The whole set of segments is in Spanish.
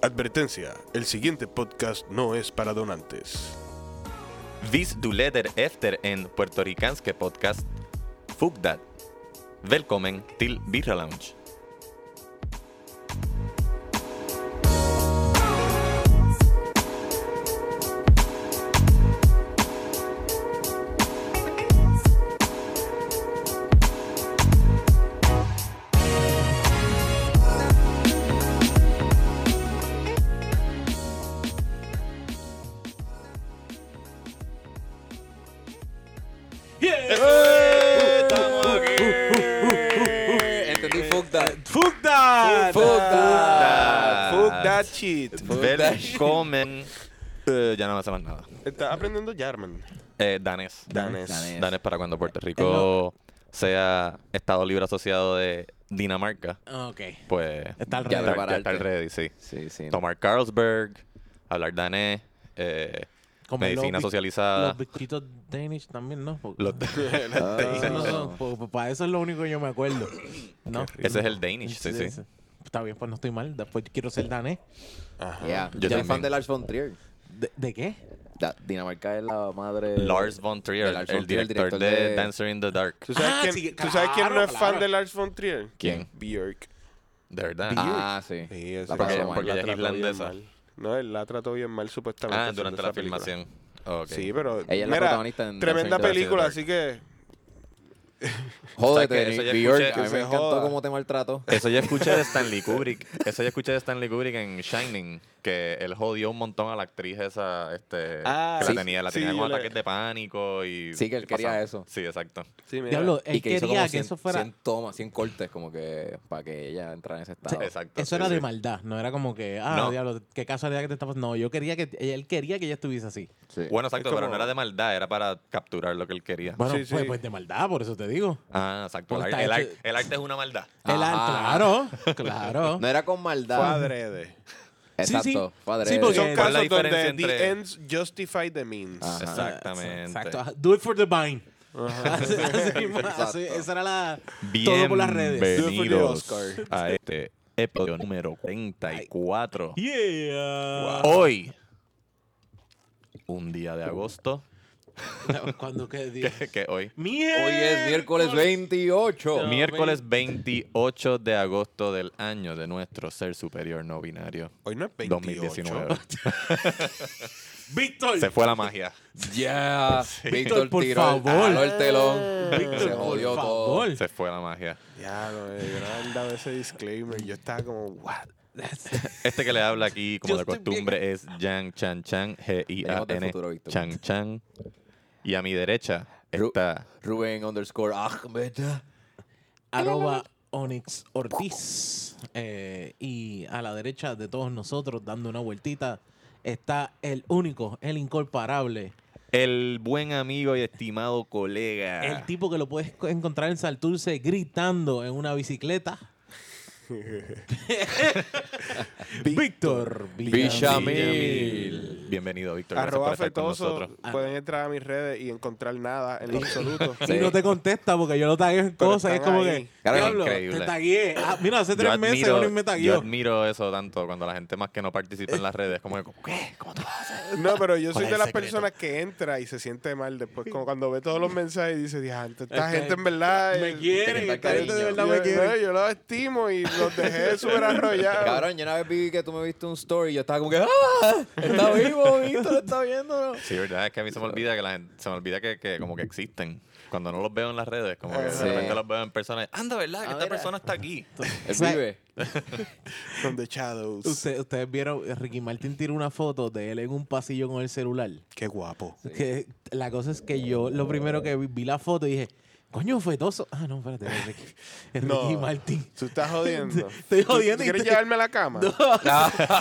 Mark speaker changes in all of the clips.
Speaker 1: Advertencia, el siguiente podcast no es para donantes.
Speaker 2: This do letter efter en puertorricanske podcast Fuck that. Velkommen til Birra Lounge.
Speaker 3: Estamos aquí.
Speaker 4: Entendí, fuck that.
Speaker 3: Fuck
Speaker 1: Ah,
Speaker 3: that.
Speaker 4: Fuck that.
Speaker 1: Fuck that shit.
Speaker 4: Fuck that.
Speaker 2: Velkommen. Eh, ya no me sé más nada.
Speaker 1: Está aprendiendo German.
Speaker 2: Eh, danés.
Speaker 1: Danés.
Speaker 4: Danés.
Speaker 2: Danés para cuando Puerto Rico sea Estado Libre Asociado de Dinamarca.
Speaker 3: Ok.
Speaker 2: Pues
Speaker 3: Está al
Speaker 4: Ya
Speaker 3: revés.
Speaker 2: está, ya está
Speaker 4: prepararte.
Speaker 2: ready, sí.
Speaker 4: Sí, sí.
Speaker 2: Tomar Carlsberg, hablar danés, eh,
Speaker 3: Como
Speaker 2: medicina
Speaker 3: los, bi-
Speaker 2: socializada.
Speaker 3: Los bichitos Danish también, ¿no? Porque-
Speaker 2: Los-
Speaker 4: Ah.
Speaker 3: Esos no son- po- po- para eso es lo único que yo me acuerdo. ¿no?
Speaker 2: Ese es el Danish, sí, sí.
Speaker 3: Está bien, pues no estoy mal. Después quiero ser danés.
Speaker 1: Ajá.
Speaker 4: Yeah.
Speaker 2: Yo
Speaker 4: Yo soy
Speaker 2: también.
Speaker 4: fan de Lars von Trier.
Speaker 3: ¿De, de qué?
Speaker 4: Da- Dinamarca es la madre.
Speaker 2: Lars von Trier,
Speaker 4: de
Speaker 2: el,
Speaker 4: Lars von Trier, el
Speaker 2: director, de,
Speaker 4: director de-
Speaker 2: Dancer in the Dark.
Speaker 1: ¿Tú sabes,
Speaker 3: Ah,
Speaker 1: quién,
Speaker 3: sí,
Speaker 1: ¿Tú sabes quién no
Speaker 3: claro,
Speaker 1: es fan
Speaker 3: claro.
Speaker 1: de Lars von Trier?
Speaker 2: ¿Quién?
Speaker 1: Björk.
Speaker 2: De verdad.
Speaker 4: Ah, sí.
Speaker 1: Sí, ese
Speaker 4: La
Speaker 1: cabrón
Speaker 4: pasó mal.
Speaker 2: porque
Speaker 1: la
Speaker 2: ella es
Speaker 1: trató bien
Speaker 2: irlandesa.
Speaker 1: mal. No, él la trató bien mal supuestamente.
Speaker 2: Ah,
Speaker 1: haciendo
Speaker 2: durante
Speaker 1: esa
Speaker 2: la
Speaker 1: película.
Speaker 2: filmación. Ok.
Speaker 1: Sí, pero.
Speaker 4: Ella es la
Speaker 1: mira,
Speaker 4: protagonista en
Speaker 1: Tremenda
Speaker 4: Dancing in the Dark.
Speaker 1: película,
Speaker 2: Dancing
Speaker 1: así que.
Speaker 2: O sea, que eso ya
Speaker 4: Jódete, New York.
Speaker 2: escuché,
Speaker 4: A mí
Speaker 1: que
Speaker 4: me
Speaker 1: se
Speaker 4: encantó
Speaker 1: joda.
Speaker 4: cómo te maltrató.
Speaker 2: Eso ya escuché de Stanley Kubrick. Eso ya escuché de Stanley Kubrick en Shining, que él jodió un montón a la actriz esa, este,
Speaker 1: Ah,
Speaker 2: que
Speaker 4: sí.
Speaker 2: la tenía, la
Speaker 1: Sí,
Speaker 2: tenía
Speaker 1: yo
Speaker 2: con
Speaker 1: le-
Speaker 2: ataques de pánico y
Speaker 4: Sí, que él
Speaker 2: y
Speaker 4: quería
Speaker 2: pasaba.
Speaker 4: eso.
Speaker 2: Sí, exacto.
Speaker 1: Sí, mira.
Speaker 3: Diablo, él
Speaker 4: que hizo
Speaker 3: quería
Speaker 4: como
Speaker 3: que
Speaker 4: 100
Speaker 3: eso fuera.
Speaker 4: 100 tomas, 100 cortes, como que para que ella entrara en ese
Speaker 3: Sí,
Speaker 4: estado.
Speaker 2: Exacto,
Speaker 3: Eso
Speaker 2: sí,
Speaker 3: era
Speaker 2: sí.
Speaker 3: de maldad, no era como que, ah,
Speaker 2: No.
Speaker 3: diablo, qué casualidad que te está pasando. No, yo quería que, él quería que ella estuviese así.
Speaker 4: Sí.
Speaker 2: Bueno, exacto,
Speaker 1: Es como-
Speaker 2: pero no era de maldad, era para capturar lo que él quería.
Speaker 3: Bueno,
Speaker 1: Sí,
Speaker 3: pues,
Speaker 1: sí.
Speaker 3: pues de maldad, por eso te digo.
Speaker 2: Ah, exacto. El,
Speaker 3: Porque
Speaker 2: ar-
Speaker 3: está
Speaker 2: el
Speaker 3: hecho-
Speaker 2: ar- el arte es una maldad.
Speaker 3: El ar-
Speaker 4: Ajá.
Speaker 3: claro, claro.
Speaker 4: No era con maldad.
Speaker 1: Fue adrede.
Speaker 3: Sí, sí.
Speaker 4: Exacto. Padre.
Speaker 3: Sí, porque-
Speaker 1: Son
Speaker 3: ¿Cuál
Speaker 2: es la
Speaker 1: casos donde
Speaker 2: diferencia
Speaker 1: the
Speaker 2: entre-
Speaker 1: ends justify the means.
Speaker 4: Ajá.
Speaker 2: Exactamente.
Speaker 3: Exacto. ajá. Do it for the vine. Así- así mismo,
Speaker 4: Exacto.
Speaker 3: así- esa era la. Todo por las redes.
Speaker 2: Bienvenidos
Speaker 1: Oscar.
Speaker 2: a este episodio número 34.
Speaker 3: Yeah.
Speaker 2: Hoy, un día de agosto,
Speaker 3: Cuando qué día.
Speaker 2: que, que hoy,
Speaker 4: Hoy es miércoles 28.
Speaker 3: No,
Speaker 2: miércoles 28 de agosto del año de nuestro ser superior no binario.
Speaker 1: Hoy no es 28.
Speaker 2: 2019.
Speaker 3: Víctor.
Speaker 2: Se fue la magia.
Speaker 4: Yeah. Víctor,
Speaker 3: Víctor, por
Speaker 4: tiró,
Speaker 3: favor.
Speaker 4: jaló el telón.
Speaker 3: Víctor,
Speaker 4: se
Speaker 3: por
Speaker 4: jodió todo.
Speaker 3: favor.
Speaker 2: Se fue la magia.
Speaker 1: Ya, no, yo no andaba ese disclaimer. Yo estaba como, what?
Speaker 2: Este que le habla aquí, como
Speaker 3: Yo
Speaker 2: de
Speaker 3: estoy bien.
Speaker 2: costumbre, es Yang Chan Chan,
Speaker 4: Venimos del
Speaker 2: G-I-A-N,
Speaker 4: futuro, Víctor.
Speaker 2: Chan Chan. Y a mi derecha
Speaker 4: Ru-
Speaker 2: está
Speaker 4: Rubén underscore Ahmed.
Speaker 3: Arroba Onyx Ortiz. Eh, y a la derecha de todos nosotros, dando una vueltita, está el único, el incomparable.
Speaker 2: el buen amigo y estimado
Speaker 4: Ah.
Speaker 2: colega.
Speaker 3: El tipo que lo puedes co- encontrar en Salturce gritando en una bicicleta. Víctor
Speaker 4: Villamil.
Speaker 2: Villamil. Bienvenido, Víctor. Gracias por
Speaker 1: Arroba
Speaker 2: estar con
Speaker 1: fetoso.
Speaker 2: nosotros.
Speaker 3: Ah.
Speaker 1: Pueden entrar a mis redes y encontrar nada en lo absoluto.
Speaker 3: Y no te contesta porque yo lo tagué en
Speaker 1: Pero
Speaker 3: cosas. y Es
Speaker 1: están
Speaker 3: como
Speaker 1: ahí.
Speaker 3: que.
Speaker 2: Claro,
Speaker 3: "Diablo,
Speaker 2: increíble.
Speaker 3: Te tagué. Ah, mira, hace tres
Speaker 2: Yo
Speaker 3: meses
Speaker 2: admiro-
Speaker 3: Oni me
Speaker 2: Yo
Speaker 3: tagueó.
Speaker 2: admiro eso tanto cuando la gente más que no participa en las redes. Como que, ¿qué? ¿Cómo tú haces?
Speaker 1: No, pero yo soy
Speaker 2: ¿Cuál es
Speaker 1: de
Speaker 2: el
Speaker 1: las
Speaker 2: secreto?
Speaker 1: personas que entra y se siente mal después. Como cuando ve todos los mensajes y dice, diante, esta
Speaker 3: Este,
Speaker 1: gente en verdad.
Speaker 3: Me
Speaker 1: es-
Speaker 3: quieren,
Speaker 4: te
Speaker 3: esta gente de
Speaker 4: cariño.
Speaker 3: verdad me
Speaker 1: yo, no,
Speaker 3: quiere.
Speaker 1: yo los estimo y los dejé súper arrollados.
Speaker 4: Cabrón, yo una vez vi que tú me viste un story y yo estaba como que ¡Ah! Está vivo, Víctor, está viendo.
Speaker 2: Sí, verdad, es que a mí se me olvida que la gente, se me olvida que, que como que existen. Cuando no los veo en las redes, como que
Speaker 1: Sí.
Speaker 2: de repente los veo en persona. y, Anda, ¿verdad? Que
Speaker 4: Ah,
Speaker 2: esta
Speaker 4: mira.
Speaker 2: persona está aquí.
Speaker 4: Él
Speaker 3: sea,
Speaker 4: vive.
Speaker 1: From the shadows.
Speaker 3: Usted- ustedes vieron, Ricky Martin tiró una foto de él en un pasillo con el celular.
Speaker 1: Qué guapo.
Speaker 3: Que la cosa es que yo lo primero que vi, vi la foto y dije, coño, fetoso. Ah, no, espérate, es Ricky, es
Speaker 1: No.
Speaker 3: Ricky Martin.
Speaker 1: Tú estás jodiendo.
Speaker 3: Estoy jodiendo
Speaker 1: ¿Tú
Speaker 3: y
Speaker 1: quieres
Speaker 3: te-
Speaker 1: llevarme a la cama?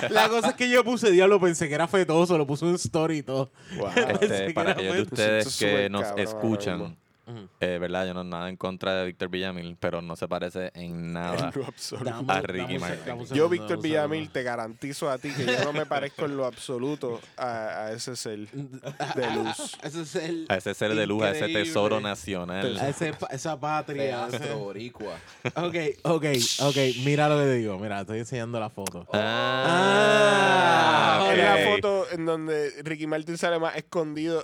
Speaker 3: La cosa es que yo puse diablo, pensé que era fetoso, lo puse en story y todo.
Speaker 1: Wow.
Speaker 3: Pensé
Speaker 2: Este,
Speaker 3: que
Speaker 2: para
Speaker 3: era
Speaker 2: aquellos de
Speaker 1: Siento
Speaker 3: fetoso.
Speaker 2: ustedes
Speaker 1: súper
Speaker 2: que nos
Speaker 1: cabrón ahora mismo.
Speaker 2: escuchan,
Speaker 3: Ujú.
Speaker 2: Eh, ¿Verdad? Yo no nada en contra de Víctor Villamil, pero no se parece en
Speaker 1: En
Speaker 2: nada.
Speaker 1: lo absoluto.
Speaker 3: Dame-
Speaker 2: A
Speaker 3: dame
Speaker 2: Ricky
Speaker 3: un sec-
Speaker 2: Martin.
Speaker 3: dame un segundo,
Speaker 1: Yo,
Speaker 3: dame
Speaker 1: Víctor
Speaker 3: un
Speaker 1: Villamil,
Speaker 3: segundo.
Speaker 1: te garantizo a ti que yo no me parezco en lo absoluto a, a ese ser de luz.
Speaker 3: Ese es el.
Speaker 2: A ese ser de luz, a ese
Speaker 3: Increíble.
Speaker 2: tesoro
Speaker 3: a
Speaker 2: nacional.
Speaker 3: ese pa- esa patria.
Speaker 4: Pedazo boricua.
Speaker 3: ok, ok, ok. Mira lo que te digo. Mira, estoy enseñando la foto.
Speaker 2: Ah,
Speaker 3: Ah,
Speaker 2: ok.
Speaker 1: Es la foto en donde Ricky Martin sale más escondido.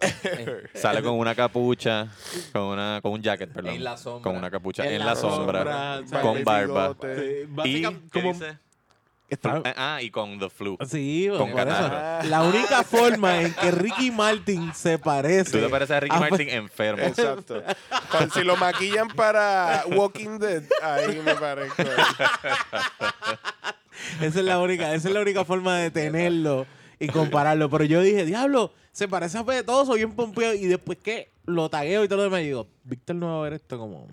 Speaker 2: Sale con una capucha, con, una, con un jacket, perdón.
Speaker 4: En la sombra.
Speaker 2: Con una capucha en,
Speaker 4: En
Speaker 2: la,
Speaker 4: la
Speaker 2: sombra,
Speaker 3: sombra,
Speaker 2: con
Speaker 1: Barba y
Speaker 2: barba.
Speaker 1: bigote.
Speaker 2: Y,
Speaker 3: Básicamente,
Speaker 2: ¿qué
Speaker 3: como-
Speaker 2: dice?
Speaker 3: Está-
Speaker 2: Ah, y con The Flu.
Speaker 3: Sí,
Speaker 2: Con
Speaker 3: por eso.
Speaker 2: catarro.
Speaker 3: La única forma en que Ricky Martin se parece.
Speaker 2: Tú te pareces a Ricky
Speaker 3: Ah,
Speaker 2: Martin enfermo.
Speaker 1: Exacto. Cuando- si lo maquillan para Walking Dead, ahí me parezco.
Speaker 3: Esa es la única, esa es la única forma de tenerlo y compararlo. Pero yo dije, diablo, se parece a Petoso, bien pompeo. Y después que lo tagueo y todo lo demás, y digo, Víctor no va a ver esto como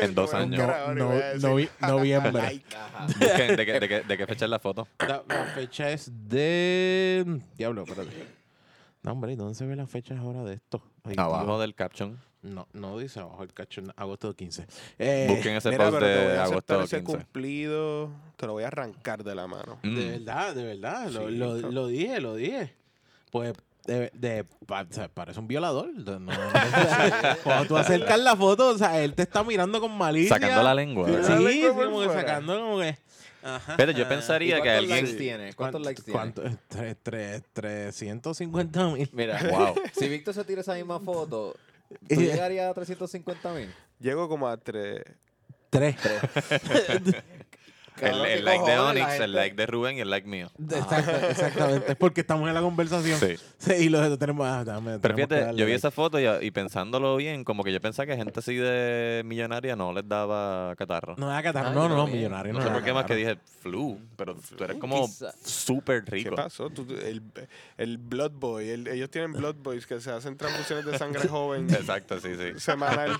Speaker 2: En dos
Speaker 1: Como un
Speaker 2: años.
Speaker 1: carajo, y
Speaker 3: no-
Speaker 1: voy a decir,
Speaker 3: novi- noviembre.
Speaker 1: "Ay,
Speaker 4: Ajá.
Speaker 2: Busquen de, qué, de qué- de qué fecha es la foto.
Speaker 3: La, la fecha es de. Diablo, espérate. No, hombre, ¿y ¿dónde se ve la fecha ahora de esto? Ay,
Speaker 2: Abajo del caption.
Speaker 3: Dios. No, no dice abajo el cachón, agosto 15. Eh,
Speaker 2: Busquen ese
Speaker 1: Mira,
Speaker 2: post
Speaker 1: pero te voy
Speaker 2: de
Speaker 1: a aceptar
Speaker 2: agosto
Speaker 1: ese
Speaker 2: 15.
Speaker 1: cumplido. Te lo voy a arrancar de la mano.
Speaker 2: Mm.
Speaker 3: De verdad, de verdad. Lo,
Speaker 1: Sí,
Speaker 3: lo-
Speaker 1: claro.
Speaker 3: lo dije, lo dije. Pues de, de- pa- o sea, parece un violador. No, no, no. Cuando tú acercas la foto, o sea, él te está mirando con malicia.
Speaker 2: Sacando la lengua.
Speaker 1: Sí,
Speaker 3: Sí,
Speaker 2: ¿verdad?
Speaker 1: la
Speaker 3: sí,
Speaker 1: lengua por
Speaker 3: como que
Speaker 1: fuera.
Speaker 3: sacando como que... Ajá.
Speaker 2: Pero yo
Speaker 4: ¿Y
Speaker 2: pensaría que
Speaker 4: cuántos
Speaker 2: alguien.
Speaker 4: likes tiene? ¿Cuántos likes tiene?
Speaker 3: ¿Cuánto? eh, Tres- tres- 350 mil.
Speaker 4: Mira,
Speaker 2: Wow.
Speaker 4: si Víctor se tira esa misma foto, ¿tú llegarías a 350 mil?
Speaker 1: Llego como a tres.
Speaker 3: Tres.
Speaker 2: El, el like de Onyx, el like de Rubén y el like mío.
Speaker 4: Ah.
Speaker 3: Exacto, exactamente. Es porque estamos en la conversación.
Speaker 2: Sí.
Speaker 3: Sí. y los tenemos... Ah,
Speaker 2: Pero
Speaker 3: dame, tenemos que
Speaker 2: fíjate,
Speaker 3: darle
Speaker 2: yo vi
Speaker 3: like.
Speaker 2: esa foto y, y pensándolo bien, como que yo pensaba que gente así de millonaria no les daba catarro. No,
Speaker 3: No, da catarro.
Speaker 4: Ah,
Speaker 3: no,
Speaker 4: yo
Speaker 3: no, no,
Speaker 4: también.
Speaker 3: millonario.
Speaker 4: No
Speaker 3: No,
Speaker 2: sé
Speaker 3: da
Speaker 2: por qué más que
Speaker 3: catarro.
Speaker 2: dije flu, pero tú eres como
Speaker 4: Quizá.
Speaker 2: súper
Speaker 1: ¿Qué
Speaker 2: rico.
Speaker 1: pasó? Tú- tú- el, el Blood Boy. el- ellos tienen Blood Boys que se hacen transfusiones de sangre joven
Speaker 2: Exacto, sí, sí.
Speaker 1: semanal.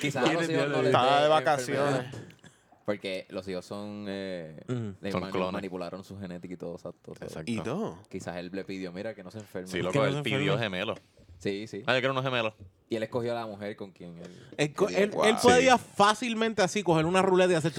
Speaker 4: Quizás los hijos no les
Speaker 1: Estaba
Speaker 4: dé
Speaker 1: de vacaciones.
Speaker 4: enfermedad, Porque los hijos son... eh,
Speaker 3: Mm.
Speaker 4: le
Speaker 2: Son
Speaker 4: mani-
Speaker 2: clones.
Speaker 4: Manipularon su genética y todo, exacto. so,
Speaker 2: Exacto.
Speaker 1: Y no.
Speaker 4: Quizás él le pidió, mira, que no se enferme.
Speaker 2: Sí,
Speaker 3: Que
Speaker 2: loco,
Speaker 3: no
Speaker 2: él
Speaker 3: se
Speaker 2: pidió
Speaker 3: enfermen.
Speaker 2: gemelos.
Speaker 4: Sí, sí.
Speaker 2: Ah, yo quiero unos gemelos.
Speaker 4: Y él escogió a la mujer con quien él...
Speaker 3: Él, co-
Speaker 4: quería.
Speaker 3: él-
Speaker 1: Wow.
Speaker 3: él
Speaker 1: Sí.
Speaker 3: podía fácilmente así coger una ruleta y hacer.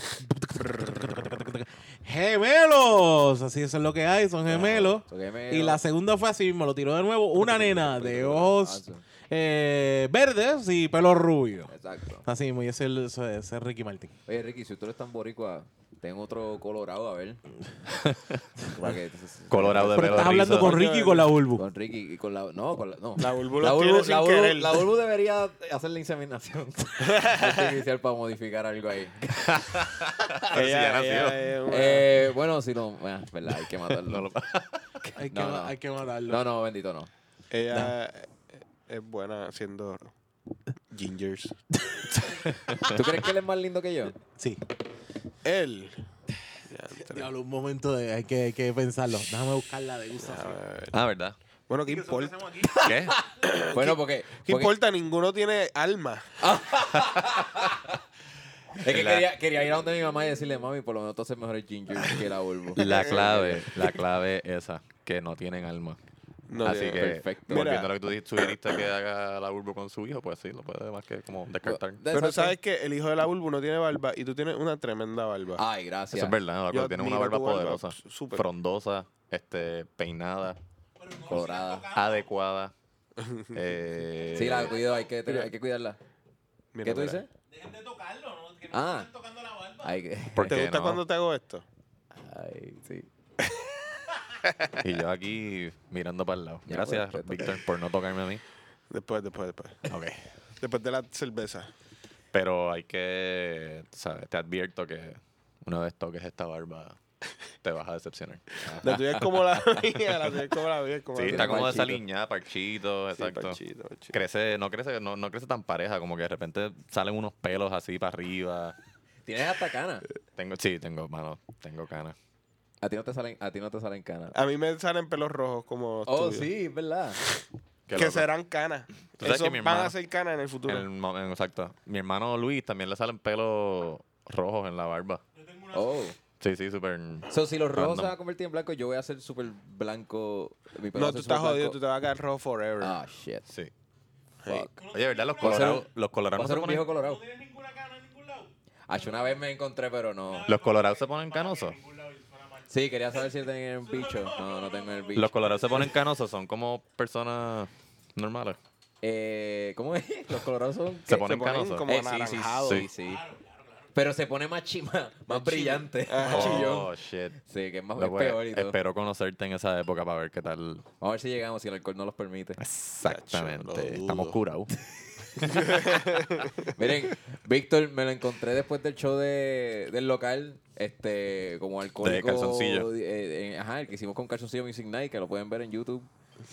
Speaker 3: ¡Gemelos! Así eso es lo que hay, son gemelos.
Speaker 4: Son gemelos.
Speaker 3: Y la segunda fue así mismo, lo tiró de nuevo. Una nena de
Speaker 4: Ah,
Speaker 3: ojos eh, verdes y pelo rubio.
Speaker 4: Exacto.
Speaker 3: Así mismo, y ese es, el- ese es Ricky Martin.
Speaker 4: Oye, Ricky, si tú eres tan boricua, tengo otro colorado, a ver. Para que-
Speaker 2: Colorado de
Speaker 3: Pero
Speaker 2: pelo
Speaker 3: estás hablando
Speaker 2: rizo.
Speaker 3: con Ricky y con la Bulbu.
Speaker 4: Con Ricky y con la... No, con la... No.
Speaker 1: La Bulbu
Speaker 4: La
Speaker 1: los
Speaker 4: Bulbu,
Speaker 1: tiene sin
Speaker 4: la Bulbu-
Speaker 1: querer.
Speaker 4: la Bulbu debería hacer la inseminación artificial para modificar algo ahí.
Speaker 2: Pero si ya
Speaker 1: Ella-
Speaker 2: nació.
Speaker 1: ella es una-
Speaker 4: Eh, bueno, si no... ah, verdad, hay que matarlo.
Speaker 2: No
Speaker 4: no,
Speaker 2: lo-
Speaker 3: Hay que,
Speaker 4: No,
Speaker 3: ma-
Speaker 4: no.
Speaker 3: hay que matarlo.
Speaker 4: no, bendito no.
Speaker 1: ella es buena haciendo gingers.
Speaker 4: ¿Tú crees que él es más lindo que yo?
Speaker 3: Sí.
Speaker 1: Él.
Speaker 3: Diablo, un momento, de- hay, que, hay que pensarlo. Déjame buscar la degustación.
Speaker 2: Ah, ¿verdad?
Speaker 1: Bueno, ¿qué importa?
Speaker 2: ¿Qué?
Speaker 4: Bueno, porque...
Speaker 1: ¿Qué
Speaker 4: porque-
Speaker 1: importa? Ninguno tiene alma.
Speaker 4: Es que
Speaker 2: La-
Speaker 4: quería, quería ir a donde mi mamá y decirle, mami, por lo menos tú haces mejor el ginger que la Bulbu.
Speaker 2: La clave, la clave esa, que no tienen alma.
Speaker 1: No
Speaker 2: Así
Speaker 1: tiene-
Speaker 2: que,
Speaker 4: perfecto.
Speaker 2: volviendo
Speaker 1: Mira.
Speaker 2: a lo que tú dijiste, sugeriste que haga la urbo con su hijo, pues sí, lo puede más que como descartar.
Speaker 4: Pero-
Speaker 1: Pero sabes que el hijo de la Bulbu no tiene barba y tú tienes una tremenda barba.
Speaker 4: Ay, gracias.
Speaker 2: Eso es verdad, loco,
Speaker 1: Yo
Speaker 2: tiene una
Speaker 1: admiro
Speaker 2: barba
Speaker 1: tu barba,
Speaker 2: poderosa,
Speaker 1: s- súper.
Speaker 2: frondosa, este, peinada,
Speaker 4: Colorada.
Speaker 2: adecuada. eh,
Speaker 4: Sí, la cuido, hay que, tener- hay que cuidarla.
Speaker 1: Mira,
Speaker 4: ¿Qué tú
Speaker 1: mira.
Speaker 4: dices?
Speaker 3: Dejen de tocarlo, ¿no? Que
Speaker 4: no Ah. estén
Speaker 3: tocando la barba.
Speaker 4: Ay, que...
Speaker 2: ¿por
Speaker 1: ¿Te
Speaker 2: qué
Speaker 1: gusta
Speaker 2: no?
Speaker 1: cuando te hago esto?
Speaker 4: Ay, sí.
Speaker 2: Y yo aquí mirando para el lado.
Speaker 4: Ya,
Speaker 2: Gracias,
Speaker 4: pues, te toca.
Speaker 2: Víctor, por no tocarme a mí.
Speaker 1: Después, después, después.
Speaker 2: Ok.
Speaker 1: Después de la cerveza.
Speaker 2: Pero hay que, sabes, te advierto que una vez toques esta barba, te vas a decepcionar.
Speaker 4: Ah.
Speaker 1: La tuya es como la mía, la tuya es como la mía. Como
Speaker 2: Sí,
Speaker 1: la
Speaker 2: está
Speaker 1: tuya.
Speaker 2: como
Speaker 4: parchito.
Speaker 2: desaliñada, parchito,
Speaker 1: Sí,
Speaker 2: exacto.
Speaker 1: parchito, parchito.
Speaker 2: Crece, no crece, no, no crece tan pareja, como que de repente salen unos pelos así para arriba.
Speaker 4: Tienes hasta cana.
Speaker 2: Tengo, sí, tengo, mano, tengo canas.
Speaker 4: A ti no te salen, a ti no te salen canas.
Speaker 1: A mí me salen pelos rojos como los
Speaker 4: Oh,
Speaker 1: tuyos.
Speaker 4: sí, es verdad.
Speaker 2: Qué
Speaker 1: que
Speaker 2: loco.
Speaker 1: serán canas.
Speaker 2: sabes
Speaker 1: Esos
Speaker 2: que mi
Speaker 1: van
Speaker 2: hermano-
Speaker 1: a ser canas en el
Speaker 2: En
Speaker 1: futuro.
Speaker 2: el mo- en- exacto. Mi hermano Luis también le salen pelos rojos en la barba.
Speaker 4: Oh.
Speaker 2: Sí, sí, súper.
Speaker 4: So, si los rojos
Speaker 2: Random.
Speaker 4: se van a convertir en blanco, yo voy a ser súper blanco. Mi pelo
Speaker 1: No,
Speaker 4: va a
Speaker 1: tú
Speaker 4: ser
Speaker 1: estás
Speaker 4: súper
Speaker 1: jodido, tú
Speaker 2: Ah,
Speaker 4: blanco.
Speaker 1: te vas a quedar rojo forever.
Speaker 4: Ah, shit.
Speaker 2: Sí.
Speaker 4: Fuck.
Speaker 2: Oye, ¿verdad? Los
Speaker 4: Va a ser
Speaker 2: colorados,
Speaker 4: un-
Speaker 2: los
Speaker 4: Va a
Speaker 2: colorados
Speaker 4: ser
Speaker 2: no se
Speaker 4: un viejo
Speaker 2: ponen.
Speaker 4: colorado.
Speaker 5: tienes ninguna cana en ningún lado.
Speaker 4: Ah, yo una vez me encontré, pero no.
Speaker 2: Los colorados se ponen canosos.
Speaker 4: Sí, quería saber si tenía el bicho. No, no tengo el bicho.
Speaker 2: Los colorados se ponen canosos, son como personas normales.
Speaker 4: Eh, ¿Cómo es? Los colorados son...
Speaker 2: Se
Speaker 4: ¿qué?
Speaker 2: ponen canosos.
Speaker 1: como
Speaker 4: Eh, sí, sí,
Speaker 1: anaranjados.
Speaker 4: sí, sí. Pero se pone más chima, más brillante. Más chillón.
Speaker 2: Oh, shit.
Speaker 4: Sí, que es más
Speaker 2: Lo
Speaker 4: Oh, es
Speaker 2: voy a-
Speaker 4: peor y todo.
Speaker 2: espero conocerte en esa época para ver qué tal.
Speaker 4: Vamos a ver si llegamos, si el alcohol no los permite.
Speaker 1: lo dudo.
Speaker 2: Exactamente. Estamos curados.
Speaker 4: Miren, Víctor, me lo encontré después del show de, del local, este, como alcohólico.
Speaker 2: Calzoncillo.
Speaker 4: eh, eh, ajá, el que hicimos con Calzoncillo Music Night, que lo pueden ver en YouTube.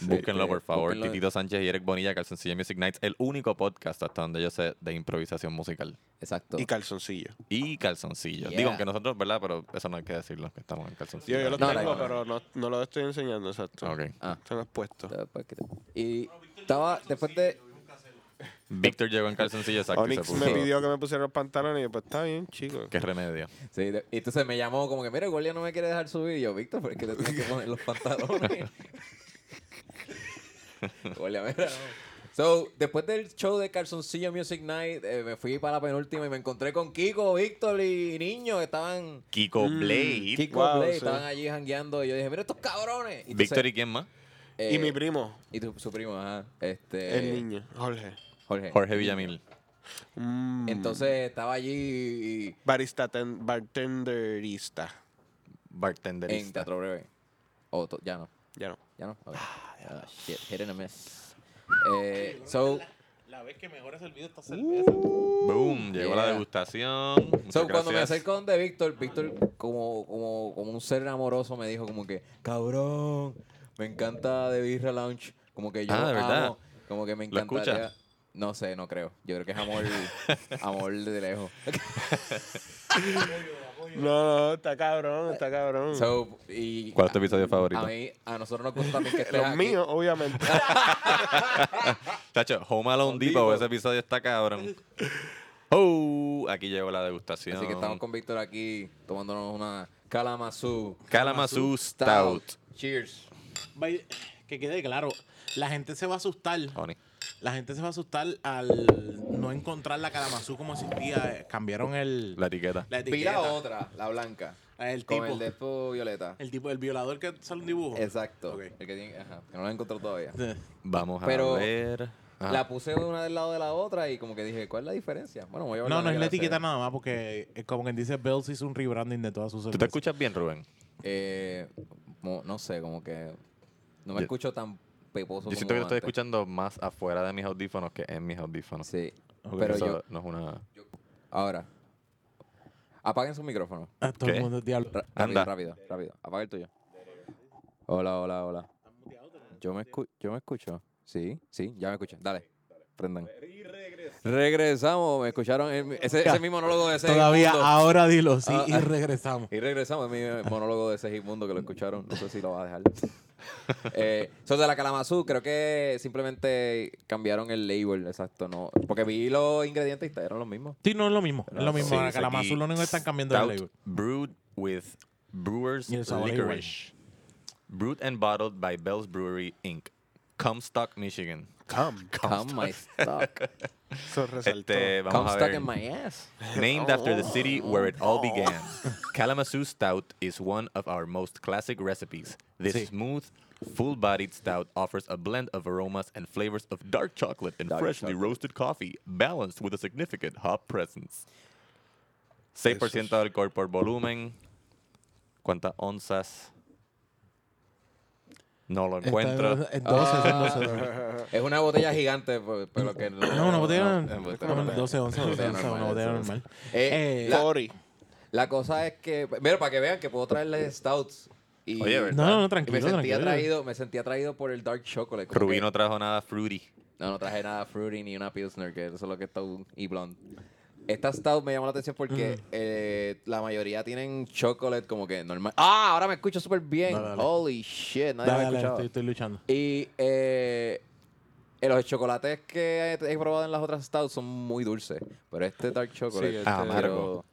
Speaker 2: Búsquenlo,
Speaker 4: Este,
Speaker 2: por favor.
Speaker 4: búsquenlo.
Speaker 2: Titito Sánchez y Eric Bonilla, Calzoncillo Music Nights, el único podcast hasta donde yo sé de improvisación musical.
Speaker 4: Exacto.
Speaker 1: Y calzoncillo.
Speaker 2: Y calzoncillo.
Speaker 4: Yeah.
Speaker 2: Digo, aunque nosotros, ¿verdad? Pero eso no hay que decirlo, que estamos en
Speaker 1: Yo,
Speaker 2: calzoncillo.
Speaker 1: yo los
Speaker 4: No, no,
Speaker 1: tengo,
Speaker 4: no, no.
Speaker 1: pero no, no los estoy enseñando, exacto.
Speaker 2: Ok.
Speaker 4: Ah. pues,
Speaker 1: Están expuestos.
Speaker 4: Y estaba después de...
Speaker 2: Víctor llegó en calzoncillo, exacto. y se
Speaker 1: Onyx me
Speaker 2: puso-
Speaker 1: pidió que me pusiera los pantalones y yo, pues está bien, chico.
Speaker 2: Qué remedio.
Speaker 4: Sí, de- y entonces me llamó como que, mira, Golia no me quiere dejar subir. Y yo, Víctor, ¿por qué te tienes que poner los pantalones? Golia, mira. no. So, después del show de Calzoncillo Music Night, eh, me fui para la penúltima y me encontré con Kiko, Víctor y Niño. Estaban,
Speaker 2: Kiko Blade.
Speaker 4: Mm, Kiko
Speaker 1: Wow,
Speaker 4: Play,
Speaker 1: sí.
Speaker 4: estaban allí jangueando. Y yo dije, mira estos cabrones. Y entonces,
Speaker 2: Víctor y quién más?
Speaker 4: eh,
Speaker 1: y mi primo,
Speaker 4: Y tu, su primo, ajá. Este,
Speaker 1: el niño, Jorge.
Speaker 4: Jorge.
Speaker 2: Jorge Villamil.
Speaker 1: Mm,
Speaker 4: Entonces estaba allí y-
Speaker 1: barista, ten- bartenderista.
Speaker 4: en
Speaker 2: Bartenderista.
Speaker 4: Teatro Breve. O to- ya no.
Speaker 1: Ya no.
Speaker 4: Ya no. ok. Ah, shit, hit and a miss. Eh, so,
Speaker 3: La vez que mejor he servido esta cerveza.
Speaker 2: Boom. Llegó la
Speaker 4: Yeah.
Speaker 2: degustación. Muchas
Speaker 4: so cuando me
Speaker 2: gracias.
Speaker 4: acerco donde Víctor, Víctor como, como, como un ser amoroso me dijo como que, cabrón, me encanta The Birra Lounge. Como que yo
Speaker 2: Ah, ¿de verdad?
Speaker 4: amo, como que me
Speaker 2: ¿Lo escuchas?
Speaker 4: encantaría. No sé, no creo. Yo creo que es amor, amor de lejos.
Speaker 1: No, no, está cabrón, está cabrón.
Speaker 4: So, y
Speaker 2: ¿Cuál es tu episodio
Speaker 4: a,
Speaker 2: favorito?
Speaker 4: mí, a nosotros nos gusta también que estés
Speaker 1: Los
Speaker 4: aquí.
Speaker 1: míos, obviamente.
Speaker 2: Tacho, Home Alone
Speaker 1: Home
Speaker 2: Depot,
Speaker 1: Depot.
Speaker 2: ese episodio está cabrón. Oh, aquí llegó la degustación.
Speaker 4: Así que estamos con Víctor aquí tomándonos una Kalamazoo.
Speaker 2: Kalamazoo Stout.
Speaker 4: Cheers.
Speaker 3: By- Que quede claro, la gente se va a asustar.
Speaker 2: Honey.
Speaker 3: La gente se va a asustar al no encontrar la calamazú como existía. Eh, Cambiaron el,
Speaker 2: La etiqueta.
Speaker 3: la
Speaker 4: Vi la
Speaker 3: etiqueta.
Speaker 4: otra, la blanca.
Speaker 3: El
Speaker 4: Con
Speaker 3: tipo,
Speaker 4: el
Speaker 3: el,
Speaker 4: de esto violeta.
Speaker 3: tipo, el violador que sale un dibujo.
Speaker 4: Exacto.
Speaker 3: Ok.
Speaker 4: El que, tiene, ajá, que no lo he encontrado todavía.
Speaker 3: Sí.
Speaker 2: Vamos a
Speaker 4: Pero-
Speaker 2: ver. Ajá.
Speaker 4: La puse una del lado de la otra y como que dije, ¿cuál es la diferencia? Bueno, voy a
Speaker 3: No, no es la
Speaker 4: que
Speaker 3: etiqueta nada más porque eh, como quien dice, Bells hizo un rebranding de todas sus
Speaker 2: ¿Tú te
Speaker 3: cervezas.
Speaker 2: escuchas bien, Rubén?
Speaker 4: Eh, mo- no sé, como que no me
Speaker 2: Yo-
Speaker 4: escucho tan peposo.
Speaker 2: Yo siento que te
Speaker 4: como
Speaker 2: estoy
Speaker 4: antes.
Speaker 2: escuchando más afuera de mis audífonos que en mis audífonos.
Speaker 4: Sí.
Speaker 3: Ok,
Speaker 4: Pero
Speaker 2: Eso
Speaker 4: yo,
Speaker 2: no es una...
Speaker 4: ahora, apaguen su micrófono.
Speaker 3: Ah, todo
Speaker 2: ¿Qué?
Speaker 3: el mundo es diablo.
Speaker 4: Ra-
Speaker 2: Anda.
Speaker 4: Rápido, rápido, rápido. Apaga el tuyo. Hola, hola, hola. Yo me, escu- yo me escucho. Sí, sí, ya me escuché. Dale, prendan. Regresamos, me escucharon el mi- ese, ese mismo monólogo de ese
Speaker 3: Todavía
Speaker 4: Segismundo.
Speaker 3: ahora dilo, sí,
Speaker 4: Ah,
Speaker 3: y
Speaker 4: ah.
Speaker 3: regresamos.
Speaker 4: Y regresamos, es mi monólogo de Segismundo que lo escucharon. No sé si lo va a dejar. eh, so de la Kalamazoo, creo que simplemente cambiaron el label, exacto. no Porque vi los ingredientes y eran los mismos.
Speaker 3: Sí, no es lo mismo. Es lo mismo.
Speaker 2: Sí,
Speaker 3: la
Speaker 2: dice
Speaker 3: calamazú
Speaker 2: aquí,
Speaker 3: lo único que están cambiando es el
Speaker 2: Stout
Speaker 3: label.
Speaker 2: Brewed with Brewers
Speaker 3: Y el sabor es
Speaker 2: Licorice. Brewed and bottled by Bell's Brewery, Inc. Comstock, Michigan.
Speaker 1: Come.
Speaker 4: Come my stock.
Speaker 1: Eso resaltó.
Speaker 2: Este, vamos
Speaker 4: Come
Speaker 2: a
Speaker 4: stock
Speaker 2: ver.
Speaker 4: in my ass.
Speaker 2: Named after the city where it all began, Kalamazoo Stout is one of our most classic recipes. This
Speaker 3: Sí.
Speaker 2: smooth, full bodied stout offers a blend of aromas and flavors of dark chocolate and
Speaker 4: Dark
Speaker 2: freshly
Speaker 4: chocolate.
Speaker 2: roasted coffee, balanced with a significant hop presence. 6% de alcohol por volumen. ¿Cuántas onzas? No lo encuentro.
Speaker 3: Está en 12, son 12.
Speaker 4: Es una botella gigante, por- pero que no.
Speaker 3: No, una botella.
Speaker 4: no,
Speaker 3: No,
Speaker 4: es
Speaker 3: no, 12, 11, 12,
Speaker 4: normal,
Speaker 3: una botella
Speaker 4: eso,
Speaker 3: normal.
Speaker 4: eso. Eh,
Speaker 3: Eh,
Speaker 4: la-
Speaker 1: Cory.
Speaker 4: La cosa es que. Mira, para que vean que puedo traerles stouts. Y
Speaker 2: Oye, ¿verdad?
Speaker 3: No, no, no,
Speaker 4: y
Speaker 3: tranquilo.
Speaker 4: me sentí
Speaker 3: tranquilo.
Speaker 4: atraído, me sentí atraído por el dark chocolate. como
Speaker 2: Rubí
Speaker 4: que-
Speaker 2: no trajo nada fruity.
Speaker 4: no, no traje nada fruity ni una pilsner, que eso es lo que está un y blonde. Esta stout me llamó la atención porque eh, la mayoría tienen chocolate como que normal. Ah, ahora me escucho súper bien.
Speaker 3: Dale, dale.
Speaker 4: Holy shit, nadie me
Speaker 3: Dale,
Speaker 4: ha
Speaker 3: dale,
Speaker 4: escuchado.
Speaker 3: estoy, estoy luchando.
Speaker 4: Y eh, eh, los chocolates que he, he probado en las otras stouts son muy dulces. Pero este dark chocolate.
Speaker 1: Sí, este-
Speaker 2: Amargo.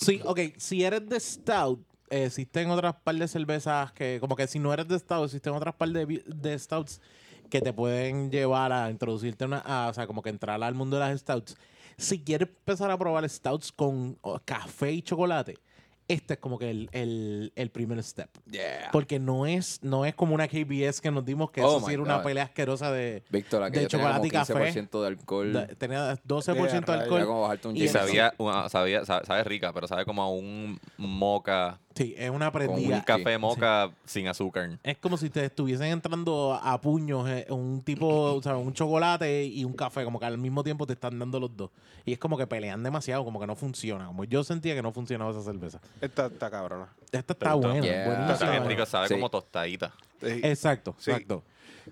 Speaker 3: Sí, ok. Si eres de Stout, eh, existen otras par de cervezas que, como que si no eres de Stout, existen otras par de, bi- de Stouts que te pueden llevar a introducirte una, a, o sea, como que entrar al mundo de las stouts. Si quieres empezar a probar stouts con oh, café y chocolate, este es como que el, el, el primer step.
Speaker 4: Yeah.
Speaker 3: Porque no es, no es como una KBS que nos dimos, que
Speaker 4: Oh
Speaker 3: eso sí
Speaker 4: my
Speaker 3: era una
Speaker 4: God.
Speaker 3: pelea asquerosa de,
Speaker 4: Víctor, la que yo
Speaker 3: de
Speaker 4: tenía
Speaker 3: chocolate y
Speaker 4: como
Speaker 3: café.
Speaker 4: 15% de alcohol.
Speaker 3: de- tenía 12% de
Speaker 1: Era
Speaker 4: Era
Speaker 3: alcohol.
Speaker 4: como bajarte un
Speaker 3: Y
Speaker 2: Y
Speaker 4: Jameson.
Speaker 2: sabía, una- sabía, sa- sabe rica, pero sabe como a un moca,
Speaker 3: Sí, es una
Speaker 4: un
Speaker 2: un
Speaker 3: prendida.
Speaker 4: Mira,
Speaker 2: café moca sin azúcar.
Speaker 3: Es como si te estuviesen entrando a puños eh, un tipo, o sea, un chocolate y un café, como que al mismo tiempo te están dando los dos. Y es como que pelean demasiado, como que no funciona. Como yo sentía que no funcionaba esa cerveza.
Speaker 1: Esta está cabrona.
Speaker 3: Esta
Speaker 2: ¿Te
Speaker 3: está
Speaker 2: gustó?
Speaker 3: buena,
Speaker 4: Yeah.
Speaker 3: buenísima.
Speaker 2: Está bien
Speaker 4: sabe.
Speaker 2: rica, sabe
Speaker 4: Sí.
Speaker 2: como tostadita.
Speaker 1: Eh,
Speaker 3: Exacto,
Speaker 1: Sí.
Speaker 3: exacto.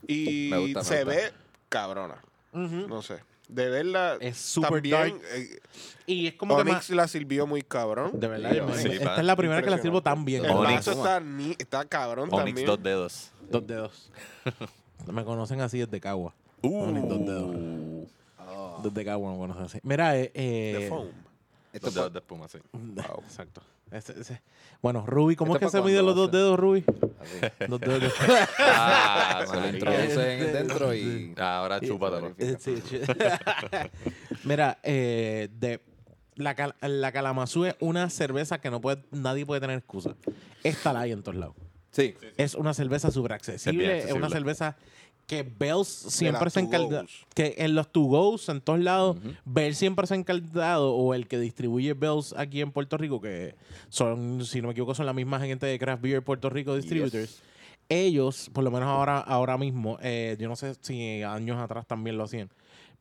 Speaker 1: y
Speaker 4: Me gusta, me
Speaker 1: se
Speaker 4: gusta.
Speaker 1: ve cabrona.
Speaker 3: Ujú.
Speaker 1: No sé. De verla.
Speaker 3: Es super
Speaker 1: también,
Speaker 3: dark.
Speaker 1: eh,
Speaker 3: Y es como que
Speaker 1: Onyx
Speaker 3: más...
Speaker 1: la sirvió muy cabrón.
Speaker 3: De verdad,
Speaker 1: Sí,
Speaker 3: yo me-
Speaker 2: sí,
Speaker 3: esta
Speaker 2: va.
Speaker 3: es la primera que la
Speaker 1: Impresionante.
Speaker 3: sirvo tan bien.
Speaker 1: El
Speaker 4: Oh,
Speaker 2: Onyx.
Speaker 1: vaso está, ni- está cabrón
Speaker 2: Onyx
Speaker 1: también.
Speaker 2: dos dedos.
Speaker 3: Dos dedos. Me conocen así desde Cagua.
Speaker 1: Uh,
Speaker 3: Onyx dos dedos. Desde Cagua me conocen así. Mira, eh... eh,
Speaker 1: De foam.
Speaker 4: Esto
Speaker 2: Dos
Speaker 4: fue-
Speaker 2: dedos de espuma, sí.
Speaker 3: Exacto. Ese- ese. Bueno, Ruby, ¿cómo es
Speaker 4: ¿Esto Ah, Este
Speaker 3: que
Speaker 4: es
Speaker 3: se
Speaker 4: pa'
Speaker 3: mide
Speaker 4: cuándo
Speaker 3: los
Speaker 4: va a
Speaker 3: dos
Speaker 4: ser?
Speaker 3: dedos, Ruby?
Speaker 4: así.
Speaker 3: Dos dedos.
Speaker 2: Ah,
Speaker 4: Se lo
Speaker 2: marica.
Speaker 4: introducen dentro y...
Speaker 2: Ahora chúpatelo.
Speaker 4: Sí,
Speaker 3: Eh, Sí, sí. Mira, eh, de, la, cal- la Kalamazoo es una cerveza que no puede, nadie puede tener excusa. Esta la hay en todos lados.
Speaker 4: Sí.
Speaker 3: Es una cerveza súper accesible.
Speaker 2: Es bien
Speaker 3: Es,
Speaker 2: accesible.
Speaker 3: una cerveza que Bells siempre
Speaker 1: las
Speaker 3: se encarga.
Speaker 1: to-go's.
Speaker 3: Que en los to go's en todos lados, Bells siempre se ha encargado, o el que distribuye Bells aquí en Puerto Rico, que son, si no me equivoco, son la misma gente de Craft Beer Puerto Rico Distributors. Ellos, por lo menos ahora, ahora mismo, eh, yo no sé si años atrás también lo hacían,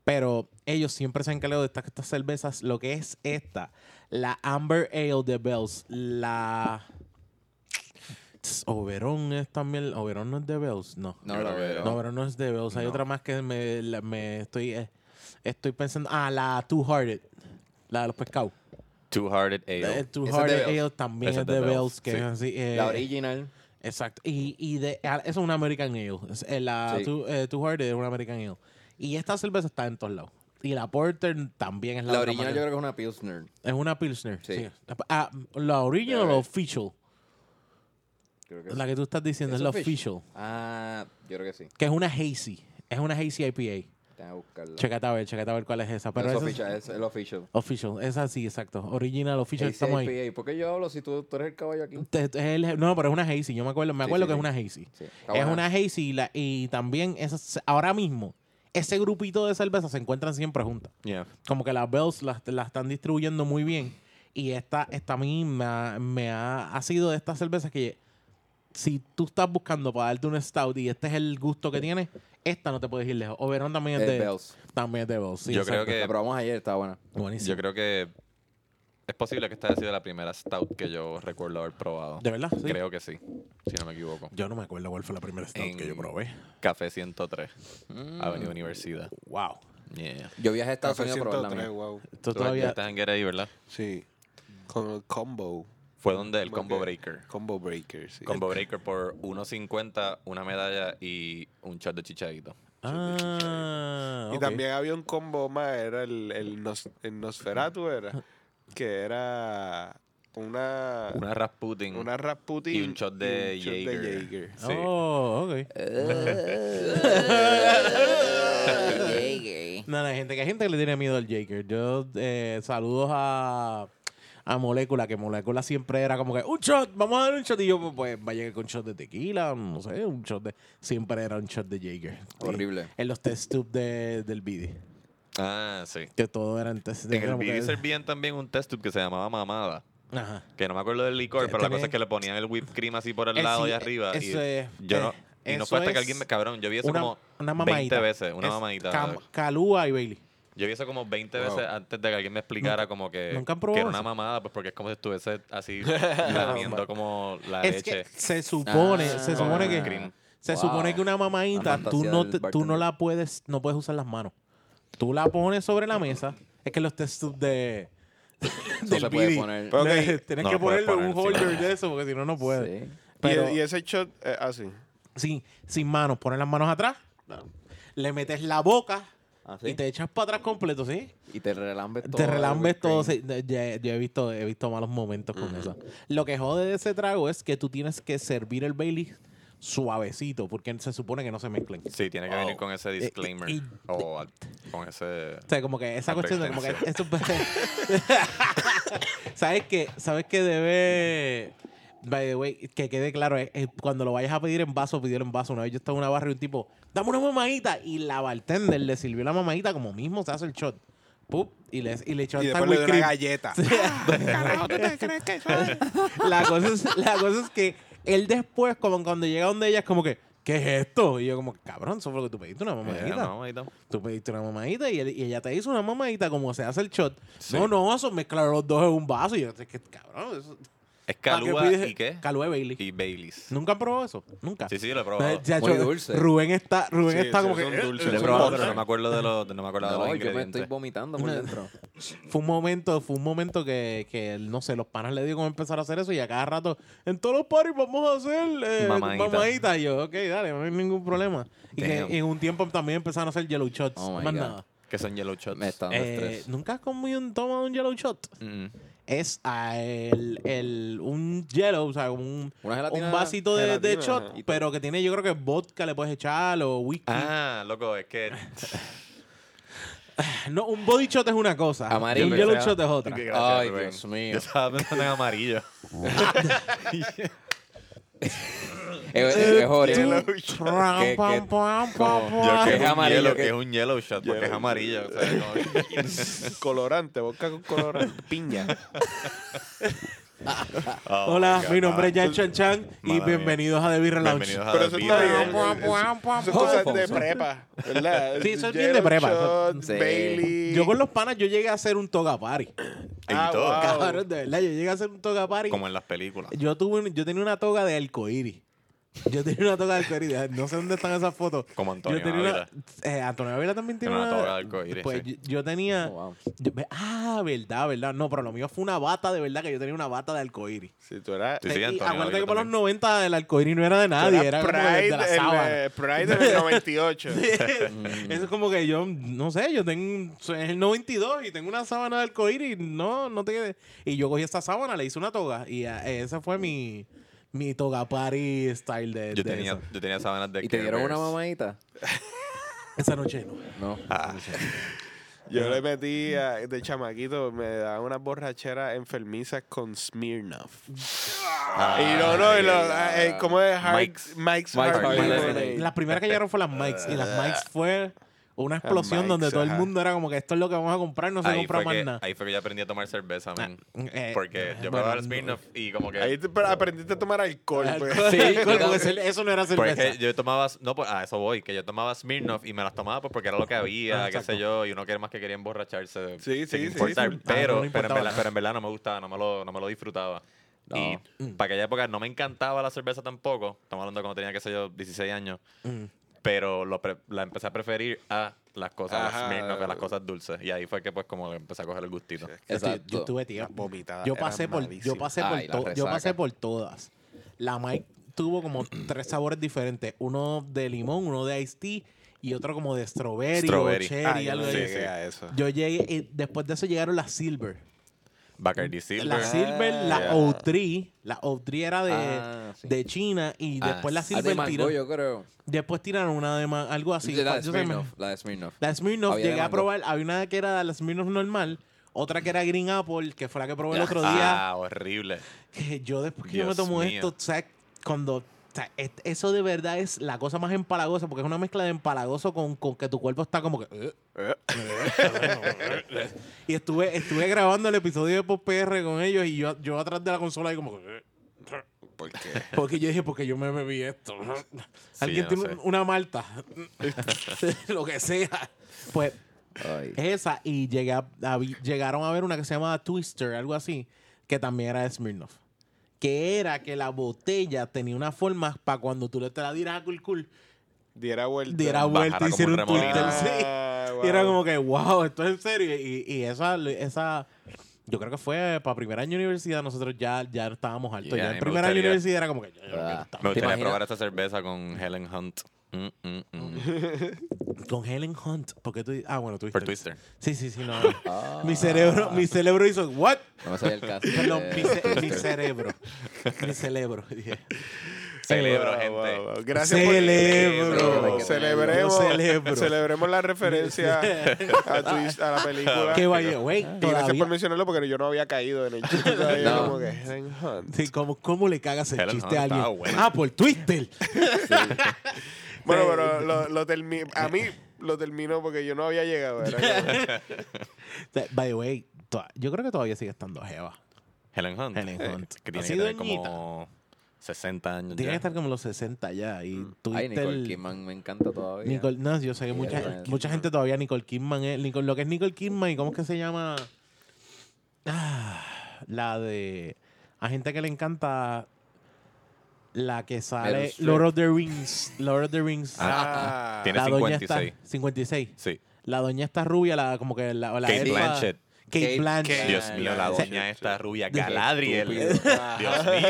Speaker 3: pero ellos siempre se han encargado de estas, estas cervezas. Lo que es esta, la Amber Ale de Bells, la. Tss, Oberón es también. Oberón no es de Bells, no.
Speaker 4: No lo veo.
Speaker 3: No, Oberón no es de Bells. Hay
Speaker 2: No.
Speaker 3: otra más que me, la- me estoy, eh, estoy pensando. Ah, la Two Hearted, la de los pescados.
Speaker 2: Two Hearted
Speaker 3: La
Speaker 2: Ale.
Speaker 3: Two
Speaker 4: Esa es de
Speaker 3: Hearted
Speaker 4: Bells.
Speaker 3: Ale también
Speaker 2: Esa
Speaker 3: es de Bells, que
Speaker 2: sí.
Speaker 3: es así. eh,
Speaker 4: La original.
Speaker 3: Exacto. Y, y de, ah, es un American Ale. Es- eh, La
Speaker 4: Sí.
Speaker 3: Two, eh, Two Hearted es un American Ale. Y esta cerveza está en todos lados. Y la Porter también es la,
Speaker 4: La
Speaker 3: otra
Speaker 4: original yo
Speaker 3: marca.
Speaker 4: creo que es una Pilsner.
Speaker 3: Es una Pilsner. Sí.
Speaker 4: Sí.
Speaker 3: Ah, la original
Speaker 4: Debe.
Speaker 3: o official.
Speaker 4: Creo que sí.
Speaker 3: La que tú estás diciendo es la
Speaker 4: ¿Eso es fish?
Speaker 3: official.
Speaker 4: Ah, yo creo que sí.
Speaker 3: Que es una hazy. Es una hazy IPA.
Speaker 4: Tengo que buscarla.
Speaker 3: Checate a ver, checate a ver cuál es esa. Pero
Speaker 4: es
Speaker 3: esa
Speaker 4: official,
Speaker 3: es
Speaker 4: es el official.
Speaker 3: official. Esa sí, exacto. Original, official, estamos ahí.
Speaker 4: ACPA. ¿Por qué yo hablo si tú, tú eres el caballo aquí?
Speaker 3: Te- te- es el- no, pero es una hazy. Yo me acuerdo, me
Speaker 4: Sí,
Speaker 3: acuerdo
Speaker 4: sí,
Speaker 3: que
Speaker 4: sí.
Speaker 3: es una hazy.
Speaker 4: Sí, Eh, está
Speaker 3: Es
Speaker 4: buena.
Speaker 3: una hazy y, la- y también esas, ahora mismo ese grupito de cervezas se encuentran siempre juntas.
Speaker 2: Yeah.
Speaker 3: Como que las Bells las, las están distribuyendo muy bien. Y esta, esta a mí me ha, me ha, ha sido de estas cervezas que si tú estás buscando para darte un stout y este es el gusto que tiene, esta no te puedes ir lejos. Oberon también es
Speaker 4: Es
Speaker 3: de
Speaker 4: Bells.
Speaker 3: También es de Bells. sí,
Speaker 2: Yo creo
Speaker 3: exacto.
Speaker 2: que-
Speaker 4: La probamos ayer, estaba buena.
Speaker 3: Buenísimo.
Speaker 2: Yo creo que es posible que esta haya sido la primera stout que yo recuerdo haber probado.
Speaker 3: ¿De verdad? Sí.
Speaker 2: Creo que sí, si no me equivoco.
Speaker 3: Yo no me acuerdo cuál fue la primera stout que
Speaker 2: En-
Speaker 3: yo probé.
Speaker 2: Café 103, Avenida Universidad.
Speaker 3: Wow.
Speaker 2: Yeah.
Speaker 4: Yo viajé a Estados
Speaker 1: Café
Speaker 4: Unidos a probarla.
Speaker 1: 103,
Speaker 4: mía.
Speaker 1: wow.
Speaker 3: Esto
Speaker 2: Tú
Speaker 3: todavía...
Speaker 2: estás en Get Ahí, ¿verdad?
Speaker 1: Sí. Con el combo.
Speaker 2: Fue donde el
Speaker 1: Como
Speaker 2: Combo
Speaker 1: que-
Speaker 2: Breaker.
Speaker 1: Combo breaker, sí.
Speaker 2: Combo
Speaker 3: Este.
Speaker 2: Breaker por 1.50, una medalla y un shot de chichadito.
Speaker 3: Ah,
Speaker 1: Y
Speaker 3: ok.
Speaker 1: también había un combo más, era el, el, nos, el Nosferatu, era. Que era una,
Speaker 3: Ah.
Speaker 2: Una Rasputin.
Speaker 1: una Rasputin.
Speaker 2: y un shot de
Speaker 1: y un shot
Speaker 2: Jaeger.
Speaker 1: Jaeger.
Speaker 2: Sí.
Speaker 3: Oh, ok. No, no, hay gente que hay gente que le tiene miedo al Jaker. Yo eh, saludos a, a Molécula, que Molécula siempre era como que un shot, vamos a dar un shot. Y yo, pues, pues, va a llegar con un shot de tequila, no sé, un shot de. Siempre era un shot de Jaker.
Speaker 4: Horrible.
Speaker 3: En los test tubes de- del BD.
Speaker 2: Ah, sí.
Speaker 3: Que todo era en test
Speaker 2: En el
Speaker 3: como que-
Speaker 2: BD servían también un test tube que se llamaba Mamada.
Speaker 3: Ajá.
Speaker 2: Que no me acuerdo del licor,
Speaker 3: Sí,
Speaker 2: pero la cosa
Speaker 3: también-
Speaker 2: es que le ponían el whipped cream así por el
Speaker 3: Eh,
Speaker 2: lado
Speaker 3: sí,
Speaker 2: y
Speaker 3: eh,
Speaker 2: arriba. y
Speaker 3: eso es-
Speaker 2: yo no,
Speaker 3: eh,
Speaker 2: y no
Speaker 3: eso
Speaker 2: fue hasta que
Speaker 3: es
Speaker 2: alguien me. Cabrón, yo vi eso
Speaker 3: Una,
Speaker 2: como
Speaker 3: una
Speaker 2: 20
Speaker 3: mamadita.
Speaker 2: veces. Una
Speaker 3: Es
Speaker 2: mamadita.
Speaker 3: Cam- Calúa y Bailey.
Speaker 2: yo vi eso como 20
Speaker 1: Wow.
Speaker 2: veces antes de que alguien me explicara como que,
Speaker 3: nunca han
Speaker 2: que
Speaker 3: probado
Speaker 2: era una
Speaker 3: eso.
Speaker 2: mamada, pues porque es como si estuviese así lamiendo como la
Speaker 3: es
Speaker 2: leche.
Speaker 3: que se supone,
Speaker 4: Ah.
Speaker 3: se
Speaker 2: con
Speaker 3: supone
Speaker 2: whipped
Speaker 3: que.
Speaker 2: cream.
Speaker 3: Se
Speaker 4: Wow.
Speaker 3: supone que una mamadita,
Speaker 4: La
Speaker 3: tú
Speaker 4: fantasía
Speaker 3: no,
Speaker 4: del
Speaker 3: te- tú no
Speaker 4: bartender.
Speaker 3: la puedes, no puedes usar las manos. Tú la pones sobre la mesa. Es que los test tubes de.
Speaker 4: No
Speaker 3: del
Speaker 4: se puede
Speaker 3: BD,
Speaker 4: poner.
Speaker 1: Ok.
Speaker 3: le- Tienes
Speaker 2: No
Speaker 3: que
Speaker 2: lo puedes
Speaker 3: ponerle un
Speaker 2: poner, sí.
Speaker 3: holder de eso, porque si no, no puede.
Speaker 4: Sí.
Speaker 3: Pero
Speaker 1: Y, y ese shot, eh, así.
Speaker 3: sin, sin manos, pones las manos atrás, le metes la boca
Speaker 4: Ah, ¿sí?
Speaker 3: y te echas para atrás completo, ¿sí?
Speaker 4: Y te relambes todo.
Speaker 3: Te relambes
Speaker 4: el
Speaker 3: todo.
Speaker 4: cream.
Speaker 3: sí, de- ya- yo he visto, he visto malos momentos con eso. Lo que jode de ese trago es que tú tienes que servir el Bailey suavecito, porque se supone que no se mezclen.
Speaker 2: Sí, tiene que venir con ese disclaimer.
Speaker 3: eh, y-
Speaker 2: o al- con ese.
Speaker 3: O sea, como que
Speaker 1: Ah,
Speaker 3: esa cuestión de como que esto ¿Sabes qué? ¿Sabes qué debe By the way, que quede claro, es- es cuando lo vayas a pedir en vaso, pidieron en vaso. Una vez yo estaba en una barra y un tipo, dame una mamadita. Y la bartender le sirvió la mamadita como mismo se hace el shot. Pup, y le, y le echó
Speaker 1: Y
Speaker 3: hasta
Speaker 1: después le
Speaker 3: whipped
Speaker 1: doy una
Speaker 3: cream.
Speaker 1: galleta.
Speaker 5: Carajo, ¿tú te crees que soy?
Speaker 3: la, cosa es, la cosa es que él después, como cuando llega donde ella, es como que, ¿qué es esto? Y yo como, cabrón, eso fue lo que tú pediste una mamadita.
Speaker 2: Eh, no, ahí está.
Speaker 4: Ah,
Speaker 3: Tú pediste una mamadita y, él- y ella te hizo una mamadita como se hace el shot. No, no, eso mezclaron los dos en un vaso. Y yo, es que, cabrón, eso...
Speaker 2: Es
Speaker 3: ¿para qué
Speaker 2: Calúa
Speaker 3: pides-
Speaker 2: y qué?
Speaker 3: Calúa y Bailey.
Speaker 2: Y Baileys.
Speaker 3: ¿Nunca han probado eso? Nunca.
Speaker 2: Sí, sí, lo he probado.
Speaker 3: Entonces, ya
Speaker 4: Muy
Speaker 3: yo-
Speaker 4: dulce.
Speaker 3: Rubén está, Rubén
Speaker 1: Sí,
Speaker 3: está
Speaker 1: sí,
Speaker 3: como que...
Speaker 1: son
Speaker 3: "Eh,
Speaker 1: dulces,
Speaker 3: eh,
Speaker 2: Lo he
Speaker 3: son
Speaker 2: probado,
Speaker 3: dulces".
Speaker 2: pero no me acuerdo de los, no me acuerdo de los
Speaker 4: No, yo me
Speaker 2: ingredientes.
Speaker 4: estoy vomitando por dentro.
Speaker 3: Fue un momento, fue un momento que, que, no sé, los panas le dio cómo empezar a hacer eso y a cada rato, en todos los parties vamos a hacer eh,
Speaker 2: Mamadita.
Speaker 3: mamadita. Y yo, ok, dale, no hay ningún problema. Y que
Speaker 2: Damn.
Speaker 3: en un tiempo también empezaron a hacer yellow shots.
Speaker 4: Oh my
Speaker 3: más
Speaker 4: God.
Speaker 3: nada.
Speaker 2: Que son yellow shots.
Speaker 4: Me está dando
Speaker 3: Eh,
Speaker 4: estrés.
Speaker 3: ¿Nunca has comido un toma de un yellow shot?
Speaker 2: Mm.
Speaker 3: es a el, el- un yellow, o sea, un,
Speaker 4: Una gelatina.
Speaker 3: un vasito de, de
Speaker 1: gelatina,
Speaker 3: shot,
Speaker 1: ajá.
Speaker 3: pero que tiene, yo creo que vodka le puedes echar o whisky.
Speaker 2: Ah, loco, es que.
Speaker 3: No, un body shot es una cosa.
Speaker 4: Amarillo.
Speaker 3: Y
Speaker 4: Yo
Speaker 3: un yellow
Speaker 2: creo que sea-
Speaker 3: shot es otra.
Speaker 2: Qué gracia,
Speaker 4: Ay,
Speaker 2: Rubén.
Speaker 4: Dios mío.
Speaker 2: Yo estaba pensando en amarillo.
Speaker 4: Es, es horrible.
Speaker 3: Tram,
Speaker 4: ¿Qué-
Speaker 3: pam,
Speaker 4: qué-
Speaker 3: pam, pam,
Speaker 2: Yo
Speaker 3: pam.
Speaker 2: que
Speaker 4: Es
Speaker 2: es, un
Speaker 4: amarillo,
Speaker 2: yellow,
Speaker 4: que-
Speaker 2: que es un yellow shot, porque es
Speaker 1: Yellow.
Speaker 2: amarillo. o sea, como-
Speaker 1: colorante, boca con colorante. Piña.
Speaker 2: Oh,
Speaker 3: Hola,
Speaker 2: my God.
Speaker 3: mi nombre es Jan Chan Chan y
Speaker 2: Mala
Speaker 3: bienvenidos a The Beer Lounge.
Speaker 2: Bienvenidos a
Speaker 1: Pero
Speaker 2: la
Speaker 1: eso
Speaker 2: vida.
Speaker 1: está bien.
Speaker 3: Pam,
Speaker 1: Son
Speaker 3: pam, pam, pam.
Speaker 1: cosas de
Speaker 4: Alfonso.
Speaker 1: prepa, ¿verdad?
Speaker 3: Sí, eso es bien de
Speaker 1: Yellow
Speaker 3: prepa, eso-
Speaker 1: Shot,
Speaker 4: Sí.
Speaker 1: Bailey.
Speaker 3: Yo con los panas, yo llegué a hacer un toga party.
Speaker 2: Y
Speaker 1: Ah,
Speaker 2: todo,
Speaker 1: wow.
Speaker 3: Cabrón, de verdad, yo llegué a hacer un toga party.
Speaker 2: como en las películas.
Speaker 3: Yo tuve un- yo tenía una toga de arcoíris. Yo tenía una toga de arcoíris. No sé dónde están esas fotos.
Speaker 2: Como Antonio
Speaker 3: yo tenía una-
Speaker 2: Ávila.
Speaker 3: eh, Antonio Ávila también tiene
Speaker 2: Tiene
Speaker 3: una,
Speaker 2: una toga de arcoíris,
Speaker 3: Pues
Speaker 2: sí.
Speaker 3: yo, yo tenía.
Speaker 4: Oh, wow.
Speaker 3: yo- ah, verdad, verdad. No, pero lo mío fue una bata de verdad que yo tenía una bata de arcoíris.
Speaker 1: Si tú eras...
Speaker 2: Sí, sí,
Speaker 3: Y
Speaker 2: Antonio
Speaker 3: acuérdate
Speaker 2: Ávila
Speaker 3: que para los
Speaker 2: también.
Speaker 3: 90 el arcoíris no era de
Speaker 1: tú
Speaker 3: nadie, era,
Speaker 1: eras
Speaker 3: como de- de, la
Speaker 1: Pride, el,
Speaker 3: sábana.
Speaker 1: eh, Pride del 98.
Speaker 3: Eso Este, es como que yo, no sé, yo tengo, es el 92 y tengo una sábana de arcoíris, no, no te Y yo cogí esta sábana, le hice una toga y ah, esa fue mi, mi toga party style de,
Speaker 2: Yo
Speaker 3: de
Speaker 2: tenía,
Speaker 3: eso.
Speaker 2: yo tenía sábanas de
Speaker 4: ¿Y te
Speaker 2: Care
Speaker 4: dieron una
Speaker 2: Bears.
Speaker 4: mamadita?
Speaker 3: Esa noche no.
Speaker 4: No.
Speaker 1: Yo le metí a- de chamaquito, me daba una borrachera enfermiza con Smirnoff. y no, no, y lo-
Speaker 4: Ah,
Speaker 1: eh, ¿cómo es? Hard-
Speaker 2: Mike's-
Speaker 1: Mike's,
Speaker 4: Mike's
Speaker 1: Hard
Speaker 4: Hard
Speaker 1: Lemonade.
Speaker 4: Lemonade.
Speaker 3: Las primeras que llegaron fue las Mikes y las Mikes fue una explosión
Speaker 1: Mikes,
Speaker 3: donde todo el
Speaker 1: ajá.
Speaker 3: mundo era como que esto es lo que vamos a comprar, no se
Speaker 2: Ahí
Speaker 3: compra
Speaker 2: fue,
Speaker 3: más
Speaker 2: que,
Speaker 3: nada.
Speaker 2: ahí fue que yo aprendí a tomar cerveza, man.
Speaker 3: eh,
Speaker 2: Porque yo
Speaker 3: bueno,
Speaker 2: probaba el
Speaker 3: no.
Speaker 2: Smirnoff y como que...
Speaker 1: Ahí te- pero aprendiste a tomar alcohol. pues.
Speaker 3: Sí, porque ese- eso no era
Speaker 2: Porque
Speaker 3: cerveza.
Speaker 2: yo tomaba, no, pues a eso voy, que yo tomaba Smirnoff y me las tomaba pues porque era lo que había,
Speaker 3: Ah,
Speaker 2: qué
Speaker 3: exacto.
Speaker 2: sé yo, y uno que más que quería emborracharse.
Speaker 1: Sí,
Speaker 2: sin
Speaker 1: sí, sí,
Speaker 2: importar,
Speaker 1: sí.
Speaker 2: Pero,
Speaker 3: Ah, no le
Speaker 2: pero, en
Speaker 3: importaba
Speaker 2: verdad,
Speaker 3: nada.
Speaker 2: pero en verdad no me gustaba, no me lo, no me lo disfrutaba.
Speaker 4: No.
Speaker 2: Y
Speaker 3: Mm.
Speaker 2: para aquella época no me encantaba la cerveza tampoco, estamos hablando cuando tenía, qué sé yo, 16 años,
Speaker 3: Mm.
Speaker 2: pero lo pre- la empecé a preferir a las cosas, a
Speaker 1: Ajá.
Speaker 2: las Smirnoff, a las cosas dulces. Y ahí fue que pues como le empecé a coger el gustito.
Speaker 3: Yo tu-
Speaker 4: Exacto.
Speaker 3: Yo tuve
Speaker 1: Las
Speaker 3: tiempo.
Speaker 1: vomitadas
Speaker 3: Yo
Speaker 1: eran
Speaker 3: pasé por, yo
Speaker 1: malísimas.
Speaker 3: pasé por
Speaker 4: Ay, la
Speaker 3: to- yo
Speaker 4: resaca.
Speaker 3: pasé por todas. La Mike tuvo como tres sabores diferentes, uno de limón, uno de iced tea y otro como de strawberry,
Speaker 2: Strawberry.
Speaker 3: o cherry,
Speaker 1: Ah,
Speaker 3: algo
Speaker 1: yo no
Speaker 3: de
Speaker 1: llegué
Speaker 3: eso.
Speaker 1: a eso.
Speaker 3: Yo llegué y después de eso llegaron las silver.
Speaker 2: Bacardi
Speaker 3: La
Speaker 2: Silver. Ah.
Speaker 3: silver, la O3, la O3 era de,
Speaker 4: Ah, sí.
Speaker 3: de China y
Speaker 2: Ah,
Speaker 3: después la
Speaker 4: Ah, de
Speaker 3: silver
Speaker 4: mango,
Speaker 3: tiró-
Speaker 4: yo creo.
Speaker 3: después tiraron una de ma- algo así.
Speaker 4: la de
Speaker 3: Ah, Yo sé-
Speaker 4: Smirnoff. La de Smirnoff.
Speaker 3: La Smirnoff,
Speaker 4: Había de
Speaker 3: llegué a
Speaker 4: mango.
Speaker 3: probar, había una que era la Smirnoff normal, otra que era Green Apple, que fue la que probé el otro día.
Speaker 2: Ah, horrible.
Speaker 3: que yo después que yo me
Speaker 2: Dios
Speaker 3: tomo
Speaker 2: mío.
Speaker 3: esto, o sea, cuando o sea, es- eso de verdad es la cosa más empalagosa, porque es una mezcla de empalagoso con, con que tu cuerpo está como que. "Eh, eh, eh, eh". y estuve, estuve grabando el episodio de PopR con ellos y yo, yo atrás de la consola ahí como que. "Eh".
Speaker 1: ¿Por qué?
Speaker 3: Porque yo dije, porque yo me bebí esto. Alguien
Speaker 2: no
Speaker 3: tiene
Speaker 2: sé.
Speaker 3: un- una malta. Lo que sea. Pues
Speaker 4: Ay.
Speaker 3: esa y llegué a- a vi- llegaron a ver una que se llamaba Twister, algo así, que también era de Smirnoff. Que era que la botella tenía una forma para cuando tú le te la dieras a Cool Cool,
Speaker 1: Diera vuelta.
Speaker 3: diera
Speaker 2: Bajara
Speaker 3: vuelta y
Speaker 2: como
Speaker 3: hiciera
Speaker 2: un
Speaker 3: un Twister.
Speaker 2: remolino.
Speaker 3: sí.
Speaker 1: Ah,
Speaker 3: Y era
Speaker 1: wow.
Speaker 3: como que, wow, esto es en serio. Y, y esa, esa, yo creo que fue para primer año de universidad, nosotros ya, ya estábamos altos.
Speaker 2: Yeah,
Speaker 3: ya
Speaker 2: a mí
Speaker 3: en
Speaker 2: me
Speaker 3: primer año de
Speaker 2: gustaría-
Speaker 3: universidad era como que, ya, ya, ya,
Speaker 4: Ah.
Speaker 3: estamos.
Speaker 2: Me gustaría
Speaker 4: imaginas?
Speaker 2: probar esta cerveza con Helen Hunt. Mm, mm,
Speaker 3: Oh,
Speaker 2: mm.
Speaker 3: Con Helen Hunt, porque tú Ah, bueno, Twister.
Speaker 2: Por Twister.
Speaker 3: Sí, sí, sí, no.
Speaker 4: Ah.
Speaker 3: Mi cerebro, mi cerebro hizo, what?
Speaker 4: No me sabía el caso.
Speaker 3: Perdón,
Speaker 4: de
Speaker 3: mi, ce- mi
Speaker 4: Twister.
Speaker 3: cerebro. Mi cerebro. Dije,
Speaker 2: Celebro,
Speaker 1: Wow,
Speaker 2: gente.
Speaker 1: wow, wow. Gracias
Speaker 3: Celebro.
Speaker 1: por Celebremos,
Speaker 3: Yo celebro.
Speaker 1: celebremos la referencia a, tu- a la película.
Speaker 3: Que vaya, güey.
Speaker 1: Y Ah. gracias por
Speaker 3: Todavía.
Speaker 1: mencionarlo porque yo no había caído en el chiste. todavía,
Speaker 4: No.
Speaker 1: como que, Helen Hunt.
Speaker 3: Sí, ¿cómo, ¿Cómo le cagas el
Speaker 2: Helen
Speaker 3: chiste
Speaker 2: Hunt
Speaker 3: a
Speaker 2: estaba
Speaker 3: alguien?
Speaker 2: buena.
Speaker 3: Ah, por Twitter.
Speaker 1: Bueno, pero lo, lo termi- a mí lo terminó porque yo no había llegado. era como-
Speaker 3: By the way, to- yo creo que todavía sigue estando Jeva.
Speaker 2: Helen Hunt.
Speaker 3: Helen
Speaker 2: Eh,
Speaker 3: Hunt.
Speaker 2: Que tiene
Speaker 3: Así
Speaker 2: que tener
Speaker 3: doñita.
Speaker 2: como 60 años.
Speaker 3: Tiene que
Speaker 2: ya.
Speaker 3: estar como los 60 ya. Y Twitter.
Speaker 4: Mm. Ay, Nicole Kidman me encanta todavía.
Speaker 3: Nicole- no, yo sé que
Speaker 4: Ella
Speaker 3: mucha,
Speaker 4: era-
Speaker 3: mucha gente todavía Nicole Kidman es. Nicole- lo que es Nicole Kidman y cómo es que se llama. Ah, la de. A gente que le encanta. La que
Speaker 4: Meryl
Speaker 3: sale.
Speaker 4: Streep.
Speaker 3: Lord of the Rings. Lord of the Rings.
Speaker 1: Ah,
Speaker 2: Tiene
Speaker 3: la doña
Speaker 2: 56.
Speaker 3: está. 56.
Speaker 2: Sí.
Speaker 3: La doña está rubia, la como que la. la
Speaker 2: Kate
Speaker 3: elfa-
Speaker 2: Blanchett.
Speaker 3: Kate,
Speaker 4: Kate-
Speaker 3: Blanchett.
Speaker 4: Kate-
Speaker 2: Dios mío, la
Speaker 4: Sí.
Speaker 2: doña esta rubia
Speaker 3: Qué
Speaker 2: Galadriel.
Speaker 4: estúpido.
Speaker 2: Dios mío.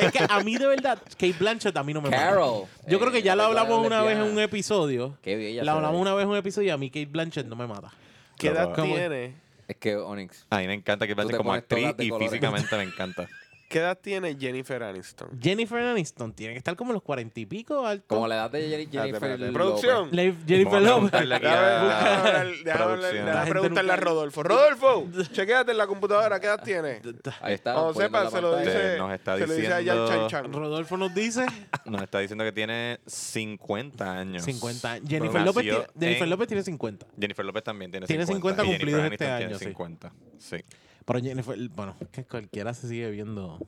Speaker 3: Es que a mí de verdad, Kate Blanchett a mí no me mata.
Speaker 4: Carol.
Speaker 3: Yo creo que
Speaker 4: Eh,
Speaker 3: ya lo
Speaker 4: la declara
Speaker 3: hablamos una vez en
Speaker 4: lesbiana.
Speaker 3: un episodio.
Speaker 4: Qué bella.
Speaker 3: La
Speaker 4: se
Speaker 3: hablamos
Speaker 4: ve.
Speaker 3: una vez en un episodio y a mí Kate Blanchett no me mata.
Speaker 1: ¿Qué edad
Speaker 2: ¿Cómo?
Speaker 1: tiene?
Speaker 4: Es que Onyx.
Speaker 2: A mí me encanta que
Speaker 4: te
Speaker 2: Blanchett como
Speaker 4: pones todas
Speaker 2: actriz
Speaker 4: de
Speaker 2: y
Speaker 4: colores.
Speaker 2: físicamente me encanta.
Speaker 1: ¿Qué edad tiene Jennifer Aniston?
Speaker 3: Jennifer Aniston tiene que estar como en los cuarenta y pico. Alto.
Speaker 4: Como la edad de Jenny-
Speaker 1: Espérate,
Speaker 4: Jennifer.
Speaker 1: espérate.
Speaker 4: Lopez.
Speaker 1: Producción.
Speaker 3: La- Jennifer
Speaker 2: Vamos a
Speaker 3: Lopez.
Speaker 2: preguntarle aquí
Speaker 1: Déjame- déjame
Speaker 2: a-
Speaker 1: hablar- déjame hablar-
Speaker 2: producción.
Speaker 1: déjame
Speaker 3: La gente
Speaker 1: preguntarle a
Speaker 3: nunca-
Speaker 1: Rodolfo. Rodolfo, chequéate en la computadora, ¿qué edad tiene?
Speaker 4: Ahí está.
Speaker 1: Cuando
Speaker 4: poniendo
Speaker 1: sepa,
Speaker 4: la
Speaker 1: se lo
Speaker 4: pantalla.
Speaker 1: dice,
Speaker 2: Eh, nos está
Speaker 1: se lo dice allá al
Speaker 2: diciendo-
Speaker 1: Chan Chan.
Speaker 3: Rodolfo nos dice
Speaker 2: Nos está diciendo que tiene 50 años.
Speaker 3: 50 años. Jennifer, López,
Speaker 2: Nació
Speaker 3: tiene- Jennifer
Speaker 2: en-
Speaker 3: López tiene 50.
Speaker 2: Jennifer López también tiene 50.
Speaker 3: Tiene 50
Speaker 2: y Jennifer
Speaker 3: cumplidos
Speaker 2: Aniston
Speaker 3: este
Speaker 2: tiene
Speaker 3: año, sí.
Speaker 2: 50. Sí.
Speaker 3: Pero Jennifer, bueno, es que cualquiera se sigue viendo.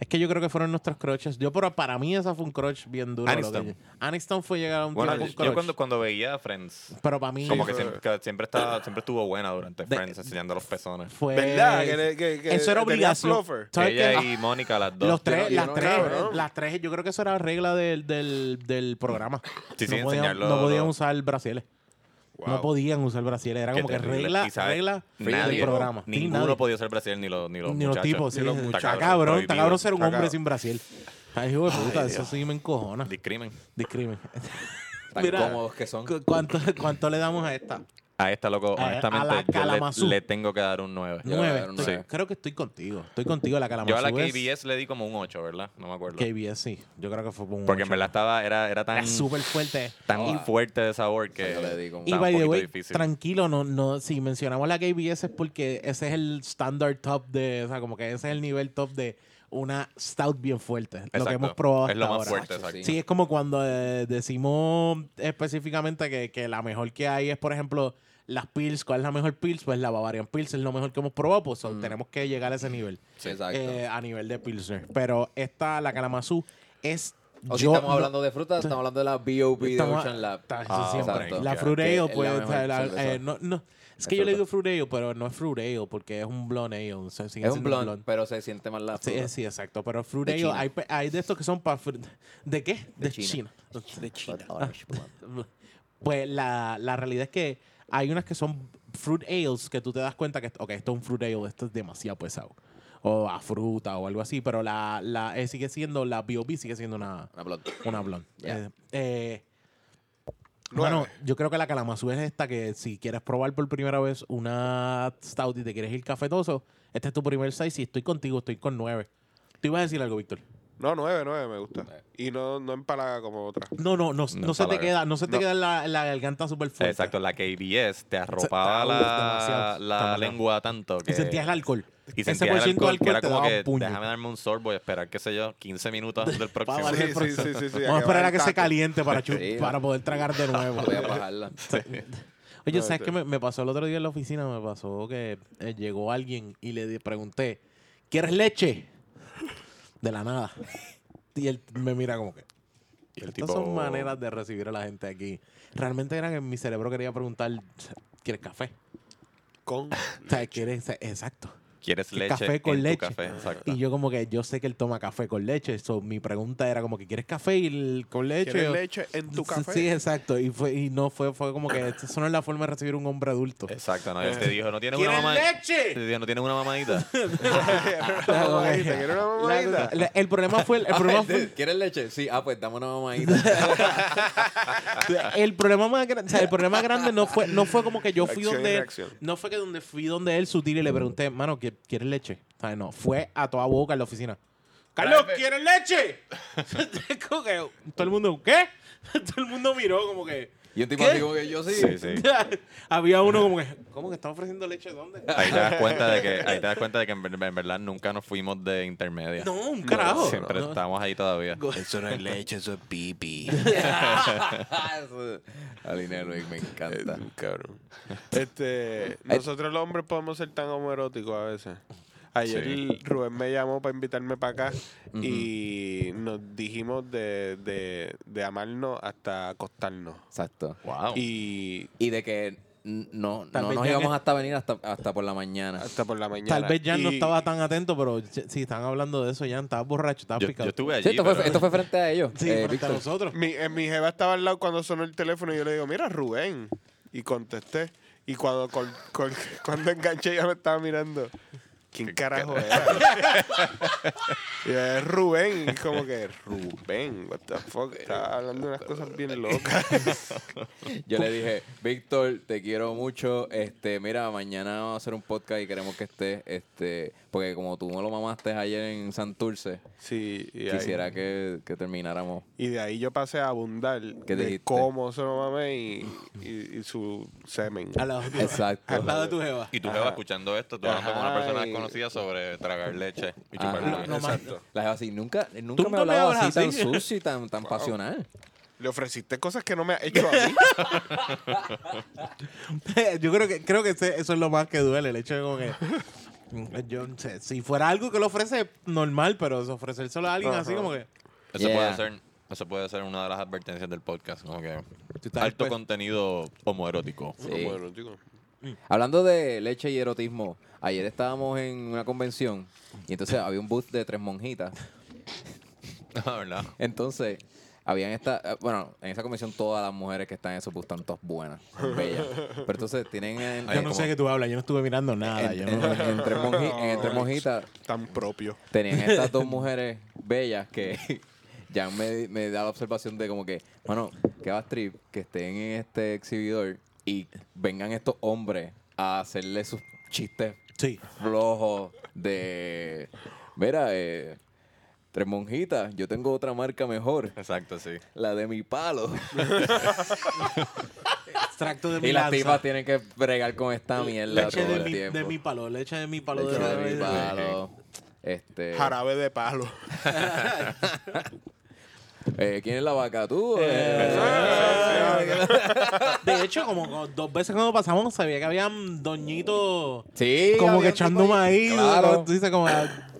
Speaker 3: Es que yo creo que fueron nuestros crushes. Yo, pero para mí, esa fue un crush bien duro. lo que
Speaker 2: Aniston.
Speaker 3: yo- Aniston fue llegar a un
Speaker 2: Bueno,
Speaker 3: tiempo
Speaker 2: yo,
Speaker 3: un crush.
Speaker 2: yo cuando, cuando veía Friends,
Speaker 3: Pero para mí
Speaker 2: como que
Speaker 1: sí.
Speaker 2: siempre, que siempre estaba, siempre estuvo buena durante
Speaker 3: De-
Speaker 2: Friends, enseñando los pezones.
Speaker 3: fue.
Speaker 1: ¿Verdad? Que, le- que- que
Speaker 3: Eso era
Speaker 1: tenía
Speaker 3: obligación.
Speaker 1: fluffer.
Speaker 3: ¿Sabes
Speaker 2: Ella
Speaker 3: qué?
Speaker 2: y Mónica, las dos.
Speaker 3: Los tres,
Speaker 4: yo
Speaker 3: las
Speaker 4: no-
Speaker 3: tres,
Speaker 1: cabrón.
Speaker 3: las tres, yo creo que eso era regla del, del, del programa.
Speaker 2: Sí, sí,
Speaker 3: no, podían,
Speaker 2: enseñarlo-
Speaker 3: no podían usar brasiles. No
Speaker 2: Wow.
Speaker 3: podían usar brasiles. Era
Speaker 2: Qué
Speaker 3: como que
Speaker 2: terrible.
Speaker 3: regla,
Speaker 2: Y sabes,
Speaker 3: regla del
Speaker 2: nadie,
Speaker 3: programa. Sí,
Speaker 2: Ninguno
Speaker 3: nadie.
Speaker 2: podía ser brasileño, ni los, ni los
Speaker 3: Ni los
Speaker 2: muchachos.
Speaker 3: tipos, sí.
Speaker 2: Ni los
Speaker 3: Está
Speaker 2: muchachos,
Speaker 3: cabrón, está
Speaker 2: prohibido.
Speaker 3: cabrón ser un
Speaker 1: Está
Speaker 3: hombre
Speaker 1: cabrón.
Speaker 3: sin brasil. Ay, hijo de puta, eso sí me encojona.
Speaker 2: Discrimen.
Speaker 3: Discrimen.
Speaker 4: Tan
Speaker 3: Mira.
Speaker 4: cómodos que son.
Speaker 3: ¿Cu- ¿Cuánto, ¿Cuánto le damos a esta?
Speaker 2: A esta, loco,
Speaker 3: A- a la
Speaker 2: honestamente, yo
Speaker 3: Kalamazoo.
Speaker 2: le, le tengo que dar un 9.
Speaker 4: le voy a dar
Speaker 3: Nueve.
Speaker 4: un
Speaker 3: Estoy-
Speaker 4: nueve.
Speaker 3: Creo que estoy contigo. Estoy contigo, la calamazú
Speaker 2: Yo a la
Speaker 3: es-
Speaker 2: KBS le di como un 8, ¿verdad? No me acuerdo.
Speaker 3: KBS, sí. Yo creo que fue por un
Speaker 2: Porque
Speaker 3: ocho.
Speaker 2: en verdad estaba, era, era tan,
Speaker 3: Era súper fuerte.
Speaker 2: tan
Speaker 4: Ah.
Speaker 2: fuerte de sabor que
Speaker 4: Yo le di como-
Speaker 3: Y
Speaker 2: estaba un
Speaker 3: by the
Speaker 2: poquito
Speaker 3: way,
Speaker 2: difícil.
Speaker 3: tranquilo, no, no, si mencionamos la KBS es porque ese es el standard top de, o sea, como que ese es el nivel top de una stout bien fuerte. Lo que
Speaker 2: Exacto.
Speaker 3: hemos probado hasta
Speaker 2: Es lo más
Speaker 3: ahora.
Speaker 2: fuerte,
Speaker 4: Chacho,
Speaker 2: exacto.
Speaker 4: sí.
Speaker 3: Sí, es como cuando eh, decimos específicamente que, que la mejor que hay es, por ejemplo, las Pils. ¿Cuál es la mejor Pils? Pues la Bavarian Pils es lo mejor que hemos probado, pues
Speaker 2: Mm.
Speaker 3: so, tenemos que llegar a ese nivel.
Speaker 4: Sí, exacto.
Speaker 3: eh, a nivel de Pilsner. Pero esta, la Kalamazoo, es...
Speaker 4: o si
Speaker 3: yo
Speaker 4: estamos
Speaker 3: no-
Speaker 4: hablando de fruta, estamos hablando de la BOP de
Speaker 3: Estamos-
Speaker 4: Ocean Lab.
Speaker 3: está- sí,
Speaker 2: Ah,
Speaker 3: siempre.
Speaker 4: exacto.
Speaker 3: La
Speaker 2: Que-
Speaker 3: Fruit
Speaker 4: que
Speaker 3: Ale,
Speaker 4: es la
Speaker 3: pues, o sea,
Speaker 4: mejor
Speaker 3: la-
Speaker 4: cerveza.
Speaker 3: eh, no, no. Es
Speaker 4: Es
Speaker 3: que yo le
Speaker 4: fruta.
Speaker 3: digo Fruit Ale, pero no es Fruit Ale porque es un blonde ale. o sea, sigue
Speaker 4: Es un
Speaker 3: siendo
Speaker 4: blond, pero se siente más la
Speaker 3: Sí,
Speaker 4: fruta.
Speaker 3: eh, sí, exacto. Pero Fruit
Speaker 4: De
Speaker 3: Ale,
Speaker 4: China.
Speaker 3: hay, pe- hay de estos que son para... ¿De qué? De,
Speaker 4: China.
Speaker 3: China. De China.
Speaker 4: But orange blond.
Speaker 3: Pues la, la realidad es que hay unas que son fruit ales que tú te das cuenta que, ok, esto es un fruit ale, esto es demasiado pesado. O a fruta o algo así, pero la, la eh, sigue siendo, la B.O.B. sigue siendo una,
Speaker 4: Una blond.
Speaker 3: una blonde.
Speaker 4: Yeah.
Speaker 3: Eh, eh,
Speaker 1: Nueve.
Speaker 3: bueno, yo creo que la calamazú es esta que si quieres probar por primera vez una stout y te quieres ir cafetoso, este es tu primer size. Si estoy contigo, estoy con nueve. Tú ibas a decir algo, Víctor.
Speaker 1: No, 9, 9 me gusta. Y no, no empalaga como otra.
Speaker 3: No, no,
Speaker 2: No,
Speaker 3: no, no, se te
Speaker 2: palabra.
Speaker 3: queda, no se te
Speaker 1: No.
Speaker 3: queda en la, en la garganta súper fuerte.
Speaker 2: Exacto, la KBS te
Speaker 3: está-
Speaker 2: arropaba
Speaker 3: uf,
Speaker 2: la,
Speaker 3: demasiado, está
Speaker 2: la
Speaker 3: mal.
Speaker 2: lengua tanto que...
Speaker 3: Y sentías el alcohol.
Speaker 2: Y
Speaker 3: Ese
Speaker 2: sentías
Speaker 3: por
Speaker 2: el
Speaker 3: ciento
Speaker 2: alcohol,
Speaker 3: de
Speaker 2: que era
Speaker 3: alcohol te
Speaker 2: como
Speaker 3: daba un
Speaker 2: que
Speaker 3: puño.
Speaker 2: déjame darme un sorbo y esperar, qué sé yo, 15 minutos del próximo.
Speaker 1: Sí,
Speaker 3: valer.
Speaker 1: sí, sí, sí, sí,
Speaker 3: Vamos a esperar a que se
Speaker 1: agarra el
Speaker 3: caliente para, chu-
Speaker 4: Sí.
Speaker 3: para poder tragar de nuevo.
Speaker 4: Voy a bajarla.
Speaker 3: Oye,
Speaker 1: No,
Speaker 3: ¿sabes
Speaker 1: este-
Speaker 3: qué me, me pasó el otro día en la oficina? Me pasó que eh, llegó alguien y le di- pregunté, ¿quieres leche? De la nada. Y él me mira como que...
Speaker 2: Y el
Speaker 3: Estas
Speaker 2: tipo-
Speaker 3: son maneras de recibir a la gente aquí. Realmente era que mi cerebro quería preguntar, ¿quieres café?
Speaker 1: Con.
Speaker 3: O sea, ¿quieres? Exacto.
Speaker 2: ¿Quieres leche?
Speaker 3: café con
Speaker 2: en tu
Speaker 3: leche.
Speaker 2: café, exacto.
Speaker 3: Y yo como que yo sé que él toma café con leche. So, mi pregunta era como que ¿quieres café y el- con leche?
Speaker 1: ¿Quieres
Speaker 3: O-
Speaker 1: leche en tu
Speaker 3: Sí, Sí,
Speaker 1: café?
Speaker 3: exacto. Y, fue, y no fue, fue como que esa no es la forma de recibir un hombre adulto.
Speaker 2: Exacto, no, él te dijo, ¿no tienes una
Speaker 3: "Eh, ¿Quieres
Speaker 2: mamá?
Speaker 3: leche?
Speaker 2: Te dijo, ¿no tienes una mamadita?
Speaker 1: Una mamadita, ¿quieres una mamadita?
Speaker 3: La- el problema fue el, el problema fue-
Speaker 4: Ah, ¿Quieres leche? Sí, ah, pues dame una mamadita.
Speaker 3: el problema más grande, o sea, el problema grande no fue no fue como que yo fui
Speaker 1: Acción y
Speaker 3: donde él-
Speaker 1: reacción.
Speaker 3: no fue que donde fui donde él sutil y le pregunté, "Mano, ¿qui- ¿quieres leche?" O sea, no, fue a toda boca en la oficina. Carlos, ¿quieres leche? Como que Todo el mundo, ¿qué? Todo el mundo miró como que...
Speaker 4: Y un tipo
Speaker 3: ¿Qué?
Speaker 4: así como que yo sí.
Speaker 2: Sí, sí.
Speaker 3: Había uno como que, ¿cómo que está ofreciendo leche? ¿Dónde?
Speaker 2: Ahí te das cuenta de que, ahí te das cuenta de que en, ver- en verdad nunca nos fuimos de intermedia.
Speaker 3: No, un carajo.
Speaker 2: Siempre
Speaker 3: No.
Speaker 2: estamos ahí todavía.
Speaker 1: Eso no es leche, eso es pipi.
Speaker 4: Aline Luis, me encanta.
Speaker 1: Mm, Cabrón.
Speaker 3: Eh,
Speaker 1: Este, nosotros los hombres podemos ser tan homoeróticos a veces. Ayer
Speaker 2: Sí.
Speaker 1: Rubén me llamó para invitarme para acá y nos dijimos de, de, de amarnos hasta acostarnos.
Speaker 4: Exacto.
Speaker 3: Oh.
Speaker 2: Wow.
Speaker 1: Y
Speaker 4: Y de que n- no,
Speaker 3: Tal
Speaker 4: no
Speaker 3: vez
Speaker 4: nos
Speaker 3: ya
Speaker 4: íbamos
Speaker 3: que-
Speaker 4: hasta venir hasta, hasta por la mañana.
Speaker 1: hasta por la mañana.
Speaker 3: Tal vez ya no
Speaker 1: Y-
Speaker 3: estaba tan atento, pero si si están hablando de eso, ya estaba borracho, estaba
Speaker 2: Yo, yo
Speaker 3: picado.
Speaker 2: estuve allí.
Speaker 4: Sí, esto, fue,
Speaker 2: pero-
Speaker 4: esto fue frente a ellos.
Speaker 3: Sí,
Speaker 4: eh,
Speaker 3: frente a
Speaker 4: Víctor.
Speaker 3: nosotros.
Speaker 1: Mi, eh, mi jeva estaba al lado cuando sonó el teléfono y yo le digo, mira, Rubén. Y contesté. Y cuando, col- col- cuando enganché ya me estaba mirando. ¿Quién carajo era? y yo, es Rubén. Y como que, Rubén, what the fuck. Estaba hablando unas cosas bien locas.
Speaker 4: Yo le dije, Víctor, te quiero mucho. Este, mira, mañana vamos a hacer un podcast y queremos que estés, este, porque como tú no lo mamaste ayer en Santurce,
Speaker 1: Sí, y ahí-
Speaker 4: quisiera que, que termináramos.
Speaker 1: Y de ahí yo pasé a abundar
Speaker 4: ¿Qué
Speaker 1: de
Speaker 4: dijiste?
Speaker 1: cómo se lo mamé y, y- y su semen.
Speaker 3: Al lado de tu-
Speaker 4: Exacto.
Speaker 3: Al lado de tu jeva.
Speaker 2: Y tú jeva escuchando esto, tú hablando con una
Speaker 1: Ajá,
Speaker 2: persona
Speaker 1: y-
Speaker 2: desconocida sobre tragar leche y
Speaker 4: Ajá.
Speaker 2: chupar
Speaker 4: Ah,
Speaker 2: leche.
Speaker 3: no, man.
Speaker 4: La jeva así, nunca, nunca me
Speaker 3: me
Speaker 4: hablaba así,
Speaker 3: hablas
Speaker 4: tan
Speaker 3: así.
Speaker 4: sucio y tan, tan pasional.
Speaker 1: Le ofreciste cosas que no me ha hecho a mí.
Speaker 3: yo creo que, creo que ese- eso es lo más que duele, el hecho de como que... Yo, no sé, si fuera algo que lo ofrece normal, pero ofrecérselo a alguien así
Speaker 1: Ajá.
Speaker 3: como que...
Speaker 2: Eso
Speaker 4: Yeah.
Speaker 2: puede ser, eso puede ser una de las advertencias del podcast, como que
Speaker 3: estás
Speaker 2: alto
Speaker 3: dispuesto.
Speaker 2: contenido homoerótico.
Speaker 4: Sí.
Speaker 1: Bueno, digo,
Speaker 3: Mm.
Speaker 4: Hablando de leche y erotismo, ayer estábamos en una convención y entonces había un booth de tres monjitas.
Speaker 2: La Ah, verdad.
Speaker 4: Entonces, habían esta, eh, bueno, en esa convención todas las mujeres que están en esos bus están todas buenas, son bellas. Pero entonces tienen en,
Speaker 2: Ay,
Speaker 3: Yo no sé de qué tú hablas, yo no estuve mirando nada.
Speaker 4: en-
Speaker 3: yo
Speaker 4: en-
Speaker 3: no-
Speaker 4: en- entre monji- en entre monjitas
Speaker 1: Tan propio.
Speaker 4: tenían estas dos mujeres bellas que ya me, me da la observación de como que, bueno, que va strip, que estén en este exhibidor y vengan estos hombres a hacerle sus chistes
Speaker 3: Sí.
Speaker 4: flojo de. Mira, eh, tres monjitas, yo tengo otra marca mejor,
Speaker 2: Exacto, sí.
Speaker 4: la de mi palo.
Speaker 3: Extracto de mi
Speaker 4: y las
Speaker 3: lanza.
Speaker 4: tipas tienen que bregar con esta mierda
Speaker 3: leche
Speaker 4: todo
Speaker 3: de
Speaker 4: el
Speaker 3: mi,
Speaker 4: tiempo.
Speaker 3: de mi palo, leche de mi palo.
Speaker 4: Leche
Speaker 3: de-
Speaker 4: de mi
Speaker 3: de-
Speaker 4: palo. Este,
Speaker 1: Jarabe de palo.
Speaker 4: eh, ¿Quién es la vaca? ¿Tú? Eh,
Speaker 3: eh. De hecho, como co- dos veces cuando pasamos, sabía que habían doñitos
Speaker 4: Sí.
Speaker 3: como
Speaker 4: había
Speaker 3: que
Speaker 4: un tipo
Speaker 3: echando maíz.
Speaker 4: Claro.
Speaker 3: Tú dices como,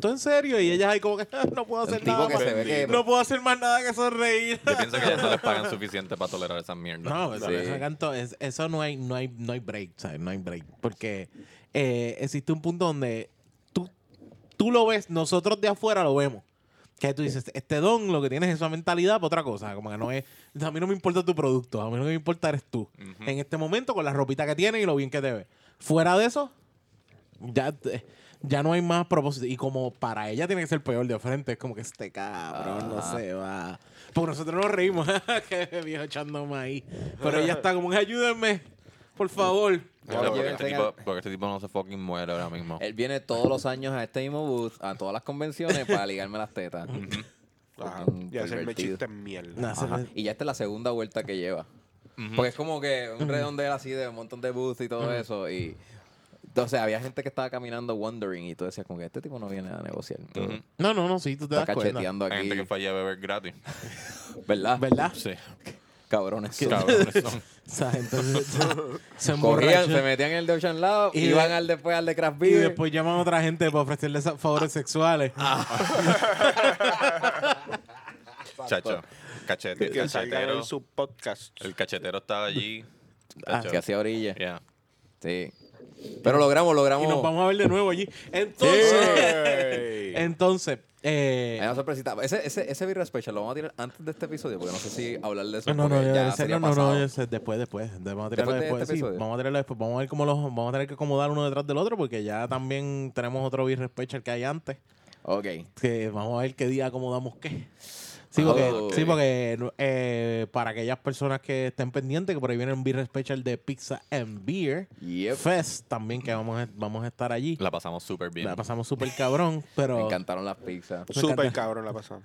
Speaker 3: ¿tú en serio? Y ellas ahí como que "Ah, no puedo hacer
Speaker 4: Un tipo
Speaker 3: nada
Speaker 4: que
Speaker 3: más.
Speaker 4: se ve que...
Speaker 3: No puedo hacer más nada que sonreír.
Speaker 2: Yo pienso que ya no les pagan suficiente para tolerar esas mierdas.
Speaker 3: No,
Speaker 4: Sí.
Speaker 3: pero eso, canto, es- eso no hay, no hay, no hay break, ¿sabes? No hay break. Porque eh, existe un punto donde tú, tú lo ves, nosotros de afuera lo vemos. Que tú dices, este don lo que tienes es esa mentalidad para otra cosa. Como que no es. A mí no me importa tu producto, a mí lo que me importa eres tú. En este momento, con la ropita que tienes y lo bien que te ves. Fuera de eso, ya, te- ya no hay más propósito. Y como para ella tiene que ser peor de frente, es como que este cabrón no se va. Porque nosotros nos reímos, que viejo echando maíz. Pero ella está como que ayúdenme, por favor.
Speaker 2: O sea, porque,
Speaker 4: Oye,
Speaker 2: este
Speaker 4: tenga-
Speaker 2: tipo, porque este tipo no se fucking muere ahora mismo.
Speaker 4: Él viene todos los años a este mismo booth, a todas las convenciones, para ligarme las tetas.
Speaker 1: Ajá.
Speaker 4: Un
Speaker 1: Y hacerme
Speaker 4: pervertido.
Speaker 1: chistes mierda.
Speaker 3: Nah, se
Speaker 4: Ajá.
Speaker 3: me-
Speaker 4: Y ya esta es la segunda vuelta que lleva. Porque es como que un redondel así de un montón de booths y todo eso. Y entonces había gente que estaba caminando wandering y tú decías como que este tipo no viene a negociar.
Speaker 2: Ujú.
Speaker 3: No, no, no, sí, tú te
Speaker 4: Está
Speaker 3: das cuenta.
Speaker 4: cacheteando
Speaker 2: Hay
Speaker 4: aquí.
Speaker 2: gente que falla a beber gratis.
Speaker 4: ¿Verdad?
Speaker 3: ¿Verdad?
Speaker 2: Sí.
Speaker 4: Cabrones. son.
Speaker 2: Cabrones son.
Speaker 3: O sea, entonces se, se
Speaker 4: Corrían, se
Speaker 3: emborrachan
Speaker 4: metían en el de Ocean Lab,
Speaker 3: Y
Speaker 4: iban
Speaker 3: de-
Speaker 4: al después al de Craft
Speaker 3: y
Speaker 4: Beer.
Speaker 3: después llaman a otra gente para ofrecerle sa-
Speaker 4: Ah.
Speaker 3: favores sexuales.
Speaker 2: Chacho. Cachete.
Speaker 1: que salgan
Speaker 2: Cachetero.
Speaker 1: en su podcast.
Speaker 2: El cachetero estaba allí. Chacho.
Speaker 4: Ah, Que hacía orilla.
Speaker 2: Yeah.
Speaker 4: Sí. Pero logramos, logramos.
Speaker 3: Y nos vamos a ver de nuevo allí. Entonces,
Speaker 1: Ey.
Speaker 3: entonces, eh,
Speaker 4: Hay una sorpresita. Ese, ese, ese Birra Special lo vamos a tirar antes de este episodio, porque no sé si hablar de eso.
Speaker 3: No, no,
Speaker 4: porque
Speaker 3: yo,
Speaker 4: ya
Speaker 3: en
Speaker 4: sería
Speaker 3: serio, no,
Speaker 4: pasado.
Speaker 3: no, yo sé, después, después. Vamos a tirarlo
Speaker 4: Después de
Speaker 3: después.
Speaker 4: este
Speaker 3: sí,
Speaker 4: episodio.
Speaker 3: vamos a tirarlo después. Vamos a ver cómo los vamos a tener que acomodar uno detrás del otro porque ya también tenemos otro beer special que hay antes.
Speaker 4: Ok.
Speaker 3: Que vamos a ver qué día acomodamos qué. Sí, porque,
Speaker 4: Oh.
Speaker 3: sí, porque, eh, para aquellas personas que estén pendientes, que por ahí viene un beer special de Pizza and Beer
Speaker 4: Yep.
Speaker 3: Fest también, que vamos a, vamos a estar allí.
Speaker 2: La pasamos súper bien.
Speaker 3: La pasamos súper cabrón,
Speaker 4: Me
Speaker 3: pero Pues,
Speaker 4: encantaron las pizzas.
Speaker 3: Me
Speaker 1: Súper
Speaker 3: encanta.
Speaker 1: cabrón la pasamos.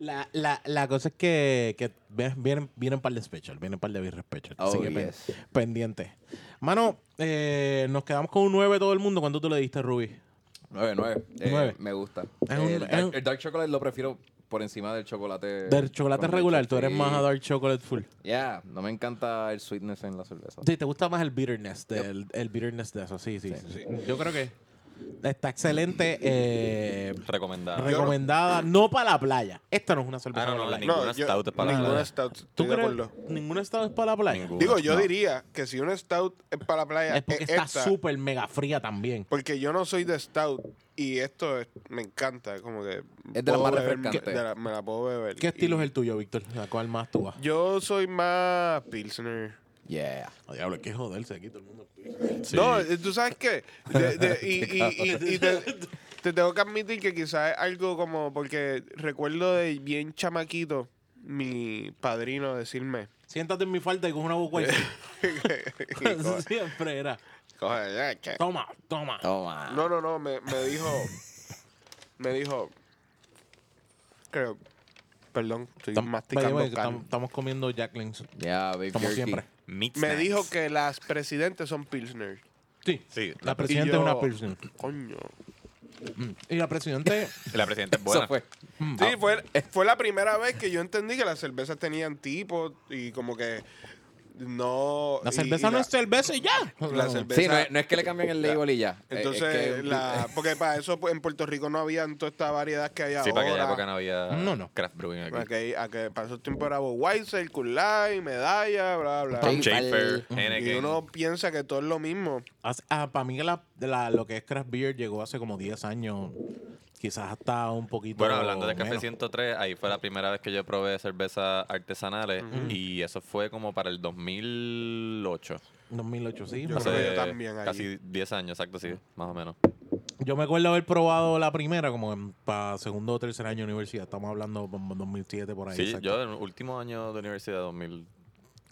Speaker 3: la, la, la cosa es que, que ve- vienen, vienen un par de special, vienen un par de beer special.
Speaker 4: Oh,
Speaker 3: así que pen-
Speaker 4: yes.
Speaker 3: pendiente. Mano, eh, nos quedamos con un 9 todo el mundo. ¿Cuánto tú le diste, Ruby?
Speaker 4: 9, 9.
Speaker 3: Nueve.
Speaker 4: Eh, me gusta.
Speaker 3: Es
Speaker 4: Eh,
Speaker 3: un-
Speaker 4: el,
Speaker 3: es
Speaker 4: dark,
Speaker 3: un-
Speaker 4: el dark chocolate lo prefiero por encima del chocolate.
Speaker 2: Eh,
Speaker 3: Del chocolate
Speaker 4: con leche,
Speaker 3: regular, tú eres
Speaker 4: sí.
Speaker 3: más a dark chocolate full.
Speaker 4: Yeah, no me encanta el sweetness en la cerveza.
Speaker 3: Sí, te gusta más el bitterness, del, el bitterness de eso, sí, sí. sí. Yo creo que está excelente, eh,
Speaker 2: Recomendada.
Speaker 3: recomendada, no para la playa. Esta no es una cerveza
Speaker 2: Ah, no, no,
Speaker 3: para la
Speaker 2: la
Speaker 3: playa.
Speaker 2: Ninguna stout es para la
Speaker 1: Ninguna
Speaker 2: playa.
Speaker 1: stout.
Speaker 3: ¿Tú
Speaker 1: Estoy de
Speaker 3: crees?
Speaker 1: acuerdo.
Speaker 3: Ninguna stout es para la playa.
Speaker 2: Ninguna.
Speaker 1: Digo, yo
Speaker 2: No.
Speaker 1: diría que si una stout es para la playa,
Speaker 3: Es
Speaker 1: es,
Speaker 3: porque está
Speaker 1: esta,
Speaker 3: súper mega fría también.
Speaker 1: Porque yo no soy de stout y esto es- me encanta, como que...
Speaker 4: Es de las
Speaker 1: puedo
Speaker 4: más
Speaker 1: beber-
Speaker 4: refrescantes.
Speaker 1: de la- me la puedo beber.
Speaker 3: ¿Qué estilo
Speaker 1: Y
Speaker 3: es el tuyo, Víctor? ¿A cuál más tú vas?
Speaker 1: Yo soy más pilsner.
Speaker 4: Yeah.
Speaker 3: Oh, diablo, hay que joderse aquí todo el mundo.
Speaker 2: Sí.
Speaker 1: No, eh, tú sabes qué. De- de- y, y- y- y te, te tengo que admitir que quizás es algo como porque recuerdo de bien chamaquito mi padrino decirme.
Speaker 3: Siéntate en mi falta y coge una boca. Eso
Speaker 1: Coge,
Speaker 3: siempre era.
Speaker 1: coge, ya, che.
Speaker 3: Toma, toma.
Speaker 4: Toma.
Speaker 1: no, no, no, me, me dijo. Me dijo. Creo. Perdón, estoy
Speaker 3: Tam-
Speaker 1: masticando
Speaker 3: by the way,
Speaker 1: cal-
Speaker 3: tam- estamos comiendo Jack Links,
Speaker 4: Yeah, Big
Speaker 3: como
Speaker 4: Jerky.
Speaker 3: siempre.
Speaker 2: Meat
Speaker 1: Me
Speaker 2: snacks.
Speaker 1: dijo que las presidentes son Pilsner.
Speaker 3: Sí.
Speaker 2: Sí,
Speaker 3: La
Speaker 2: la,
Speaker 3: presidenta
Speaker 1: Y
Speaker 3: es
Speaker 1: yo-
Speaker 3: una pilsner.
Speaker 1: Coño.
Speaker 3: Y la presidente...
Speaker 2: la presidenta es
Speaker 4: Eso
Speaker 2: buena.
Speaker 4: fue.
Speaker 3: Mm.
Speaker 1: Sí, fue, fue la primera vez que yo entendí que las cervezas tenían tipo y como que no.
Speaker 3: La
Speaker 1: y-
Speaker 3: cerveza
Speaker 1: y
Speaker 3: no
Speaker 1: la-
Speaker 3: es cerveza y ya.
Speaker 1: La cerveza.
Speaker 4: Sí, no, es- no es que le cambien el label y ya. Eh,
Speaker 1: Entonces,
Speaker 4: es que-
Speaker 1: la, porque para eso pues, en Puerto Rico no había toda esta variedad que hay ahora.
Speaker 2: Sí, para aquella época no había
Speaker 3: No, no.
Speaker 2: craft brewing aquí.
Speaker 1: Aquel- aquel- para esos tiempos era Budweiser, Cool Light, Medalla, bla, bla.
Speaker 4: Sí.
Speaker 2: Schaefer,
Speaker 4: Y
Speaker 1: Y
Speaker 2: Henneken.
Speaker 1: uno piensa que todo es lo mismo.
Speaker 3: Hace- ah, para mí que la, la- lo que es craft beer llegó hace como 10 años. Quizás hasta un poquito
Speaker 2: Bueno, hablando de Café
Speaker 3: menos.
Speaker 2: 103, ahí fue la primera vez que yo probé cervezas artesanales y eso fue como para el 2008.
Speaker 3: 2008, sí.
Speaker 1: Yo
Speaker 3: más o
Speaker 1: creo
Speaker 3: menos.
Speaker 1: que
Speaker 2: Hace
Speaker 1: también ahí.
Speaker 2: casi 10 años, exacto, sí, más o menos.
Speaker 3: Yo me acuerdo haber probado la primera como en para segundo o tercer año de universidad. Estamos hablando como 2007 por ahí.
Speaker 2: Sí,
Speaker 3: exacto.
Speaker 2: yo en el último año de universidad, 2000.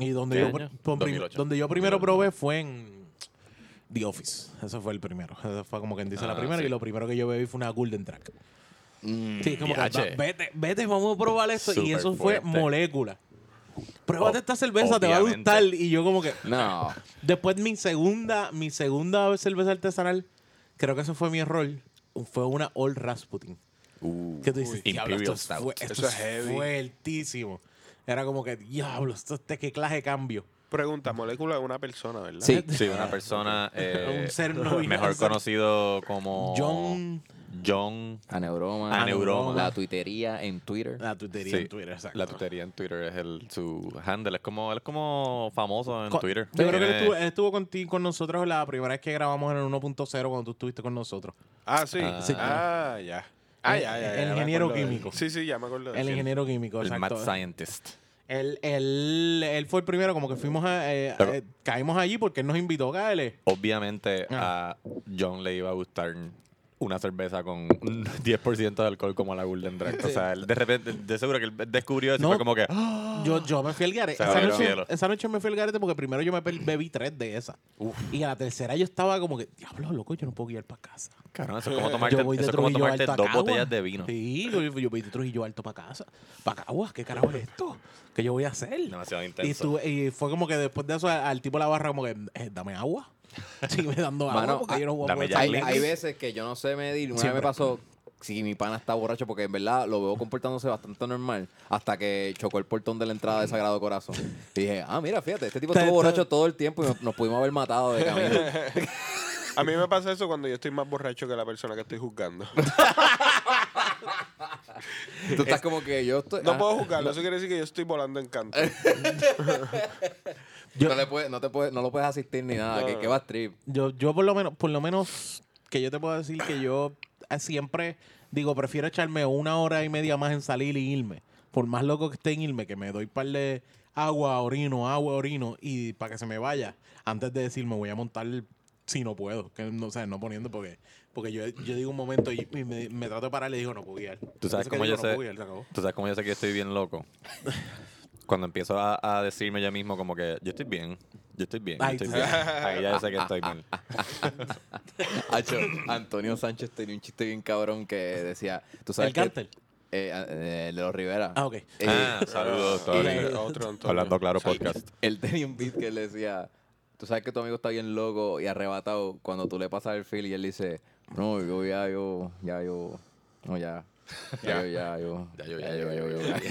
Speaker 3: y donde
Speaker 2: ¿Qué
Speaker 3: yo,
Speaker 2: año?
Speaker 3: pr- pon- prim-
Speaker 2: 2008.
Speaker 3: donde yo primero
Speaker 2: 2008.
Speaker 3: probé fue en The Office. Eso fue el primero. Eso fue como quien dice la
Speaker 2: Ah,
Speaker 3: primera
Speaker 2: sí.
Speaker 3: y lo primero que yo bebí fue una Golden Track.
Speaker 4: Mm,
Speaker 3: Sí, como que va-
Speaker 2: Viaje.
Speaker 3: vete, vete, vamos a probar esto. y
Speaker 2: Súper
Speaker 3: eso fue
Speaker 2: fuerte.
Speaker 3: molécula. Pruébate
Speaker 2: Ob-
Speaker 3: esta cerveza, te va a
Speaker 2: obviamente.
Speaker 3: gustar. Y yo como que...
Speaker 4: No.
Speaker 3: Después mi segunda, mi segunda cerveza artesanal, creo que eso fue mi error, fue una Old Rasputin.
Speaker 2: uh,
Speaker 3: que tú dices,
Speaker 2: Uy.
Speaker 3: diablo, esto,
Speaker 2: Imperial
Speaker 3: es
Speaker 2: Stout.
Speaker 3: fue- esto
Speaker 1: Eso
Speaker 3: es
Speaker 1: es heavy.
Speaker 3: fuertísimo. Era como que, diablo, esto este qué clase de cambio.
Speaker 1: Pregunta, molécula de una persona, ¿verdad?
Speaker 4: Sí.
Speaker 2: Sí, una persona eh,
Speaker 3: Un ser no
Speaker 2: mejor
Speaker 3: binario.
Speaker 2: conocido como
Speaker 3: John-
Speaker 2: John
Speaker 4: Aneuroma.
Speaker 2: Aneuroma.
Speaker 4: La tuitería en Twitter.
Speaker 3: La tuitería
Speaker 2: Sí,
Speaker 3: en Twitter, exacto.
Speaker 2: La tutería en Twitter es el, su handle. Es como, él es como famoso en
Speaker 3: Co-
Speaker 2: Twitter.
Speaker 3: Yo creo que él
Speaker 2: Tiene-
Speaker 3: estuvo, él estuvo contigo, con nosotros la primera vez que grabamos en el 1.0 cuando tú estuviste con nosotros.
Speaker 1: Ah, sí.
Speaker 2: Ah.
Speaker 1: Ah,
Speaker 2: Sí.
Speaker 1: ya. Ah,
Speaker 3: El-
Speaker 1: ya, ya, ya,
Speaker 3: el
Speaker 1: ya me
Speaker 3: ingeniero
Speaker 1: acuerdo de
Speaker 3: químico.
Speaker 1: él. Sí, sí, ya me acuerdo. de
Speaker 3: El
Speaker 1: él.
Speaker 3: ingeniero químico,
Speaker 2: el mad
Speaker 3: exacto.
Speaker 2: scientist.
Speaker 3: Él, él, él fue el primero, como que fuimos a, eh,
Speaker 2: Pero-
Speaker 3: eh, caímos allí porque él nos invitó, cáele.
Speaker 2: Obviamente a
Speaker 3: Ah.
Speaker 2: John le iba a gustar una cerveza con un 10% de alcohol como la Golden Drag. O sea, él de repente, de seguro que él descubrió eso y
Speaker 3: No.
Speaker 2: fue como que... ¡Ah!
Speaker 3: Yo, yo me fui al garete.
Speaker 2: Se
Speaker 3: Esa
Speaker 2: abrió el
Speaker 3: noche,
Speaker 2: cielo.
Speaker 3: esa noche me fui al garete porque primero yo me pe- bebí tres de esas. Y a la tercera yo estaba como que, diablo, loco, yo no puedo guiar para casa.
Speaker 2: Cabrón, eso es como tomarte,
Speaker 3: yo voy de
Speaker 2: eso es como
Speaker 3: Trujillo
Speaker 2: tomarte
Speaker 3: Alto a
Speaker 2: dos
Speaker 3: Caguas.
Speaker 2: botellas de vino.
Speaker 3: Sí, yo, yo voy de Trujillo Alto para casa. Para Caguas, ¿qué carajo es esto? ¿Qué yo voy a hacer?
Speaker 2: Demasiado
Speaker 3: Y,
Speaker 2: intenso.
Speaker 3: estuve- y fue como que después de eso al, al tipo de la barra como que, eh, dame agua. Sigue dando agua
Speaker 4: Mano,
Speaker 3: porque
Speaker 4: ah,
Speaker 3: yo no voy a
Speaker 2: dame
Speaker 3: poder
Speaker 2: ya
Speaker 4: hay,
Speaker 3: salir.
Speaker 2: Links.
Speaker 4: hay veces que yo no sé medir. Una
Speaker 3: Siempre.
Speaker 4: vez me pasó si mi pana está borracho, porque en verdad lo veo comportándose bastante normal, hasta que chocó el portón de la entrada de Sagrado Corazón. Y dije, ah, mira, fíjate, este tipo
Speaker 3: Te-
Speaker 4: estuvo
Speaker 3: te-
Speaker 4: borracho todo el tiempo y nos- nos pudimos haber matado de camino.
Speaker 1: A mí me pasa eso cuando yo estoy más borracho que la persona que estoy juzgando.
Speaker 4: Tú estás como que yo estoy.
Speaker 1: No
Speaker 4: ah,
Speaker 1: puedo juzgarlo, eso quiere decir que yo estoy volando en canto.
Speaker 4: no, le puedes- no te puedes, no lo puedes asistir ni nada. Que, que vas trip.
Speaker 3: Yo, yo por lo menos, por lo menos que yo te puedo decir que yo eh, siempre digo, prefiero echarme una hora y media más en salir y irme. Por más loco que esté en irme, que me doy par de agua, orino, agua, orino, y para que se me vaya, antes de decir me voy a montar si no puedo. Que no, o sea, no poniendo porque, porque yo, yo digo un momento y, y me, me trato de parar y le digo no puedo guiar.
Speaker 2: Tú sabes
Speaker 3: Entonces, ¿qué
Speaker 2: cómo yo
Speaker 3: digo?
Speaker 2: sé-
Speaker 3: No puedo guiar, se acabó.
Speaker 2: ¿Tú sabes cómo yo sé que yo estoy bien loco? Cuando empiezo a, a decirme yo mismo como que yo estoy bien, yo estoy bien, yo
Speaker 3: Ay,
Speaker 2: estoy
Speaker 3: tú
Speaker 2: bien. Ahí ya yo sé que estoy mal.
Speaker 4: Hacho, Antonio Sánchez tenía un chiste bien cabrón que decía, tú sabes
Speaker 3: ¿El
Speaker 4: que-
Speaker 3: cártel?
Speaker 4: Eh, ah, eh, de los Rivera.
Speaker 3: Ah, ok.
Speaker 4: Eh,
Speaker 2: Ah, saludos.
Speaker 1: Otro,
Speaker 2: Tony.
Speaker 1: otro Antonio.
Speaker 2: Hablando claro podcast.
Speaker 4: Él tenía un beat que le decía, tú sabes que tu amigo está bien loco y arrebatado cuando tú le pasas el feel y él dice, no, yo ya, yo, ya, yo, no, ya. Ya, yo, ya, yo.
Speaker 2: Ya, yo,
Speaker 4: ya,
Speaker 2: ya,
Speaker 4: yo,
Speaker 2: yo,
Speaker 4: yo,
Speaker 2: ya,
Speaker 4: yo".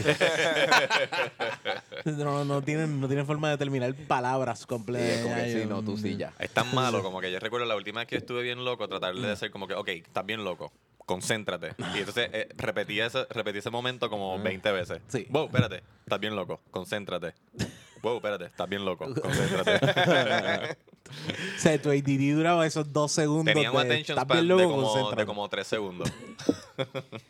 Speaker 3: No, no, tienen, no tienen forma de terminar palabras
Speaker 4: Sí, es como
Speaker 3: completas.
Speaker 4: que sí, no, tú sí, ya.
Speaker 2: Es tan malo como que yo recuerdo la última vez que yo estuve bien loco, tratar de ser como que, ok, estás bien loco, concéntrate. Y entonces eh, repetí, ese, repetí ese momento como 20 veces.
Speaker 3: Ah. Sí.
Speaker 2: Wow, espérate, estás bien loco, concéntrate. Wow, espérate, estás bien loco, concéntrate.
Speaker 3: O sea, tu ADD duraba esos dos segundos.
Speaker 2: Tenía un
Speaker 3: de,
Speaker 2: attention
Speaker 3: "Estás bien
Speaker 2: span de
Speaker 3: loco,
Speaker 2: como, de
Speaker 3: concéntrate".
Speaker 2: como 3 segundos.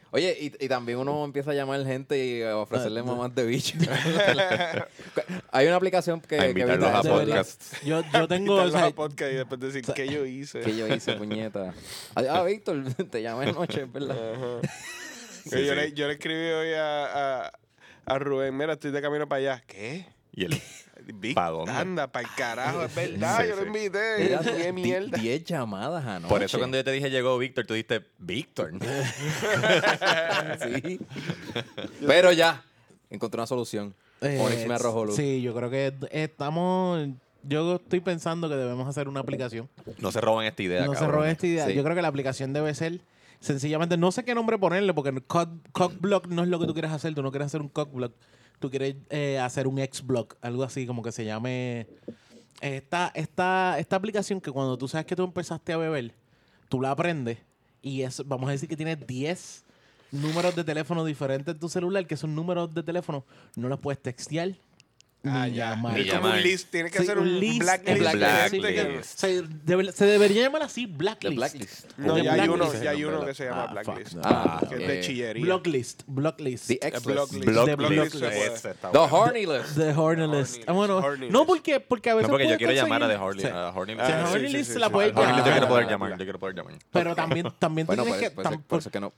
Speaker 4: Oye, y, y también uno empieza a llamar gente y a ofrecerle mamás de bicho. Hay una aplicación que,
Speaker 2: A
Speaker 4: que
Speaker 2: invitarlos
Speaker 4: evita
Speaker 2: a
Speaker 4: eso, ¿verdad?
Speaker 2: podcast.
Speaker 3: Yo, yo tengo... o
Speaker 1: Quitarlos
Speaker 3: sea,
Speaker 1: a podcast y después decir qué yo hice.
Speaker 4: que yo hice, puñeta. Ah, Víctor, te llamé anoche, es ¿verdad?
Speaker 1: Ajá.
Speaker 2: Sí,
Speaker 1: yo,
Speaker 2: sí.
Speaker 1: Le, yo le escribí hoy a, a, a Rubén, mira, estoy de camino para allá. ¿Qué?
Speaker 2: Y él,
Speaker 1: Vic,
Speaker 2: ¿Pa' dónde?
Speaker 1: Anda, para el carajo, es verdad,
Speaker 2: Sí,
Speaker 1: yo lo
Speaker 2: sí.
Speaker 1: invité.
Speaker 4: Era
Speaker 1: Qué
Speaker 4: di-
Speaker 1: mierda.
Speaker 4: 10 llamadas anoche.
Speaker 2: por eso cuando yo te dije llegó Víctor, tú dijiste, Víctor.
Speaker 4: Sí. Pero ya, encontré una solución.
Speaker 3: eh,
Speaker 4: Onyx me arrojó luz.
Speaker 3: Sí, yo creo que estamos... Yo estoy pensando que debemos hacer una aplicación.
Speaker 2: No se roban esta idea,
Speaker 3: no se
Speaker 2: cabrones.
Speaker 3: robe esta idea.
Speaker 4: Sí.
Speaker 3: Yo creo que la aplicación debe ser sencillamente, no sé qué nombre ponerle, porque el cock, cock block no es lo que tú quieres hacer. Tú no quieres hacer un cock block. Tú quieres eh, hacer un ex block, algo así como que se llame. Esta, esta, esta aplicación que cuando tú sabes que tú empezaste a beber, tú la aprendes y es, vamos a decir que tienes 10 números de teléfono diferentes en tu celular, que esos números de teléfono no los puedes textear. ni
Speaker 1: Ah, ya.
Speaker 3: llamar.
Speaker 1: Es como
Speaker 2: Llamar.
Speaker 1: un list, tiene que
Speaker 3: Sí,
Speaker 1: hacer
Speaker 3: un
Speaker 1: un
Speaker 3: list,
Speaker 1: blacklist.
Speaker 4: un
Speaker 1: de gente
Speaker 2: blacklist.
Speaker 1: que-
Speaker 3: Se, debe- se debería llamar así
Speaker 4: The
Speaker 3: blacklist.
Speaker 4: Blacklist.
Speaker 1: No,
Speaker 3: De
Speaker 1: ya hay uno,
Speaker 3: blacklist.
Speaker 1: ya hay uno que se llama
Speaker 3: Ah, fuck,
Speaker 1: blacklist.
Speaker 3: no.
Speaker 4: Ah,
Speaker 1: que es de
Speaker 4: eh,
Speaker 1: chillería.
Speaker 3: Blocklist, blocklist.
Speaker 4: The
Speaker 1: Es
Speaker 4: X
Speaker 1: blocklist.
Speaker 4: List.
Speaker 2: Block
Speaker 3: De
Speaker 2: list.
Speaker 3: blocklist.
Speaker 2: Ese está
Speaker 4: The
Speaker 2: bueno.
Speaker 4: Horny List.
Speaker 3: The Horny List. Ah, bueno,
Speaker 1: Horny
Speaker 3: no
Speaker 1: List.
Speaker 3: porque, porque a veces.
Speaker 2: No, porque yo
Speaker 3: puedes
Speaker 2: quiero llamar a The
Speaker 3: conseguir-
Speaker 2: Horny,
Speaker 3: Sí.
Speaker 2: a The Horny
Speaker 3: Sí,
Speaker 1: Ah,
Speaker 3: a The
Speaker 1: sí,
Speaker 3: Horny
Speaker 1: sí,
Speaker 3: List
Speaker 1: sí,
Speaker 3: se la
Speaker 1: sí.
Speaker 3: puedes
Speaker 1: Ah,
Speaker 2: Horny List yo quiero
Speaker 3: llamar.
Speaker 2: poder llamar, yo quiero poder llamar.
Speaker 3: Pero también, también tú
Speaker 4: Bueno,
Speaker 3: tienes
Speaker 4: pues,
Speaker 3: que.
Speaker 4: pues,
Speaker 3: tam-
Speaker 4: por eso que no.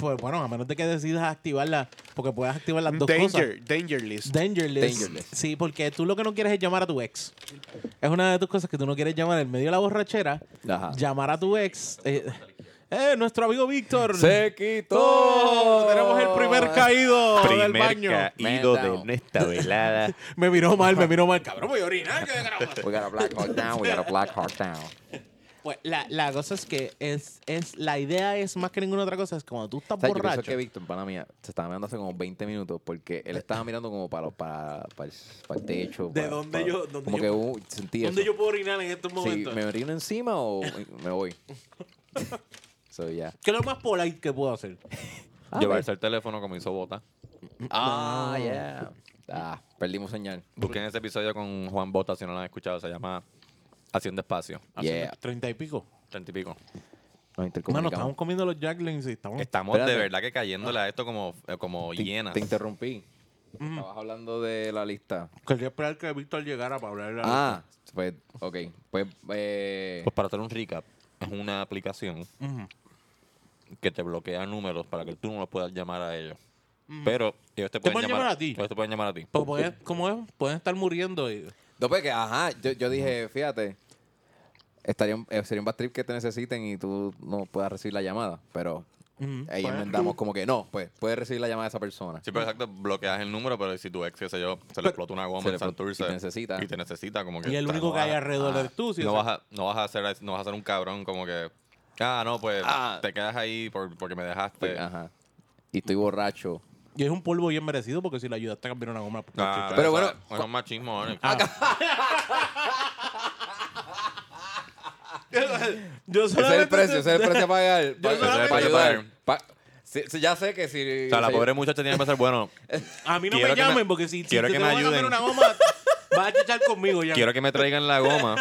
Speaker 3: pues, bueno, a menos de que decidas activarla, porque puedes activar las dos cosas.
Speaker 1: Danger, danger list.
Speaker 3: Danger list.
Speaker 4: Danger list.
Speaker 3: Sí, porque tú lo que no quieres es llamar a tu ex. Es una de tus cosas que tú no quieres llamar en medio de la borrachera.
Speaker 4: Ajá.
Speaker 3: Llamar a tu ex. Eh, eh, nuestro amigo Víctor.
Speaker 4: ¡Se
Speaker 3: ¡Oh!
Speaker 4: quitó!
Speaker 3: Tenemos el
Speaker 2: Oh.
Speaker 3: primer caído del
Speaker 2: Primer
Speaker 3: baño.
Speaker 2: caído
Speaker 4: Man down.
Speaker 2: de esta velada.
Speaker 3: Me miró mal, me miró mal. Cabrón, voy a orinar. ¿qué carajo?
Speaker 4: We got a black heart down, we got a black heart down.
Speaker 3: Pues la, la cosa es que es, es la idea es más que ninguna otra cosa es que cuando tú estás
Speaker 4: O sea, yo pienso
Speaker 3: borracho
Speaker 4: que Víctor, pana mía, se estaba mirando hace como 20 minutos porque él estaba mirando como para, lo- para, para, el, para el techo.
Speaker 3: ¿De
Speaker 4: para-
Speaker 3: dónde
Speaker 4: para-
Speaker 3: yo- dónde
Speaker 4: como
Speaker 3: yo-
Speaker 4: que uh, sentí
Speaker 3: ¿dónde
Speaker 4: eso.
Speaker 3: yo puedo orinar en estos
Speaker 4: Sí,
Speaker 3: momentos?
Speaker 4: ¿Me orino encima o me voy? so, ya.
Speaker 3: ¿Qué es lo más polite que puedo hacer? Ah,
Speaker 2: Llevarse el teléfono como hizo Bota.
Speaker 4: Ah, yeah. Ah, perdimos señal.
Speaker 2: Busquen ese episodio con Juan Bota si no lo han escuchado. Se llama Haciendo Espacio.
Speaker 4: Yeah.
Speaker 3: Treinta y pico.
Speaker 2: Treinta y pico.
Speaker 4: Nos
Speaker 3: Mano,
Speaker 4: intercomunicamos.
Speaker 3: estamos comiendo los Jacklins y estamos...
Speaker 2: Estamos de
Speaker 4: Espérate.
Speaker 2: verdad que cayéndole a esto como, eh, como
Speaker 4: Te-
Speaker 2: hienas.
Speaker 4: Te interrumpí. Estabas hablando de la lista.
Speaker 3: Quería esperar que Víctor llegara para hablar de la
Speaker 4: Ah, pues, ok. Pues, eh,
Speaker 2: Pues para hacer un recap, es una aplicación que te bloquea números para que tú no los puedas llamar a ellos. Pero ellos te pueden,
Speaker 3: pueden llamar a ti.
Speaker 2: Ellos te pueden llamar a ti.
Speaker 3: Porque pueden- ¿Cómo es? Pueden estar muriendo y...
Speaker 4: no, pues que, ajá, yo, yo dije, fíjate, estaría un- eh, sería un bad trip que te necesiten y tú no puedas recibir la llamada, pero ahí
Speaker 3: pues.
Speaker 4: enmendamos como que no, pues, puedes recibir la llamada de esa persona.
Speaker 2: Sí, pero exacto, bloqueas el número, pero si tu ex, qué sé yo, se le explota una goma
Speaker 4: se le
Speaker 2: en Santurce
Speaker 4: explota- y te necesita.
Speaker 2: Y te necesita, como que.
Speaker 3: Y el
Speaker 2: o sea,
Speaker 3: único
Speaker 2: no
Speaker 3: que hay
Speaker 2: vas a-
Speaker 3: alrededor
Speaker 4: ah,
Speaker 3: de tú. sí,
Speaker 2: no,
Speaker 3: o sea,
Speaker 2: vas a, no, vas a ser, no vas a ser un cabrón, como que. Ah, no, pues
Speaker 4: Ah.
Speaker 2: te quedas ahí por- porque me dejaste.
Speaker 4: Pues, Ajá. Y estoy borracho.
Speaker 3: Y es un polvo bien merecido porque si le ayudaste a cambiar una goma... pues,
Speaker 2: Ah,
Speaker 3: chica.
Speaker 4: Pero
Speaker 2: eso-
Speaker 4: bueno, Ah,
Speaker 2: eso Es un machismo, Onyx.
Speaker 3: Yo
Speaker 4: Ese es el
Speaker 3: solamente-
Speaker 4: precio, ese es el precio a pagar.
Speaker 3: Yo
Speaker 4: pa-
Speaker 3: solamente-
Speaker 4: pa' ayudar.
Speaker 2: Ese
Speaker 4: Pa- sí, sí, ya sé que si...
Speaker 2: O sea, la
Speaker 4: si-
Speaker 2: pobre muchacha tiene que pensar, bueno,
Speaker 3: A mí no
Speaker 2: Quiero
Speaker 3: me
Speaker 2: que me-
Speaker 3: llamen porque si, si
Speaker 2: quiero
Speaker 3: te
Speaker 2: que
Speaker 3: te
Speaker 2: me
Speaker 3: van a cambiar
Speaker 2: ayuden.
Speaker 3: una goma, vas a chichar conmigo ya.
Speaker 2: quiero que me traigan la goma,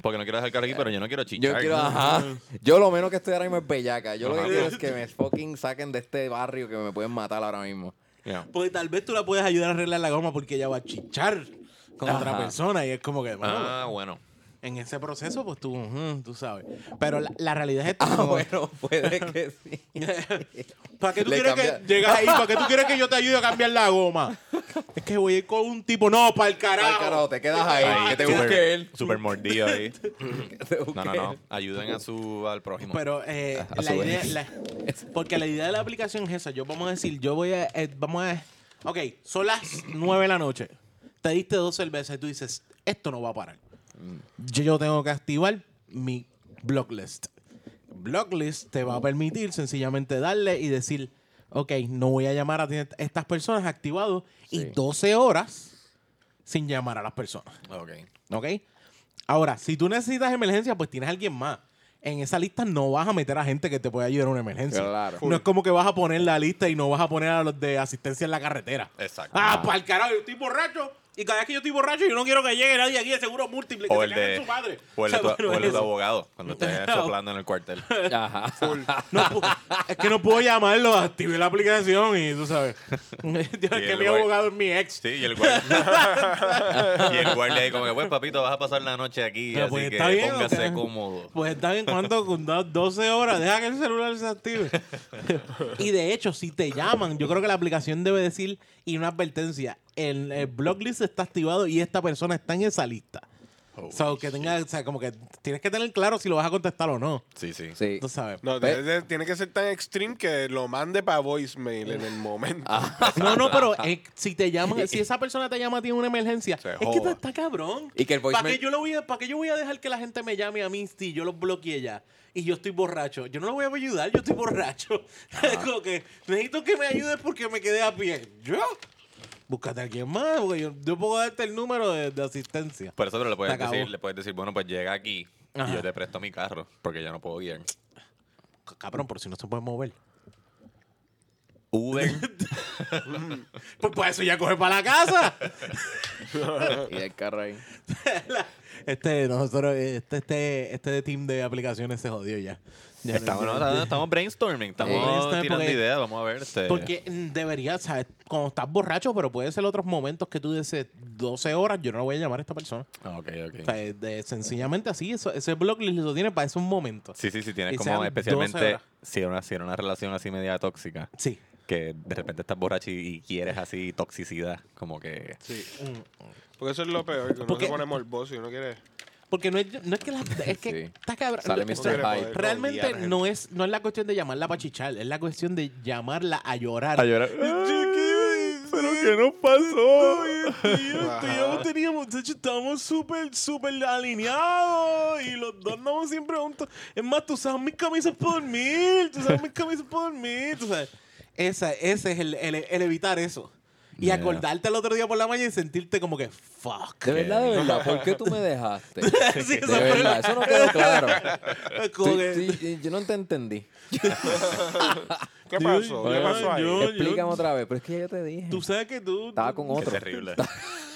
Speaker 2: porque no quiero dejar el carro aquí, pero yo no quiero chichar.
Speaker 4: Yo quiero, ajá. Yo lo menos que estoy ahora mismo es bellaca. Yo lo
Speaker 2: Ajá.
Speaker 4: que quiero es que me fucking saquen de este barrio que me pueden matar ahora mismo.
Speaker 2: Yeah.
Speaker 3: Porque tal vez tú la puedes ayudar a arreglar la goma porque ella va a chichar con
Speaker 4: Ajá.
Speaker 3: otra persona y es como que, mano,
Speaker 2: Ah, bueno.
Speaker 3: en ese proceso, pues tú, ujú, tú sabes. Pero la, la realidad es esto.
Speaker 4: Ah,
Speaker 3: como-
Speaker 4: bueno, puede que sí.
Speaker 3: ¿Para qué tú
Speaker 4: Le
Speaker 3: quieres
Speaker 4: cambia-
Speaker 3: que llegas ahí? ¿Para qué tú quieres que yo te ayude a cambiar la goma? Es que voy a ir con un tipo. No, para el
Speaker 4: Ay,
Speaker 3: carajo.
Speaker 4: carajo, te quedas ahí, que te
Speaker 2: súper-
Speaker 4: busque él.
Speaker 2: Súper mordido ahí.
Speaker 4: que te
Speaker 2: No, no,
Speaker 4: busque
Speaker 2: no.
Speaker 4: él.
Speaker 2: Ayuden a su, al prójimo.
Speaker 3: Pero eh,
Speaker 4: a
Speaker 3: la
Speaker 4: su
Speaker 3: idea,
Speaker 4: vez.
Speaker 3: la- porque la idea de la aplicación es esa. Yo vamos a decir, yo voy a, eh, vamos a, ok, son las 9 de la noche. Te diste dos cervezas y tú dices, esto no va a parar.
Speaker 4: Mm.
Speaker 3: Yo, yo tengo que activar mi block list. Block list te va a permitir sencillamente darle y decir, ok, no voy a llamar a ti- estas personas activado y
Speaker 4: Sí.
Speaker 3: 12 horas sin llamar a las personas.
Speaker 2: Ok.
Speaker 3: ¿Ok? Ahora, si tú necesitas emergencia, pues tienes a alguien más. En esa lista no vas a meter a gente que te pueda ayudar en una emergencia.
Speaker 4: Claro.
Speaker 3: No es como que vas a poner la lista y no vas a poner a los de asistencia en la carretera.
Speaker 2: Exacto.
Speaker 3: Ah, para el carajo, yo estoy borracho. Y cada vez que yo estoy borracho, yo no quiero que llegue nadie aquí de seguro múltiple. Que
Speaker 2: O
Speaker 3: se
Speaker 2: el
Speaker 3: cague en
Speaker 2: de,
Speaker 3: su madre.
Speaker 2: o el de tu,
Speaker 3: O sea, bueno,
Speaker 2: o el de tu
Speaker 3: eso.
Speaker 2: abogado cuando estés soplando en el cuartel.
Speaker 4: Ajá.
Speaker 3: No pu- es que no puedo llamarlo. Activé la aplicación y tú sabes. Dios, es que
Speaker 2: el
Speaker 3: mi
Speaker 2: güey-
Speaker 3: abogado es mi ex.
Speaker 2: Sí, y el guardia. y el guardia ahí como que, pues papito, vas a pasar la noche aquí,
Speaker 3: Pero
Speaker 2: así
Speaker 3: pues
Speaker 2: que
Speaker 3: está bien,
Speaker 2: póngase
Speaker 3: o sea.
Speaker 2: cómodo.
Speaker 3: Pues está bien, ¿cuánto? Con dos- 12 horas, deja que el celular se active. y de hecho, si te llaman, yo creo que la aplicación debe decir y una advertencia: el, el blog list está activado y esta persona está en esa lista.
Speaker 2: Oh,
Speaker 3: O sea, que tenga, o sea, como que tienes que tener claro si lo vas a contestar o no.
Speaker 2: Sí, sí.
Speaker 4: Sí.
Speaker 3: Tú sabes.
Speaker 1: No,
Speaker 4: Pe-
Speaker 1: tiene que- tiene que ser tan extreme que lo mande para voicemail en el momento.
Speaker 3: No, no, pero eh, si te llaman, si esa persona te llama a ti en una emergencia,
Speaker 2: Se
Speaker 3: es que
Speaker 2: joda.
Speaker 3: está cabrón.
Speaker 4: Y que el
Speaker 3: ¿Para
Speaker 4: voicemail-
Speaker 3: qué, yo lo voy a, ¿Para qué yo voy a dejar que la gente me llame a mí si yo los bloqueé ya? Y yo estoy borracho. Yo no lo voy a ayudar, yo estoy borracho. Es como que necesito que me ayudes porque me quedé a pie. ¿Yo? Búscate a alguien más, porque yo, yo puedo darte el número de, de asistencia.
Speaker 4: Pues,
Speaker 2: Por eso pero le puedes,
Speaker 3: Se acabó.
Speaker 2: decir, le puedes decir, bueno, pues llega aquí
Speaker 3: Ajá.
Speaker 2: y yo te presto mi carro porque yo no puedo guiar.
Speaker 3: C- Cabrón, por si no se puede mover.
Speaker 2: Uber.
Speaker 3: Pues para eso ya coge para la casa.
Speaker 4: Y el carro ahí.
Speaker 3: La- este, nosotros, este, este, este team de aplicaciones se jodió ya. Ya no-
Speaker 2: estamos, no, estamos- estamos brainstorming, estamos
Speaker 3: Brainstorming
Speaker 2: tirando
Speaker 3: porque-
Speaker 2: ideas, vamos a ver. Este,
Speaker 3: Porque mm, debería, ¿sabes? Cuando estás borracho, pero puede ser otros momentos que tú dices 12 horas, yo no voy a llamar a esta persona.
Speaker 2: Ah, Ok,
Speaker 3: O
Speaker 2: ok.
Speaker 3: sea, es de- sencillamente así, eso, ese blocklist lo tiene para esos momentos.
Speaker 2: Sí, sí, sí, tienes
Speaker 3: Y
Speaker 2: como
Speaker 3: sean doce
Speaker 2: especialmente
Speaker 3: horas.
Speaker 2: si era, una, si era una relación así media tóxica,
Speaker 3: Sí.
Speaker 2: que de repente estás borracho y, y quieres así toxicidad, como que...
Speaker 1: Sí. Porque eso es lo peor, que uno
Speaker 3: Porque-
Speaker 1: se pone morboso y uno quiere...
Speaker 3: Porque no es, no es que la, es que
Speaker 4: Sí.
Speaker 3: está cabrón.
Speaker 4: Sale
Speaker 3: O sea,
Speaker 4: Mr.
Speaker 1: quiere poder
Speaker 4: Hyde.
Speaker 1: rodear a
Speaker 3: Realmente
Speaker 1: gente.
Speaker 3: no es, no es la cuestión de llamarla para chichar, es la cuestión de llamarla a llorar.
Speaker 2: Ah, Pero que no pasó.
Speaker 3: Tú y yo teníamos, de hecho, estábamos súper, súper alineados y los dos andamos siempre juntos. Es más, tú usabas mis camisas para dormir, tú usabas mis camisas para dormir, tú sabes. Esa, ese es el, el- el evitar eso. Y
Speaker 2: Yeah.
Speaker 3: acordarte el otro día por la mañana y sentirte como que, fuck.
Speaker 4: De verdad, de verdad, ¿por qué tú me dejaste?
Speaker 3: Sí,
Speaker 4: De
Speaker 3: eso fue-
Speaker 4: verdad, eso no quedó claro.
Speaker 3: como
Speaker 4: Tú-
Speaker 3: que-
Speaker 4: tú- yo no te entendí.
Speaker 1: ¿Qué pasó? ¿Qué
Speaker 3: yo-
Speaker 1: pasó ahí?
Speaker 3: yo-
Speaker 4: Explícame otra vez, pero es que ya te dije.
Speaker 3: Tú sabes que tú...
Speaker 4: Estaba con
Speaker 2: Qué
Speaker 4: otro.
Speaker 2: terrible.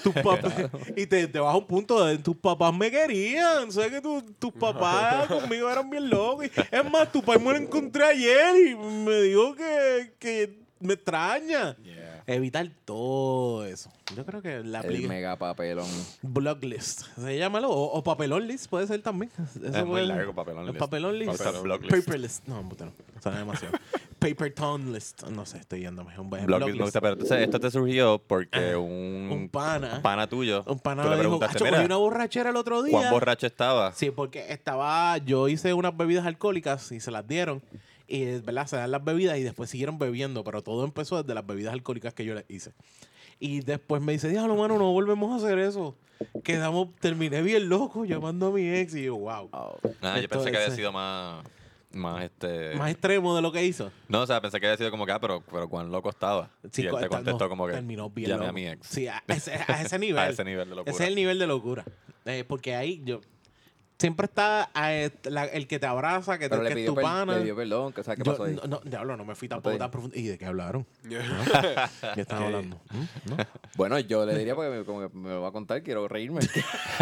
Speaker 3: Tus papás. y te, te vas a un punto de tus papás me querían. Sabes que tu- tus papás conmigo eran bien locos. Y- Es más, tu papá me lo encontré ayer y me dijo que, que me extraña. Evitar todo eso. Yo creo que la
Speaker 4: El
Speaker 3: aplica.
Speaker 4: mega papelón.
Speaker 3: Block list. Se llámalo. O, o papelón list puede ser también. Eso
Speaker 2: Es muy
Speaker 3: puede-
Speaker 2: largo, papelón
Speaker 3: el
Speaker 2: list.
Speaker 3: Papelón list.
Speaker 2: Papelón. Block list.
Speaker 3: Paper list. No, puta, no. Suena demasiado. Paper tone list. No sé, estoy yéndome. Es un buen
Speaker 2: Block
Speaker 3: block
Speaker 2: me
Speaker 3: list.
Speaker 2: gusta, pero entonces esto te surgió porque un,
Speaker 3: Ah, un pana.
Speaker 2: pana tuyo.
Speaker 3: Un pana
Speaker 2: tú
Speaker 3: me
Speaker 2: le
Speaker 3: dijo,
Speaker 2: preguntaste,
Speaker 3: "Acho, cogí
Speaker 2: "Mira,
Speaker 3: una borrachera el otro día.
Speaker 2: ¿cuán borracho estaba?
Speaker 3: Sí, porque estaba, yo hice unas bebidas alcohólicas y se las dieron. Y, eh, ¿verdad? Se dan las bebidas y después siguieron bebiendo, pero todo empezó desde las bebidas alcohólicas que yo les hice. Y después me dice, diablo, mano, no volvemos a hacer eso. Quedamos, terminé bien loco llamando a mi ex y yo, wow.
Speaker 4: Oh.
Speaker 2: Ah, yo pensé que había
Speaker 3: Entonces-
Speaker 2: sido más... Más este...
Speaker 3: Más extremo de lo que hizo.
Speaker 2: No, o sea, pensé que había sido como que, ah, pero, pero cuán loco estaba. y él
Speaker 3: co-
Speaker 2: te
Speaker 3: esta-
Speaker 2: contestó
Speaker 3: no,
Speaker 2: como que,
Speaker 3: terminó bien
Speaker 2: llamé a
Speaker 3: loco.
Speaker 2: mi ex.
Speaker 3: Sí, a ese, a ese nivel.
Speaker 2: A ese nivel de locura.
Speaker 3: Ese es el nivel de locura. Eh, porque ahí yo... siempre está eh, la- el que te abraza, que, te,
Speaker 4: Pero le
Speaker 3: que es
Speaker 4: pidió,
Speaker 3: tu
Speaker 4: per-
Speaker 3: pana.
Speaker 4: le pidió perdón. O sea, ¿qué
Speaker 3: Yo-
Speaker 4: pasó ahí?
Speaker 3: no, no, diablo, no me fui
Speaker 4: te
Speaker 3: tampoco
Speaker 4: dije.
Speaker 3: tan profundo. ¿Y de qué hablaron? ¿Qué están
Speaker 1: Ok.
Speaker 3: hablando? ¿Mm? ¿No?
Speaker 4: Bueno, yo le diría porque me, como que me lo va a contar, quiero reírme.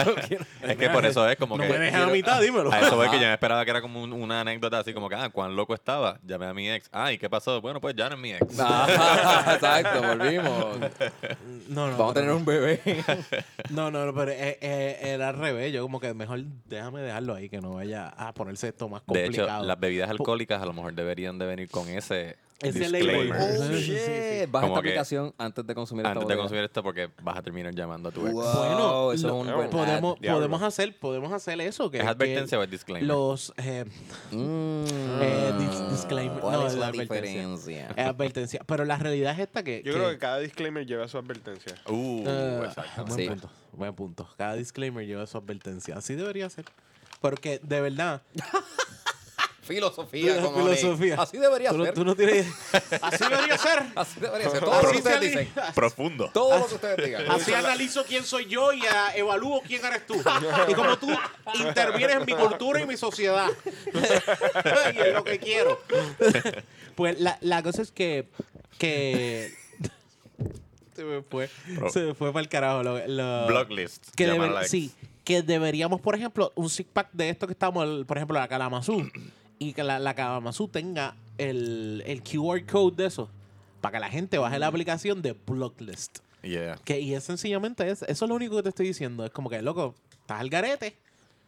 Speaker 2: Es que por eso es como
Speaker 3: No
Speaker 2: que.
Speaker 3: me dejes a
Speaker 2: quiero-
Speaker 3: mitad, dímelo.
Speaker 2: A eso es que yo me esperaba que era como un- una anécdota así como que, ah, cuán loco estaba. Llamé a mi ex. Ah, ¿y qué pasó? Bueno, pues ya no es mi ex.
Speaker 4: Ah, exacto, volvimos.
Speaker 3: No, no,
Speaker 4: Vamos a
Speaker 3: pero
Speaker 4: tener
Speaker 3: no.
Speaker 4: un bebé.
Speaker 3: No, no, no, pero eh, eh, era al revés. Yo como que mejor déjame dejarlo ahí, que no vaya a ponerse esto más
Speaker 2: De hecho,
Speaker 3: complicado.
Speaker 2: las bebidas alcohólicas a lo mejor deberían de venir con ese.
Speaker 3: Ese
Speaker 2: disclaimer
Speaker 3: label. Oh, Sí, sí, sí.
Speaker 4: shit.
Speaker 2: Como
Speaker 4: Baja esta
Speaker 2: que-
Speaker 4: aplicación antes de consumir esta
Speaker 2: Antes de
Speaker 4: botella.
Speaker 2: consumir esto, porque vas a terminar llamando a tu ex.
Speaker 4: Wow,
Speaker 3: bueno,
Speaker 4: eso
Speaker 3: lo-
Speaker 4: es un buen
Speaker 3: podemos,
Speaker 1: diablo.
Speaker 3: podemos, hacer, podemos hacer eso. Que,
Speaker 2: ¿Es
Speaker 3: que
Speaker 2: advertencia o es disclaimer?
Speaker 3: Los... eh,
Speaker 4: Mm.
Speaker 3: Eh, dis- disclaimer.
Speaker 4: ¿Cuál
Speaker 3: No,
Speaker 4: es
Speaker 3: la
Speaker 4: la
Speaker 3: advertencia.
Speaker 4: diferencia?
Speaker 3: es advertencia. Pero la realidad es esta que...
Speaker 1: Yo
Speaker 3: que-
Speaker 1: creo que cada disclaimer lleva su advertencia.
Speaker 2: Uh,
Speaker 3: Ah,
Speaker 2: exacto.
Speaker 3: buen
Speaker 4: Sí.
Speaker 3: punto, buen punto. Cada disclaimer lleva su advertencia. Así debería ser. Porque, de verdad,
Speaker 4: Filosofía,
Speaker 3: Eh, La
Speaker 4: como
Speaker 3: filosofía.
Speaker 4: Así debería
Speaker 3: tú, no-
Speaker 4: ser.
Speaker 3: tú no tienes... Así debería ser.
Speaker 4: Así debería ser. Todo lo que
Speaker 3: Así se
Speaker 4: ustedes
Speaker 3: ali-
Speaker 4: dicen.
Speaker 2: Profundo.
Speaker 4: Todo lo que ustedes digan.
Speaker 3: Así analizo quién soy yo y ah, evalúo quién eres tú. Y cómo tú intervienes en mi cultura y mi sociedad. y es lo que quiero. Pues la, la cosa es que. que se me fue. Se me fue para el carajo. Lo, lo-
Speaker 2: Blocklist.
Speaker 3: que
Speaker 2: Llama
Speaker 3: deber-
Speaker 2: a la ex.
Speaker 3: sí, que deberíamos, por ejemplo, un six pack de esto que estamos, el- por ejemplo, la Kalamazoo, y que la, la Kalamazoo tenga el, el QR code de eso, para que la gente baje la aplicación de Blocklist.
Speaker 2: Yeah.
Speaker 3: Que, y es sencillamente eso. Eso es lo único que te estoy diciendo. Es como que, loco, estás al garete.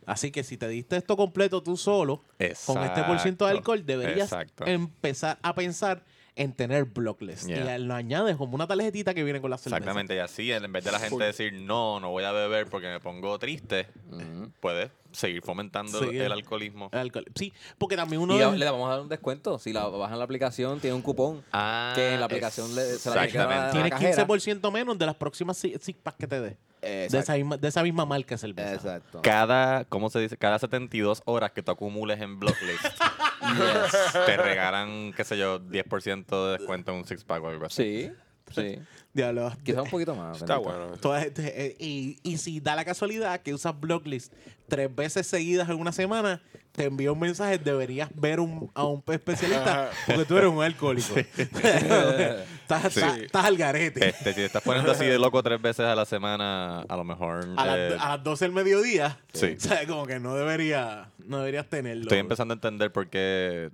Speaker 3: Así que si te diste esto completo tú solo, con este por ciento de
Speaker 2: Exacto.
Speaker 3: alcohol, deberías
Speaker 2: Exacto.
Speaker 3: empezar a pensar en tener blocklist. Y
Speaker 2: Yeah.
Speaker 3: a- lo añades como una tarjetita que viene con la cerveza.
Speaker 2: Exactamente, y así en vez de la gente
Speaker 1: Full.
Speaker 2: decir no, no voy a beber porque me pongo triste,
Speaker 4: Ujú. Eh,
Speaker 2: puedes seguir fomentando
Speaker 3: Seguir.
Speaker 2: el alcoholismo.
Speaker 3: El alcohol. Sí, porque también uno...
Speaker 4: Y
Speaker 3: de-
Speaker 4: le le vamos a dar un descuento. Si la bajan la aplicación, tiene un cupón.
Speaker 2: Ah,
Speaker 4: que en la aplicación le- se la tiene que dar a
Speaker 2: exactamente.
Speaker 4: la-
Speaker 3: Tienes
Speaker 4: cajera.
Speaker 3: 15% menos de las próximas si- six packs que te dé. De esa,
Speaker 4: Exacto.
Speaker 3: misma, de esa misma marca de cerveza.
Speaker 4: Exacto.
Speaker 2: Cada, ¿cómo se dice? Cada 72 horas que tú acumules en Blocklist,
Speaker 4: Yes.
Speaker 2: te regalan, qué sé yo, 10% de descuento en un six-pack o algo así.
Speaker 4: Sí, sí.
Speaker 3: Diablo.
Speaker 4: Quizás un poquito más.
Speaker 1: Está
Speaker 4: bendito.
Speaker 1: bueno.
Speaker 3: Todas estas- eh, y, y si da la casualidad que usas Blocklist tres veces seguidas en una semana, te envía un mensaje, deberías ver un- a un especialista porque tú eres un alcohólico. estás, estás- estás al garete.
Speaker 2: Este, si te estás poniendo así de loco tres veces a la semana, a lo mejor...
Speaker 3: a, las-
Speaker 2: eh,
Speaker 3: a las 12 del mediodía,
Speaker 2: Sí.
Speaker 3: ¿sabes? como que no debería, no deberías tenerlo.
Speaker 2: estoy empezando a entender por qué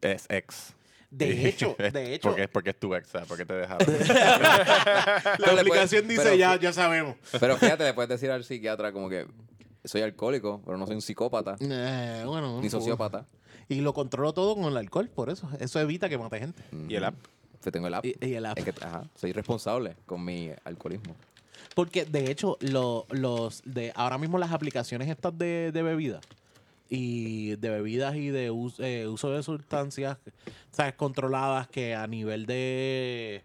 Speaker 2: es ex.
Speaker 3: De hecho, de hecho,
Speaker 2: Porque, porque es tu ex, ¿sabes? Porque te dejaron.
Speaker 3: la
Speaker 4: le
Speaker 3: aplicación
Speaker 4: puedes-
Speaker 3: dice
Speaker 4: pero-
Speaker 3: ya, ya sabemos.
Speaker 4: Pero fíjate, le puedes decir al psiquiatra como que soy alcohólico, pero no soy un psicópata
Speaker 3: Eh, bueno,
Speaker 4: ni sociópata.
Speaker 3: Y lo controlo todo con el alcohol, por eso. Eso evita que mate gente.
Speaker 1: Y el app.
Speaker 4: Yo tengo el app.
Speaker 3: Y- y el app.
Speaker 4: Es que, ajá, soy responsable con mi alcoholismo.
Speaker 3: Porque de hecho, lo- los de ahora mismo las aplicaciones estas de, de bebidas y de bebidas y de us- eh, uso de sustancias sabes controladas que a nivel de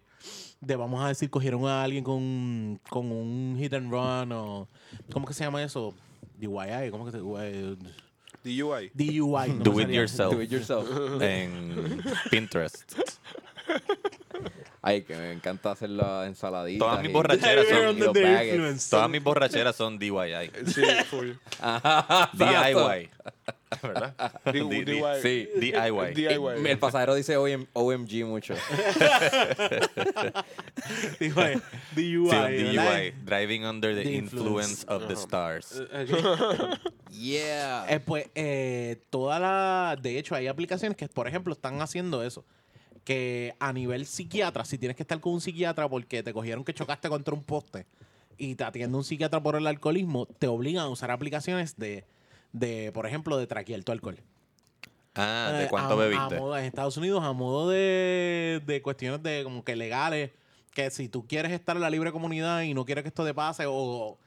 Speaker 3: de vamos a decir cogieron a alguien con, con un hit and run o ¿cómo que se llama eso? DUI, ¿cómo que se eh,
Speaker 1: DUI.
Speaker 3: DUI. no me
Speaker 2: Do it
Speaker 3: salía.
Speaker 2: yourself.
Speaker 4: Do it yourself.
Speaker 2: en Pinterest.
Speaker 4: Ay, que me encanta hacer la ensaladita.
Speaker 2: Todas mis
Speaker 4: y-
Speaker 2: borracheras
Speaker 4: y
Speaker 2: son-
Speaker 4: los
Speaker 3: Under the
Speaker 4: bagels.
Speaker 3: influence.
Speaker 2: Todas mis borracheras son DIY.
Speaker 1: Sí, full.
Speaker 4: Ajá, exacto.
Speaker 2: DIY. ¿Verdad?
Speaker 1: D-
Speaker 2: Di- di-
Speaker 1: DIY.
Speaker 4: Sí.
Speaker 2: DIY.
Speaker 1: DIY.
Speaker 4: Eh, El pasajero dice OM- OMG mucho.
Speaker 3: DUI.
Speaker 2: Sí,
Speaker 3: DUI. ¿verdad?
Speaker 2: DUI. Driving under the
Speaker 3: The
Speaker 2: influence of the stars.
Speaker 4: Yeah.
Speaker 3: Eh, pues, eh, toda la. De hecho, hay aplicaciones que, por ejemplo, están haciendo eso. Que a nivel psiquiatra, si tienes que estar con un psiquiatra porque te cogieron que chocaste contra un poste y te atiende un psiquiatra por el alcoholismo, te obligan a usar aplicaciones de, de por ejemplo, de traquear tu alcohol.
Speaker 2: Ah,
Speaker 3: Eh,
Speaker 2: ¿de cuánto
Speaker 3: a- a
Speaker 2: bebiste?
Speaker 3: modo- en Estados Unidos, a modo de, de cuestiones de como que legales, que si tú quieres estar en la libre comunidad y no quieres que esto te pase o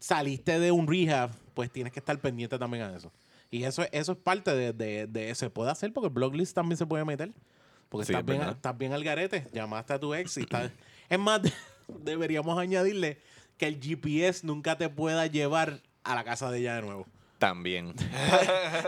Speaker 3: saliste de un rehab, pues tienes que estar pendiente también a eso. Y eso, eso es parte de, de, de eso. Se puede hacer porque el blocklist también se puede meter. Porque
Speaker 2: Sí,
Speaker 3: estás,
Speaker 2: es
Speaker 3: bien,
Speaker 2: verdad.
Speaker 3: estás bien al garete, llamaste a tu ex y estás... Es más, deberíamos añadirle que el GPS nunca te pueda llevar a la casa de ella de nuevo
Speaker 2: También.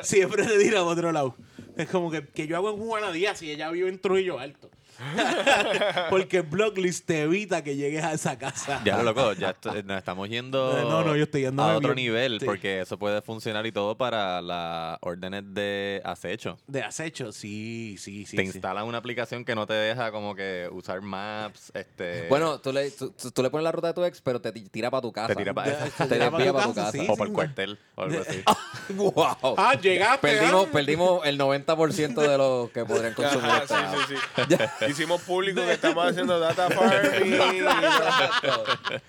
Speaker 3: siempre le dirá a otro lado. Es como que, que yo hago en Juana Díaz y ella vive en Trujillo Alto. Porque Blocklist te evita que llegues a esa casa.
Speaker 2: Ya, loco, ya est- eh, nos estamos yendo
Speaker 3: No, no, yo estoy yendo
Speaker 2: a
Speaker 3: de
Speaker 2: otro
Speaker 3: bien.
Speaker 2: nivel,
Speaker 3: Sí.
Speaker 2: porque eso puede funcionar y todo para las órdenes de acecho.
Speaker 3: De acecho, sí, sí, sí.
Speaker 2: te
Speaker 3: sí.
Speaker 2: instalan una aplicación que no te deja como que usar maps, este...
Speaker 4: Bueno, tú le, tú, tú- tú le pones la ruta de tu ex, pero te ti- tira para tu casa.
Speaker 2: tira pa-
Speaker 4: Te
Speaker 3: Te tira pa
Speaker 4: desvía
Speaker 3: tu
Speaker 4: para tu casa.
Speaker 3: casa, sí.
Speaker 2: o por el cuartel, o algo así.
Speaker 4: ¡Wow!
Speaker 3: Ah, llegaste.
Speaker 4: Perdimos,
Speaker 3: ah.
Speaker 4: perdimos el 90% de los que podrían consumir. este
Speaker 1: Ah, sí,
Speaker 4: esta-
Speaker 1: sí, sí. Hicimos público que estamos haciendo data farming.
Speaker 4: Exacto.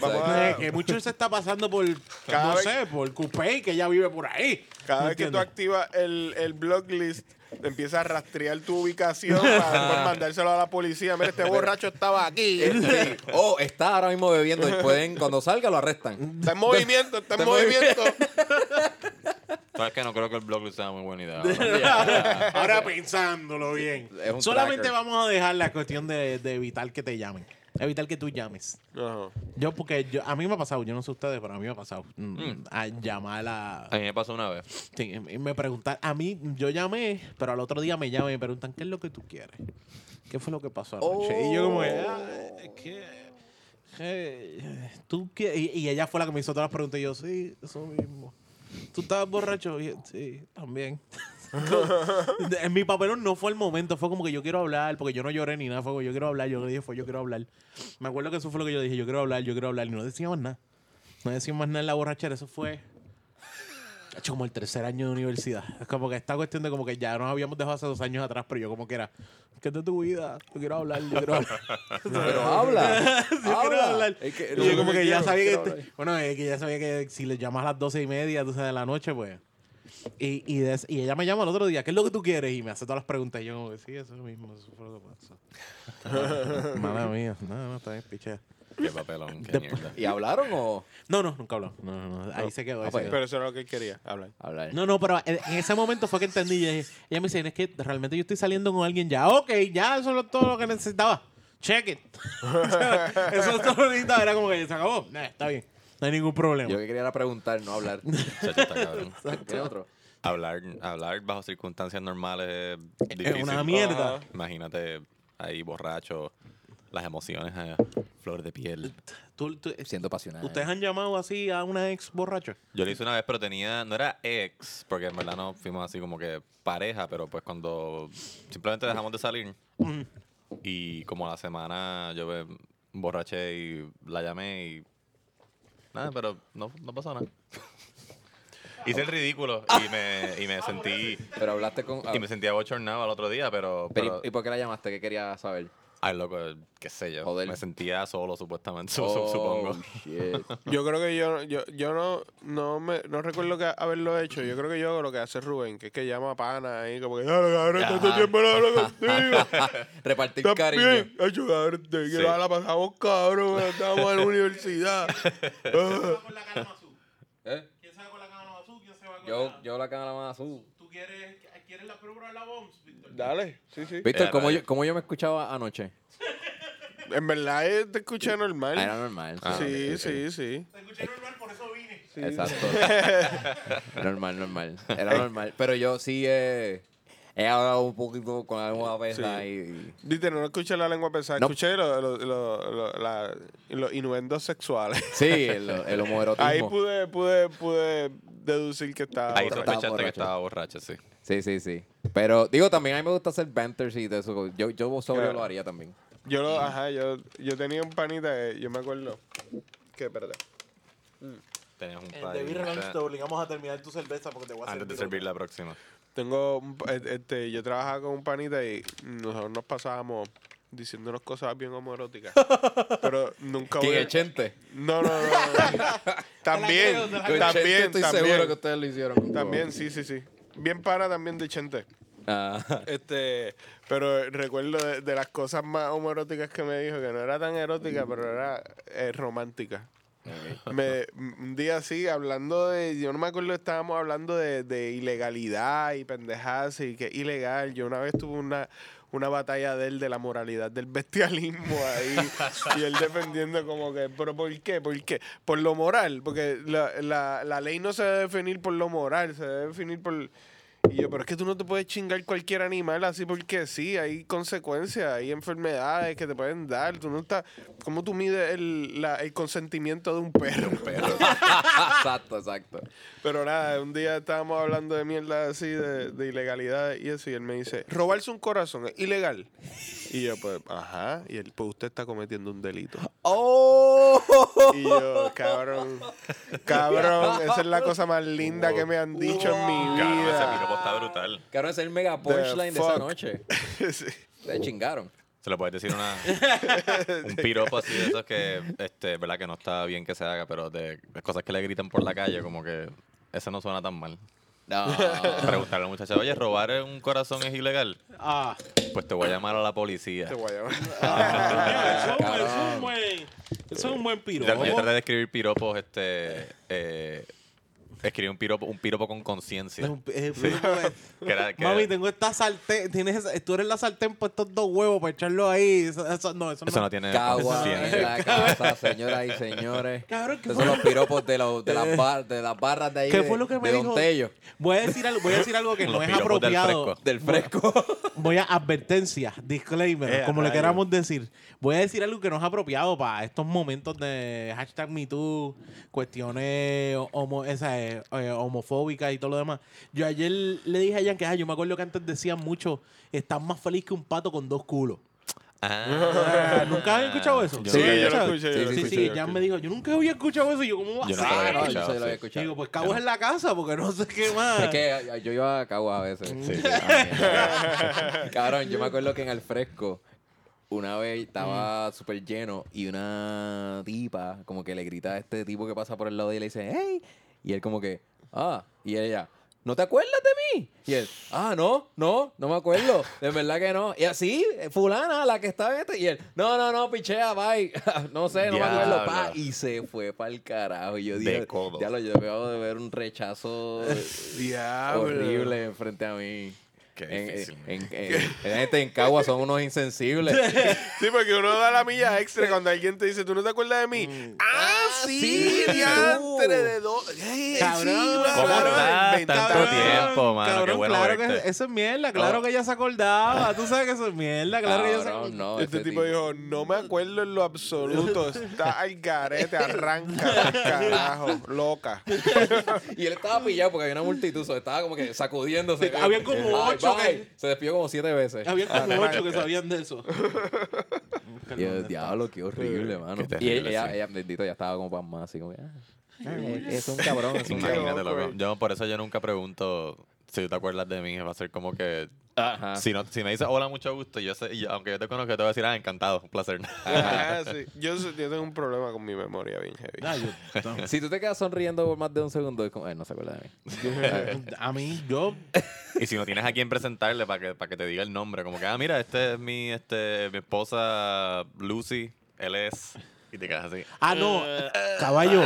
Speaker 1: Vamos
Speaker 3: Eh, que mucho se está pasando por,
Speaker 1: Cada
Speaker 3: no
Speaker 1: vez-
Speaker 3: sé, por Coupé, que ya vive por ahí.
Speaker 1: Cada
Speaker 3: ¿Me
Speaker 1: vez que tú
Speaker 3: entiendes?
Speaker 1: activas el, el blog list, empieza a rastrear tu ubicación para después mandárselo a la policía. Mira, este borracho estaba aquí.
Speaker 4: Sí. O Oh, está ahora mismo bebiendo y pueden, cuando salga, lo arrestan.
Speaker 1: Está en movimiento, está en
Speaker 4: Está en
Speaker 1: movimiento.
Speaker 2: Sabes Pues que no creo que el blog sea muy buena idea.
Speaker 3: Ahora- Ahora pensándolo bien.
Speaker 4: Es un
Speaker 3: Solamente
Speaker 4: tracker.
Speaker 3: vamos a dejar la cuestión de, de evitar que te llamen. Evitar que tú llames.
Speaker 1: No.
Speaker 3: Yo, porque yo, a mí me ha pasado, yo no sé ustedes, pero a mí me ha pasado mm, a llamar a.
Speaker 2: A mí me pasó una vez.
Speaker 3: Sí, y me preguntan, a mí yo llamé, pero al otro día me llaman y me preguntan, ¿qué es lo que tú quieres? ¿Qué fue lo que pasó anoche? Y yo como, que, "Ah, es que, que, ¿tú qué?" Y, y ella fue la que me hizo todas las preguntas y yo, sí, eso mismo. ¿Tú estabas borracho? Y yo, sí, también. en mi papelón no fue el momento, fue como que yo quiero hablar, porque yo no lloré ni nada, fue como yo quiero hablar, yo le dije, fue yo quiero hablar. Me acuerdo que eso fue lo que yo dije, yo quiero hablar, yo quiero hablar, y no decíamos nada. No decíamos más nada en la borrachera, eso fue hecho como el tercer año de universidad. Es como que esta cuestión de como que ya nos habíamos dejado hace dos años atrás, pero yo como que era, ¿qué es de tu vida? Yo quiero hablar, yo quiero hablar.
Speaker 4: Pero habla.
Speaker 3: Yo quiero
Speaker 4: habla.
Speaker 3: hablar.
Speaker 4: Es que-
Speaker 3: Y
Speaker 4: no,
Speaker 3: yo como
Speaker 4: no
Speaker 3: que ya
Speaker 4: quiero,
Speaker 3: sabía que...
Speaker 4: quiero
Speaker 3: este-
Speaker 4: hablar.
Speaker 3: bueno, es que ya sabía que si le llamas a las doce y media, doce de la noche, pues... Y, y, des- y ella me llama el otro día, ¿qué es lo que tú quieres? Y me hace todas las preguntas. Y yo como que sí, eso mismo, eso fue lo que pasó. Mala mía. No, no, está bien, pichea.
Speaker 2: Qué papelón, qué
Speaker 3: Después-
Speaker 2: mierda.
Speaker 4: ¿Y hablaron o...?
Speaker 3: No, no, nunca habló. No, no, no, ahí se quedó. ahí
Speaker 4: Ah,
Speaker 3: se
Speaker 4: pues,
Speaker 3: quedó.
Speaker 1: Pero eso era lo que él quería, hablar.
Speaker 4: Hablar.
Speaker 3: No, no, pero en en ese momento fue que entendí. y dije- Ella me dice, es que realmente yo estoy saliendo con alguien ya. Ok, ya, eso es todo lo que necesitaba. Check it. eso es todo lo que necesitaba. Era como que se acabó. Nah, está bien. No hay ningún problema.
Speaker 4: Yo que quería era preguntar, no hablar.
Speaker 2: Chacho, está cabrón.
Speaker 4: ¿Tiene otro?
Speaker 2: Hablar, hablar bajo circunstancias normales es
Speaker 3: es
Speaker 2: difícil.
Speaker 3: una mierda.
Speaker 2: Imagínate ahí borracho, las emociones a flor de piel.
Speaker 3: Tú- tú-
Speaker 4: Siendo pasional.
Speaker 3: ¿Ustedes han llamado así a una ex borracha?
Speaker 2: Yo lo hice una vez, pero tenía, no era ex, porque en verdad no fuimos así como que pareja, pero pues cuando simplemente dejamos de salir y como a la semana yo me borraché y la llamé y nada, pero no, no pasó nada. Hice el ridículo y me, y me sentí
Speaker 4: Pero hablaste con... ah,
Speaker 2: y me sentía bochornado al otro día, pero,
Speaker 4: Pero,
Speaker 2: pero
Speaker 4: ¿Y y por qué la llamaste? ¿Qué quería saber?
Speaker 2: ay loco, qué sé yo,
Speaker 4: Joder.
Speaker 2: me sentía solo supuestamente, su- su-
Speaker 4: Oh,
Speaker 2: supongo.
Speaker 4: shit.
Speaker 1: Yo creo que yo, yo, yo no, no, me, no recuerdo que haberlo hecho. Yo creo que yo hago lo que hace Rubén, que es que llama a pana ahí, como que, dale, cabrón,
Speaker 2: Ajá.
Speaker 1: tanto tiempo no hablo contigo.
Speaker 4: Repartir
Speaker 1: Está
Speaker 4: cariño.
Speaker 1: bien. Hacho, cabrón, te
Speaker 2: Sí.
Speaker 1: que la pasamos, cabrón, estábamos en la universidad. Ah.
Speaker 4: ¿Eh?
Speaker 3: ¿Quién se va con la cama azul? ¿Quién se va con
Speaker 4: Yo, yo la cámara más azul.
Speaker 3: ¿Tú quieres, quieres la prueba de la bombs, Víctor?
Speaker 1: Dale, sí, sí.
Speaker 4: Víctor,
Speaker 2: Eh,
Speaker 4: ¿cómo
Speaker 2: rayo.
Speaker 4: yo, cómo yo me escuchaba anoche?
Speaker 1: En verdad eh, te escuché normal.
Speaker 4: Ah, Era normal.
Speaker 2: Ah,
Speaker 1: sí,
Speaker 4: ok, ok.
Speaker 1: sí, sí.
Speaker 3: Te escuché normal, por eso vine.
Speaker 4: Exacto. normal, normal. Era normal. Pero yo sí eh, he hablado un poquito con alguna vez
Speaker 1: Sí.
Speaker 4: ahí.
Speaker 1: Dite, no escuché la lengua pesada,
Speaker 4: No.
Speaker 1: escuché lo- lo- lo- lo- la- los inuendos sexuales.
Speaker 4: Sí, el, el homoerotismo.
Speaker 1: Ahí pude, pude, pude deducir que estaba.
Speaker 2: Ahí
Speaker 1: borracho.
Speaker 4: estaba
Speaker 2: sospechaste que
Speaker 4: borracho.
Speaker 2: estaba borracho, sí.
Speaker 4: Sí, sí, sí. Pero digo, también a mí me gusta hacer banters y de eso. Yo, yo sobre
Speaker 1: Claro.
Speaker 4: lo haría también.
Speaker 1: Yo lo, ajá, yo, yo tenía un panita que yo me acuerdo que, espérate.
Speaker 2: Tenías un
Speaker 3: En The Beer Ranch te obligamos a terminar tu cerveza porque te voy a
Speaker 2: antes de
Speaker 3: servir
Speaker 2: servir la próxima.
Speaker 1: Tengo un pa- et- este, yo trabajaba con un panita y nosotros nos pasábamos diciéndonos cosas bien homoeróticas. pero nunca
Speaker 4: ¿Quién
Speaker 1: voy a-
Speaker 4: el Chente?
Speaker 1: No, no, no. no. también,
Speaker 3: creo, te la
Speaker 4: Con Chente
Speaker 1: también,
Speaker 4: estoy seguro que
Speaker 1: también.
Speaker 4: ustedes lo hicieron.
Speaker 1: También, sí, sí, sí. Bien para también de Chente.
Speaker 4: Ah,
Speaker 1: Este, pero recuerdo de, de las cosas más homoeróticas que me dijo, que no era tan erótica, pero era eh, romántica. Me, un día así, hablando de, yo no me acuerdo, estábamos hablando de, de ilegalidad y pendejadas y que es ilegal. Yo una vez tuve una, una batalla de él de la moralidad del bestialismo ahí y él defendiendo como que, pero ¿por qué? ¿Por qué? Por lo moral, porque la, la, la ley no se debe definir por lo moral, se debe definir por... Y Y yo, pero es que tú no te puedes chingar cualquier animal así porque sí, hay consecuencias, hay enfermedades que te pueden dar. Tú no estás. ¿Cómo tú mides el, la- el consentimiento de un perro?
Speaker 4: exacto, exacto.
Speaker 1: Pero nada, un día estábamos hablando de mierda así, de, de ilegalidad y eso, y él me dice, robarse un corazón es ilegal. Y yo, pues, ajá. Y él, pues usted está cometiendo un delito.
Speaker 4: ¡Oh!
Speaker 1: Y yo, cabrón, cabrón, esa es la cosa más linda que me han dicho en mi
Speaker 2: Cabrón, ese
Speaker 1: vida.
Speaker 2: piropo está brutal.
Speaker 4: Cabrón, ese es el mega punchline de esa
Speaker 1: fuck.
Speaker 4: noche.
Speaker 1: Sí.
Speaker 4: Se chingaron.
Speaker 2: Se le puede decir una, un piropo así de esos que, este, verdad que no está bien que se haga, pero de cosas que le gritan por la calle, como que ese no suena tan mal.
Speaker 4: No.
Speaker 2: Preguntarle al muchacho, oye, robar un corazón es ilegal.
Speaker 3: Ah.
Speaker 2: Pues te voy a llamar a la policía.
Speaker 1: Te voy a llamar.
Speaker 3: eso, es un- eso es
Speaker 4: Cabrón.
Speaker 3: un buen. Eso es un buen
Speaker 2: Yo
Speaker 3: piro.
Speaker 2: tra- yo traté de escribir piropos, este, eh, escribí un piropo, un piropo con conciencia.
Speaker 3: Es un- es un piropo de-
Speaker 2: Que era- que-
Speaker 3: Mami, tengo esta sartén. Tienes, esa- tú eres la sartén por estos dos huevos para echarlo ahí. Eso, eso- no, eso,
Speaker 2: Eso
Speaker 3: no.
Speaker 2: no tiene
Speaker 4: Cagua en
Speaker 2: conciencia.
Speaker 4: la casa, señoras y señores.
Speaker 3: Cabrón, ¿qué Eh.
Speaker 4: Esos son los piropos de, los- de, las, bar- de las barras de ahí.
Speaker 3: ¿Qué
Speaker 4: de-
Speaker 3: fue lo que me
Speaker 4: de
Speaker 3: dijo?
Speaker 4: Don Tello,
Speaker 3: Voy a decir algo, voy a decir algo que
Speaker 2: Los
Speaker 3: no es
Speaker 2: piropos del
Speaker 3: apropiado.
Speaker 2: fresco.
Speaker 4: Del fresco.
Speaker 3: Voy a advertencia, disclaimer,
Speaker 1: Eh,
Speaker 3: como le
Speaker 1: rayos.
Speaker 3: queramos decir. Voy a decir algo que no es apropiado para estos momentos de hashtag MeToo, cuestiones homo- esa, eh, eh, homofóbicas y todo lo demás. Yo ayer le dije a Jan que ah, yo me acuerdo que antes decían mucho, estás más feliz que un pato con dos culos.
Speaker 2: Ah.
Speaker 3: ¿Nunca habían escuchado eso?
Speaker 2: Yo
Speaker 4: Sí,
Speaker 2: nunca-
Speaker 4: yo lo
Speaker 3: ¿Escuchado?
Speaker 1: escuché, yo lo
Speaker 3: Sí,
Speaker 1: escuché,
Speaker 3: sí,
Speaker 1: yo lo
Speaker 3: Jan
Speaker 1: escuché.
Speaker 3: me dijo, yo nunca había escuchado eso. Y Ah, yo, ¿cómo va
Speaker 2: Yo
Speaker 3: a
Speaker 2: nunca lo
Speaker 3: ser?
Speaker 2: había
Speaker 4: no, yo
Speaker 2: escuchado,
Speaker 4: se lo
Speaker 2: sí.
Speaker 4: había
Speaker 3: Y
Speaker 4: escuchado.
Speaker 3: digo, pues cabo en la casa, porque no sé qué más.
Speaker 4: Es que eh, yo iba a Caguas a veces.
Speaker 2: Mm. Sí.
Speaker 4: Ah, Cabrón, yo me acuerdo que en el fresco una vez
Speaker 2: Mm.
Speaker 4: estaba súper lleno y una tipa como que le grita a este tipo que pasa por el lado de ella y le dice, ¡Hey! Y él como que, ¡Ah! Y ella, ¿no te acuerdas de mí? Y él, ¡Ah, no! No, no me acuerdo. De verdad que no. Y así, eh, fulana, la que estaba en este. Y él, no, no, no, pichea, bye. no sé, no me acuerdo. Pa.
Speaker 2: Diablo.
Speaker 4: Y se fue para el carajo. Y yo
Speaker 2: De
Speaker 4: dije,
Speaker 2: codo.
Speaker 4: ya lo yo acabo de ver un rechazo
Speaker 1: Diablo.
Speaker 4: horrible frente a mí.
Speaker 2: Qué
Speaker 4: En- eh,
Speaker 2: difícil.
Speaker 4: En, en, en- gente en Cagua son unos insensibles.
Speaker 1: Sí, porque uno da la milla extra cuando alguien te dice, ¿tú no te acuerdas de mí? ¡Ah, sí!
Speaker 4: sí,
Speaker 1: diantre,
Speaker 4: tú.
Speaker 1: de dos! ¡Ey,
Speaker 3: Cabrón,
Speaker 1: sí, bla,
Speaker 2: ¿Cómo
Speaker 1: bla, bla,
Speaker 2: estás?
Speaker 1: inventado.
Speaker 2: Tanto tiempo, mano, qué
Speaker 3: Cabrón,
Speaker 2: bueno Oh.
Speaker 3: claro
Speaker 2: verte.
Speaker 3: que eso es mierda. Claro
Speaker 2: No.
Speaker 3: que ella se acordaba. Tú sabes que eso es mierda. Claro que ella se
Speaker 4: Cabrón,
Speaker 3: acordaba.
Speaker 4: no,
Speaker 1: Este
Speaker 4: ese
Speaker 1: tipo dijo, no me acuerdo en lo absoluto, está al garete, arranca, carajo, loca.
Speaker 4: Y él estaba pillado porque había una multitud, so, estaba como que sacudiéndose.
Speaker 3: Habían como
Speaker 4: Bye,
Speaker 3: ocho
Speaker 4: bye. Se despidió como siete veces.
Speaker 3: Había como ocho que sabían de eso.
Speaker 4: Dios, diablo, qué horrible, mano. y
Speaker 2: terrible,
Speaker 4: ella, ella,
Speaker 2: sí.
Speaker 4: ella, bendito, ya estaba como pan más, así como que, ah, es un cabrón, es un cabrón.
Speaker 2: Imagínate, loco.
Speaker 1: awkward.
Speaker 2: Yo, por eso yo nunca pregunto si tú te acuerdas de mí. Va a ser como que.
Speaker 4: Ajá.
Speaker 2: Si, no, si me dices hola, mucho gusto, yo sé, y yo- aunque yo te conozca, te voy a decir, ah, encantado, un placer.
Speaker 1: Ah, sí. yo, yo tengo un problema con mi memoria bien
Speaker 3: Ah,
Speaker 1: heavy.
Speaker 3: yo- no.
Speaker 4: Si tú te quedas sonriendo por más de un segundo, es como, "Ay, no se acuerda de mí.
Speaker 3: A mí, yo.
Speaker 2: y si no tienes a quien presentarle para que, para que te diga el nombre, como que, ah, mira, este es mi, este, mi esposa Lucy, él es. Y te quedas así.
Speaker 3: Ah, no. Caballo,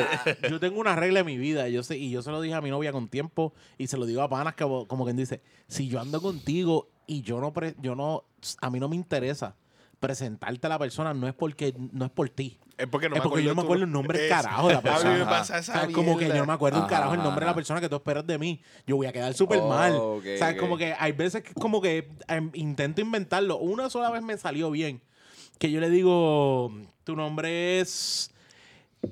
Speaker 3: yo tengo una regla en mi vida. Yo sé, y yo se lo dije a mi novia con tiempo. Y se lo digo a panas, como, como quien dice: si yo ando contigo y yo no. pre- yo no a mí no me interesa presentarte a la persona, no es porque no es por ti.
Speaker 1: Es porque no
Speaker 3: es porque yo no me acuerdo el nombre del carajo de la persona.
Speaker 1: A mí me pasa esa
Speaker 3: ¿Sabes? Como que yo
Speaker 1: mierda.
Speaker 3: no me acuerdo un
Speaker 4: Ajá,
Speaker 3: carajo el
Speaker 4: ajá,
Speaker 3: nombre de la
Speaker 4: ajá.
Speaker 3: persona que tú esperas de mí. Yo voy a quedar súper
Speaker 4: Oh,
Speaker 3: mal.
Speaker 4: ok,
Speaker 3: ¿Sabes? Como
Speaker 4: ok.
Speaker 3: que hay veces que como que em, intento inventarlo. Una sola vez me salió bien. Que yo le digo, tu nombre es...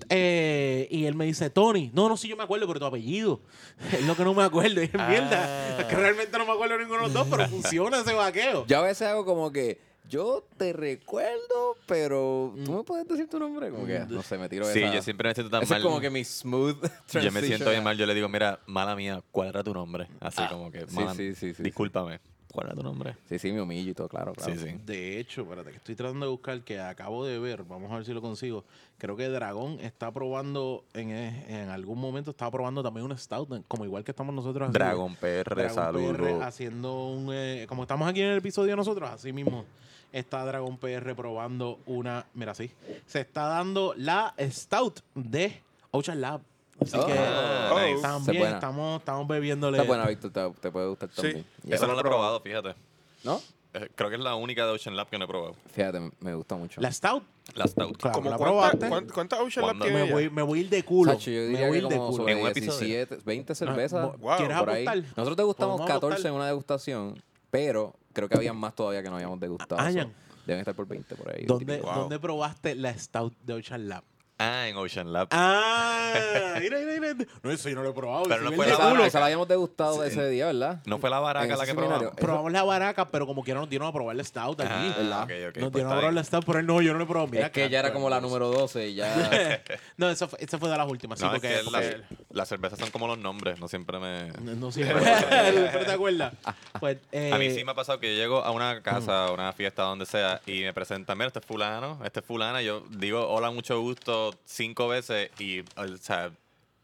Speaker 3: eh, y él me dice, Tony. No, no, sí, yo me acuerdo, pero tu apellido. Es lo que no me acuerdo. Y es
Speaker 1: Ah.
Speaker 3: mierda. Es que realmente no me acuerdo de ninguno de los dos, pero funciona ese vaqueo.
Speaker 4: Yo a veces hago como que, yo te recuerdo, pero tú me puedes decir tu nombre. Como que, no sé, me tiro
Speaker 2: Sí,
Speaker 4: esa-
Speaker 2: yo siempre me siento tan
Speaker 4: Eso
Speaker 2: mal.
Speaker 4: es como que mi smooth transition. Ah,
Speaker 2: Yo me siento bien mal, yo le digo, mira, mala mía, ¿cuál era tu nombre? Así como que,
Speaker 4: sí,
Speaker 2: mala,
Speaker 4: sí, sí, sí,
Speaker 2: discúlpame, ¿cuál era tu nombre?
Speaker 4: Sí, sí, me humillo y todo, claro, claro.
Speaker 2: Sí, sí.
Speaker 3: De hecho, espérate, que estoy tratando de buscar que acabo de ver, vamos a ver si lo consigo. Creo que Dragón está probando, en, en algún momento está probando también un stout, como igual que estamos nosotros haciendo.
Speaker 2: Dragon PR,
Speaker 3: Dragón PR
Speaker 2: saludo.
Speaker 3: haciendo un, eh, como estamos aquí en el episodio nosotros, así mismo está Dragon PR probando una, mira así, se está dando la stout de Ocean Lab. Así
Speaker 4: Oh.
Speaker 3: que
Speaker 2: Ah,
Speaker 1: Oh.
Speaker 2: nice.
Speaker 4: Está
Speaker 3: también
Speaker 4: buena.
Speaker 3: estamos, estamos bebiéndole.
Speaker 4: Está buena, Víctor, te, te puede gustar
Speaker 1: Sí.
Speaker 4: también. Ya.
Speaker 2: Eso no lo he probado, fíjate.
Speaker 4: ¿No?
Speaker 2: eh, creo que es la única de Ocean Lab que no he probado.
Speaker 4: Fíjate, me- me gusta mucho.
Speaker 3: La Stout.
Speaker 2: La Stout.
Speaker 3: Claro,
Speaker 1: Como
Speaker 3: la
Speaker 1: cuánta,
Speaker 3: probaste.
Speaker 1: cuán- ¿Cuántas Ocean Lab
Speaker 2: Cuando-
Speaker 1: tiene
Speaker 3: Me
Speaker 1: ella?
Speaker 3: voy, me voy a ir de culo.
Speaker 4: Sacho, yo
Speaker 3: me
Speaker 4: diría
Speaker 3: voy
Speaker 4: que
Speaker 3: a ir de
Speaker 4: como
Speaker 3: culo.
Speaker 4: sobre
Speaker 2: En un episodio.
Speaker 4: 17, 20 cervezas.
Speaker 3: Ah,
Speaker 1: Wow.
Speaker 3: ¿Quieres
Speaker 4: por ahí.
Speaker 3: apostar?
Speaker 4: Nosotros degustamos
Speaker 3: Vamos a
Speaker 4: 14
Speaker 3: apostar.
Speaker 4: en una degustación, pero creo que había más todavía que no habíamos degustado.
Speaker 3: Ah,
Speaker 4: so,
Speaker 3: ya.
Speaker 4: Deben estar por 20 por ahí.
Speaker 3: ¿Dónde,
Speaker 1: Wow.
Speaker 3: dónde probaste la Stout de Ocean Lab?
Speaker 2: Ah, en Ocean Lab.
Speaker 3: Ah, mira, mira, mira. No, eso yo no lo he probado.
Speaker 2: Pero
Speaker 3: eso
Speaker 2: no
Speaker 3: es
Speaker 2: fue
Speaker 3: bien
Speaker 2: la
Speaker 4: Esa,
Speaker 3: de culo.
Speaker 2: baraca.
Speaker 4: esa la habíamos degustado ese día, ¿verdad?
Speaker 2: No fue la
Speaker 4: En
Speaker 2: baraca
Speaker 4: ese
Speaker 2: la que
Speaker 4: seminario.
Speaker 2: probamos.
Speaker 3: Probamos la baraca, pero como quiera nos dieron a probar la Stout aquí.
Speaker 2: Ah, ok, ok.
Speaker 3: nos
Speaker 2: pues está
Speaker 3: dieron a probar
Speaker 2: bien.
Speaker 3: la Stout, pero él no, yo no lo he probado. Mira
Speaker 4: es que ya era como la número 12 y ya...
Speaker 3: no, esa fue, esa fue de las últimas. sí,
Speaker 2: No, es
Speaker 3: porque,
Speaker 2: que
Speaker 3: porque-
Speaker 2: la- las cervezas son como los nombres, no siempre me...
Speaker 3: No, no siempre. ¿Pero te acuerdas? Pues,
Speaker 2: A mí
Speaker 3: eh,
Speaker 2: sí me ha pasado que yo llego a una casa, a una fiesta, donde sea, y me presentan, mira, este es fulano, este es fulana, yo digo hola, mucho gusto, cinco veces, y, o sea,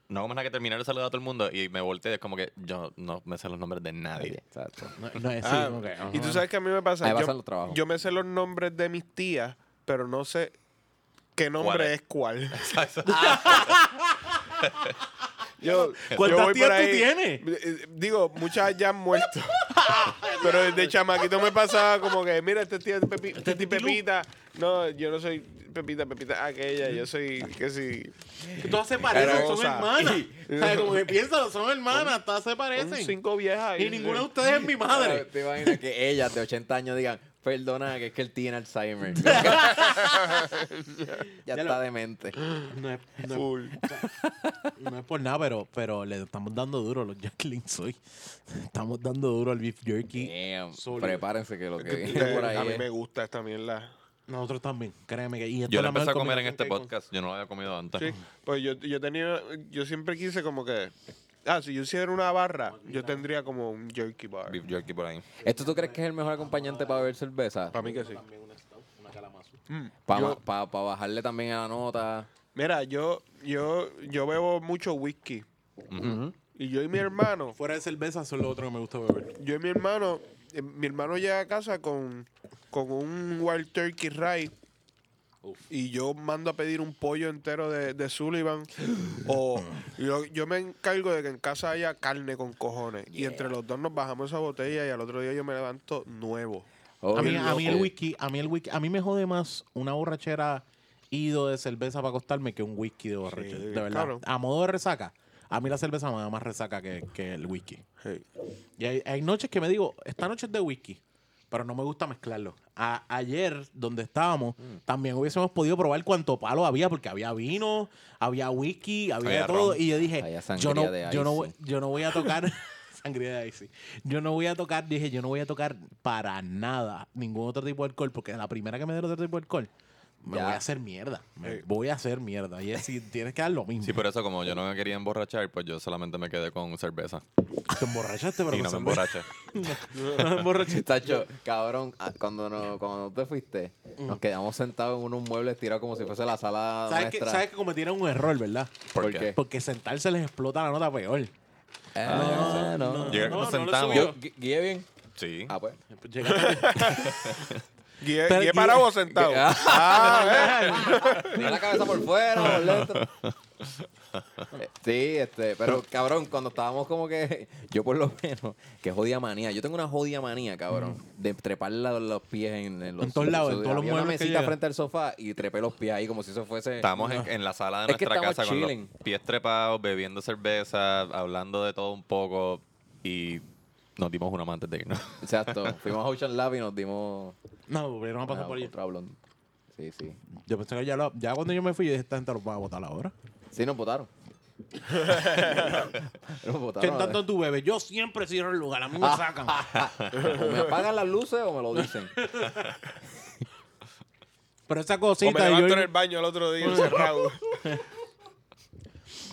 Speaker 2: no hago más nada que terminar de saludar a todo el mundo, y me volteo, y es como que yo no me sé los nombres de nadie.
Speaker 4: Exacto.
Speaker 3: No, no es así.
Speaker 1: Ah, y tú sabes que a mí me pasa.
Speaker 4: Ahí
Speaker 1: Yo,
Speaker 4: pasan los trabajos.
Speaker 1: yo me sé los nombres de mis tías, pero no sé qué nombre
Speaker 2: ¿Cuál es?
Speaker 1: es? cuál.
Speaker 2: Exacto.
Speaker 1: Yo,
Speaker 3: ¿Cuántas
Speaker 1: yo voy
Speaker 3: tías
Speaker 1: por
Speaker 3: tú tienes?
Speaker 1: eh, Digo, muchas ya han muerto. pero desde chamaquito me pasaba como que, mira, este tío es Pepi- este tío Pepita. No, yo no soy Pepita, Pepita, aquella. Yo soy, que si,
Speaker 3: Todas se parecen, son
Speaker 1: Hermosa.
Speaker 3: hermanas. O sea, como que piénsalo, son hermanas, todas se
Speaker 1: un
Speaker 3: parecen.
Speaker 1: cinco viejas.
Speaker 3: Y ninguna de ustedes es mi
Speaker 4: Ah,
Speaker 3: madre.
Speaker 4: ¿Te imaginas que ellas de 80 años digan, perdona, que es que él tiene Alzheimer? ya
Speaker 3: lo-
Speaker 4: está demente.
Speaker 3: No es, no es-
Speaker 1: Full.
Speaker 3: no es por nada, pero, pero le estamos dando duro a los Jacklings hoy. Estamos dando duro al beef
Speaker 2: Eh.
Speaker 3: jerky.
Speaker 4: Damn,
Speaker 3: sólido.
Speaker 4: Prepárense que lo que viene por ahí eh?
Speaker 1: A mí
Speaker 4: es-
Speaker 1: me gusta esta mierda.
Speaker 3: Nosotros también, créeme que. Y esta
Speaker 2: Yo lo
Speaker 3: es la
Speaker 2: empecé a
Speaker 3: mejor
Speaker 2: comer en
Speaker 3: combinación
Speaker 2: este
Speaker 3: que hay con-
Speaker 2: podcast, yo no lo había comido antes.
Speaker 1: Sí, pues yo, yo tenía, yo siempre quise como que, ah, si yo hiciera una barra, yo tendría como un jerky bar.
Speaker 2: Beef jerky por ahí.
Speaker 4: ¿Esto tú crees que es el mejor acompañante para beber cerveza?
Speaker 1: Para mí que sí. Mm,
Speaker 4: Para
Speaker 1: yo-
Speaker 4: bajarle también a la nota.
Speaker 1: mira, yo, yo, yo bebo mucho whisky. Y yo y mi hermano,
Speaker 3: Fuera de cerveza, son los otros que me gusta beber.
Speaker 1: yo y mi hermano, eh, mi hermano llega a casa con, con un wild turkey rye. Y yo mando a pedir un pollo entero de, de Sullivan. o yo, yo me encargo de que en casa haya carne con cojones. Y entre los dos nos bajamos esa botella y al otro día yo me levanto nuevo.
Speaker 4: Oh,
Speaker 3: a, mí,
Speaker 4: bien
Speaker 3: a mí el
Speaker 4: loco.
Speaker 3: whisky, a mí el whisky, a mí me jode más una borrachera ido de cerveza para acostarme que un whisky de borrachera.
Speaker 1: Sí,
Speaker 3: de verdad.
Speaker 1: claro.
Speaker 3: A modo de resaca. A mí la cerveza me da más resaca que, que el whisky. Y hay, hay noches que me digo, esta noche es de whisky, pero no me gusta mezclarlo. A- ayer, donde estábamos,
Speaker 2: Mm.
Speaker 3: también hubiésemos podido probar cuánto palo había, porque había vino, había whisky, había,
Speaker 2: Había
Speaker 3: de todo.
Speaker 2: ron.
Speaker 3: Y yo dije,
Speaker 4: Había
Speaker 3: yo
Speaker 4: sangría
Speaker 3: no,
Speaker 4: de
Speaker 3: yo, no, voy-
Speaker 4: icy.
Speaker 3: yo no voy a tocar sangría de icy. Yo no voy a tocar, dije, yo no voy a tocar para nada ningún otro tipo de alcohol, porque la primera que me dé otro tipo de alcohol, me
Speaker 4: Ya.
Speaker 3: voy a hacer mierda. Me
Speaker 1: Sí.
Speaker 3: voy a hacer mierda. Y es si tienes que dar lo mismo.
Speaker 2: Eh. Sí, pues. por eso como yo no me quería emborrachar, pues yo solamente me quedé con cerveza.
Speaker 3: Te emborrachaste, pero
Speaker 2: Y no me
Speaker 3: con cerveza.
Speaker 2: emborraché.
Speaker 3: No me emborraché.
Speaker 4: Tacho, cabrón, ah, cuando, no, cuando te fuiste, nos quedamos sentados en unos muebles tirados como si fuese la sala
Speaker 3: ¿Sabes que,
Speaker 4: nuestra.
Speaker 3: ¿Sabes que cometieron un error, verdad?
Speaker 2: ¿Por,
Speaker 4: ¿Por
Speaker 2: qué?
Speaker 4: qué?
Speaker 3: Porque sentarse les explota la nota peor.
Speaker 4: Ah, no, no.
Speaker 2: Llega- nos
Speaker 3: no lo
Speaker 2: sentamos.
Speaker 4: Yo- Gui- Guille bien.
Speaker 2: Sí.
Speaker 4: Ah, pues.
Speaker 3: Llegaste-
Speaker 1: Guille,
Speaker 3: Pero
Speaker 1: Guille
Speaker 3: Guille-
Speaker 1: parado o sentado. Ah, ¿eh?
Speaker 4: Tenía la cabeza por fuera, por dentro. Eh, Sí, este, pero cabrón, cuando estábamos como que, yo por lo menos, que jodía manía. Yo tengo una jodida manía, cabrón, de trepar la- los pies en, los
Speaker 3: En todos lados, en
Speaker 4: so-
Speaker 3: todos los
Speaker 4: había una
Speaker 3: muebles que
Speaker 4: mesita
Speaker 3: llega.
Speaker 4: frente al sofá y trepé los pies ahí como si eso fuese.
Speaker 2: Estamos en, en la sala de
Speaker 4: Es que
Speaker 2: nuestra
Speaker 4: estamos
Speaker 2: casa
Speaker 4: chilling.
Speaker 2: con los pies trepados, bebiendo cerveza, hablando de todo un poco y nos dimos una más antes de irnos.
Speaker 4: Exacto. Fuimos a Ocean Lab y nos dimos.
Speaker 3: no, volvieron a pasar
Speaker 4: una
Speaker 3: por allí.
Speaker 4: otra blonde. Sí, sí.
Speaker 3: Yo pensé que ya, lo- ya cuando yo me fui, yo dije, esta gente los va a botar ahora.
Speaker 4: Sí, nos votaron. nos
Speaker 3: ¿Qué
Speaker 4: votaron.
Speaker 3: tanto tú bebes? Yo siempre cierro el lugar, a mí me sacan.
Speaker 4: O me apagan las luces o me lo dicen.
Speaker 3: Pero esa
Speaker 1: O me
Speaker 3: cosita,
Speaker 1: levanto
Speaker 3: yo
Speaker 1: en el baño el otro día encerrado.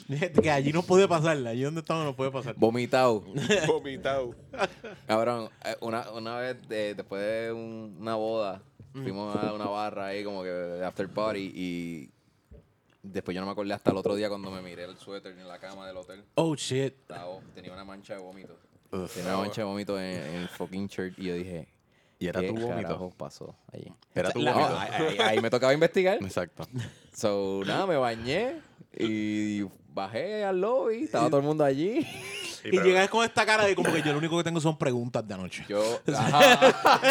Speaker 3: dije que allí no puede pasarla. Allí donde estamos no puede pasar.
Speaker 4: Vomitado.
Speaker 1: vomitado.
Speaker 4: Cabrón, eh, una, una vez de- después de un- una boda,
Speaker 2: Mm.
Speaker 4: fuimos a una barra ahí como que de after party y después yo no me acordé hasta el otro día cuando me miré el suéter en la cama del hotel.
Speaker 3: Oh, shit.
Speaker 4: Estaba- tenía una mancha de vómito. Tenía una mancha de vómito en, en el fucking shirt y yo dije,
Speaker 2: Y era
Speaker 4: ¿qué
Speaker 2: tu vómito.
Speaker 4: carajos pasó ahí?
Speaker 2: Era tu
Speaker 4: No,
Speaker 2: vómito.
Speaker 4: ahí, ahí- ahí me tocaba investigar.
Speaker 2: Exacto.
Speaker 4: So, nada, me bañé y bajé al lobby, estaba todo el mundo allí.
Speaker 3: Y llegas con esta cara de como que yo lo único que tengo son preguntas de anoche.
Speaker 4: Yo. Ajá.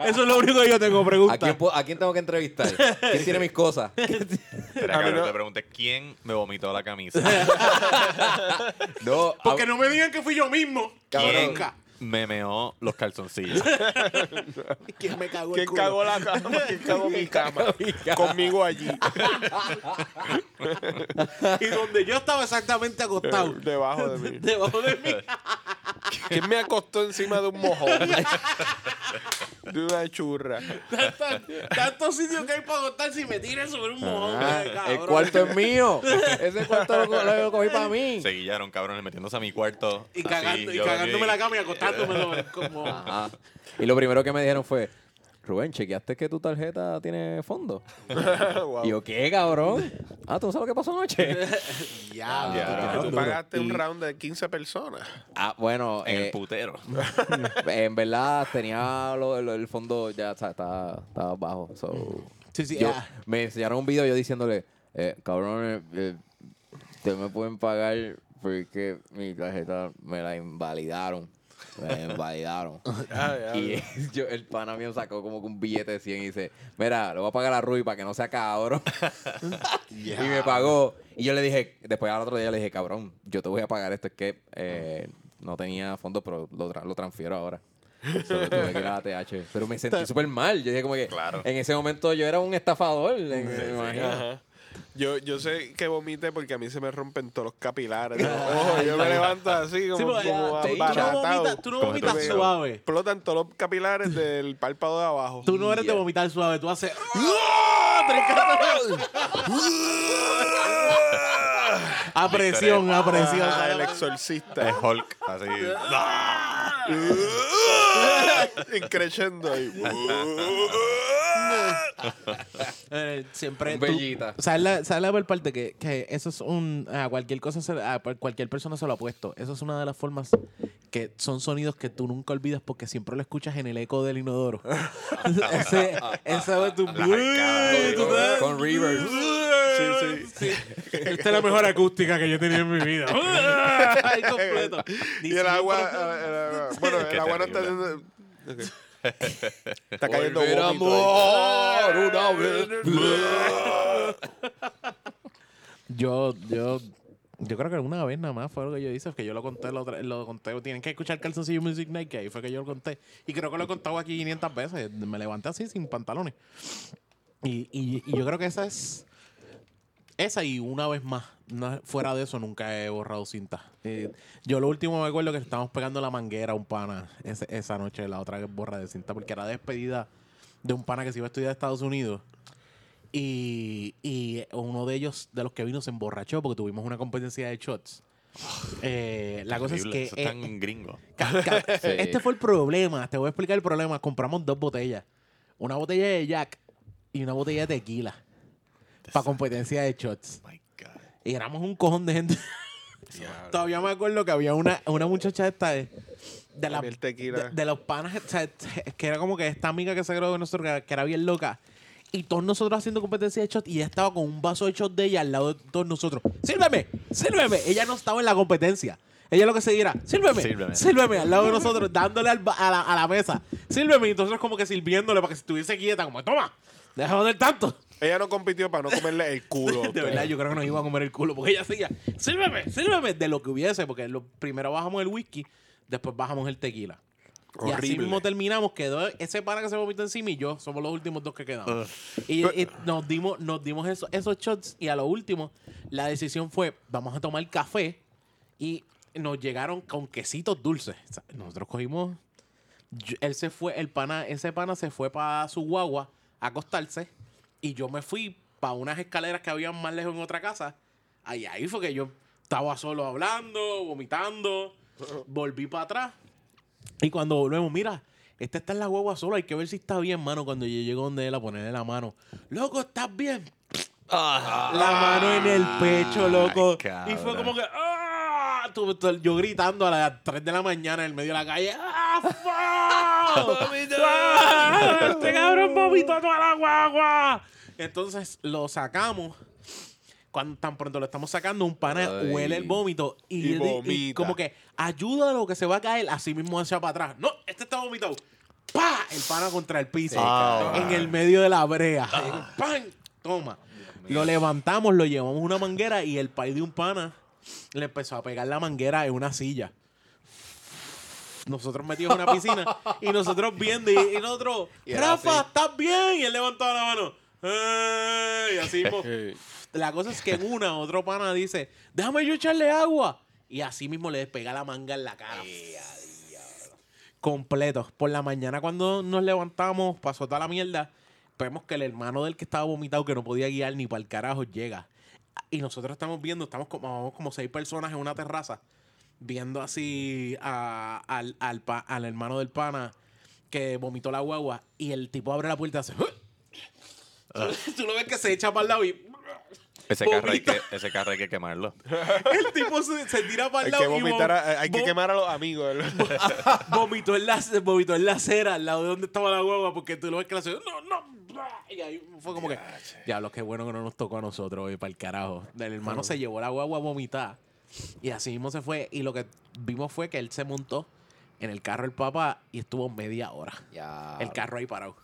Speaker 3: Eso es lo único que yo tengo,
Speaker 4: ¿A, quién
Speaker 3: preguntas.
Speaker 4: puedo- a quién tengo que entrevistar? ¿Quién tiene mis cosas?
Speaker 2: Sería
Speaker 1: A mí
Speaker 2: cabrón
Speaker 1: no-
Speaker 2: que te preguntes quién me vomitó la camisa.
Speaker 4: No. a-
Speaker 3: Porque no me digan que fui yo mismo.
Speaker 2: ¿Quién
Speaker 3: Nunca.
Speaker 2: me meó los calzoncillos?
Speaker 3: ¿Quién me cagó el
Speaker 1: ¿Quién
Speaker 3: culo?
Speaker 1: cagó la cama? ¿Quién cagó mi cama? Conmigo allí.
Speaker 3: Y donde yo estaba exactamente acostado.
Speaker 1: Debajo de mí.
Speaker 3: Debajo de mí.
Speaker 1: ¿Quién me acostó encima de un mojón? De una churra.
Speaker 3: Tantos tanto sitios que hay para acostarse y me tiran sobre un mojón.
Speaker 4: Ah,
Speaker 3: cabrón.
Speaker 4: el cuarto es mío. Ese cuarto lo, co- lo cogí para mí.
Speaker 2: Se guillaron, cabrones, metiéndose a mi cuarto.
Speaker 3: Y,
Speaker 2: así,
Speaker 3: cagando, y
Speaker 2: yo
Speaker 3: cagándome
Speaker 2: aquí.
Speaker 3: la cama y acostándome sobre- como...
Speaker 4: Ajá. Ah. Y lo primero que me dijeron fue, Rubén, ¿chequeaste que tu tarjeta tiene fondo?
Speaker 1: Wow.
Speaker 4: Y yo, ¿qué, cabrón? Ah, ¿tú no sabes lo que pasó anoche?
Speaker 3: Diablo.
Speaker 2: Ya,
Speaker 1: Ah, Tú
Speaker 4: Duro.
Speaker 1: pagaste un
Speaker 4: Y-
Speaker 1: round de 15 personas.
Speaker 4: Ah, bueno,
Speaker 2: En
Speaker 4: eh,
Speaker 2: el putero.
Speaker 4: en verdad tenía lo- lo- el fondo ya o sea, estaba, estaba bajo. so,
Speaker 3: Sí, sí,
Speaker 4: yo-
Speaker 3: ah.
Speaker 4: Me enseñaron un video yo diciéndole, eh, cabrón, eh, ustedes me pueden pagar porque mi tarjeta me la invalidaron. Me la invalidaron.
Speaker 3: Ah,
Speaker 4: y yo, el pana mío sacó como que un billete de 100 y dice, mira, lo voy a pagar a Rui para que no sea cabrón. Y me pagó. Y yo le dije, después al otro día le dije, cabrón, yo te voy a pagar esto. Es que eh, no tenía fondos, pero lo, tra- lo transfiero ahora. Solo tuve que ir a ATH. Pero me sentí súper mal. Yo dije como que
Speaker 2: Claro.
Speaker 4: en ese momento yo era un estafador. en- me imagino.
Speaker 1: Ajá. Yo, yo sé que vomité porque a mí se me rompen todos los capilares. de los ojos. yo me levanto así como,
Speaker 3: Sí, porque
Speaker 1: como
Speaker 3: te- tú no
Speaker 1: abaratado.
Speaker 3: vomitas- tú no
Speaker 2: Como
Speaker 3: vomitas
Speaker 2: tú.
Speaker 3: suave.
Speaker 1: Explotan todos los capilares del párpado de abajo.
Speaker 3: Tú no eres de
Speaker 4: Yeah.
Speaker 3: vomitar suave, tú haces... A presión, a presión.
Speaker 1: Ah, el
Speaker 3: ¿sabes?
Speaker 1: exorcista.
Speaker 2: Es Hulk, así.
Speaker 1: Y creciendo ahí.
Speaker 3: Eh, siempre
Speaker 4: Un
Speaker 3: tú-
Speaker 4: bellita.
Speaker 3: ¿Sabes la, sabes la peor parte? Que, que eso es un... A cualquier cosa, se- a cualquier persona se lo ha puesto. Eso es una de las formas que son sonidos que tú nunca olvidas porque siempre lo escuchas en el eco del inodoro. ese, ese de tu...
Speaker 2: Las arcadas.
Speaker 3: Tú
Speaker 4: Con-
Speaker 3: sabes-
Speaker 4: con reverb.
Speaker 1: Sí, sí.
Speaker 3: Esta es la mejor acústica que yo he tenido en mi vida. Ay, completo.
Speaker 1: Y el agua. el agua- Bueno,
Speaker 2: Qué
Speaker 1: el agua no está
Speaker 2: terrible.
Speaker 1: haciendo. ok. Está cayendo
Speaker 4: Volver a
Speaker 1: vómito. Ah,
Speaker 4: amor una vez.
Speaker 3: Yo, yo, yo creo que alguna vez nada más fue lo que yo hice, que yo lo conté, lo, lo conté. Tienen que escuchar Calzoncillo Music Night, que ahí fue que yo lo conté. Y creo que lo he contado aquí 500 veces. Me levanté así, sin pantalones. Y, y- y yo creo que esa es... Esa y una vez más, No- fuera de eso, nunca he borrado cinta. Eh, yo lo último me acuerdo que estábamos pegando la manguera a un pana ese- esa noche, la otra borra de cinta, porque era despedida de un pana que se iba a estudiar a Estados Unidos. Y, y uno de ellos, de los que vino, se emborrachó porque tuvimos una competencia de shots. Eh, la cosa es
Speaker 2: Horrible,
Speaker 3: que
Speaker 2: Eso
Speaker 3: eh,
Speaker 2: es tan gringo.
Speaker 3: Ca- ca-
Speaker 4: Sí.
Speaker 3: Este fue el problema. Te voy a explicar el problema. Compramos dos botellas. Una botella de Jack y una botella de tequila. Para competencia de shots.
Speaker 2: My God.
Speaker 3: Y éramos un cojón de gente. Todavía me acuerdo que había una, una muchacha esta de, de, la-
Speaker 1: Había el tequila.
Speaker 3: de- de los panas, o sea, que era como que esta amiga que se graduó de nosotros, que era, que era bien loca. Y todos nosotros haciendo competencia de shots y ella estaba con un vaso de shots de ella al lado de todos nosotros. ¡Sírveme! ¡Sírveme! Ella no estaba en la competencia. Ella lo que se era, sírveme, sírveme,
Speaker 2: Sírveme.
Speaker 3: al lado de nosotros, dándole al ba- a, la, a la mesa, sírveme, y nosotros como que sirviéndole para que estuviese quieta, como, toma, deja de joder tanto.
Speaker 1: Ella no compitió para no comerle el culo. a
Speaker 3: De
Speaker 1: usted.
Speaker 3: verdad, yo creo que nos iba a comer el culo porque ella hacía, sírveme, sírveme, de lo que hubiese, porque lo, primero bajamos el whisky, después bajamos el tequila. Y así
Speaker 1: Horrible.
Speaker 3: mismo terminamos, quedó ese pana que se vomitó encima y yo, somos los últimos dos que quedamos. Y, y nos dimos, nos dimos eso- esos shots y a lo último, la decisión fue, vamos a tomar café y nos llegaron con quesitos dulces. O sea, Nosotros cogimos yo- él se fue, el pana, ese pana se fue para su guagua a acostarse y yo me fui para unas escaleras que habían más lejos en otra casa. Ahí, ahí fue que yo estaba solo hablando, vomitando, volví para atrás y cuando volvemos, mira, esta está en la guagua solo, hay que ver si está bien, mano. Cuando yo llego donde él a ponerle la mano, loco, ¿estás bien? La mano en el pecho, loco. y fue
Speaker 2: cabrón.
Speaker 3: como que, ¡ah! Tú- tú- yo gritando a las 3 de la mañana en el medio de la calle, ¡ah, fuck! ¡Ah! Este cabrón vomitó toda la guagua. Entonces lo sacamos. Cuando tan pronto lo estamos sacando, un pana
Speaker 4: Ay.
Speaker 3: huele el vómito
Speaker 1: Y
Speaker 3: y, y- y
Speaker 1: vomita.
Speaker 3: como que ayuda a lo que se va a caer, así mismo hacia para atrás. No, este está vomitado. ¡Pah! El pana contra el piso.
Speaker 1: Ah,
Speaker 3: en el medio de la brea. ¡Pam! Toma. Lo levantamos, lo llevamos a una manguera y el país de un pana le empezó a pegar la manguera en una silla. Nosotros metidos en una piscina y nosotros viendo y, y nosotros, Rafa, ¿estás bien? Y él levantó la mano. "Eh", Y así mismo. La cosa es que en una, otro pana dice, déjame yo echarle agua. Y así mismo le despega la manga en la cara. Completos. Por la mañana cuando nos levantamos, pasó toda la mierda. Vemos que el hermano del que estaba vomitado, que no podía guiar ni para el carajo, llega. Y nosotros estamos viendo, estamos como, vamos como seis personas en una terraza, viendo así a- al, al pa- al hermano del pana que vomitó la guagua. Y el tipo abre la puerta y hace...
Speaker 1: Ah.
Speaker 3: Tú lo ves que se echa para el lado y...
Speaker 2: Ese carro, hay que,
Speaker 3: Vomita.
Speaker 2: ese carro hay que quemarlo.
Speaker 3: El tipo se, se tira para el
Speaker 1: Hay
Speaker 3: lado
Speaker 1: que
Speaker 3: y
Speaker 1: vomitar,
Speaker 3: vom-
Speaker 1: a- hay que
Speaker 3: vom-
Speaker 1: quemar a los amigos. ¿verdad?
Speaker 3: vomitó en la vomitó en la acera al lado de donde estaba la guagua porque tú lo ves que la acera, no no bla", y ahí fue como que diablo qué bueno que no nos tocó a nosotros hoy para el carajo el hermano se llevó la guagua a vomitar y así mismo se fue y lo que vimos fue que él se montó en el carro el papá y estuvo media hora
Speaker 4: Ya.
Speaker 3: el carro ahí parado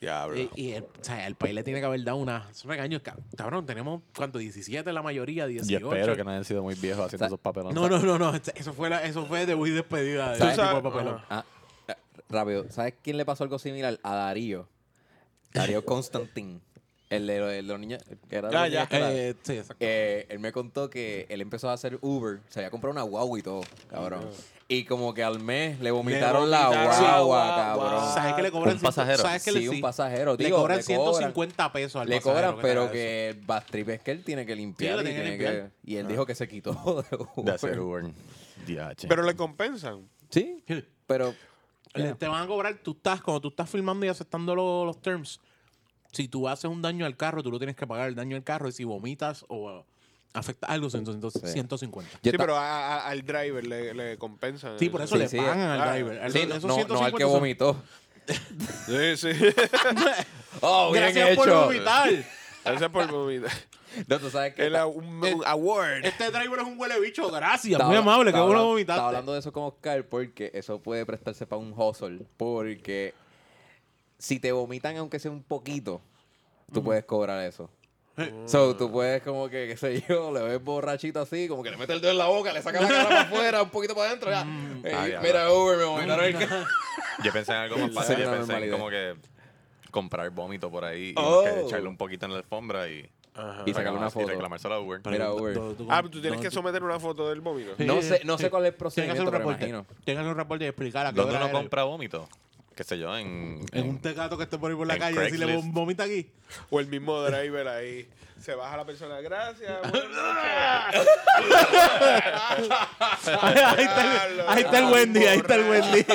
Speaker 1: Diablo.
Speaker 3: y, y el, o sea, el país le tiene que haber dado unas regaños cab- cabrón tenemos cuánto 17 la mayoría 18
Speaker 2: Y espero que no hayan sido muy viejos haciendo esos papelones.
Speaker 3: no no no no eso fue la, eso fue de y despedida de
Speaker 4: ¿Sabes?
Speaker 3: ese tipo de
Speaker 1: Tú sabes-
Speaker 3: papelón.
Speaker 4: Ah, eh, rápido, ¿sabes quién le pasó algo similar? A Darío. Darío Constantín. El de, los- el de los niños. que era de
Speaker 1: Ah,
Speaker 4: los niños
Speaker 1: ya.
Speaker 4: escolares.
Speaker 3: Eh, sí, exacto.
Speaker 4: Eh, él me contó que él empezó a hacer Uber, se había comprado una guagua y todo, cabrón. Y como que al mes le vomitaron, la
Speaker 1: vomitaron la
Speaker 4: guagua,
Speaker 1: guagua.
Speaker 4: cabrón.
Speaker 3: ¿Sabes que le cobran?
Speaker 2: Un
Speaker 3: ciento-
Speaker 2: pasajero.
Speaker 3: ¿Sabes que le,
Speaker 4: Ah, Sí, un pasajero,
Speaker 3: Le
Speaker 4: digo,
Speaker 3: cobran
Speaker 4: le cobran.
Speaker 3: 150 pesos al
Speaker 4: Le
Speaker 3: pasajero
Speaker 4: cobran, pero
Speaker 3: te haga eso.
Speaker 4: que el bastrip es que él tiene que limpiar.
Speaker 3: lo
Speaker 4: y,
Speaker 3: tiene que
Speaker 4: tiene que-
Speaker 3: limpiar.
Speaker 4: y él dijo que se quitó de Uber.
Speaker 2: De hacer Uber. DH.
Speaker 1: Pero le compensan.
Speaker 4: Sí, pero
Speaker 3: Le- te van a cobrar, tú estás, cuando tú estás filmando y aceptando lo- los terms, si tú haces un daño al carro, tú lo tienes que pagar el daño al carro y si vomitas o afecta algo, son entonces
Speaker 4: Sí.
Speaker 3: 150.
Speaker 4: yo
Speaker 1: sí,
Speaker 4: ta-
Speaker 1: pero a- a- al driver le, le compensan.
Speaker 3: Sí, por eso
Speaker 4: Sí,
Speaker 3: le
Speaker 4: sí,
Speaker 3: pagan al
Speaker 1: claro.
Speaker 3: driver. Al-
Speaker 4: sí, no,
Speaker 3: esos
Speaker 4: no, no al
Speaker 3: 150
Speaker 4: que
Speaker 3: son-
Speaker 4: vomitó.
Speaker 1: Sí, sí.
Speaker 4: Oh, bien
Speaker 3: Gracias
Speaker 4: hecho.
Speaker 3: por vomitar.
Speaker 1: Gracias por vomitar.
Speaker 4: No, tú sabes que
Speaker 1: El, a- un, un award.
Speaker 3: Este driver es un huele bicho. Gracias.
Speaker 4: Estaba-
Speaker 3: Muy amable, que
Speaker 4: estaba
Speaker 3: bueno
Speaker 4: hablando- Estaba
Speaker 3: vomitar.
Speaker 4: hablando de eso con Oscar porque eso puede prestarse para un hustle. Porque si te vomitan, aunque sea un poquito,
Speaker 3: Mm.
Speaker 4: tú puedes cobrar eso.
Speaker 3: Eh.
Speaker 4: So, tú puedes como que, qué sé yo, le ves borrachito así, como que le metes el dedo en la boca, le sacas la cara para afuera, un poquito para adentro, ya.
Speaker 3: Mm.
Speaker 4: Ey,
Speaker 2: Ah, ya,
Speaker 4: mira, Uber, me vomitaron el ca-
Speaker 2: Yo pensé en algo más
Speaker 4: Esa
Speaker 2: fácil.
Speaker 4: es
Speaker 2: Yo
Speaker 4: la
Speaker 2: pensé en
Speaker 4: normalidad.
Speaker 2: como que comprar vómito por ahí y
Speaker 4: Oh.
Speaker 2: que echarle un poquito en la alfombra y,
Speaker 4: Y sacarle una
Speaker 2: reclamar-
Speaker 4: foto.
Speaker 2: y reclamárselo a Uber.
Speaker 4: Mira, Uber.
Speaker 1: Ah, pero tú tienes que someter una foto del vómito.
Speaker 3: Sí.
Speaker 4: No sé, no sé cuál es el
Speaker 3: Tienes que
Speaker 4: procedimiento,
Speaker 3: hacer un
Speaker 4: pero me
Speaker 3: reporte.
Speaker 4: imagino.
Speaker 3: Tienes que hacer un reporte y explicar a qué
Speaker 2: ¿Dónde
Speaker 3: hora
Speaker 2: uno
Speaker 3: eres.
Speaker 2: compra vómito? Qué sé yo, en...
Speaker 3: En un tecato que esté por ahí por la
Speaker 2: en
Speaker 3: calle y decirle
Speaker 2: Craigslist.
Speaker 3: "Vom- vomita aquí.
Speaker 1: O el mismo driver ahí. Se baja la persona. Gracias. buenas
Speaker 3: ahí está el, ahí está el Wendy, ahí está el Wendy.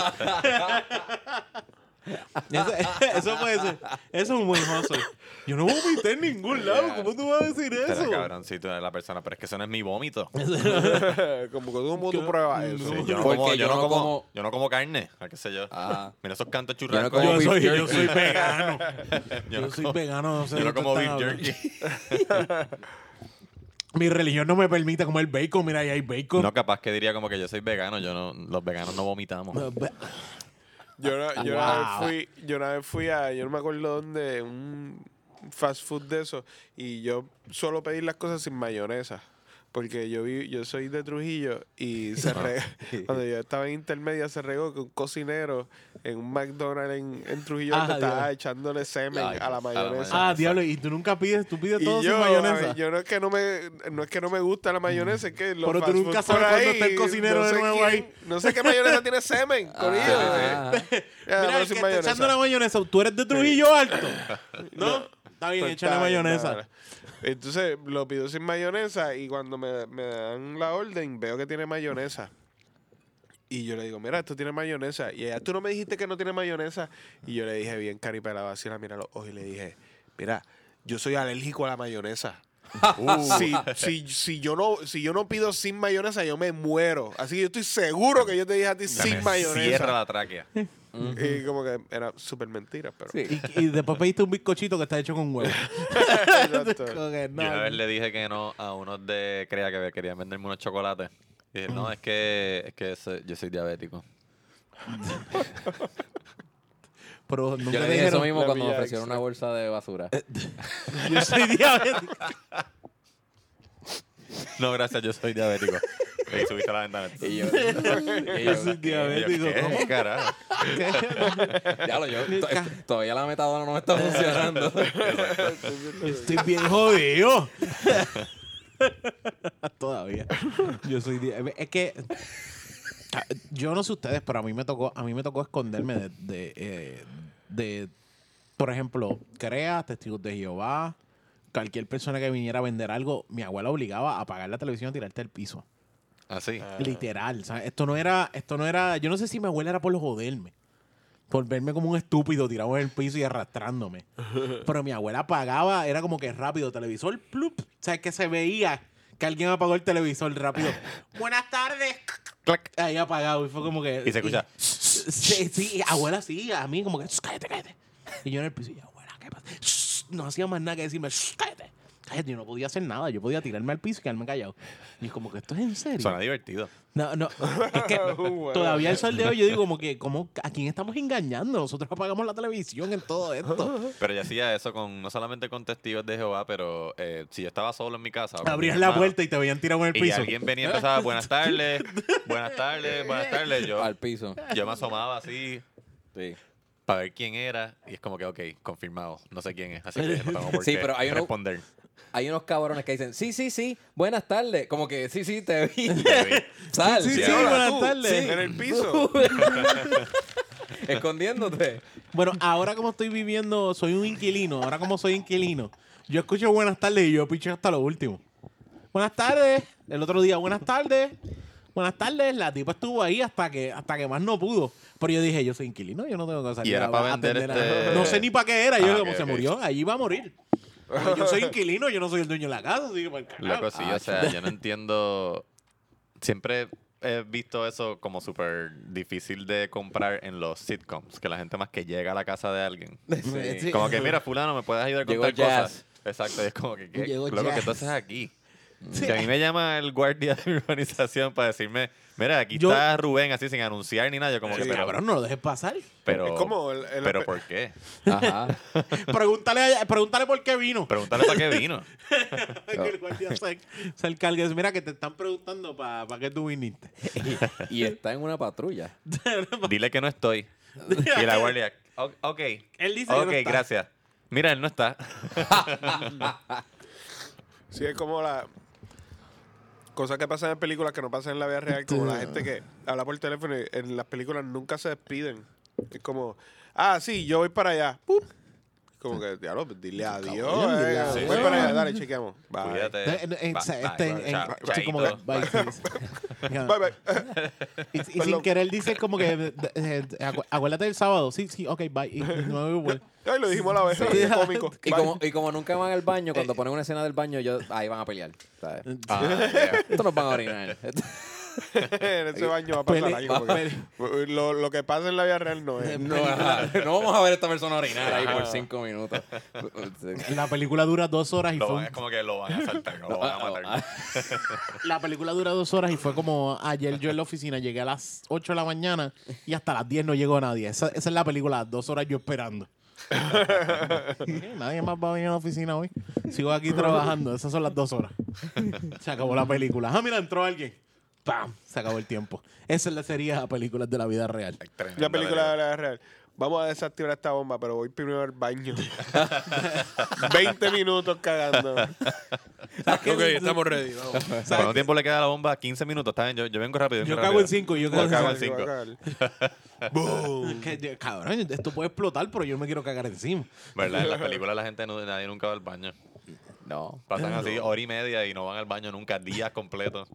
Speaker 3: eso, eso puede ser. Eso es un buen hustle. Yo no vomité en ningún lado. ¿Cómo tú vas a decir
Speaker 2: Será
Speaker 3: eso?
Speaker 2: cabroncito de la persona, pero es que eso no es mi vómito.
Speaker 1: noches. Como que tú, tú pruebas eso.
Speaker 2: Sí, yo, no
Speaker 4: Porque
Speaker 2: como,
Speaker 4: yo
Speaker 2: yo, no
Speaker 4: no
Speaker 2: como,
Speaker 4: como-
Speaker 2: yo no como carne, a qué sé yo.
Speaker 4: Ajá.
Speaker 2: Mira esos cantos
Speaker 4: Yo no
Speaker 2: churrascos.
Speaker 4: como
Speaker 3: Yo
Speaker 4: beef
Speaker 3: soy, yo
Speaker 4: jerky.
Speaker 3: soy vegano. Yo,
Speaker 2: no
Speaker 3: soy
Speaker 2: como-
Speaker 3: vegano. No
Speaker 2: yo
Speaker 3: sé de
Speaker 2: no
Speaker 3: qué
Speaker 2: como
Speaker 3: están
Speaker 2: beef
Speaker 3: hablando.
Speaker 2: jerky.
Speaker 3: Mi religión no me permite comer bacon. Mira, ahí hay bacon.
Speaker 2: No, capaz que diría como que yo soy vegano. Yo no, los veganos no vomitamos.
Speaker 1: Yo, una, yo una
Speaker 3: Wow.
Speaker 1: vez fui, yo una vez fui a, yo no me acuerdo dónde, un fast food de eso, y yo suelo pedir las cosas sin mayonesa. Porque yo vi, yo soy de Trujillo y se re- cuando yo estaba en intermedia se regó que un cocinero en un McDonald's en, en Trujillo
Speaker 3: Ajá,
Speaker 1: te estaba
Speaker 3: Dios.
Speaker 1: echándole semen
Speaker 2: Ay,
Speaker 1: a la
Speaker 2: a la
Speaker 1: mayonesa.
Speaker 3: Ah, diablo. Y tú nunca pides, tú pides
Speaker 1: Y
Speaker 3: todo
Speaker 1: yo,
Speaker 3: sin
Speaker 1: a
Speaker 3: mayonesa.
Speaker 1: ver, yo no es que no me, no es que no me gusta la mayonesa, es que los
Speaker 3: Pero tú
Speaker 1: fast food
Speaker 3: nunca
Speaker 1: por
Speaker 3: sabes cuándo está el
Speaker 1: ahí,
Speaker 3: cocinero de nuevo
Speaker 1: quién-
Speaker 3: ahí.
Speaker 1: No sé qué mayonesa tiene semen, corillo.
Speaker 4: Ah,
Speaker 1: Ya,
Speaker 3: Mira,
Speaker 1: no
Speaker 3: el
Speaker 1: sin
Speaker 3: que está
Speaker 1: mayonesa.
Speaker 3: echando la mayonesa, tú eres de Trujillo Alto. ¿No? Está bien,
Speaker 1: Pues
Speaker 3: échale
Speaker 1: está bien,
Speaker 3: mayonesa.
Speaker 1: nada. Entonces lo pido sin mayonesa y cuando me, me dan la orden veo que tiene mayonesa. Y yo le digo, mira, esto tiene mayonesa. Y ella, tú no me dijiste que no tiene mayonesa. Y yo le dije, bien caripelado, así la mira a los ojos y le dije, mira, yo soy alérgico a la mayonesa. Si, si- si yo no, si yo no pido sin mayonesa, yo me muero. Así que yo estoy seguro que yo te dije a ti
Speaker 2: Se
Speaker 1: sin
Speaker 2: me
Speaker 1: mayonesa.
Speaker 2: Cierra la tráquea.
Speaker 1: Y como que era súper mentira, pero.
Speaker 4: Sí.
Speaker 3: Y, y después pediste un bizcochito que está hecho con huevo.
Speaker 1: Exacto.
Speaker 3: Como que
Speaker 2: Yo una
Speaker 3: no.
Speaker 2: vez le dije que no a unos de Crea que querían venderme unos chocolates. Y dije, no, es que, es que so- yo soy diabético.
Speaker 3: Pero nunca
Speaker 4: Yo le
Speaker 3: te
Speaker 4: dije eso
Speaker 3: dijeron,
Speaker 4: mismo
Speaker 1: la
Speaker 4: cuando me
Speaker 1: mía,
Speaker 4: ofrecieron una bolsa de basura.
Speaker 3: Yo soy diabético.
Speaker 2: No, gracias, yo soy diabético. Y subiste a la ventana.
Speaker 4: Y yo, y yo,
Speaker 3: Yo soy diabético.
Speaker 2: Y yo,
Speaker 3: ¿cómo?
Speaker 2: ¿Qué carajo?
Speaker 4: ya lo, yo, to- todavía la metadona no me está funcionando.
Speaker 3: Estoy bien jodido. Todavía. Yo soy di- es que ah, yo no sé ustedes, pero a mí me tocó a mí me tocó esconderme de de, eh, de, por ejemplo, crea testigos de Jehová, cualquier persona que viniera a vender algo, mi abuela obligaba a apagar la televisión y tirarte al piso.
Speaker 2: Así.
Speaker 3: Literal, ¿sabes? Esto no era, esto no era, yo no sé si mi abuela era por joderme, por verme como un estúpido tirado en el piso y arrastrándome. Pero mi abuela apagaba, era como que rápido, televisor, plup, ¿sabes? Que se veía que alguien apagó el televisor rápido. Buenas tardes.
Speaker 2: Clac.
Speaker 3: Ahí apagado y fue como que...
Speaker 2: Y se escucha.
Speaker 3: Sí, sí, abuela sí, a mí como que, "Shh, cállate, cállate. Y yo en el piso, y abuela, ¿qué pasa? Shh, No hacía más nada que decirme, "Shh, cállate. Cállate, yo no podía hacer nada, yo podía tirarme al piso y quedarme callado. Y es como que esto es en serio.
Speaker 2: Suena divertido.
Speaker 3: No, no. Es que
Speaker 1: Bueno.
Speaker 3: todavía el sol de hoy yo digo como que, como ¿a quién estamos engañando? Nosotros apagamos la televisión en todo esto.
Speaker 2: Pero yo hacía eso con no solamente con testigos de Jehová, pero eh, si yo estaba solo en mi casa. o con
Speaker 3: Abrías
Speaker 2: mi
Speaker 3: la
Speaker 2: hermano,
Speaker 3: puerta y te veían tirado en el
Speaker 2: Y
Speaker 3: piso.
Speaker 2: alguien venía y empezaba, buenas tardes, buenas tardes, buenas tardes. Yo,
Speaker 4: Al piso.
Speaker 2: yo me asomaba así
Speaker 4: Sí.
Speaker 2: para ver quién era y es como que, ok, confirmado, no sé quién es, así que no tengo por
Speaker 4: Sí,
Speaker 2: qué
Speaker 4: pero hay uno-
Speaker 2: responder.
Speaker 4: Hay unos cabrones que dicen, sí, sí, sí, buenas tardes. Como que, sí, sí, te vi.
Speaker 2: Te
Speaker 4: Sal.
Speaker 3: Sí, sí,
Speaker 4: ya.
Speaker 1: Ahora
Speaker 3: buenas
Speaker 1: tú,
Speaker 3: tardes.
Speaker 1: En el piso.
Speaker 4: Escondiéndote.
Speaker 3: Bueno, ahora como estoy viviendo, soy un inquilino. Ahora como soy inquilino, yo escucho buenas tardes y yo picho hasta lo último. Buenas tardes. El otro día, buenas tardes. Buenas tardes. La tipa estuvo ahí hasta que hasta que más no pudo. Pero yo dije, yo soy inquilino, yo no tengo que salir
Speaker 2: era
Speaker 3: a-
Speaker 2: para
Speaker 3: a
Speaker 2: vender
Speaker 3: atender a-
Speaker 2: este-
Speaker 3: No sé ni para qué era. Yo
Speaker 2: Ah,
Speaker 3: como
Speaker 2: ok,
Speaker 3: se
Speaker 2: ok.
Speaker 3: murió, allí va a morir. Porque yo soy inquilino, yo no soy el dueño de la casa, así que pa'l carajo. Ah,
Speaker 2: Loco, sí, o sea, yo no entiendo. Siempre he visto eso como súper difícil de comprar en los sitcoms, que la gente más que llega a la casa de alguien.
Speaker 4: Sí.
Speaker 3: Sí.
Speaker 2: Como que, mira, fulano, ¿me puedes ayudar con
Speaker 4: Llegó
Speaker 2: tal
Speaker 4: Jazz.
Speaker 2: cosa? Exacto, y es como que, ¿qué?
Speaker 4: Llegó
Speaker 2: Loco, ¿qué
Speaker 4: Jazz. Mm.
Speaker 2: tú haces aquí? Si a mí me llama el guardia de mi urbanización para decirme, mira, aquí
Speaker 3: Yo-
Speaker 2: está Rubén, así sin anunciar ni nada, yo como que,
Speaker 1: Sí.
Speaker 2: pero,
Speaker 3: Cabrón, no lo dejes pasar.
Speaker 2: pero,
Speaker 1: Es como el- el-
Speaker 2: pero ¿por qué?
Speaker 4: Ajá.
Speaker 3: Pregúntale, a- pregúntale por qué vino.
Speaker 2: Pregúntale para qué vino.
Speaker 3: que el guardia se, se encargue. Dice, Mira, que te están preguntando para qué tú viniste.
Speaker 4: Y está en una patrulla.
Speaker 2: Dile que no estoy. Y la guardia, "O- ok,
Speaker 3: Él dice que
Speaker 2: ok,
Speaker 3: no está.
Speaker 2: gracias. Mira, él no está.
Speaker 1: Sí, es como la. Cosas que pasan en películas que no pasan en la vida real, como la gente que habla por teléfono y en las películas nunca se despiden. Es como, ah, sí, yo voy para allá. Pup. Como que, diablo, pues, dile adiós.
Speaker 3: Cabrón, dile
Speaker 1: eh,
Speaker 3: adiós.
Speaker 1: Voy para allá, dale, chequeamos. Bye.
Speaker 2: Cuídate.
Speaker 3: En- en-
Speaker 2: Bye,
Speaker 3: este-
Speaker 2: bye,
Speaker 3: en-
Speaker 2: chao,
Speaker 3: sí,
Speaker 2: chaito.
Speaker 3: como que- bye, sí, sí.
Speaker 1: Bye, bye.
Speaker 3: Y, y sin
Speaker 1: Perdón.
Speaker 3: querer dice como que eh, eh, acu- acuérdate del sábado. Sí, sí, ok, bye. Y, y no me vuelvo.
Speaker 1: Ay, lo dijimos a la vez, qué cómico.
Speaker 4: Y
Speaker 1: Bye.
Speaker 4: como, y como nunca van al baño, cuando ponen una escena del baño, yo, ahí van a pelear. ¿sabes?
Speaker 2: Ah, yeah.
Speaker 4: Esto nos van a orinar.
Speaker 1: en ese baño va a pasar
Speaker 3: Pele-
Speaker 1: algo. porque Lo, lo que pasa en la vida real no es.
Speaker 4: No, ajá. no vamos a ver a esta persona orinar ahí por cinco minutos. Sí.
Speaker 3: La película dura dos horas y
Speaker 2: Lo
Speaker 3: fue
Speaker 2: van-
Speaker 3: un-
Speaker 2: es como que lo van a saltar, lo van a matar.
Speaker 3: La película dura dos horas y fue como ayer yo en la oficina llegué a las 8 de la mañana y hasta las 10 no llegó nadie. Esa, esa es la película, dos horas yo esperando. nadie más va a venir a la oficina hoy. Sigo aquí trabajando, esas son las dos horas. Se acabó la película. Ah, mira, entró alguien. ¡Pam! Se acabó el tiempo. Esa es la serie de películas de la vida real.
Speaker 1: La película de la vida real. Vamos a desactivar esta bomba, pero voy primero al baño. 20 minutos cagando.
Speaker 6: ok, estamos ready. Vamos.
Speaker 2: ¿Cuánto tiempo le queda a la bomba? 15 minutos, está bien. Yo, yo vengo rápido.
Speaker 3: Yo
Speaker 2: vengo
Speaker 3: cago
Speaker 2: rápido.
Speaker 3: en cinco, yo
Speaker 2: Yo cago
Speaker 3: cago
Speaker 2: en
Speaker 1: Sí, voy a
Speaker 2: cinco.
Speaker 1: cagar.
Speaker 3: en cinco. Cabrón, esto puede explotar, pero yo me quiero cagar encima.
Speaker 2: ¿Verdad? En las películas la gente, no- nadie nunca va al baño.
Speaker 4: No.
Speaker 2: Pasan así hora y media y no van al baño nunca, días completos.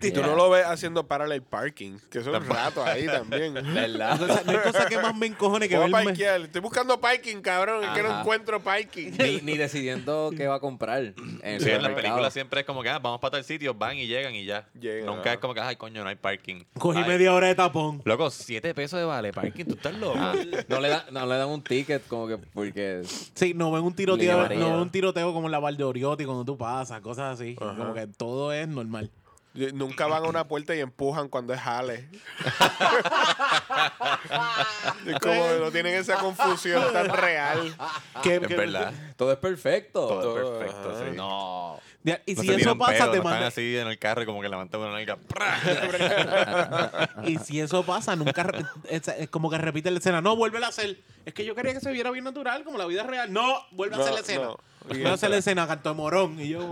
Speaker 1: Y tú
Speaker 4: Yeah.
Speaker 1: no lo ves haciendo parallel parking, que eso es un rato ahí también.
Speaker 3: O sea,
Speaker 4: ¿Verdad?
Speaker 3: No hay cosa que más me encojone que
Speaker 1: Voy a
Speaker 3: verme-
Speaker 1: parquear. Estoy buscando parking, cabrón. Es que no
Speaker 4: Ajá.
Speaker 1: encuentro parking.
Speaker 4: ni, ni decidiendo qué va a comprar. En,
Speaker 2: Sí,
Speaker 4: el
Speaker 2: en las
Speaker 4: supermercado.
Speaker 2: películas siempre es como que ah, vamos para tal sitio, van y llegan y ya.
Speaker 1: Llegan,
Speaker 2: Nunca
Speaker 1: ajá.
Speaker 2: es como que, ay, coño, no hay parking.
Speaker 3: Cogí
Speaker 2: Ay,
Speaker 3: media hora de tapón.
Speaker 2: Loco, siete pesos de vale parking, tú estás loco.
Speaker 4: Ah, no, le dan- no le dan un ticket como que porque...
Speaker 3: Sí, no ven un tiroteo,
Speaker 4: María.
Speaker 3: no ven un tiroteo como en la Val de Oriotti cuando tú pasas, cosas así. Como que todo es normal.
Speaker 1: Yo- Nunca van a una puerta y empujan cuando es jale. es como que no tienen esa confusión tan real.
Speaker 3: Que-
Speaker 2: es
Speaker 3: que-
Speaker 2: verdad.
Speaker 4: Todo es perfecto.
Speaker 2: Todo es perfecto, sí.
Speaker 4: No.
Speaker 3: Ya, Y
Speaker 2: No
Speaker 3: si
Speaker 2: se
Speaker 3: eso
Speaker 2: tiran
Speaker 3: pasa,
Speaker 2: pedos,
Speaker 3: te
Speaker 2: no Están
Speaker 3: manda-
Speaker 2: así en el carro y como que levantan una nalga. ¡prá!
Speaker 3: Y si eso pasa, nunca re- es, es como que repite la escena. No, vuelve a hacer. Es que yo quería que se viera bien natural, como la vida real. No, vuelve a hacer la
Speaker 1: No,
Speaker 3: escena.
Speaker 1: no.
Speaker 3: Vuelve a hacer la escena, canto de morón. Y yo.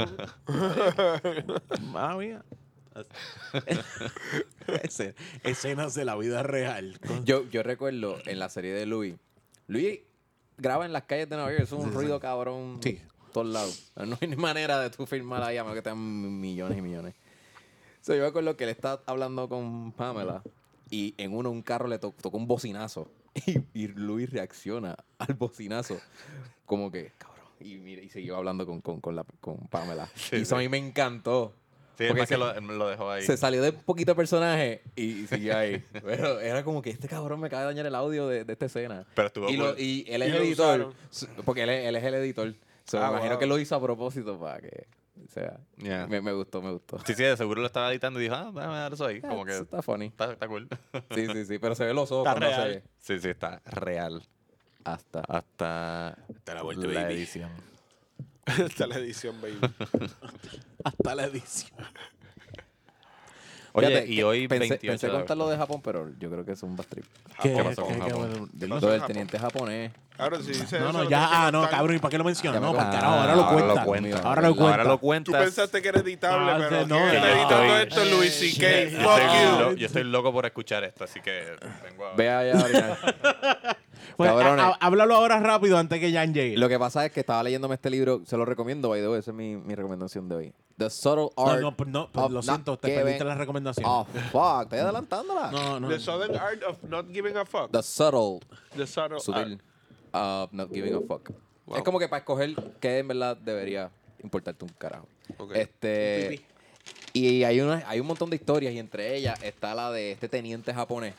Speaker 3: Madre mía. Escena- Escenas de la vida real.
Speaker 4: Yo, yo recuerdo en la serie de Louis. Louis graba en las calles de Nueva York. Eso es un ruido cabrón.
Speaker 3: Sí.
Speaker 4: Todos lados. No hay ni manera de tú filmar ahí a menos que tengan millones y millones. So, yo me acuerdo que él está hablando con Pamela y en uno un carro le to- tocó un bocinazo. Y, y Louis reacciona al bocinazo. Como que, cabrón. Y, mira, y siguió hablando con, con, con la, con Pamela. y eso a mí me encantó.
Speaker 2: Sí, es
Speaker 4: Porque
Speaker 2: más que
Speaker 4: se-
Speaker 2: lo, lo dejó ahí.
Speaker 4: se salió de un poquito de personaje y siguió ahí. Pero era como que este cabrón me acaba de dañar el audio de, de esta escena.
Speaker 2: Pero estuvo
Speaker 4: y, lo-
Speaker 2: cool.
Speaker 4: y él es
Speaker 1: Y lo
Speaker 4: el editor.
Speaker 1: usaron.
Speaker 4: su- Porque él es, él es el editor. So, me
Speaker 1: Ah,
Speaker 4: imagino
Speaker 1: wow.
Speaker 4: que lo hizo a propósito para que. O sea,
Speaker 2: Yeah.
Speaker 4: me, me gustó, me gustó.
Speaker 2: Sí, sí, de seguro lo estaba editando y dijo, ah, déjame dar eso ahí. Como que
Speaker 4: Eso está funny.
Speaker 2: está, está cool.
Speaker 4: Sí, sí, sí. Pero se ve los ojos
Speaker 3: Está
Speaker 4: cuando se
Speaker 3: real.
Speaker 4: ve.
Speaker 2: sí, sí, está real.
Speaker 4: Hasta.
Speaker 2: Hasta,
Speaker 6: la vuelta,
Speaker 2: la
Speaker 6: baby.
Speaker 2: edición.
Speaker 1: Esta es la edición, baby.
Speaker 3: Hasta la edición.
Speaker 2: Oye,
Speaker 4: Fíjate,
Speaker 2: y
Speaker 4: que
Speaker 2: hoy
Speaker 4: pensé,
Speaker 2: 28
Speaker 4: pensé
Speaker 2: de
Speaker 4: contar lo de Japón, pero yo creo que es un bad trip.
Speaker 3: ¿Qué,
Speaker 2: Ah, pasó con Japón?
Speaker 1: ¿Qué
Speaker 4: Lo
Speaker 1: pasó en
Speaker 4: del
Speaker 1: Japón?
Speaker 4: teniente japonés.
Speaker 1: Ahora sí, dice
Speaker 3: No,
Speaker 1: eso,
Speaker 3: no,
Speaker 1: te
Speaker 3: ya.
Speaker 1: quiero
Speaker 3: Ah, no,
Speaker 1: contar.
Speaker 3: cabrón. ¿Y para qué lo menciono?
Speaker 4: Ya me
Speaker 3: No, para
Speaker 4: acordé.
Speaker 3: carajo. Ahora lo
Speaker 4: Ahora lo
Speaker 3: cuenta.
Speaker 4: cuentas.
Speaker 3: Ahora lo cuenta.
Speaker 2: Ahora lo
Speaker 1: Tú
Speaker 2: cuentas.
Speaker 1: pensaste que era editable,
Speaker 3: Ah,
Speaker 1: pero
Speaker 3: no,
Speaker 1: no, está
Speaker 3: no.
Speaker 1: editando
Speaker 2: Estoy-
Speaker 1: esto Luis C.K.
Speaker 2: Yo estoy,
Speaker 1: Fuck
Speaker 2: lo- yo estoy loco por escuchar esto, así que vengo a...
Speaker 4: Ve allá a orinar.
Speaker 3: Bueno,
Speaker 4: Cabrones.
Speaker 3: a- a- Pues, ah, háblalo ahora rápido antes que Jan llegue.
Speaker 4: Lo que pasa es que estaba leyéndome este libro, se lo recomiendo, by the way, esa es mi, mi recomendación de hoy. The Subtle Art.
Speaker 3: no, no, no,
Speaker 4: of
Speaker 3: lo
Speaker 4: Not
Speaker 3: siento, te perdiste
Speaker 4: Giving
Speaker 3: la recomendación.
Speaker 4: Oh, fuck, estoy adelantándola.
Speaker 3: No, no.
Speaker 1: The Southern Art of Not Giving a Fuck.
Speaker 4: The Subtle,
Speaker 1: The Southern
Speaker 4: Subtle of Um, Not Giving a Fuck. Es como que para escoger qué en verdad debería importarte un carajo.
Speaker 1: Ok.
Speaker 4: Este. Y hay, una, hay un montón de historias, y entre ellas está la de este teniente japonés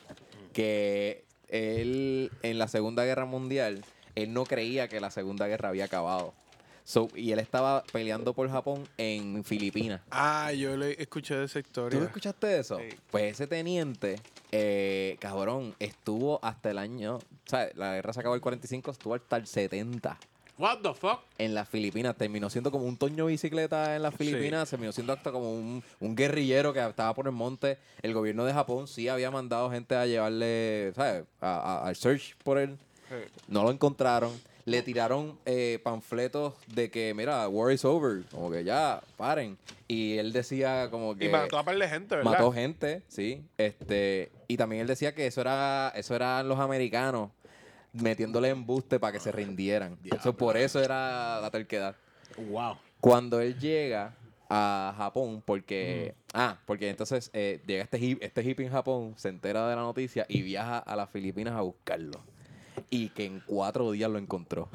Speaker 4: que él en la Segunda Guerra Mundial, él no creía que la Segunda Guerra había acabado. So, y él estaba peleando por Japón en Filipinas.
Speaker 1: Ah, yo le escuché de esa
Speaker 4: ¿Tú
Speaker 1: historia.
Speaker 4: escuchaste de eso?
Speaker 1: Sí.
Speaker 4: Pues ese teniente, eh, cabrón, estuvo hasta el año. O sea, la guerra se acabó el 45, estuvo hasta el 70
Speaker 3: What the fuck?
Speaker 4: en las Filipinas. Terminó siendo como un toño de bicicleta en las Filipinas. Terminó siendo hasta como un, un guerrillero que estaba por el monte. El gobierno de Japón sí había mandado gente a llevarle, ¿sabes? A- a- Al search por él.
Speaker 1: Ah, eh.
Speaker 4: No lo encontraron. Le tiraron eh, panfletos de que, mira, war is over. Como que ya, paren. Y él decía como que...
Speaker 1: Y mató a par de gente, ¿verdad?
Speaker 4: Eh, Mató gente, sí. Este, y también él decía que eso era, eso eran los americanos metiéndole embuste para que se rindieran. Eso, por eso era la terquedad.
Speaker 3: Wow.
Speaker 4: Cuando él llega a Japón, porque ah, porque entonces eh, llega este hip, este hippie en Japón, se entera de la noticia y viaja a las Filipinas a buscarlo. Y que en cuatro días lo encontró.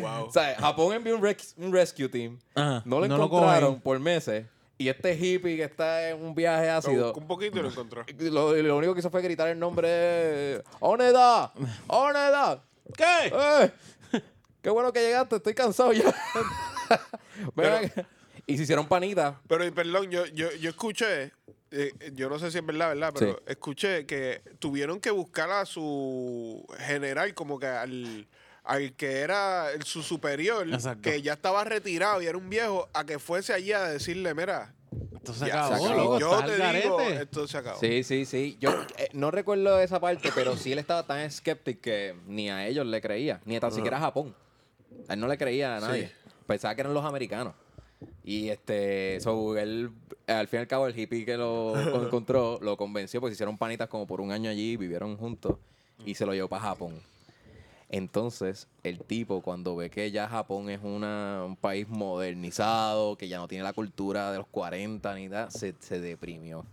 Speaker 1: Wow.
Speaker 4: O sea, Japón envió un, rex- un rescue team.
Speaker 3: Ajá,
Speaker 4: no lo
Speaker 3: no lo
Speaker 4: encontraron
Speaker 3: cogen.
Speaker 4: por meses. Y este hippie que está en un viaje
Speaker 1: Lo
Speaker 4: ácido.
Speaker 1: buscó un poquito y lo encontró.
Speaker 4: Lo, lo único que hizo fue gritar el nombre de Oneda. Oneda.
Speaker 3: ¿Qué?
Speaker 4: ¡Eh! Qué bueno que llegaste, estoy cansado ya. Mira, y se hicieron panitas.
Speaker 1: Pero, y perdón, yo, yo, yo escuché, eh, yo no sé si es verdad, ¿verdad? Pero
Speaker 4: Sí.
Speaker 1: escuché que tuvieron que buscar a su general, como que al, al que era el- su superior,
Speaker 3: Exacto.
Speaker 1: que ya estaba retirado y era un viejo, a que fuese allí a decirle, mira,
Speaker 3: Esto se
Speaker 1: ya
Speaker 3: acabó,
Speaker 4: se acabó.
Speaker 3: loco.
Speaker 1: yo
Speaker 3: Estás al
Speaker 1: te digo,
Speaker 3: garete.
Speaker 1: esto se acabó.
Speaker 4: Sí, sí, sí. Yo eh, no recuerdo esa parte, pero sí él estaba tan escéptico que ni a ellos le creía, ni tan siquiera a Japón. A él no le creía a nadie. Pensaba que eran los americanos. Y este, so, él, al fin y al cabo, el hippie que lo pues encontró, lo convenció porque se hicieron panitas como por un año allí, vivieron juntos y se lo llevó para Japón. Entonces, el tipo cuando ve que ya Japón es una, un país modernizado, que ya no tiene la cultura de los 40 ni nada, se, se deprimió.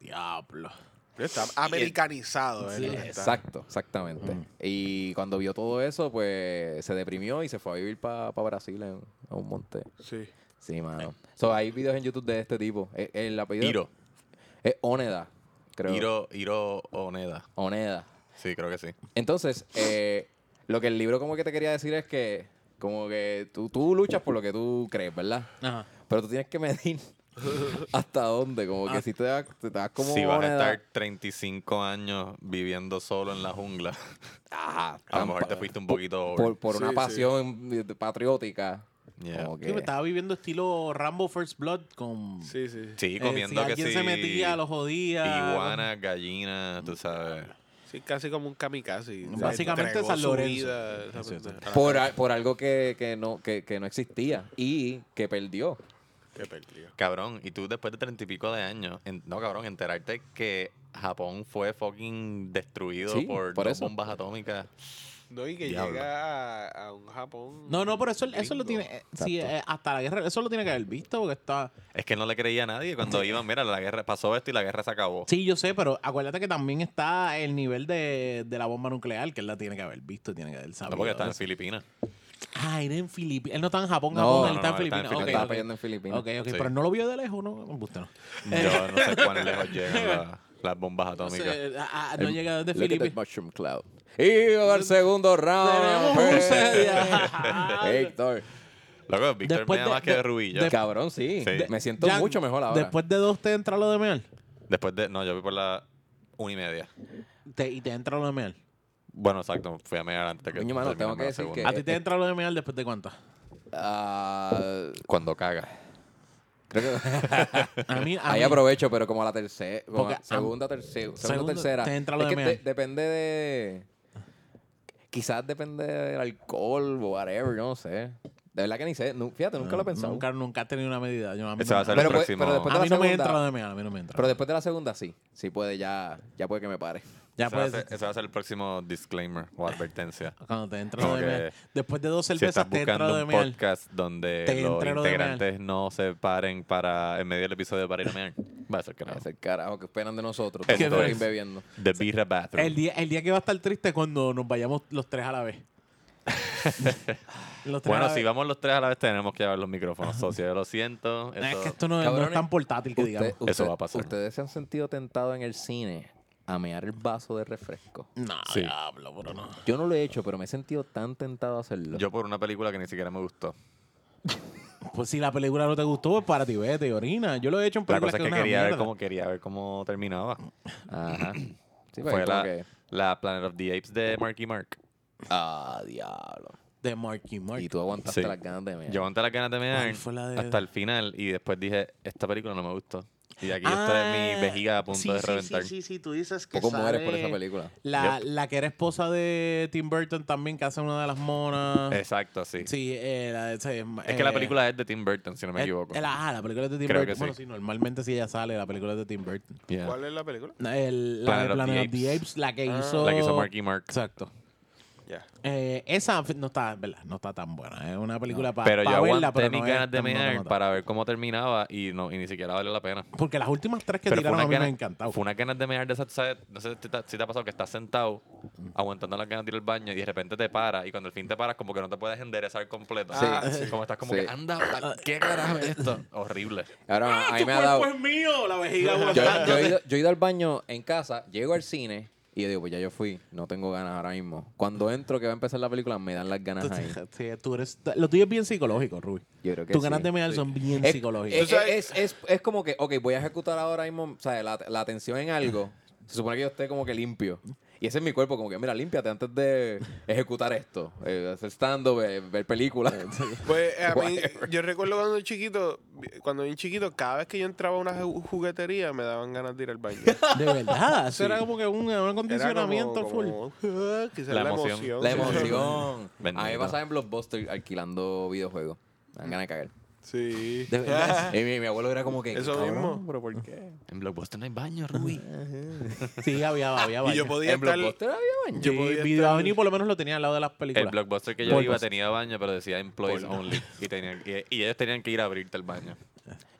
Speaker 3: Diablo.
Speaker 1: Está americanizado. es lo que está.
Speaker 4: Exacto, exactamente. Y cuando vio todo eso, pues se deprimió y se fue a vivir para Brasil, en- a un monte.
Speaker 1: Sí.
Speaker 4: Sí,
Speaker 2: Eh.
Speaker 4: mano. So, hay videos en YouTube de este tipo. Eh, El apellido
Speaker 2: Hiro.
Speaker 4: es Oneda, creo.
Speaker 2: Hiro, Hiro Oneda.
Speaker 4: Oneda.
Speaker 2: Sí, creo que sí.
Speaker 4: Entonces, eh, lo que el libro como que te quería decir es que como que tú, tú luchas por lo que tú crees, ¿verdad?
Speaker 3: Ajá.
Speaker 4: Pero tú tienes que medir hasta dónde, como que si te das, te das como
Speaker 2: Ah. si vas a
Speaker 4: Oneda-
Speaker 2: estar 35 años viviendo solo en la jungla,
Speaker 4: Ajá,
Speaker 2: a lo mejor
Speaker 4: tampa-
Speaker 2: te fuiste un poquito over.
Speaker 4: por, por una
Speaker 1: Sí, sí.
Speaker 4: pasión eh, patriótica.
Speaker 2: Yeah.
Speaker 4: Como
Speaker 3: Sí, me
Speaker 4: que,
Speaker 3: estaba viviendo estilo Rambo First Blood con...
Speaker 1: Sí, sí.
Speaker 2: Sí,
Speaker 3: eh,
Speaker 2: comiendo
Speaker 3: si
Speaker 2: que
Speaker 3: alguien
Speaker 2: sí.
Speaker 3: se metía, lo jodía.
Speaker 2: Iguana, gallina, tú sabes.
Speaker 1: Sí, casi como un kamikaze.
Speaker 3: Básicamente
Speaker 1: Entregó
Speaker 3: San
Speaker 1: su
Speaker 3: Lorenzo.
Speaker 1: vida, esa pendeja.
Speaker 4: por, al- por algo que, que no, que, que no existía y que perdió.
Speaker 1: Qué peligro.
Speaker 2: Cabrón, y tú después de treinta y pico de años, en- no cabrón, enterarte que Japón fue fucking destruido
Speaker 4: Sí,
Speaker 2: por,
Speaker 4: por
Speaker 2: dos
Speaker 4: eso.
Speaker 2: bombas atómicas.
Speaker 1: No, y que
Speaker 2: Diablo.
Speaker 1: llega a, a un Japón.
Speaker 3: No, no, pero eso, eso
Speaker 1: gringo.
Speaker 3: lo tiene... eh, sí, eh, hasta la guerra, eso lo tiene que haber visto porque está...
Speaker 2: Es que no le creía a nadie cuando iban, mira, la guerra pasó esto y la guerra se acabó.
Speaker 3: Sí, yo sé, pero acuérdate que también está el nivel de, de la bomba nuclear, que él la tiene que haber visto, tiene que haber sabido.
Speaker 2: No, porque está en Filipinas.
Speaker 3: Ah, era en Filipinas. Él no está en Japón,
Speaker 4: No,
Speaker 3: Japón,
Speaker 4: no,
Speaker 3: él está en
Speaker 2: no, él está en Filipinas.
Speaker 3: Filipinas. Ok,
Speaker 4: estaba
Speaker 3: ok.
Speaker 4: peleando en Filipinas.
Speaker 3: Ok, ok,
Speaker 2: Sí.
Speaker 3: pero no lo vio de lejos, ¿no? Me gusta, no.
Speaker 2: Yo no sé cuán lejos llegan la- las bombas
Speaker 3: No,
Speaker 2: atómicas.
Speaker 3: sé, ah, ah, no llega desde
Speaker 4: Look at that
Speaker 3: Filipinas.
Speaker 4: mushroom cloud. Y al segundo round.
Speaker 3: Mm. Tenemos un
Speaker 4: pues,
Speaker 3: set.
Speaker 4: Víctor.
Speaker 2: Loco, Víctor
Speaker 3: Después
Speaker 2: me
Speaker 3: de-
Speaker 2: da más que
Speaker 3: de-
Speaker 2: Rubillo.
Speaker 3: de-
Speaker 4: Cabrón, sí.
Speaker 2: Sí.
Speaker 4: Me siento mucho mejor ahora.
Speaker 3: Después de dos te entra lo de meal.
Speaker 2: Después de. No, yo vi por la una y media.
Speaker 3: Te- y te entra lo de meal.
Speaker 2: Bueno, exacto, fui a mear antes de que.
Speaker 4: Coño, mano,
Speaker 2: terminara
Speaker 4: tengo que
Speaker 2: la
Speaker 4: decir
Speaker 2: segunda.
Speaker 4: que-
Speaker 3: A ti te entra lo de meal después de cuánto.
Speaker 4: Ah,
Speaker 2: Cuando caga.
Speaker 4: creo que
Speaker 3: A mí, a
Speaker 4: ahí
Speaker 3: mí-
Speaker 4: aprovecho, pero como a la tercera, como
Speaker 3: Porque,
Speaker 4: a segunda, tercera, segunda,
Speaker 3: segundo,
Speaker 4: tercera.
Speaker 3: te entra lo
Speaker 4: Es
Speaker 3: de
Speaker 4: que
Speaker 3: mear.
Speaker 4: de- depende de, quizás depende del alcohol o whatever, yo no sé. De verdad que ni sé. Nu- Fíjate, nunca lo he pensado.
Speaker 3: Nunca, nunca he tenido una medida. Yo, a mí,
Speaker 2: Ese va a
Speaker 3: no,
Speaker 2: ser
Speaker 4: Pero
Speaker 2: el
Speaker 4: puede-
Speaker 2: próximo.
Speaker 4: pero después-
Speaker 3: a mí no me
Speaker 4: Segunda.
Speaker 3: entra lo de meal, a mí no me entra.
Speaker 4: Pero después de la segunda sí, sí puede ya, ya puede que me pare.
Speaker 3: ya
Speaker 2: ese, va a
Speaker 3: puedes, Eh.
Speaker 2: ser, ese va a ser el próximo disclaimer o advertencia.
Speaker 3: cuando te entra lo
Speaker 2: Como
Speaker 3: de
Speaker 2: que-
Speaker 3: meal. Después de dos
Speaker 2: Si
Speaker 3: cervezas
Speaker 2: estás
Speaker 3: te entra lo
Speaker 2: buscando
Speaker 3: de
Speaker 2: un
Speaker 3: meal.
Speaker 2: podcast donde
Speaker 3: Te
Speaker 2: los
Speaker 3: entra lo de meal.
Speaker 2: integrantes no se paren para en medio del episodio para ir a mear, va a ser que
Speaker 3: Ah.
Speaker 2: no.
Speaker 4: Es el carajo que esperan de nosotros.
Speaker 2: Qué
Speaker 4: Nosotros
Speaker 3: feo.
Speaker 4: ir bebiendo.
Speaker 2: The Birra Bathroom.
Speaker 3: El día, el día que va a estar triste es cuando nos vayamos los tres a la vez. Los tres a
Speaker 2: bueno,
Speaker 3: la
Speaker 2: si
Speaker 3: vez.
Speaker 2: vamos los tres a la vez tenemos que llevar los micrófonos, socio. Yo lo siento.
Speaker 3: No,
Speaker 2: eso-
Speaker 3: es que esto no, no
Speaker 4: Cabrones,
Speaker 3: es tan portátil que digamos.
Speaker 4: Usted-
Speaker 2: Eso
Speaker 4: usted-
Speaker 2: va a pasar.
Speaker 4: Ustedes se han sentido tentados en el cine a mear el vaso de refresco.
Speaker 3: No,
Speaker 2: Sí.
Speaker 3: diablo, pero no.
Speaker 4: Yo no lo he hecho, pero me he sentido tan tentado a hacerlo.
Speaker 2: Yo por una película que ni siquiera me gustó.
Speaker 3: Pues si la película no te gustó, pues para ti, vete y orina. Yo lo he hecho en
Speaker 2: La
Speaker 3: películas
Speaker 2: cosa es que
Speaker 3: una
Speaker 2: quería ver
Speaker 3: mierda.
Speaker 2: cómo quería ver cómo terminaba.
Speaker 4: Ajá. Sí,
Speaker 2: Fue
Speaker 4: porque como
Speaker 2: la,
Speaker 4: que-
Speaker 2: la Planet of the Apes de Marky Mark.
Speaker 4: Ah, diablo.
Speaker 3: De Marky Mark.
Speaker 4: Y tú aguantaste
Speaker 2: Sí.
Speaker 4: las ganas de mear.
Speaker 2: Yo aguanté las ganas de mear
Speaker 3: ¿Cuál fue la de-
Speaker 2: hasta el final y después dije, esta película no me gustó. Y aquí
Speaker 3: Ah,
Speaker 2: está mi vejiga a punto
Speaker 3: sí,
Speaker 2: de
Speaker 3: sí,
Speaker 2: reventar.
Speaker 3: Sí, sí, sí, tú dices que
Speaker 4: Poco mujeres por
Speaker 3: sale
Speaker 4: esa película.
Speaker 3: La, la que era esposa de Tim Burton también, que hace una de las monas.
Speaker 2: Exacto, sí.
Speaker 3: sí, eh, la, ese,
Speaker 2: Es que la película es de Tim Burton, si no me equivoco.
Speaker 3: ah, la película es de Tim
Speaker 2: Creo que
Speaker 3: Burton. Bueno,
Speaker 2: sí.
Speaker 3: sí, normalmente si ella sale, la película es de Tim Burton.
Speaker 2: Yeah.
Speaker 1: ¿Cuál es la película?
Speaker 3: El- la de
Speaker 2: Planet of the
Speaker 3: Planet of the
Speaker 2: Apes.
Speaker 3: Apes, la que
Speaker 1: Ah.
Speaker 3: hizo.
Speaker 2: La que hizo Marky Mark.
Speaker 3: Exacto.
Speaker 1: Ya.
Speaker 3: Eh, esa no está, ¿verdad? No está tan buena. Es una película para
Speaker 2: Pero yo
Speaker 3: verla,
Speaker 2: aguanté
Speaker 3: pero
Speaker 2: mis
Speaker 3: no es
Speaker 2: ganas de
Speaker 3: tan- no tan-
Speaker 2: mear
Speaker 3: no tan-
Speaker 2: para ver cómo terminaba y, no, y ni siquiera valió la pena.
Speaker 3: Porque las últimas tres que
Speaker 2: Pero fue
Speaker 3: tiraron a mí
Speaker 2: unas
Speaker 3: me han
Speaker 2: ganas-
Speaker 3: encantado.
Speaker 2: Fue unas ganas de mear de esas, tú ¿sabes? No sé si te, si te ha pasado que estás sentado aguantando las ganas de ir al baño y de repente te paras y cuando al fin te paras como que no te puedes enderezar completo.
Speaker 4: Sí,
Speaker 2: Ah,
Speaker 4: sí.
Speaker 2: Como estás como
Speaker 4: Sí.
Speaker 2: que, anda, ¿qué carajo es esto? Horrible.
Speaker 4: Ahora, a mí me ha dado.
Speaker 3: mío! La vejiga
Speaker 4: Yo, yo he ido, yo he ido al baño en casa, llego al cine y yo digo, pues ya yo fui, no tengo ganas ahora mismo. Cuando entro que va a empezar la película, me dan las ganas ahí.
Speaker 3: Sí, tú eres, lo tuyo es bien psicológico, Ruby.
Speaker 4: Yo creo que
Speaker 3: Tus ganas
Speaker 4: sí.
Speaker 3: de mear son bien
Speaker 4: Es,
Speaker 3: psicológicas.
Speaker 4: es, es- es- es como que, ok, voy a ejecutar ahora mismo o sea, la, la atención en algo. Se supone que yo esté como que limpio. Y ese es mi cuerpo, como que, mira, límpiate antes de ejecutar esto. Eh, hacer stand-up, eh, ver películas.
Speaker 1: Pues eh, a mí,
Speaker 4: Whatever.
Speaker 1: yo recuerdo cuando chiquito, cuando bien chiquito, cada vez que yo entraba a una ju- juguetería me daban ganas de ir al baño.
Speaker 3: De verdad. Eso era como que un, un
Speaker 1: Era como-
Speaker 3: acondicionamiento full.
Speaker 1: como, ah, quizás
Speaker 2: La
Speaker 1: la,
Speaker 2: emoción.
Speaker 1: emoción.
Speaker 4: La emoción. A mí me
Speaker 2: Bendito.
Speaker 4: pasaba en Blockbuster alquilando videojuegos. Me dan ganas de cagar.
Speaker 1: Sí.
Speaker 4: De verdad. Y mi, mi abuelo era como que.
Speaker 1: Eso
Speaker 4: cabrón,
Speaker 1: mismo.
Speaker 4: ¿Pero por qué?
Speaker 2: En Blockbuster no hay baño, Rubí.
Speaker 3: Sí, había, había
Speaker 1: Y yo
Speaker 3: baño.
Speaker 1: podía
Speaker 4: En
Speaker 1: estar...
Speaker 4: Blockbuster había baño.
Speaker 1: yo
Speaker 3: Sí,
Speaker 1: podía
Speaker 3: Video
Speaker 1: estar-
Speaker 3: Avenue por lo menos lo tenía al lado de las
Speaker 2: El
Speaker 3: películas.
Speaker 2: blockbuster que yo
Speaker 3: Por
Speaker 2: iba
Speaker 3: dos.
Speaker 2: tenía baño, pero decía employees only. Y, tenían, y, y ellos tenían que ir a abrirte el baño.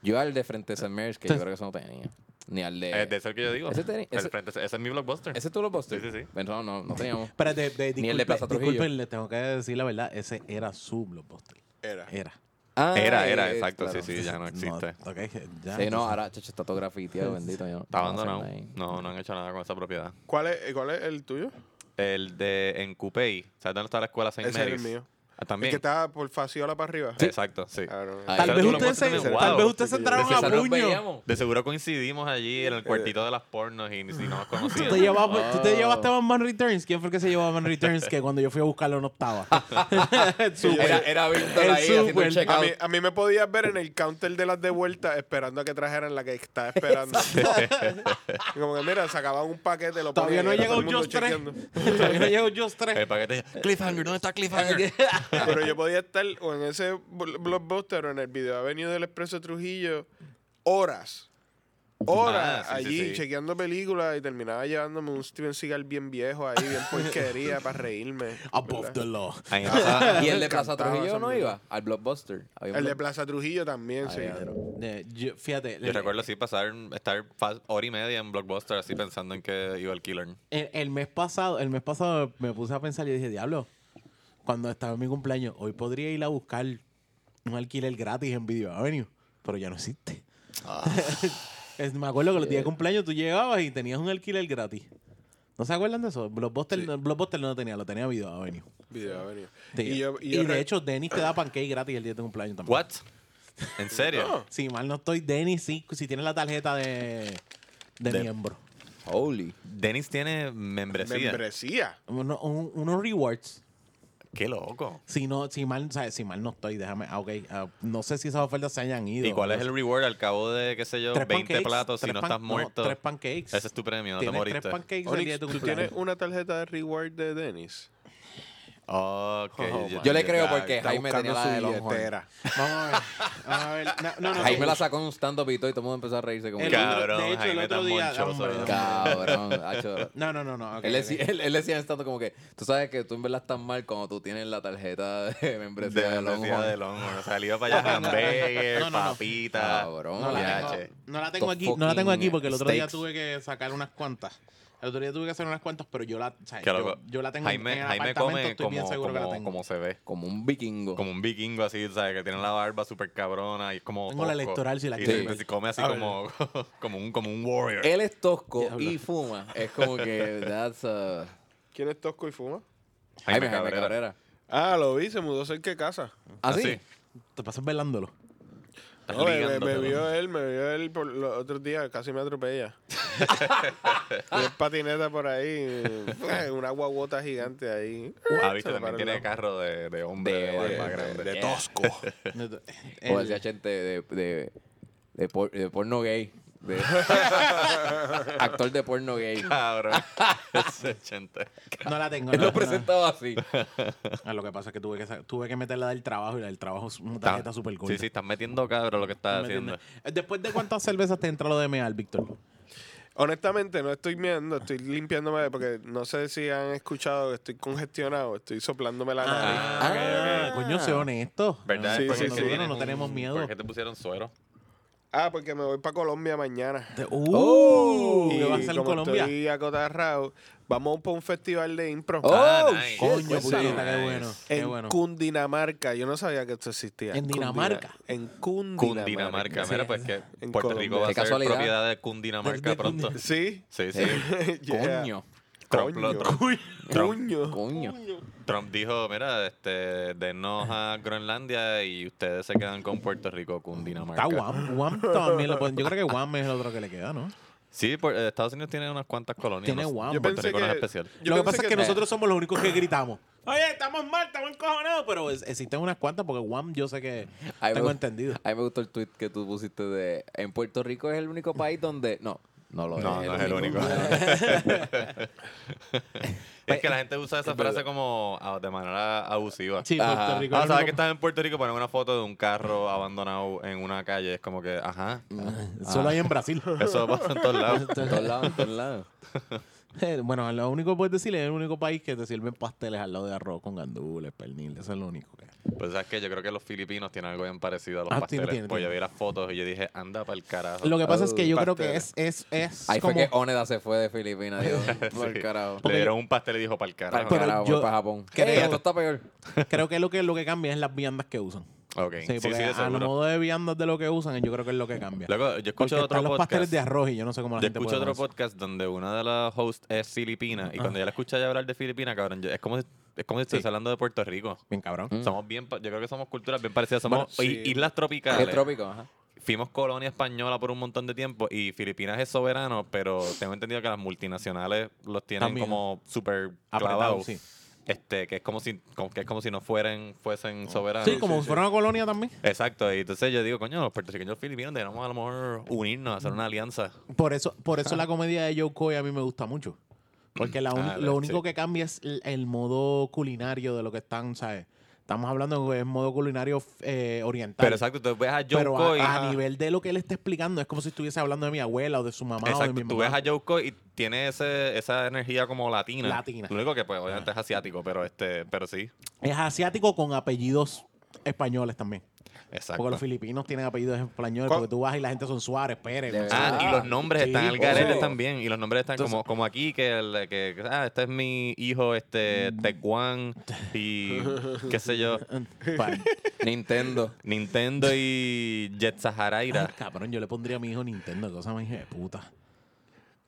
Speaker 4: Yo al de frente de St. Mary's, que yo creo que eso no tenía. Ni al de.
Speaker 2: Eh, de eso es el que yo digo.
Speaker 4: ese teni-
Speaker 2: El
Speaker 4: ese-
Speaker 2: frente- ese es mi blockbuster.
Speaker 4: ¿Ese tú lo postes?
Speaker 2: Sí, sí, sí.
Speaker 4: No, no, no teníamos.
Speaker 3: Espérate, de-
Speaker 4: Ni el de
Speaker 3: disculpe-
Speaker 4: Plaza Trujillo.
Speaker 3: disculpen, les tengo que decir la verdad, ese era su blockbuster.
Speaker 1: Era.
Speaker 3: Era.
Speaker 4: Ah,
Speaker 2: Era,
Speaker 4: eh,
Speaker 2: era,
Speaker 4: eh,
Speaker 2: exacto.
Speaker 4: claro.
Speaker 2: Sí, sí, ya no existe.
Speaker 3: No, ok, ya.
Speaker 4: Sí, no, ahora chacho, está todo grafiteado, bendito. ya no-
Speaker 2: Está
Speaker 4: no hacen
Speaker 2: abandonado.
Speaker 4: nada ahí.
Speaker 2: No, no han hecho nada con esa propiedad.
Speaker 1: ¿Cuál es, ¿Cuál es el tuyo?
Speaker 2: El de en Coupey. ¿Sabes dónde está la escuela Saint
Speaker 1: Ese es
Speaker 2: Mary's?
Speaker 1: el mío.
Speaker 2: Ah,
Speaker 1: El
Speaker 2: También.
Speaker 1: que estaba por Faciola para arriba.
Speaker 2: Exacto, sí.
Speaker 1: Ah, no.
Speaker 4: Ahí.
Speaker 3: Tal
Speaker 4: Pero
Speaker 3: vez,
Speaker 4: tú
Speaker 2: lo
Speaker 3: ustedes se,
Speaker 2: pones en el
Speaker 3: tal
Speaker 2: wow.
Speaker 3: vez ustedes se entraron
Speaker 1: Desde
Speaker 3: a
Speaker 4: Quizás nos
Speaker 3: puño.
Speaker 4: veíamos.
Speaker 2: De seguro coincidimos allí en el cuartito de las pornos y ni si no nos
Speaker 3: Tú te,
Speaker 2: conocíamos.
Speaker 3: llevabas- tú te llevaste a Batman Returns. ¿Quién fue el que se llevó a Batman Returns? Que cuando yo fui a buscarlo no estaba. Súper.
Speaker 4: Era, era Víctor
Speaker 3: El
Speaker 4: ahí haciendo
Speaker 3: super.
Speaker 4: el
Speaker 1: A mí,
Speaker 4: checkout.
Speaker 1: a mí me podías ver en el counter de las devueltas esperando a que trajeran la que estaba esperando. Como que mira, sacaban un paquete, lo
Speaker 3: Todavía
Speaker 1: ponían
Speaker 3: no ha
Speaker 1: y era todo
Speaker 3: llegado
Speaker 1: el mundo
Speaker 3: Just 3.
Speaker 1: chequeando.
Speaker 3: Todavía no ha llegado Just 3.
Speaker 2: El paquete. Cliffhanger, ¿dónde está Cliffhanger?
Speaker 1: Pero yo podía estar o en ese bl- blockbuster o en el video avenida del Expreso Trujillo horas. Horas
Speaker 2: Ah, sí, sí,
Speaker 1: allí
Speaker 2: sí.
Speaker 1: chequeando películas y terminaba llevándome un Steven Seagal bien viejo ahí, bien porquería para reírme.
Speaker 3: Above
Speaker 1: ¿verdad?
Speaker 3: the law.
Speaker 2: Ahí no está.
Speaker 4: Y el de Plaza
Speaker 1: Encantado
Speaker 4: Trujillo
Speaker 1: esa
Speaker 4: no
Speaker 1: mierda.
Speaker 4: iba. Al Blockbuster. Había un
Speaker 1: El de
Speaker 4: Blockbuster.
Speaker 1: Plaza Trujillo también, sí.
Speaker 3: Eh, yo- fíjate,
Speaker 2: Yo
Speaker 3: el-
Speaker 2: recuerdo así pasar, estar fa- hora y media en Blockbuster así pensando en que iba el killer.
Speaker 3: El, el mes pasado, el mes pasado me puse a pensar y dije, diablo, cuando estaba en mi cumpleaños, hoy podría ir a buscar un alquiler gratis en Video Avenue, pero ya no existe.
Speaker 1: Ah.
Speaker 3: Es- me acuerdo que los días de cumpleaños tú llegabas y tenías un alquiler gratis. ¿No se acuerdan de eso? Blockbuster, no, Blockbuster no lo tenía, lo tenía Video Avenue.
Speaker 1: Video avenida.
Speaker 3: Sí.
Speaker 1: Y,
Speaker 3: Y,
Speaker 1: yo- y yo
Speaker 3: de
Speaker 1: re-
Speaker 3: hecho, Dennis te da pancake gratis el día de tu cumpleaños también.
Speaker 2: ¿What? ¿En serio?
Speaker 3: Si mal no estoy, Dennis sí, si tienes la tarjeta de, de, miembro.
Speaker 4: Holy.
Speaker 2: Dennis tiene membresía.
Speaker 1: membresía.
Speaker 3: Uno- un- unos rewards.
Speaker 2: Qué loco.
Speaker 3: Si no, si mal, ¿sabes? si mal no estoy, déjame. Ah, ok. ah, no sé si esas ofertas se hayan ido.
Speaker 2: ¿Y cuál es el reward al cabo de, qué sé yo, 20 platos si
Speaker 3: tres
Speaker 2: no
Speaker 3: pan-
Speaker 2: estás muerto?
Speaker 3: tres pancakes.
Speaker 2: Ese es tu premio, no te
Speaker 3: Tienes
Speaker 2: moriste.
Speaker 3: tres pancakes el día de
Speaker 1: Onyx,
Speaker 3: tu
Speaker 1: ¿tú tienes
Speaker 3: cumpleaños.
Speaker 1: una tarjeta de reward de Dennis?
Speaker 2: Ok,
Speaker 3: Oh,
Speaker 2: yo,
Speaker 4: Yo le creo
Speaker 2: ya-
Speaker 4: porque
Speaker 1: Está
Speaker 4: Jaime
Speaker 1: buscando
Speaker 4: tenía la
Speaker 1: su
Speaker 4: de Longhorn.
Speaker 1: billetera.
Speaker 3: Vamos a ver. Vamos a ver. Ah, No, no, no.
Speaker 4: Jaime
Speaker 3: no.
Speaker 4: la sacó en un stand-up y todo y todo el mundo empezó a reírse como
Speaker 3: El
Speaker 4: que,
Speaker 3: otro-
Speaker 2: Cabrón,
Speaker 3: de hecho, el
Speaker 2: Jaime
Speaker 3: otro
Speaker 2: tan
Speaker 3: día.
Speaker 2: monchoso,
Speaker 3: hombre,
Speaker 2: ¿verdad?
Speaker 4: Cabrón. hacho.
Speaker 3: No, no, no, no. ok,
Speaker 4: Él decía,
Speaker 3: ok.
Speaker 4: él, él decía en stand-up como que, tú sabes que tú en verdad estás mal cuando tú tienes la tarjeta de membresía de,
Speaker 2: De membresía
Speaker 4: Longhorn.
Speaker 2: de Longhorn. O sea, él iba para allá hamburgues,
Speaker 3: No, no, no.
Speaker 2: papita.
Speaker 4: Cabrón,
Speaker 3: No la,
Speaker 4: ya,
Speaker 3: tengo,
Speaker 2: VIH.
Speaker 3: no la tengo
Speaker 4: Dos
Speaker 3: aquí, no la tengo aquí porque el otro día
Speaker 4: steaks.
Speaker 3: tuve que sacar unas cuantas. El otro día tuve que hacer unas cuantas, pero yo la, o sea,
Speaker 2: Qué
Speaker 3: yo,
Speaker 2: loco.
Speaker 3: yo la tengo
Speaker 2: Jaime,
Speaker 3: en el
Speaker 2: Jaime
Speaker 3: apartamento,
Speaker 2: come
Speaker 3: estoy bien
Speaker 2: como,
Speaker 3: seguro que la
Speaker 2: como-
Speaker 3: tengo.
Speaker 2: como se ve.
Speaker 4: Como un vikingo.
Speaker 2: Como un vikingo así, ¿sabes? Que tiene la barba súper cabrona y es como.
Speaker 3: Tengo la
Speaker 2: tosco.
Speaker 3: electoral si la
Speaker 2: Y
Speaker 3: quiero.
Speaker 2: se- se come así como, como, un, como un warrior.
Speaker 4: Él es tosco
Speaker 3: Diablo.
Speaker 4: y fuma. Es como que, that's a...
Speaker 1: ¿Quién es Tosco y Fuma?
Speaker 4: Jaime, Jaime Cabrera.
Speaker 1: Ah, lo vi, se mudó cerca de casa.
Speaker 4: ¿Ah, sí?
Speaker 2: sí?
Speaker 3: Te pasas velándolo.
Speaker 2: Estás
Speaker 1: No, me- me,
Speaker 2: ligando,
Speaker 1: me
Speaker 2: pero-
Speaker 1: vio él, me vio él por los otros días, casi me atropella. Y en patineta por ahí, una guaguota gigante ahí.
Speaker 2: Ah, viste,
Speaker 1: Se le
Speaker 2: también
Speaker 1: paró el
Speaker 2: tiene
Speaker 1: lado.
Speaker 2: carro de, de hombre de,
Speaker 4: De-
Speaker 2: barba
Speaker 4: de-
Speaker 2: grande.
Speaker 4: de
Speaker 2: tosco.
Speaker 3: El-
Speaker 4: O decía gente de, de, de, por- de porno gay. De- actor de porno gay.
Speaker 2: Cabrón. Ese gente.
Speaker 3: no la tengo.
Speaker 4: Él
Speaker 3: no,
Speaker 4: lo
Speaker 3: no.
Speaker 4: presentaba así.
Speaker 3: Ah, lo que pasa es que tuve que, sa- tuve que meterla del trabajo y la del trabajo es una tarjeta súper corta.
Speaker 2: Sí, sí, estás metiendo cabrón lo que estás
Speaker 3: ¿Me
Speaker 2: haciendo.
Speaker 3: entiendes? Eh, Después de cuántas cervezas te entra lo de meal, Víctor.
Speaker 1: Honestamente, no estoy mirando, estoy limpiándome porque no sé si han escuchado que estoy congestionado, estoy soplándome la nariz.
Speaker 4: Ah,
Speaker 3: Coño, sé honesto.
Speaker 2: ¿Verdad?
Speaker 1: Sí,
Speaker 2: ¿Por qué
Speaker 1: sí,
Speaker 2: es
Speaker 1: sí.
Speaker 2: que tienes
Speaker 3: Nosotros no
Speaker 2: un-
Speaker 3: tenemos miedo.
Speaker 2: ¿Por qué te pusieron suero?
Speaker 1: Ah, porque me voy para Colombia mañana.
Speaker 3: Te-
Speaker 4: Oh,
Speaker 3: ¡Uh! ¿Qué va a
Speaker 1: Y
Speaker 3: hacer en
Speaker 1: como
Speaker 3: Colombia?
Speaker 1: estoy acotarrado, vamos para un festival de impro.
Speaker 4: Oh,
Speaker 2: Ah, nice.
Speaker 4: shit.
Speaker 3: Coño,
Speaker 1: Pues,
Speaker 3: puñeta,
Speaker 2: nice.
Speaker 3: qué bueno. Qué
Speaker 1: En
Speaker 3: bueno.
Speaker 1: Cundinamarca, yo no sabía que esto existía.
Speaker 3: ¿En
Speaker 1: Cundina-
Speaker 3: Dinamarca?
Speaker 1: En Cundinamarca.
Speaker 2: Cundinamarca. Mira, pues que
Speaker 1: En
Speaker 2: Puerto
Speaker 1: Colombia.
Speaker 2: Rico va a
Speaker 4: Qué
Speaker 2: ser
Speaker 4: casualidad.
Speaker 2: propiedad de Cundinamarca
Speaker 3: De- de
Speaker 2: pronto.
Speaker 3: Cundinamarca.
Speaker 1: Sí.
Speaker 2: Sí, sí.
Speaker 4: Sí.
Speaker 1: Yeah.
Speaker 4: Coño.
Speaker 2: Trump, lo-
Speaker 1: Coño.
Speaker 2: Trump-
Speaker 1: Coño.
Speaker 4: Coño.
Speaker 2: Trump dijo, mira, este, denos a Groenlandia y ustedes se quedan con Puerto Rico, Cundinamarca.
Speaker 3: Está Guam. Guam también lo pueden. Yo creo que Guam es el otro que le queda, ¿no?
Speaker 2: Sí, por- eh, Estados Unidos tiene unas cuantas colonias.
Speaker 3: Tiene
Speaker 2: no-
Speaker 3: Guam.
Speaker 2: Puerto
Speaker 3: Yo
Speaker 1: pensé
Speaker 2: Rico no es
Speaker 1: que-
Speaker 2: especial.
Speaker 1: Yo
Speaker 3: lo que
Speaker 1: pensé
Speaker 3: pasa es
Speaker 1: que-
Speaker 3: que nosotros somos los únicos que gritamos. Oye, estamos mal, estamos encojonados. Pero es- existen unas cuantas porque Guam yo sé que
Speaker 4: Ahí me
Speaker 3: tengo
Speaker 4: gu-
Speaker 3: entendido.
Speaker 4: A mí me gustó el tweet que tú pusiste de en Puerto Rico es el único país donde no, No lo
Speaker 2: No, no Pues, es el único. es que la gente usa esa frase como ah, de manera abusiva.
Speaker 3: Sí,
Speaker 4: Ajá.
Speaker 3: Puerto Rico.
Speaker 2: Ah,
Speaker 3: era
Speaker 2: sabes
Speaker 3: lo-
Speaker 2: que estás en Puerto Rico ponen una foto de un carro abandonado en una calle. Es como que, ajá.
Speaker 3: Solo hay en Brasil.
Speaker 2: Eso pasa en todos lados.
Speaker 4: En todos lados, en todos lados.
Speaker 3: Eh, Bueno, lo único que puedes decir es el único país que te sirven pasteles al lado de arroz con gandules, pernil. Eso es lo único. que-
Speaker 2: Pues sabes que yo creo que los filipinos tienen algo bien parecido a los
Speaker 3: Ah, tiene,
Speaker 2: pasteles.
Speaker 3: tiene,
Speaker 2: pues yo
Speaker 3: tiene.
Speaker 2: vi las fotos y yo dije, anda para el carajo.
Speaker 3: Lo que pasa es
Speaker 4: Oh,
Speaker 3: que yo creo que
Speaker 2: pasteles.
Speaker 3: es, es, es
Speaker 4: Ahí
Speaker 3: como...
Speaker 4: fue que Oneda se fue de Filipinas, Dios. Por
Speaker 2: Sí.
Speaker 4: carajo.
Speaker 2: Le dieron un pastel y dijo para el
Speaker 4: Para
Speaker 2: carajo.
Speaker 3: Pero
Speaker 4: carajo,
Speaker 3: yo
Speaker 4: para Japón.
Speaker 3: creo-
Speaker 4: Ey, esto está peor.
Speaker 3: Creo que lo que lo que cambia es las viandas que usan.
Speaker 2: oh. Ok,
Speaker 3: Sí,
Speaker 2: sí, sí,
Speaker 3: porque
Speaker 2: de
Speaker 3: a lo
Speaker 2: seguro.
Speaker 3: modo de viandas de lo que usan, yo creo que es lo que cambia.
Speaker 2: Luego, yo
Speaker 3: Porque
Speaker 2: escucho otro
Speaker 3: están los
Speaker 2: podcast.
Speaker 3: pasteles de arroz y yo no sé cómo la
Speaker 2: Yo
Speaker 3: gente
Speaker 2: escucho
Speaker 3: puede
Speaker 2: otro
Speaker 3: comer Ah.
Speaker 2: podcast donde una de las hosts es filipina y cuando ya la escuché ella hablar de Filipina, cabrón, yo- es como si, es como si estuviese hablando de Puerto Rico.
Speaker 3: eso. Bien cabrón.
Speaker 2: Somos bien, pa- yo creo que somos culturas bien parecidas, somos
Speaker 6: Bueno, sí.
Speaker 2: i- islas
Speaker 4: Es
Speaker 2: tropicales.
Speaker 4: trópico, ajá.
Speaker 2: Fuimos colonia española por un montón de tiempo y Filipinas es soberano, pero tengo entendido que las multinacionales los tienen
Speaker 3: También.
Speaker 2: como súper
Speaker 3: Apretado,
Speaker 2: clavados.
Speaker 3: sí.
Speaker 2: Este, que es como si como, que es como si no fueran fuesen soberanos.
Speaker 3: Oh. Sí, como si fuera una colonia también.
Speaker 2: Exacto, y entonces yo digo, coño, los puertorriqueños y los filipinos deberíamos a lo mejor unirnos, hacer una alianza.
Speaker 3: Por eso, por eso la comedia de Joe Coy a mí me gusta mucho. Porque la uni-
Speaker 2: Ah. Ah,
Speaker 3: lo
Speaker 2: sí.
Speaker 3: único que cambia es el, el modo culinario de lo que están, ¿sabes? Estamos hablando del modo culinario eh, oriental.
Speaker 2: Pero exacto, tú ves a Joe
Speaker 3: Pero a-
Speaker 2: Coy.
Speaker 3: a, nivel de lo que él está explicando, es como si estuviese hablando de mi abuela o de su mamá o de mi
Speaker 2: Exacto,
Speaker 3: mamá.
Speaker 2: tú ves a Joe Coy y tiene ese, esa energía como latina.
Speaker 3: Latina.
Speaker 2: Lo único que, pues, obviamente es asiático, pero este, pero sí.
Speaker 3: Es asiático con apellidos españoles también.
Speaker 2: Exacto.
Speaker 3: Porque los filipinos tienen apellidos españoles.
Speaker 1: ¿Cuál?
Speaker 3: Porque tú vas y la gente son Suárez, Pérez.
Speaker 4: De
Speaker 3: González.
Speaker 2: Ah,
Speaker 4: Ah,
Speaker 2: y los nombres
Speaker 3: sí,
Speaker 2: están al
Speaker 3: oh.
Speaker 2: garete también. Y los nombres están como, como aquí, que, el- que ah, este es mi hijo, este, Tecuan y qué sé yo,
Speaker 3: Pa-
Speaker 4: Nintendo.
Speaker 2: Nintendo y Jet Saharaira.
Speaker 3: Ay, cabrón, yo le pondría a mi hijo Nintendo, cosa más hija de puta.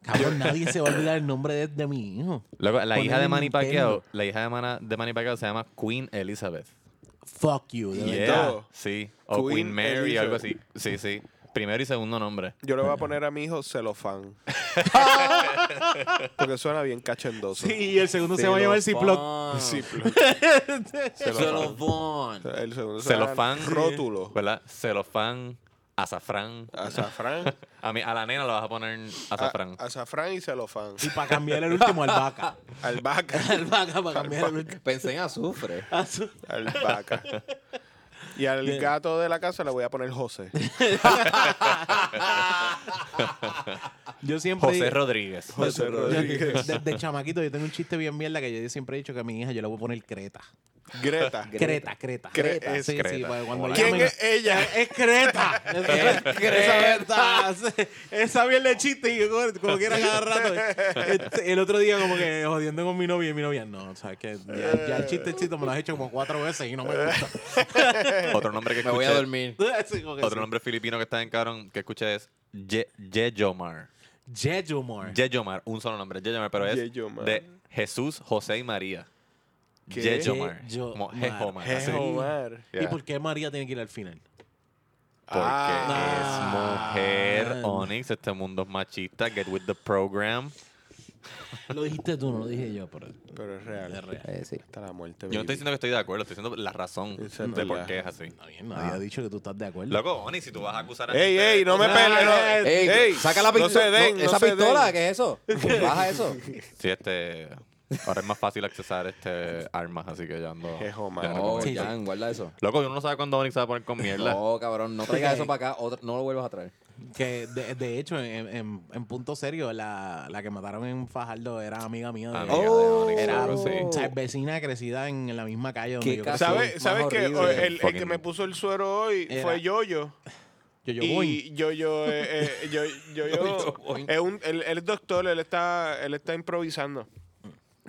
Speaker 3: Cabrón, nadie se va a olvidar el nombre de, de mi hijo.
Speaker 2: Luego, la
Speaker 3: Ponerle
Speaker 2: hija de Manny
Speaker 3: Nintendo.
Speaker 2: Pacquiao, la hija de, Mana- de Manny Pacquiao se llama Queen Elizabeth.
Speaker 3: Fuck you, de
Speaker 2: Yeah,
Speaker 3: verdad.
Speaker 1: todo.
Speaker 2: Sí, o
Speaker 1: Queen
Speaker 2: Queen, Mary o algo así.
Speaker 1: Elizabeth.
Speaker 2: Sí, sí. Primero y segundo nombre.
Speaker 1: Yo le voy a poner a mi hijo celofán. Porque suena bien cachendoso.
Speaker 3: Sí, y el segundo se va a llamar Ziploc.
Speaker 1: Sí, pero-
Speaker 4: Se los pon.
Speaker 1: El segundo se llama
Speaker 2: Celofán.
Speaker 1: Rótulo.
Speaker 2: ¿Verdad? Celofán, azafrán.
Speaker 1: Azafrán.
Speaker 2: A, mí, a la nena la vas a poner azafrán.
Speaker 1: A- azafrán y celofán.
Speaker 3: Y para cambiar el último, albahaca.
Speaker 1: Albahaca.
Speaker 3: Albahaca para cambiar el último.
Speaker 4: Pensé en azufre.
Speaker 3: Ah,
Speaker 1: Albahaca. Y al gato de la casa le voy a poner José.
Speaker 3: Yo siempre...
Speaker 2: José Rodríguez.
Speaker 1: José Rodríguez.
Speaker 3: Desde, chamaquito yo tengo un chiste bien mierda que yo siempre he dicho que a mi hija yo le voy a poner Creta.
Speaker 1: Greta.
Speaker 3: Creta, Creta.
Speaker 1: Cre- es
Speaker 3: sí, sí,
Speaker 2: Creta.
Speaker 3: porque cuando
Speaker 2: Hola.
Speaker 3: ella
Speaker 1: ¿Quién
Speaker 3: me-
Speaker 1: es ella?
Speaker 3: Es Creta. Es Creta. Esa bien de chiste y yo como- como quiera cada rato. Este, el otro día como que jodiendo con mi novia y mi novia, no, sabes que ya, ya el chiste, el chiste me lo has hecho como cuatro veces y no me gusta.
Speaker 2: Otro nombre que
Speaker 4: Me voy a
Speaker 2: escuché-
Speaker 4: dormir.
Speaker 3: Sí, como que
Speaker 2: Otro
Speaker 3: sí.
Speaker 2: nombre filipino que está en cabrón que escuché es Ye- Yeyomar.
Speaker 3: Jejomar.
Speaker 2: Yeyomar, un solo nombre, Yeyomar, pero es
Speaker 1: Yeyomar.
Speaker 2: de Jesús, José y María.
Speaker 1: ¿Qué?
Speaker 2: Yeyomar.
Speaker 3: Yeyomar.
Speaker 2: Como Jejomar.
Speaker 1: Es
Speaker 2: así.
Speaker 1: Omar.
Speaker 3: ¿Y por qué María tiene que ir al final?
Speaker 2: Porque
Speaker 1: Ah.
Speaker 2: es mujer,
Speaker 3: Ah.
Speaker 2: Onyx, este mundo es machista, get with the program.
Speaker 3: Lo dijiste tú, no lo dije yo, pero
Speaker 1: Pero es
Speaker 3: es
Speaker 1: real.
Speaker 3: real.
Speaker 4: Eh, sí.
Speaker 1: Hasta la muerte.
Speaker 2: Yo no estoy
Speaker 1: baby.
Speaker 2: diciendo que estoy de acuerdo, estoy diciendo la razón
Speaker 1: Exacto,
Speaker 2: de por
Speaker 1: ya.
Speaker 2: qué es así.
Speaker 3: Está bien, nadie ha dicho que tú estás de acuerdo.
Speaker 2: Loco, Onyx, si tú vas a acusar a
Speaker 1: Ey,
Speaker 2: gente-
Speaker 1: ey, no me
Speaker 3: No,
Speaker 1: peleen. no.
Speaker 3: eh,
Speaker 4: Ey,
Speaker 1: Ey,
Speaker 4: saca la
Speaker 1: no
Speaker 4: pistola.
Speaker 1: se den, no
Speaker 4: esa
Speaker 1: se den.
Speaker 4: pistola, ¿qué es eso? Baja eso.
Speaker 2: Sí, este. Ahora es más fácil accesar este armas, así que ya ando.
Speaker 1: Qué joma.
Speaker 2: ya ando
Speaker 4: No,
Speaker 2: con
Speaker 3: Sí,
Speaker 2: esto.
Speaker 4: Oh, Jan, guarda eso.
Speaker 2: Loco, uno no sabe cuándo Onyx se va a poner con mierda.
Speaker 4: No, cabrón, no traigas eso para acá. otra- no lo vuelvas a traer.
Speaker 3: Que de, de hecho, en, en- en punto serio, la, la que mataron en Fajardo era amiga mía. de-
Speaker 2: Amiga
Speaker 4: Oh,
Speaker 2: Ah, de Onyx,
Speaker 3: era
Speaker 2: algo así.
Speaker 3: o sea, vecina crecida en, en la misma calle donde
Speaker 4: Qué
Speaker 3: yo
Speaker 4: ca-
Speaker 3: crecí.
Speaker 1: ¿Sabes
Speaker 4: Más
Speaker 1: sabes que
Speaker 4: horrible.
Speaker 1: el, el que
Speaker 2: Fucking-
Speaker 1: me puso el suero hoy
Speaker 3: Era-
Speaker 1: fue Yoyo?
Speaker 3: Yo, yo voy.
Speaker 1: Y Yoyo, eh, eh, yo, Yoyo
Speaker 4: Boing.
Speaker 1: es un, él, él es doctor, él está, él está improvisando.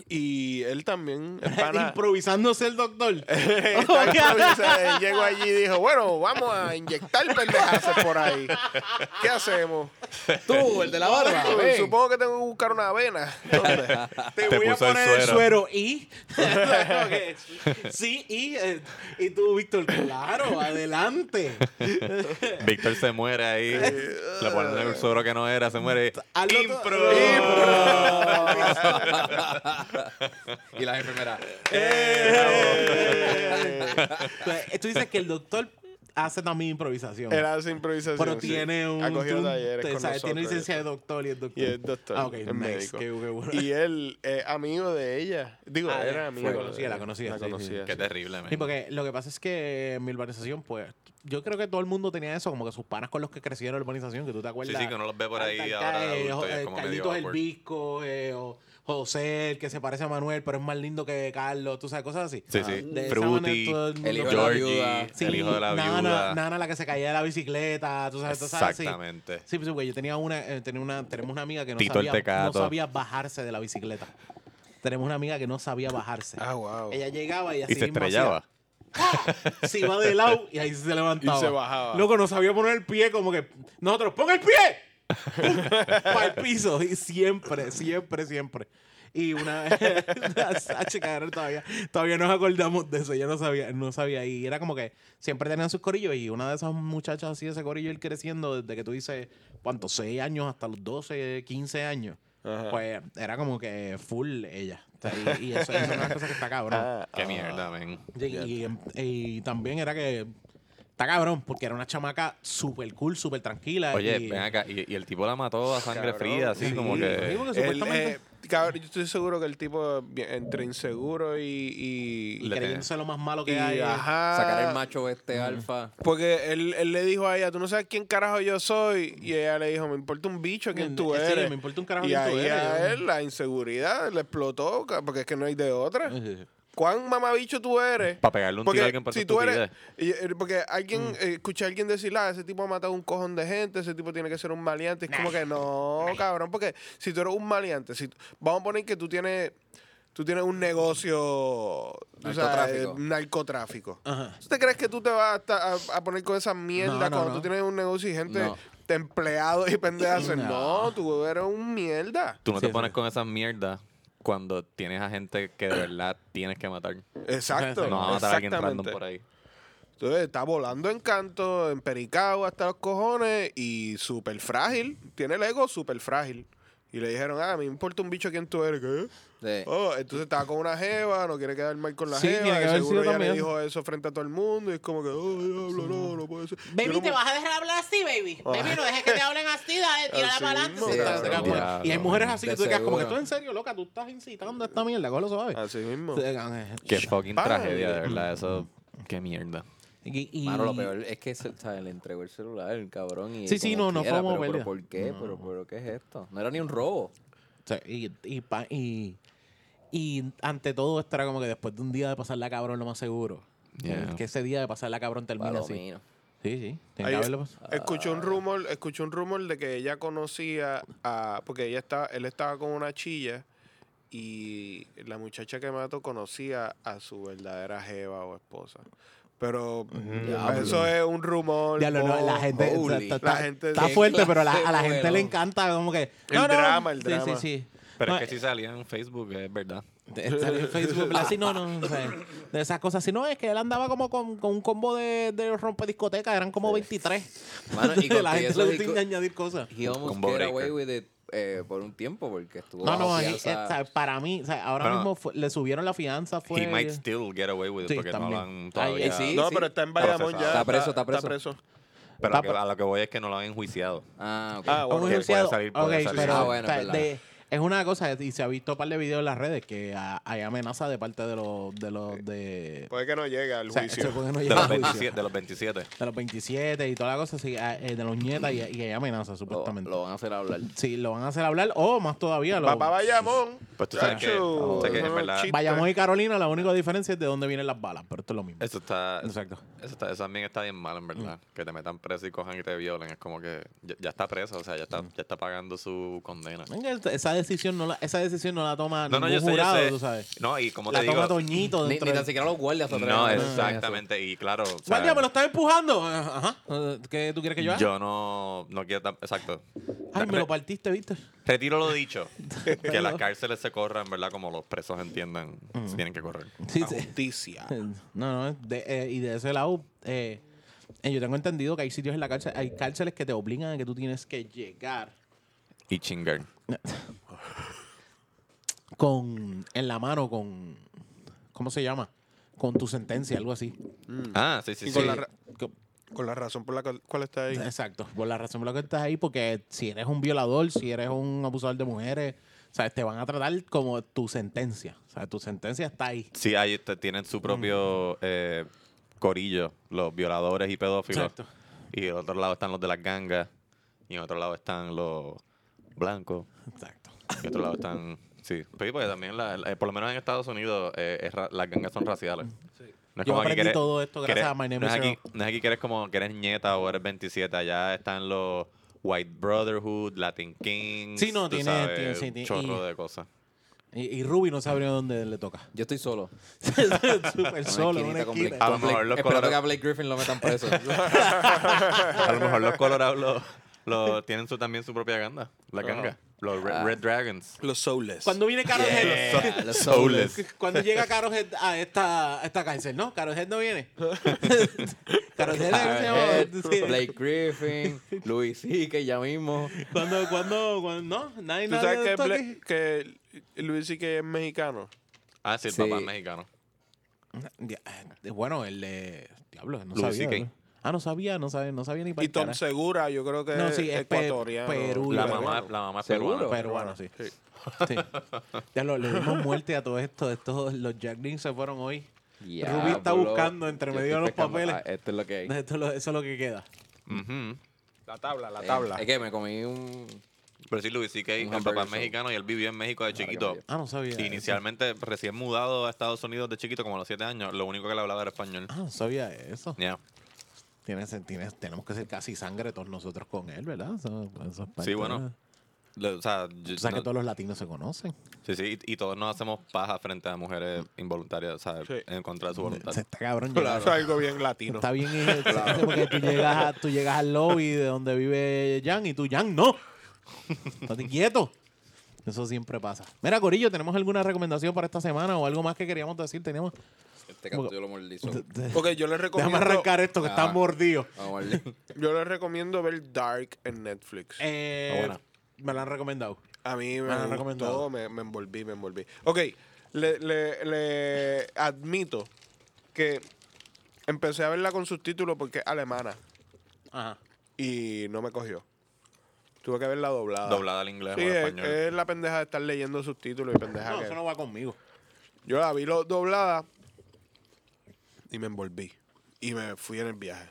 Speaker 1: Y él también, el pana,
Speaker 3: Improvisándose el doctor.
Speaker 1: está improvisando. Él llegó allí y dijo, bueno, vamos a inyectar pendejadas por ahí. ¿Qué hacemos?
Speaker 4: Tú, el de la barba.
Speaker 1: Bueno,
Speaker 4: ven.
Speaker 1: Supongo que tengo que buscar una avena. ¿Dónde?
Speaker 3: Te,
Speaker 2: Te
Speaker 3: voy a
Speaker 2: puso el
Speaker 3: poner el
Speaker 2: suero.
Speaker 3: suero, y. sí, y. eh, y tú, Víctor, claro, adelante.
Speaker 2: Víctor se muere ahí. Le ponen el suero que no era, se muere.
Speaker 3: Hazlo tú.
Speaker 2: Impro.
Speaker 4: y
Speaker 2: eh,
Speaker 4: las enfermeras.
Speaker 3: Eh, bravo. Entonces, tú dices que el doctor hace también improvisación.
Speaker 1: Él hace improvisación.
Speaker 3: pero
Speaker 1: sí.
Speaker 3: tiene un.
Speaker 1: Ha cogido
Speaker 3: un-
Speaker 1: talleres
Speaker 3: te-
Speaker 1: con
Speaker 3: sabe,
Speaker 1: nosotros
Speaker 3: Tiene licencia de doctor y es
Speaker 1: Y
Speaker 3: doctor.
Speaker 1: es doctor.
Speaker 3: Ah, ok,
Speaker 1: es
Speaker 3: nice,
Speaker 1: médico.
Speaker 3: qué- qué bueno.
Speaker 1: Y él es amigo de ella. Digo,
Speaker 3: Ah,
Speaker 1: era
Speaker 3: ya,
Speaker 1: amigo.
Speaker 3: la conocía,
Speaker 1: de-
Speaker 3: la conocía,
Speaker 1: La
Speaker 3: sí, sí,
Speaker 1: conocía.
Speaker 2: Qué terrible, man.
Speaker 3: Sí, porque lo que pasa es que en mi urbanización, pues, yo creo que todo el mundo tenía eso, como que sus panas con los que crecieron en la urbanización, que tú te
Speaker 2: Sí,
Speaker 3: acuerdas.
Speaker 2: sí, que uno los ve por ahí
Speaker 3: Tal- tal-
Speaker 2: ahora
Speaker 3: eh,
Speaker 2: de adulto y
Speaker 3: jo-
Speaker 2: es
Speaker 3: eh,
Speaker 2: como medio
Speaker 3: Carlitos el
Speaker 2: awkward.
Speaker 3: Visco, eh, o José, el que se parece a Manuel, pero es más lindo que Carlos, tú sabes, cosas así. Ah,
Speaker 2: Sí, sí.
Speaker 3: De esa manera
Speaker 2: Fruity,
Speaker 3: todo el mundo-
Speaker 4: El hijo de la viuda.
Speaker 2: Georgie,
Speaker 3: Sí,
Speaker 2: el hijo de la
Speaker 3: Nana,
Speaker 2: viuda.
Speaker 3: Nana, la que se caía de la bicicleta, tú sabes, tú sabes, sí.
Speaker 2: Exactamente.
Speaker 3: Sí, pues, güey, yo tenía una, eh, tenía una, tenemos una amiga que no
Speaker 2: Tito el
Speaker 3: sabía, no
Speaker 2: Tecato.
Speaker 3: sabía bajarse de la bicicleta. Tenemos una amiga que no sabía bajarse.
Speaker 1: Ah, wow.
Speaker 3: Ella llegaba y así
Speaker 2: Y se
Speaker 3: mismo hacía-
Speaker 2: estrellaba.
Speaker 3: se iba de lado y ahí se levantaba.
Speaker 1: Y se bajaba.
Speaker 3: Loco, no sabía poner el pie como que. Nosotros, ¡pon el pie! Para el piso. Y siempre, siempre, siempre. Y una vez, Sache, cabrón, todavía, todavía nos acordamos de eso. Yo no sabía, no sabía. Y era como que siempre tenían sus corillos. Y una de esas muchachas así, ese corillo, ir creciendo desde que tú dices, ¿cuántos? 6 años hasta los 12, 15 años.
Speaker 1: Ajá.
Speaker 3: Pues era como que full ella. O sea, Y, y eso, eso es una cosa que está cabrón.
Speaker 1: Ah,
Speaker 2: Qué
Speaker 1: ah.
Speaker 2: mierda, men.
Speaker 3: Y, y- y también era que. Está cabrón, porque era una chamaca súper cool, súper tranquila.
Speaker 2: Oye,
Speaker 3: y-
Speaker 2: ven acá. Y, y el tipo la mató a sangre
Speaker 1: Cabrón.
Speaker 2: fría, así
Speaker 3: Sí,
Speaker 2: como
Speaker 3: sí,
Speaker 2: que.
Speaker 3: porque
Speaker 1: Él,
Speaker 3: supuestamente.
Speaker 1: eh, cabrón, yo estoy seguro que el tipo eh, bien- entre inseguro y... y,
Speaker 3: y
Speaker 2: le-
Speaker 3: creyéndose lo más malo que
Speaker 1: y-
Speaker 3: hay.
Speaker 1: ajá.
Speaker 4: Sacar el macho este
Speaker 3: Mm.
Speaker 4: alfa.
Speaker 1: Porque él, él le dijo a ella, tú no sabes quién carajo yo soy. Y ella le dijo, me importa un bicho quién
Speaker 3: Mm,
Speaker 1: tú
Speaker 3: sí,
Speaker 1: eres.
Speaker 3: me importa un carajo
Speaker 1: y
Speaker 3: quién tú
Speaker 1: ahí
Speaker 3: eres,
Speaker 1: a
Speaker 3: yo-
Speaker 1: él la inseguridad le explotó, ca- porque es que no hay de otra.
Speaker 3: Eh,
Speaker 1: ¿Cuán mamabicho tú eres?
Speaker 2: Para pegarle un tiro a alguien por
Speaker 1: si
Speaker 2: tu
Speaker 1: tú eres,
Speaker 2: estupidez. Mm.
Speaker 1: y- eh, Porque alguien, eh, escuché a alguien decir, ah, ese tipo ha matado un cojón de gente, ese tipo tiene que ser un maleante. Es como que no, cabrón, porque si tú eres un maleante, si, vamos a poner que tú tienes, tú tienes un negocio, tú sabes,
Speaker 4: Narcotráfico.
Speaker 1: narcotráfico.
Speaker 3: Ajá.
Speaker 1: ¿Tú te crees que tú te vas a, ta- a- a poner con esa mierda
Speaker 3: No, no,
Speaker 1: cuando
Speaker 3: no.
Speaker 1: tú tienes un negocio y gente
Speaker 4: No.
Speaker 1: de empleados y pendejas? No.
Speaker 3: No.
Speaker 1: tú eres un mierda.
Speaker 2: Tú no
Speaker 3: Sí,
Speaker 2: te pones
Speaker 3: sí.
Speaker 2: con esas mierdas cuando tienes a gente que de verdad tienes que matar.
Speaker 1: Exacto.
Speaker 2: No vas a matar a alguien random
Speaker 1: exactamente.
Speaker 2: por ahí.
Speaker 1: Entonces está volando en canto, en pericao hasta los cojones y súper frágil. Tiene el ego súper frágil. Y le dijeron, ah, me importa un bicho quién tú eres. ¿Qué?
Speaker 4: Sí.
Speaker 1: Oh, entonces estaba con una jeva, no quiere quedar mal con la
Speaker 3: Sí,
Speaker 1: jeva.
Speaker 3: tiene que
Speaker 1: y
Speaker 3: haber
Speaker 1: seguro
Speaker 3: sido
Speaker 1: ella le
Speaker 3: también.
Speaker 1: dijo eso frente a todo el mundo. Y es como que, oh, diablo, no, no puede ser. Yo
Speaker 7: Baby,
Speaker 1: no
Speaker 7: ¿te
Speaker 1: me- Oh.
Speaker 7: vas a dejar hablar así, baby? Baby, no dejes que te hablen así, dale, tírala
Speaker 1: Así
Speaker 7: para adelante.
Speaker 1: mismo,
Speaker 4: sí,
Speaker 3: Está-
Speaker 1: cabrón.
Speaker 3: está cabrón.
Speaker 2: Diablo,
Speaker 3: y hay mujeres así que
Speaker 4: de
Speaker 3: tú te quedas como que
Speaker 4: seguro.
Speaker 3: tú en serio, loca, tú estás incitando a esta mierda, cógelo suave.
Speaker 1: Así mismo.
Speaker 3: Te digan, eh,
Speaker 2: Qué fucking
Speaker 1: Padre.
Speaker 2: tragedia, de
Speaker 3: mm.
Speaker 2: verdad. Eso, qué mierda.
Speaker 3: y- y-
Speaker 4: Mano, lo peor es que se- ¿sabes? le entregó el celular, el cabrón. Y
Speaker 3: Sí, sí,
Speaker 4: como
Speaker 3: no, no
Speaker 4: quiera,
Speaker 3: fue
Speaker 4: pero,
Speaker 3: moverla.
Speaker 4: pero ¿por qué? Pero, pero ¿qué es esto? No era ni un robo.
Speaker 3: O sea, y, y, pa- y, y ante todo esto era como que después de un día de pasarla cabrón, lo más seguro.
Speaker 2: Yeah.
Speaker 3: Que ese día de pasarla cabrón termina así.
Speaker 4: Palomino.
Speaker 3: Sí, sí. Tiene
Speaker 1: Ahí-
Speaker 3: que haberlo pasado.
Speaker 1: escuché un rumor, escuché un rumor de que ella conocía a, porque ella estaba, él estaba con una chilla y la muchacha que mató conocía a su verdadera jeva o esposa. Pero
Speaker 4: Diablo.
Speaker 1: eso es un rumor.
Speaker 3: Ya lo- no,
Speaker 1: oh,
Speaker 3: la gente
Speaker 1: holy.
Speaker 3: o sea, está,
Speaker 1: La
Speaker 3: está-
Speaker 1: gente-
Speaker 3: está
Speaker 1: qué
Speaker 3: fuerte, pero la-
Speaker 4: clase
Speaker 3: a la
Speaker 4: de
Speaker 3: gente
Speaker 4: vuelo.
Speaker 3: le encanta como que
Speaker 1: El drama, el drama.
Speaker 3: Sí, sí, sí.
Speaker 2: Pero
Speaker 3: No,
Speaker 2: es que si salía en Facebook, es verdad.
Speaker 3: eh, estar en Facebook, así no, no, o sea, de esas cosas. Si no, es que él andaba como con, con un combo de, de rompediscotecas, eran como 23.
Speaker 4: Mano, Ah, y con
Speaker 3: la
Speaker 4: que
Speaker 3: gente
Speaker 4: eso
Speaker 3: le
Speaker 4: y
Speaker 3: gusta
Speaker 4: co-
Speaker 3: añadir cosas.
Speaker 4: He almost
Speaker 2: Combo
Speaker 4: get
Speaker 2: breaker.
Speaker 4: away with it eh, por un tiempo porque estuvo
Speaker 3: No, no,
Speaker 4: bajo
Speaker 3: ahí, eh,
Speaker 4: fianza.
Speaker 3: ¿sabes? para mí, o sea, ahora
Speaker 2: Bueno,
Speaker 3: mismo fue- le subieron la fianza. Fue,
Speaker 2: He might still get away with it
Speaker 3: Sí,
Speaker 2: porque no
Speaker 3: también.
Speaker 2: lo han
Speaker 3: Ahí-
Speaker 2: todavía.
Speaker 4: Eh, sí,
Speaker 1: No,
Speaker 4: sí.
Speaker 1: pero está en Bayamón ya.
Speaker 2: Procesado.
Speaker 4: Está preso, está preso.
Speaker 2: Pero a
Speaker 3: Está
Speaker 2: que- a lo que voy es que no lo han enjuiciado.
Speaker 4: Ah, ok.
Speaker 1: Ah, bueno.
Speaker 3: Un
Speaker 2: que puede
Speaker 3: enunciado.
Speaker 2: salir, puede
Speaker 3: Ok,
Speaker 2: salir.
Speaker 3: pero,
Speaker 4: Ah, bueno,
Speaker 3: o sea,
Speaker 4: es verdad.
Speaker 3: de- es una cosa, y se ha visto un par de videos en las redes que ah, hay amenaza de parte de los. De los de,
Speaker 1: Puede que no llegue al
Speaker 3: o sea,
Speaker 1: juicio.
Speaker 3: se supone que no
Speaker 2: De
Speaker 3: llega
Speaker 2: los
Speaker 3: a ah, juicio.
Speaker 2: 27. De los 27.
Speaker 3: De los 27 y toda la cosa, sí, ah, eh, de los nietas y, y hay amenazas,
Speaker 4: lo,
Speaker 3: supuestamente.
Speaker 4: lo van a hacer hablar.
Speaker 3: Sí, lo van a hacer hablar o más todavía. Lo,
Speaker 1: Papá Bayamón.
Speaker 2: Pues tú sabes que-
Speaker 1: chacho,
Speaker 2: sé que
Speaker 1: eso
Speaker 2: en
Speaker 1: no
Speaker 2: verdad-
Speaker 1: chiste.
Speaker 3: Bayamón y Carolina, la única diferencia es de dónde vienen las balas, pero esto es lo mismo.
Speaker 2: Eso está.
Speaker 3: Exacto. Mm.
Speaker 2: Eso, está, eso también está bien mal, en verdad. Que te metan preso y cojan y te violen. Es como que ya, ya está preso, o sea, ya
Speaker 3: Mm.
Speaker 2: está, ya está pagando su condena.
Speaker 3: Venga, Esa decisión no la, esa decisión no la toma
Speaker 2: No, no, yo
Speaker 3: ningún
Speaker 2: sé, yo
Speaker 3: jurado,
Speaker 2: sé.
Speaker 3: tú sabes.
Speaker 2: No, y como
Speaker 3: la
Speaker 2: te
Speaker 3: toma
Speaker 2: digo.
Speaker 3: Toñito
Speaker 4: Ni,
Speaker 3: dentro
Speaker 4: ni
Speaker 3: de-
Speaker 4: tan siquiera los guardias se atreven a
Speaker 2: No,
Speaker 4: hacer
Speaker 2: exactamente. Y claro. o sea,
Speaker 3: Guardia, me lo estás empujando. Ajá. Eh, ¿Qué tú quieres que yo haga?
Speaker 2: yo no, no quiero. tam- Exacto.
Speaker 3: Ay, me
Speaker 2: Re-
Speaker 3: lo partiste, ¿viste?
Speaker 2: Retiro lo dicho. que las cárceles se corran, ¿verdad? Como los presos entiendan, se tienen que correr.
Speaker 3: Sí,
Speaker 1: La Justicia.
Speaker 3: No, no, de- eh, y de ese lado, eh, eh, yo tengo entendido que hay sitios en la cárcel, hay cárceles que te obligan a que tú tienes que llegar
Speaker 2: Y chingar.
Speaker 3: con, en la mano con, ¿cómo se llama? Con tu sentencia, algo así.
Speaker 2: Ah, sí, sí,
Speaker 1: Mm. Y
Speaker 2: sí.
Speaker 1: con la ra-
Speaker 3: Co-
Speaker 1: Por la razón por la cual, cual está ahí.
Speaker 3: Exacto, por la razón por la que estás ahí, porque si eres un violador, si eres un abusador de mujeres, ¿sabes? te van a tratar como tu sentencia. O sea, tu sentencia está ahí.
Speaker 2: Sí, ahí te- tienen su propio
Speaker 1: Mm.
Speaker 2: eh, corillo, los violadores y pedófilos.
Speaker 3: Exacto.
Speaker 2: Y del otro lado están los de las gangas. Y en otro lado están los blancos.
Speaker 3: Exacto.
Speaker 2: Y en otro lado están. Sí, pero porque también, la- la- por lo menos en Estados Unidos, eh, es ra- las gangas son raciales. No
Speaker 3: Yo
Speaker 2: aquí
Speaker 3: aprendí
Speaker 2: que eres-
Speaker 3: todo esto
Speaker 2: que
Speaker 3: gracias
Speaker 2: eres-
Speaker 3: a My Name
Speaker 2: no es
Speaker 3: is
Speaker 2: aquí,
Speaker 3: Earl.
Speaker 2: no es aquí que eres como que eres nieta o eres 27. Allá están los White Brotherhood, Latin Kings.
Speaker 3: Sí, no,
Speaker 2: tú
Speaker 3: tiene-
Speaker 2: sabes,
Speaker 3: tiene- sí,
Speaker 2: un
Speaker 3: tiene-
Speaker 2: chorro
Speaker 3: y-
Speaker 2: de cosas.
Speaker 3: Y, y Ruby no sabría dónde le toca.
Speaker 4: Yo estoy solo.
Speaker 3: Súper solo, en una
Speaker 4: esquinita con
Speaker 3: esquina.
Speaker 4: Blake-
Speaker 2: A lo mejor
Speaker 4: con Blake-
Speaker 2: los
Speaker 4: Esperando que a
Speaker 2: colorados-
Speaker 4: Blake Griffin lo metan preso.
Speaker 2: A lo mejor los colorados lo, lo- tienen su, también su propia ganga. La ganga. Los
Speaker 4: Ah.
Speaker 2: Red, Red Dragons.
Speaker 6: Los soulless.
Speaker 3: Cuando viene Carol Head-
Speaker 4: Yeah, los
Speaker 2: Soulless.
Speaker 3: Cuando llega Carol Head a esta, a esta cárcel, ¿no? Carol Head no viene. Carol Head se llama- sí.
Speaker 4: Blake Griffin, Luis Sique, ya mismo.
Speaker 3: Cuando, cuando, cuando, no, nadie,
Speaker 1: ¿Tú
Speaker 3: nadie
Speaker 1: sabes
Speaker 3: le
Speaker 1: que,
Speaker 3: toca.
Speaker 1: Ble- que Luis sí que es mexicano?
Speaker 2: Ah, sí, el
Speaker 4: Sí.
Speaker 2: papá es mexicano.
Speaker 3: Ya, eh, Bueno, el de. Diablo, no
Speaker 2: Louis
Speaker 3: sabía.
Speaker 2: CK.
Speaker 3: ¿no? Ah, no sabía, no sabía, no sabía ni para
Speaker 1: Y Tom Segura, yo creo que
Speaker 3: Pues No,
Speaker 1: es
Speaker 3: sí, es pe-
Speaker 1: ecuatoriano.
Speaker 3: Perú. Uy,
Speaker 2: La
Speaker 3: pero
Speaker 2: mamá,
Speaker 3: bueno.
Speaker 2: la mamá es
Speaker 4: ¿Seguro?
Speaker 2: peruana.
Speaker 3: Peruano, sí. Sí. Ya lo, le dimos muerte a todo esto. Estos, los Jack Nicks se fueron hoy. Rubí está
Speaker 4: Diablo.
Speaker 3: buscando entre
Speaker 4: Yo
Speaker 3: medio de
Speaker 4: estoy
Speaker 3: los
Speaker 4: pescando.
Speaker 3: papeles.
Speaker 4: Ah, esto es lo que hay.
Speaker 3: Esto es lo- eso es lo que queda.
Speaker 2: Ujú.
Speaker 1: La tabla, la
Speaker 4: Eh,
Speaker 1: tabla.
Speaker 4: Es que me comí un...
Speaker 2: Pero sí, Luis CK, el
Speaker 4: hamburger
Speaker 2: papá es
Speaker 4: show.
Speaker 2: mexicano y él vivió en México de chiquito.
Speaker 4: maravilla.
Speaker 3: Ah, no sabía. eso.
Speaker 2: Inicialmente, recién mudado a Estados Unidos de chiquito, como a los 7 años, lo único que le hablaba era español.
Speaker 3: Ah, no sabía eso.
Speaker 2: Ya.
Speaker 3: Tiene sen- tiene- tenemos que ser casi sangre todos nosotros con él, ¿verdad? Eso- eso es parte
Speaker 2: Sí, bueno.
Speaker 3: de-
Speaker 2: Lo- o sea, yo-
Speaker 3: Tú sabes
Speaker 2: no-
Speaker 3: que todos los latinos se conocen.
Speaker 2: sí, sí, y, y todos nos hacemos paja frente a mujeres involuntarias, o sea,
Speaker 1: Sí.
Speaker 2: en contra de su voluntad.
Speaker 3: Se está cabrón.
Speaker 1: Eso es algo bien
Speaker 3: llegar-
Speaker 1: latino.
Speaker 3: Está bien eh, porque tú llegas, a- tú llegas al lobby de donde vive Jan y tú, Jan, no. Estate quieto. Eso siempre pasa. Mira, Corillo, ¿tenemos alguna recomendación para esta semana o algo más que queríamos decir? Teníamos...
Speaker 4: Este canto yo lo mordí solo.
Speaker 1: Ok, yo les
Speaker 3: Déjame
Speaker 1: recomiendo.
Speaker 3: arrancar esto que está
Speaker 4: Ah.
Speaker 3: mordido.
Speaker 4: Vamos a darle.
Speaker 1: Yo les recomiendo ver Dark en Netflix.
Speaker 3: Eh, me la han recomendado.
Speaker 1: A mí
Speaker 3: Me
Speaker 1: me,
Speaker 3: han
Speaker 1: gustó,
Speaker 3: recomendado.
Speaker 1: me, me envolví, me envolví. Ok, le, le- le admito que empecé a verla con subtítulos porque es alemana
Speaker 3: Ajá.
Speaker 1: y no me cogió. Tuve que verla doblada.
Speaker 2: Doblada al inglés
Speaker 1: Sí,
Speaker 2: o al
Speaker 1: es,
Speaker 2: español.
Speaker 1: es la pendeja de estar leyendo subtítulos y pendeja.
Speaker 3: No,
Speaker 1: que-
Speaker 3: eso no va conmigo.
Speaker 1: Yo la vi lo- doblada y me envolví. Y me fui en el viaje.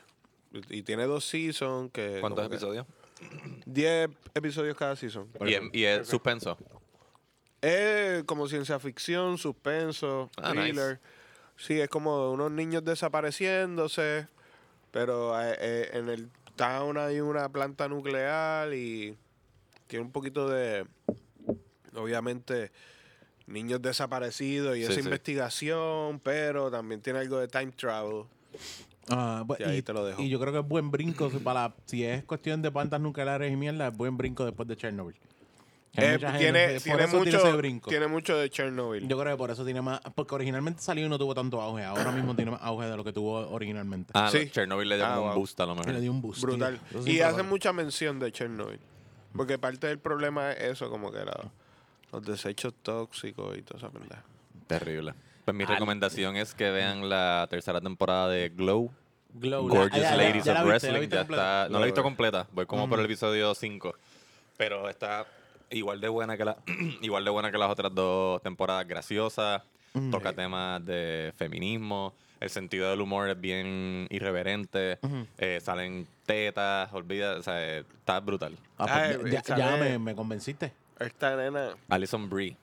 Speaker 1: Y, y tiene dos seasons que...
Speaker 2: ¿Cuántos
Speaker 1: como que-
Speaker 2: episodios?
Speaker 1: Diez episodios cada season.
Speaker 2: Y, es- y es suspenso.
Speaker 1: Es como ciencia ficción, suspenso,
Speaker 2: Ah, nice.
Speaker 1: thriller. Sí, es como unos niños desapareciéndose, pero eh, eh, en el town hay una planta nuclear y tiene un poquito de, obviamente, niños desaparecidos y
Speaker 2: Sí,
Speaker 1: esa
Speaker 2: sí.
Speaker 1: investigación, pero también tiene algo de time travel.
Speaker 3: Ah, bu-
Speaker 1: Y ahí te lo dejo.
Speaker 3: y yo creo que es buen brinco si, para la- si es cuestión de plantas nucleares y mierda, es buen brinco después de Chernobyl. Que hay
Speaker 1: Eh,
Speaker 3: mucha gente que
Speaker 1: tiene,
Speaker 3: por
Speaker 1: tiene,
Speaker 3: eso
Speaker 1: mucho,
Speaker 3: ese brinco.
Speaker 1: tiene mucho de Chernobyl.
Speaker 3: Yo creo que por eso tiene más, porque originalmente salió y no tuvo tanto auge, ahora mismo tiene más auge de lo que tuvo originalmente.
Speaker 2: Ah,
Speaker 1: Sí.
Speaker 2: Chernobyl le dio
Speaker 1: Ah,
Speaker 2: como un
Speaker 1: wow.
Speaker 2: boost a lo
Speaker 3: Y
Speaker 2: mejor.
Speaker 3: le dio un boost.
Speaker 1: Brutal.
Speaker 3: tío. Eso
Speaker 1: Y
Speaker 3: siempre
Speaker 1: hacen
Speaker 3: pasa.
Speaker 1: mucha mención de Chernobyl. Porque parte del problema es eso, como que la- los desechos tóxicos y toda esa pendeja.
Speaker 2: Terrible. Pues mi recomendación es que vean la tercera temporada de Glow.
Speaker 3: Glow, la-
Speaker 2: Gorgeous
Speaker 3: ah, ya- ya-
Speaker 2: Ladies
Speaker 3: ya la
Speaker 2: of
Speaker 3: viste, la
Speaker 2: Wrestling.
Speaker 3: viste
Speaker 2: ya
Speaker 3: completa. Mm.
Speaker 2: está, no la he visto completa, voy como por el episodio 5. Pero está igual de buena que la, igual de buena que las otras dos temporadas graciosas.
Speaker 3: Mm.
Speaker 2: Toca temas de feminismo. El sentido del humor es bien irreverente. eh, salen tetas, olvida, o sea, eh, está brutal.
Speaker 3: Ah,
Speaker 1: Ay,
Speaker 3: pues, ya, ya
Speaker 1: sale-
Speaker 3: me, me convenciste.
Speaker 1: Esta nena.
Speaker 2: Alison Brie,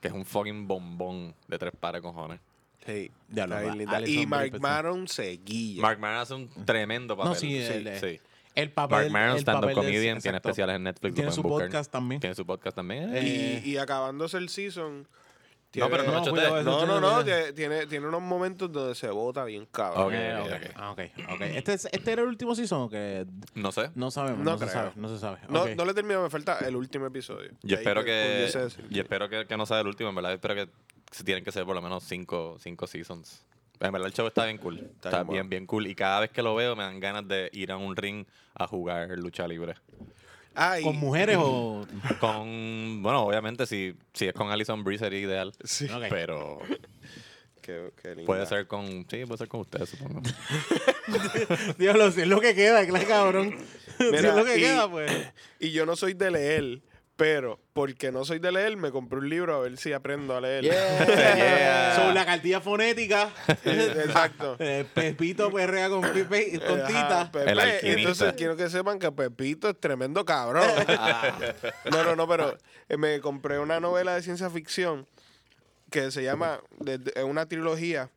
Speaker 2: que es un fucking bombón de tres pares de cojones.
Speaker 1: Sí.
Speaker 3: Ya lo
Speaker 1: está bien
Speaker 3: va.
Speaker 1: linda.
Speaker 3: Alison
Speaker 1: Y
Speaker 3: Brie
Speaker 1: Mark
Speaker 3: Peterson.
Speaker 1: Maron seguía.
Speaker 2: Mark Maron hace un tremendo papel.
Speaker 3: No, sí, el, eh,
Speaker 2: sí.
Speaker 3: el papel.
Speaker 2: Mark Maron,
Speaker 3: el
Speaker 2: stand-up
Speaker 3: papel de-
Speaker 2: comedian, tiene
Speaker 3: exacto.
Speaker 2: especiales en Netflix. lo
Speaker 3: Tiene
Speaker 2: pueden
Speaker 3: su
Speaker 2: buscar.
Speaker 3: podcast también.
Speaker 2: Tiene su podcast también.
Speaker 1: y,
Speaker 2: eh.
Speaker 1: y acabándose el season.
Speaker 2: No, pero no,
Speaker 3: No,
Speaker 2: machote.
Speaker 3: cuidado, eso
Speaker 1: No, no,
Speaker 3: tiene-
Speaker 1: no, te- tiene, tiene unos momentos donde se bota bien cabrón.
Speaker 2: Ok,
Speaker 3: Eh,
Speaker 2: ok,
Speaker 3: ok,
Speaker 2: ok.
Speaker 3: ah, ok, ok. Este, es- este era el último season o que
Speaker 2: No sé.
Speaker 3: no sabemos, no,
Speaker 1: No
Speaker 3: se
Speaker 1: creo.
Speaker 3: sabe, no se sabe.
Speaker 1: No,
Speaker 3: Ok.
Speaker 1: no le termino, me falta el último episodio.
Speaker 2: Yo
Speaker 1: Ahí
Speaker 2: espero
Speaker 1: te-
Speaker 2: que.
Speaker 1: pudiese decir.
Speaker 2: Yo espero que, que no sea el último, en verdad. Espero que se tienen que ser por lo menos cinco, cinco seasons. En verdad, el show está bien cool. Está,
Speaker 1: bien
Speaker 2: bien,
Speaker 1: bueno.
Speaker 2: bien cool. Y cada vez que lo veo, me dan ganas de ir a un ring a jugar lucha libre.
Speaker 1: Ah, y-
Speaker 3: con mujeres o
Speaker 2: Con. Bueno, obviamente, si, si es con Alison Brie sería ideal.
Speaker 1: Sí.
Speaker 3: Ok.
Speaker 2: Pero.
Speaker 1: que qué, qué linda.
Speaker 2: Puede ser con. Sí, puede ser con ustedes, supongo.
Speaker 3: Diablo, si es lo que queda, claro, cabrón. si
Speaker 1: Mira,
Speaker 3: es lo que
Speaker 1: y-
Speaker 3: queda, pues.
Speaker 1: Y yo no soy de leer, pero porque no soy de leer, me compré un libro a ver si aprendo a leer.
Speaker 2: Yeah.
Speaker 3: Sobre la cartilla fonética.
Speaker 1: Eh, Exacto.
Speaker 3: eh, Pepito perrea con, pipe, con
Speaker 1: Ajá,
Speaker 3: tita.
Speaker 1: Pepe.
Speaker 2: El alquimista.
Speaker 1: Entonces quiero que sepan que Pepito es tremendo cabrón.
Speaker 3: Ah.
Speaker 1: No, no, no, pero eh, me compré una novela de ciencia ficción que se llama, de- de- es una trilogía.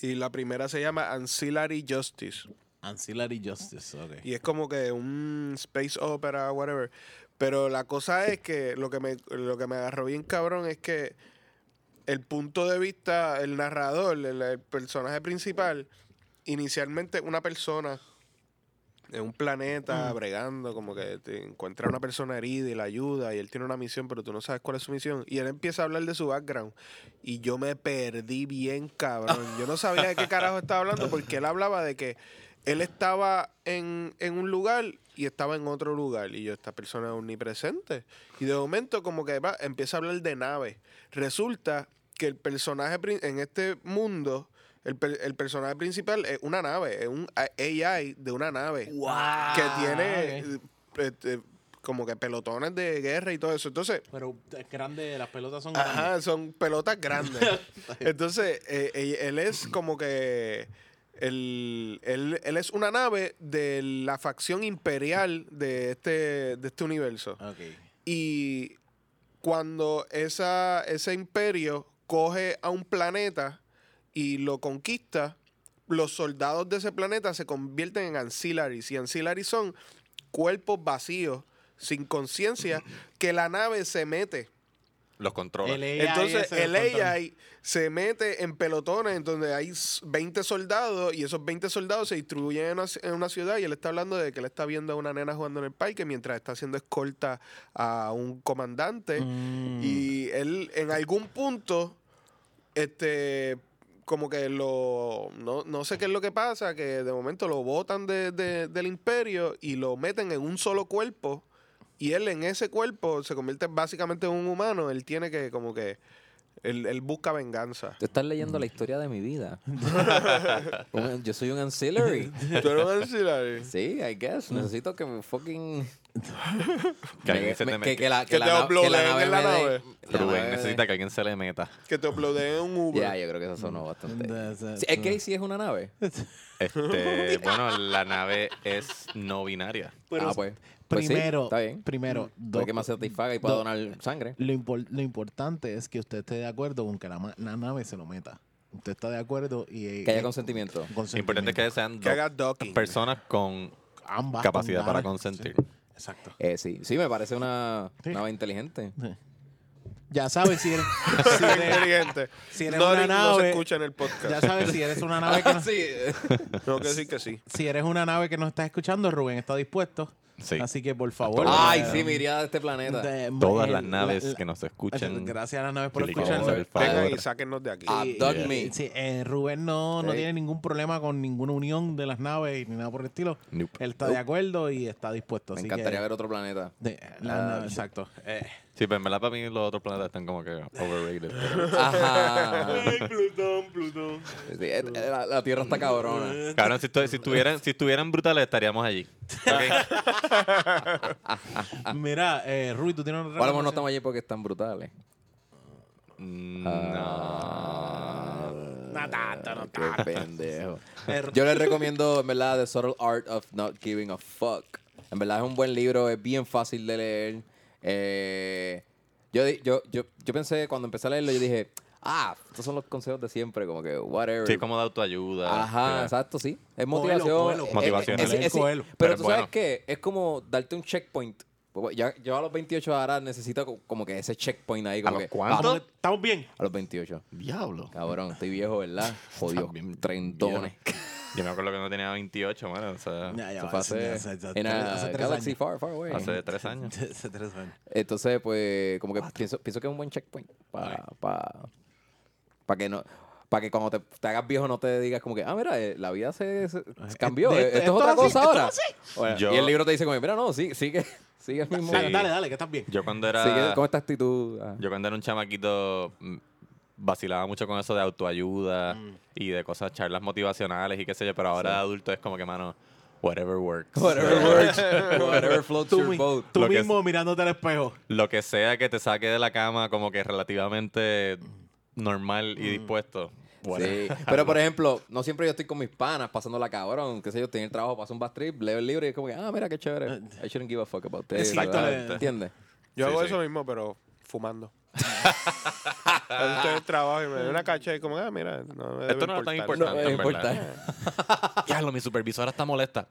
Speaker 1: Y la primera se llama Ancillary Justice.
Speaker 3: Ancillary Justice, ok.
Speaker 1: Y es como que un space opera, whatever. Pero la cosa es que lo que me, lo que me agarró bien cabrón es que el punto de vista, el narrador, el, el personaje principal, inicialmente una persona en un planeta bregando, como que te encuentra una persona herida y la ayuda y él tiene una misión, pero tú no sabes cuál es su misión. Y él empieza a hablar de su background y yo me perdí bien cabrón. Yo no sabía de qué carajo estaba hablando porque él hablaba de que él estaba en, en un lugar y estaba en otro lugar. Y yo, esta persona es omnipresente. Y de momento, como que va, empieza a hablar de naves. Resulta que el personaje prin- en este mundo, el, per- el personaje principal es una nave, es un A- AI de una nave. Que
Speaker 3: Ah,
Speaker 1: tiene eh, este, como que pelotones de guerra y todo eso. Entonces,
Speaker 3: Pero es grande, las pelotas son
Speaker 1: Ajá, son pelotas grandes. Entonces, eh, eh, él es como que. el- él, él es una nave de la facción imperial de este, de este universo.
Speaker 3: grandes. Ok.
Speaker 1: Y cuando esa, ese imperio coge a un planeta y lo conquista, los soldados de ese planeta se convierten en ancillaries. Y ancillaries son cuerpos vacíos, sin conciencia, que la nave se mete.
Speaker 2: Los controla.
Speaker 3: El AI
Speaker 1: Entonces
Speaker 3: ese
Speaker 1: el
Speaker 3: los controla.
Speaker 1: AI se mete en pelotones en donde hay s- 20 soldados y esos 20 soldados se distribuyen en una, ci- en una ciudad y él está hablando de que él está viendo a una nena jugando en el parque mientras está haciendo escolta a un comandante
Speaker 3: Mm.
Speaker 4: Mm.
Speaker 2: Mm.
Speaker 1: y él en algún punto este como que lo no, no sé qué es lo que pasa que de momento lo botan de- de- del imperio y lo meten en un solo cuerpo y él en ese cuerpo se convierte básicamente en un humano él tiene que como que él, él busca venganza
Speaker 4: Tú estás leyendo la historia de mi vida. Un- Yo soy un ancillary.
Speaker 1: ¿Tú eres un ancillary?
Speaker 4: Sí, I guess. Necesito que me fucking.
Speaker 2: Que alguien se
Speaker 4: me-
Speaker 2: te
Speaker 4: que-
Speaker 2: meta.
Speaker 4: que la-
Speaker 1: Que
Speaker 4: que la
Speaker 1: te
Speaker 4: na- que la
Speaker 1: uploadeen
Speaker 4: nave
Speaker 1: en la
Speaker 4: me dé-
Speaker 1: nave.
Speaker 4: la nave
Speaker 2: Rubén
Speaker 4: me dé-
Speaker 2: necesita que alguien se le meta.
Speaker 1: que te uploadeen un Uber
Speaker 4: Ya, yo creo que eso sonó bastante.
Speaker 3: Da- da-
Speaker 4: Sí, es que ahí sí es una nave.
Speaker 2: Este, bueno, la nave es no binaria.
Speaker 3: Pero
Speaker 4: ah, pues. Pues sí,
Speaker 3: primero,
Speaker 4: está bien.
Speaker 3: primero,
Speaker 4: Puede
Speaker 3: doc-
Speaker 4: que me satisfaga y pueda
Speaker 3: do-
Speaker 4: donar sangre.
Speaker 3: lo, impor- lo importante es que usted esté de acuerdo con que la, ma- la nave se lo meta. Usted está de acuerdo y... eh,
Speaker 4: Que haya
Speaker 3: eh,
Speaker 4: consentimiento.
Speaker 2: Lo importante es que sean
Speaker 1: que haga
Speaker 2: dos
Speaker 1: docking
Speaker 2: personas con
Speaker 3: Ambas
Speaker 2: capacidad
Speaker 3: con
Speaker 2: para
Speaker 3: nave.
Speaker 2: consentir.
Speaker 3: Sí, Exacto.
Speaker 4: Eh, sí, sí, me parece una
Speaker 3: Sí.
Speaker 4: nave inteligente.
Speaker 3: Ya sabes si eres, si eres-
Speaker 1: inteligente
Speaker 3: si eres
Speaker 1: no,
Speaker 3: una
Speaker 1: no se
Speaker 3: nave-
Speaker 1: escucha en el podcast
Speaker 3: ya sabes si eres una nave que no,
Speaker 4: sí.
Speaker 1: tengo que decir que sí
Speaker 3: si eres una nave que no está escuchando, Rubén está dispuesto.
Speaker 2: Sí.
Speaker 3: Así que por favor.
Speaker 4: Ay,
Speaker 3: eh,
Speaker 4: sí, me iría de este planeta.
Speaker 3: de-
Speaker 2: Todas
Speaker 3: el-
Speaker 2: las naves
Speaker 3: la- la-
Speaker 2: que nos escuchan.
Speaker 3: Gracias a las naves por
Speaker 2: Por
Speaker 3: escucharnos.
Speaker 2: favor.
Speaker 1: vengan y sáquennos de aquí
Speaker 4: Ah, Abduct
Speaker 3: Y-
Speaker 4: me.
Speaker 3: y- sí, eh, Rubén no, no
Speaker 4: Sí.
Speaker 3: tiene ningún problema con ninguna unión de las naves ni nada por el estilo.
Speaker 2: Nope.
Speaker 3: Él está de acuerdo y está dispuesto.
Speaker 4: Me
Speaker 3: así
Speaker 4: encantaría
Speaker 3: que,
Speaker 4: ver otro planeta.
Speaker 3: de- las
Speaker 4: Ah,
Speaker 3: naves, exacto. Eh,
Speaker 2: Sí, pero en verdad para mí los otros planetas están como que overrated. pero-
Speaker 4: Ajá.
Speaker 1: Plutón Plutón
Speaker 4: Sí, eh, eh, la, la Tierra está cabrona.
Speaker 2: Cabrón, si, estu- si, estuvieran, si estuvieran brutales estaríamos allí. Ok.
Speaker 3: Mira, eh, Rubén, tú tienes una
Speaker 4: Ah. Ahora mismo no
Speaker 3: recomendación?
Speaker 4: estamos allí porque están brutales.
Speaker 2: No.
Speaker 7: No tanto, no
Speaker 4: Ah, Qué pendejo.
Speaker 3: Er-
Speaker 4: Yo les recomiendo, en verdad, The Subtle Art of Not Giving a Fuck. En verdad es un buen libro, es bien fácil de leer. Eh, yo, di- yo, yo, yo pensé, cuando empecé a leerlo, yo dije, ah, estos son los consejos de siempre, como que, whatever.
Speaker 2: Sí, como de autoayuda.
Speaker 4: Ajá,
Speaker 2: que-
Speaker 4: exacto, sí. Es
Speaker 3: Coelho,
Speaker 4: motivación.
Speaker 3: Coelho.
Speaker 4: eh,
Speaker 2: Motivacional.
Speaker 4: eh, eh, sí,
Speaker 3: Leer
Speaker 4: eh, sí.
Speaker 3: Coello.
Speaker 4: Pero
Speaker 2: Pero
Speaker 4: tú
Speaker 2: es
Speaker 4: sabes
Speaker 2: bueno.
Speaker 4: que es como darte un checkpoint. Pues, Ya, yo a los 28 ahora necesito co- como que ese checkpoint ahí. Como
Speaker 2: los
Speaker 4: que,
Speaker 2: cuántos?
Speaker 4: ah,
Speaker 3: Estamos- ¿Estamos bien?
Speaker 4: a los 28.
Speaker 2: Diablo.
Speaker 4: Cabrón, estoy viejo, ¿verdad? Jodido. Trentones.
Speaker 2: Yo me acuerdo que no tenía 28, mano. O sea,
Speaker 3: Ya, ya,
Speaker 4: Ah, Eso
Speaker 3: va,
Speaker 4: fue
Speaker 3: eso ya,
Speaker 4: hace,
Speaker 3: hace- hace-
Speaker 4: en a
Speaker 3: hace tres
Speaker 4: Galaxy
Speaker 3: años.
Speaker 4: Far, Far Away.
Speaker 2: hace tres años.
Speaker 3: Hace tres años.
Speaker 4: Entonces, pues, como que pienso, pienso que es un buen checkpoint para que no para que cuando te, te hagas viejo no te digas como que, ah, mira, eh, la vida se, se- se cambió,
Speaker 3: de-
Speaker 4: eh, esto,
Speaker 3: esto
Speaker 4: es otra
Speaker 3: así,
Speaker 4: cosa
Speaker 3: esto
Speaker 4: ahora. Bueno,
Speaker 2: Yo-
Speaker 4: Y el libro te dice como, mira, no, sí, sigue, sigue el mismo.
Speaker 2: Sí.
Speaker 3: Dale, dale, dale, que estás bien.
Speaker 2: Yo cuando
Speaker 4: Sigue
Speaker 2: era.
Speaker 4: con esta actitud. ah.
Speaker 2: Yo cuando era un chamaquito mm, vacilaba mucho con eso de autoayuda
Speaker 3: Mm.
Speaker 2: y de cosas, charlas motivacionales y qué sé yo, pero ahora de adulto es como que, mano, whatever works.
Speaker 4: Whatever works. Whatever floats
Speaker 3: Tú,
Speaker 4: your
Speaker 3: mi-
Speaker 4: boat.
Speaker 3: tú
Speaker 2: Lo que
Speaker 3: mismo mirándote al espejo.
Speaker 2: Lo que sea que te saque de la cama como que relativamente normal
Speaker 3: Mm.
Speaker 2: y dispuesto.
Speaker 4: Sí.
Speaker 2: whatever.
Speaker 4: Pero, por ejemplo, no siempre yo estoy con mis panas pasando la cabrón. Qué sé yo, estoy en el trabajo, paso un bus trip, leo el libro y es como que, ah, mira qué chévere. I shouldn't give a fuck about this.
Speaker 3: Eh, Exacto, eh.
Speaker 4: ¿verdad?
Speaker 3: le-
Speaker 4: ¿Entiendes?
Speaker 1: Yo
Speaker 2: Sí,
Speaker 1: hago
Speaker 2: sí.
Speaker 1: eso mismo, pero fumando. Ahora Estoy en el trabajo y me doy una cacha y como, ah, mira, no me debe
Speaker 2: Esto no es tan
Speaker 1: importar.
Speaker 4: No, eh.
Speaker 2: importante.
Speaker 4: es
Speaker 2: en verdad.
Speaker 4: importante.
Speaker 2: Ya lo, mi supervisora está molesta.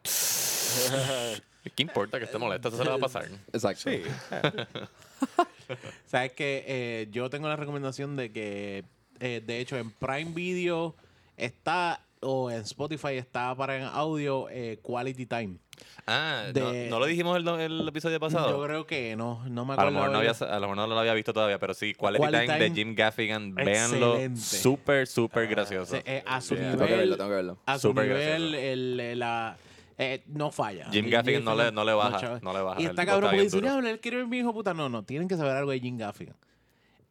Speaker 2: ¿Qué importa que esté molesta? Eso se le va a pasar.
Speaker 4: Exacto.
Speaker 1: Sí.
Speaker 3: Sabes que eh, yo tengo la recomendación de que, eh, de hecho, en Prime Video está, o en Spotify está para en audio, eh, Quality Time.
Speaker 2: Ah,
Speaker 3: De-
Speaker 2: ¿no, no lo dijimos el, el episodio pasado?
Speaker 3: Yo creo que no, no me
Speaker 2: A
Speaker 3: acuerdo.
Speaker 2: lo, mejor no
Speaker 3: de-
Speaker 2: había, a lo mejor no lo había visto todavía, pero sí, Quality,
Speaker 3: Quality
Speaker 2: Time,
Speaker 3: Time.
Speaker 2: de Jim Gaffigan, véanlo.
Speaker 3: Excelente.
Speaker 2: Súper, súper gracioso.
Speaker 3: se- eh, a su
Speaker 2: Yeah.
Speaker 3: nivel,
Speaker 4: Tengo que verlo, tengo que verlo.
Speaker 3: a su
Speaker 2: Súper
Speaker 3: nivel,
Speaker 2: gracioso.
Speaker 3: el, eh, la, eh, no falla.
Speaker 2: Jim Gaffigan no le- no le baja,
Speaker 3: chaval.
Speaker 2: no le baja,
Speaker 3: Y
Speaker 2: el
Speaker 3: está
Speaker 2: tipo está
Speaker 3: cabrón, porque
Speaker 2: bien
Speaker 3: dice,
Speaker 2: duro.
Speaker 3: "Diablo, él quiere ver mi hijo puta. No, no, tienen que saber algo de Jim Gaffigan.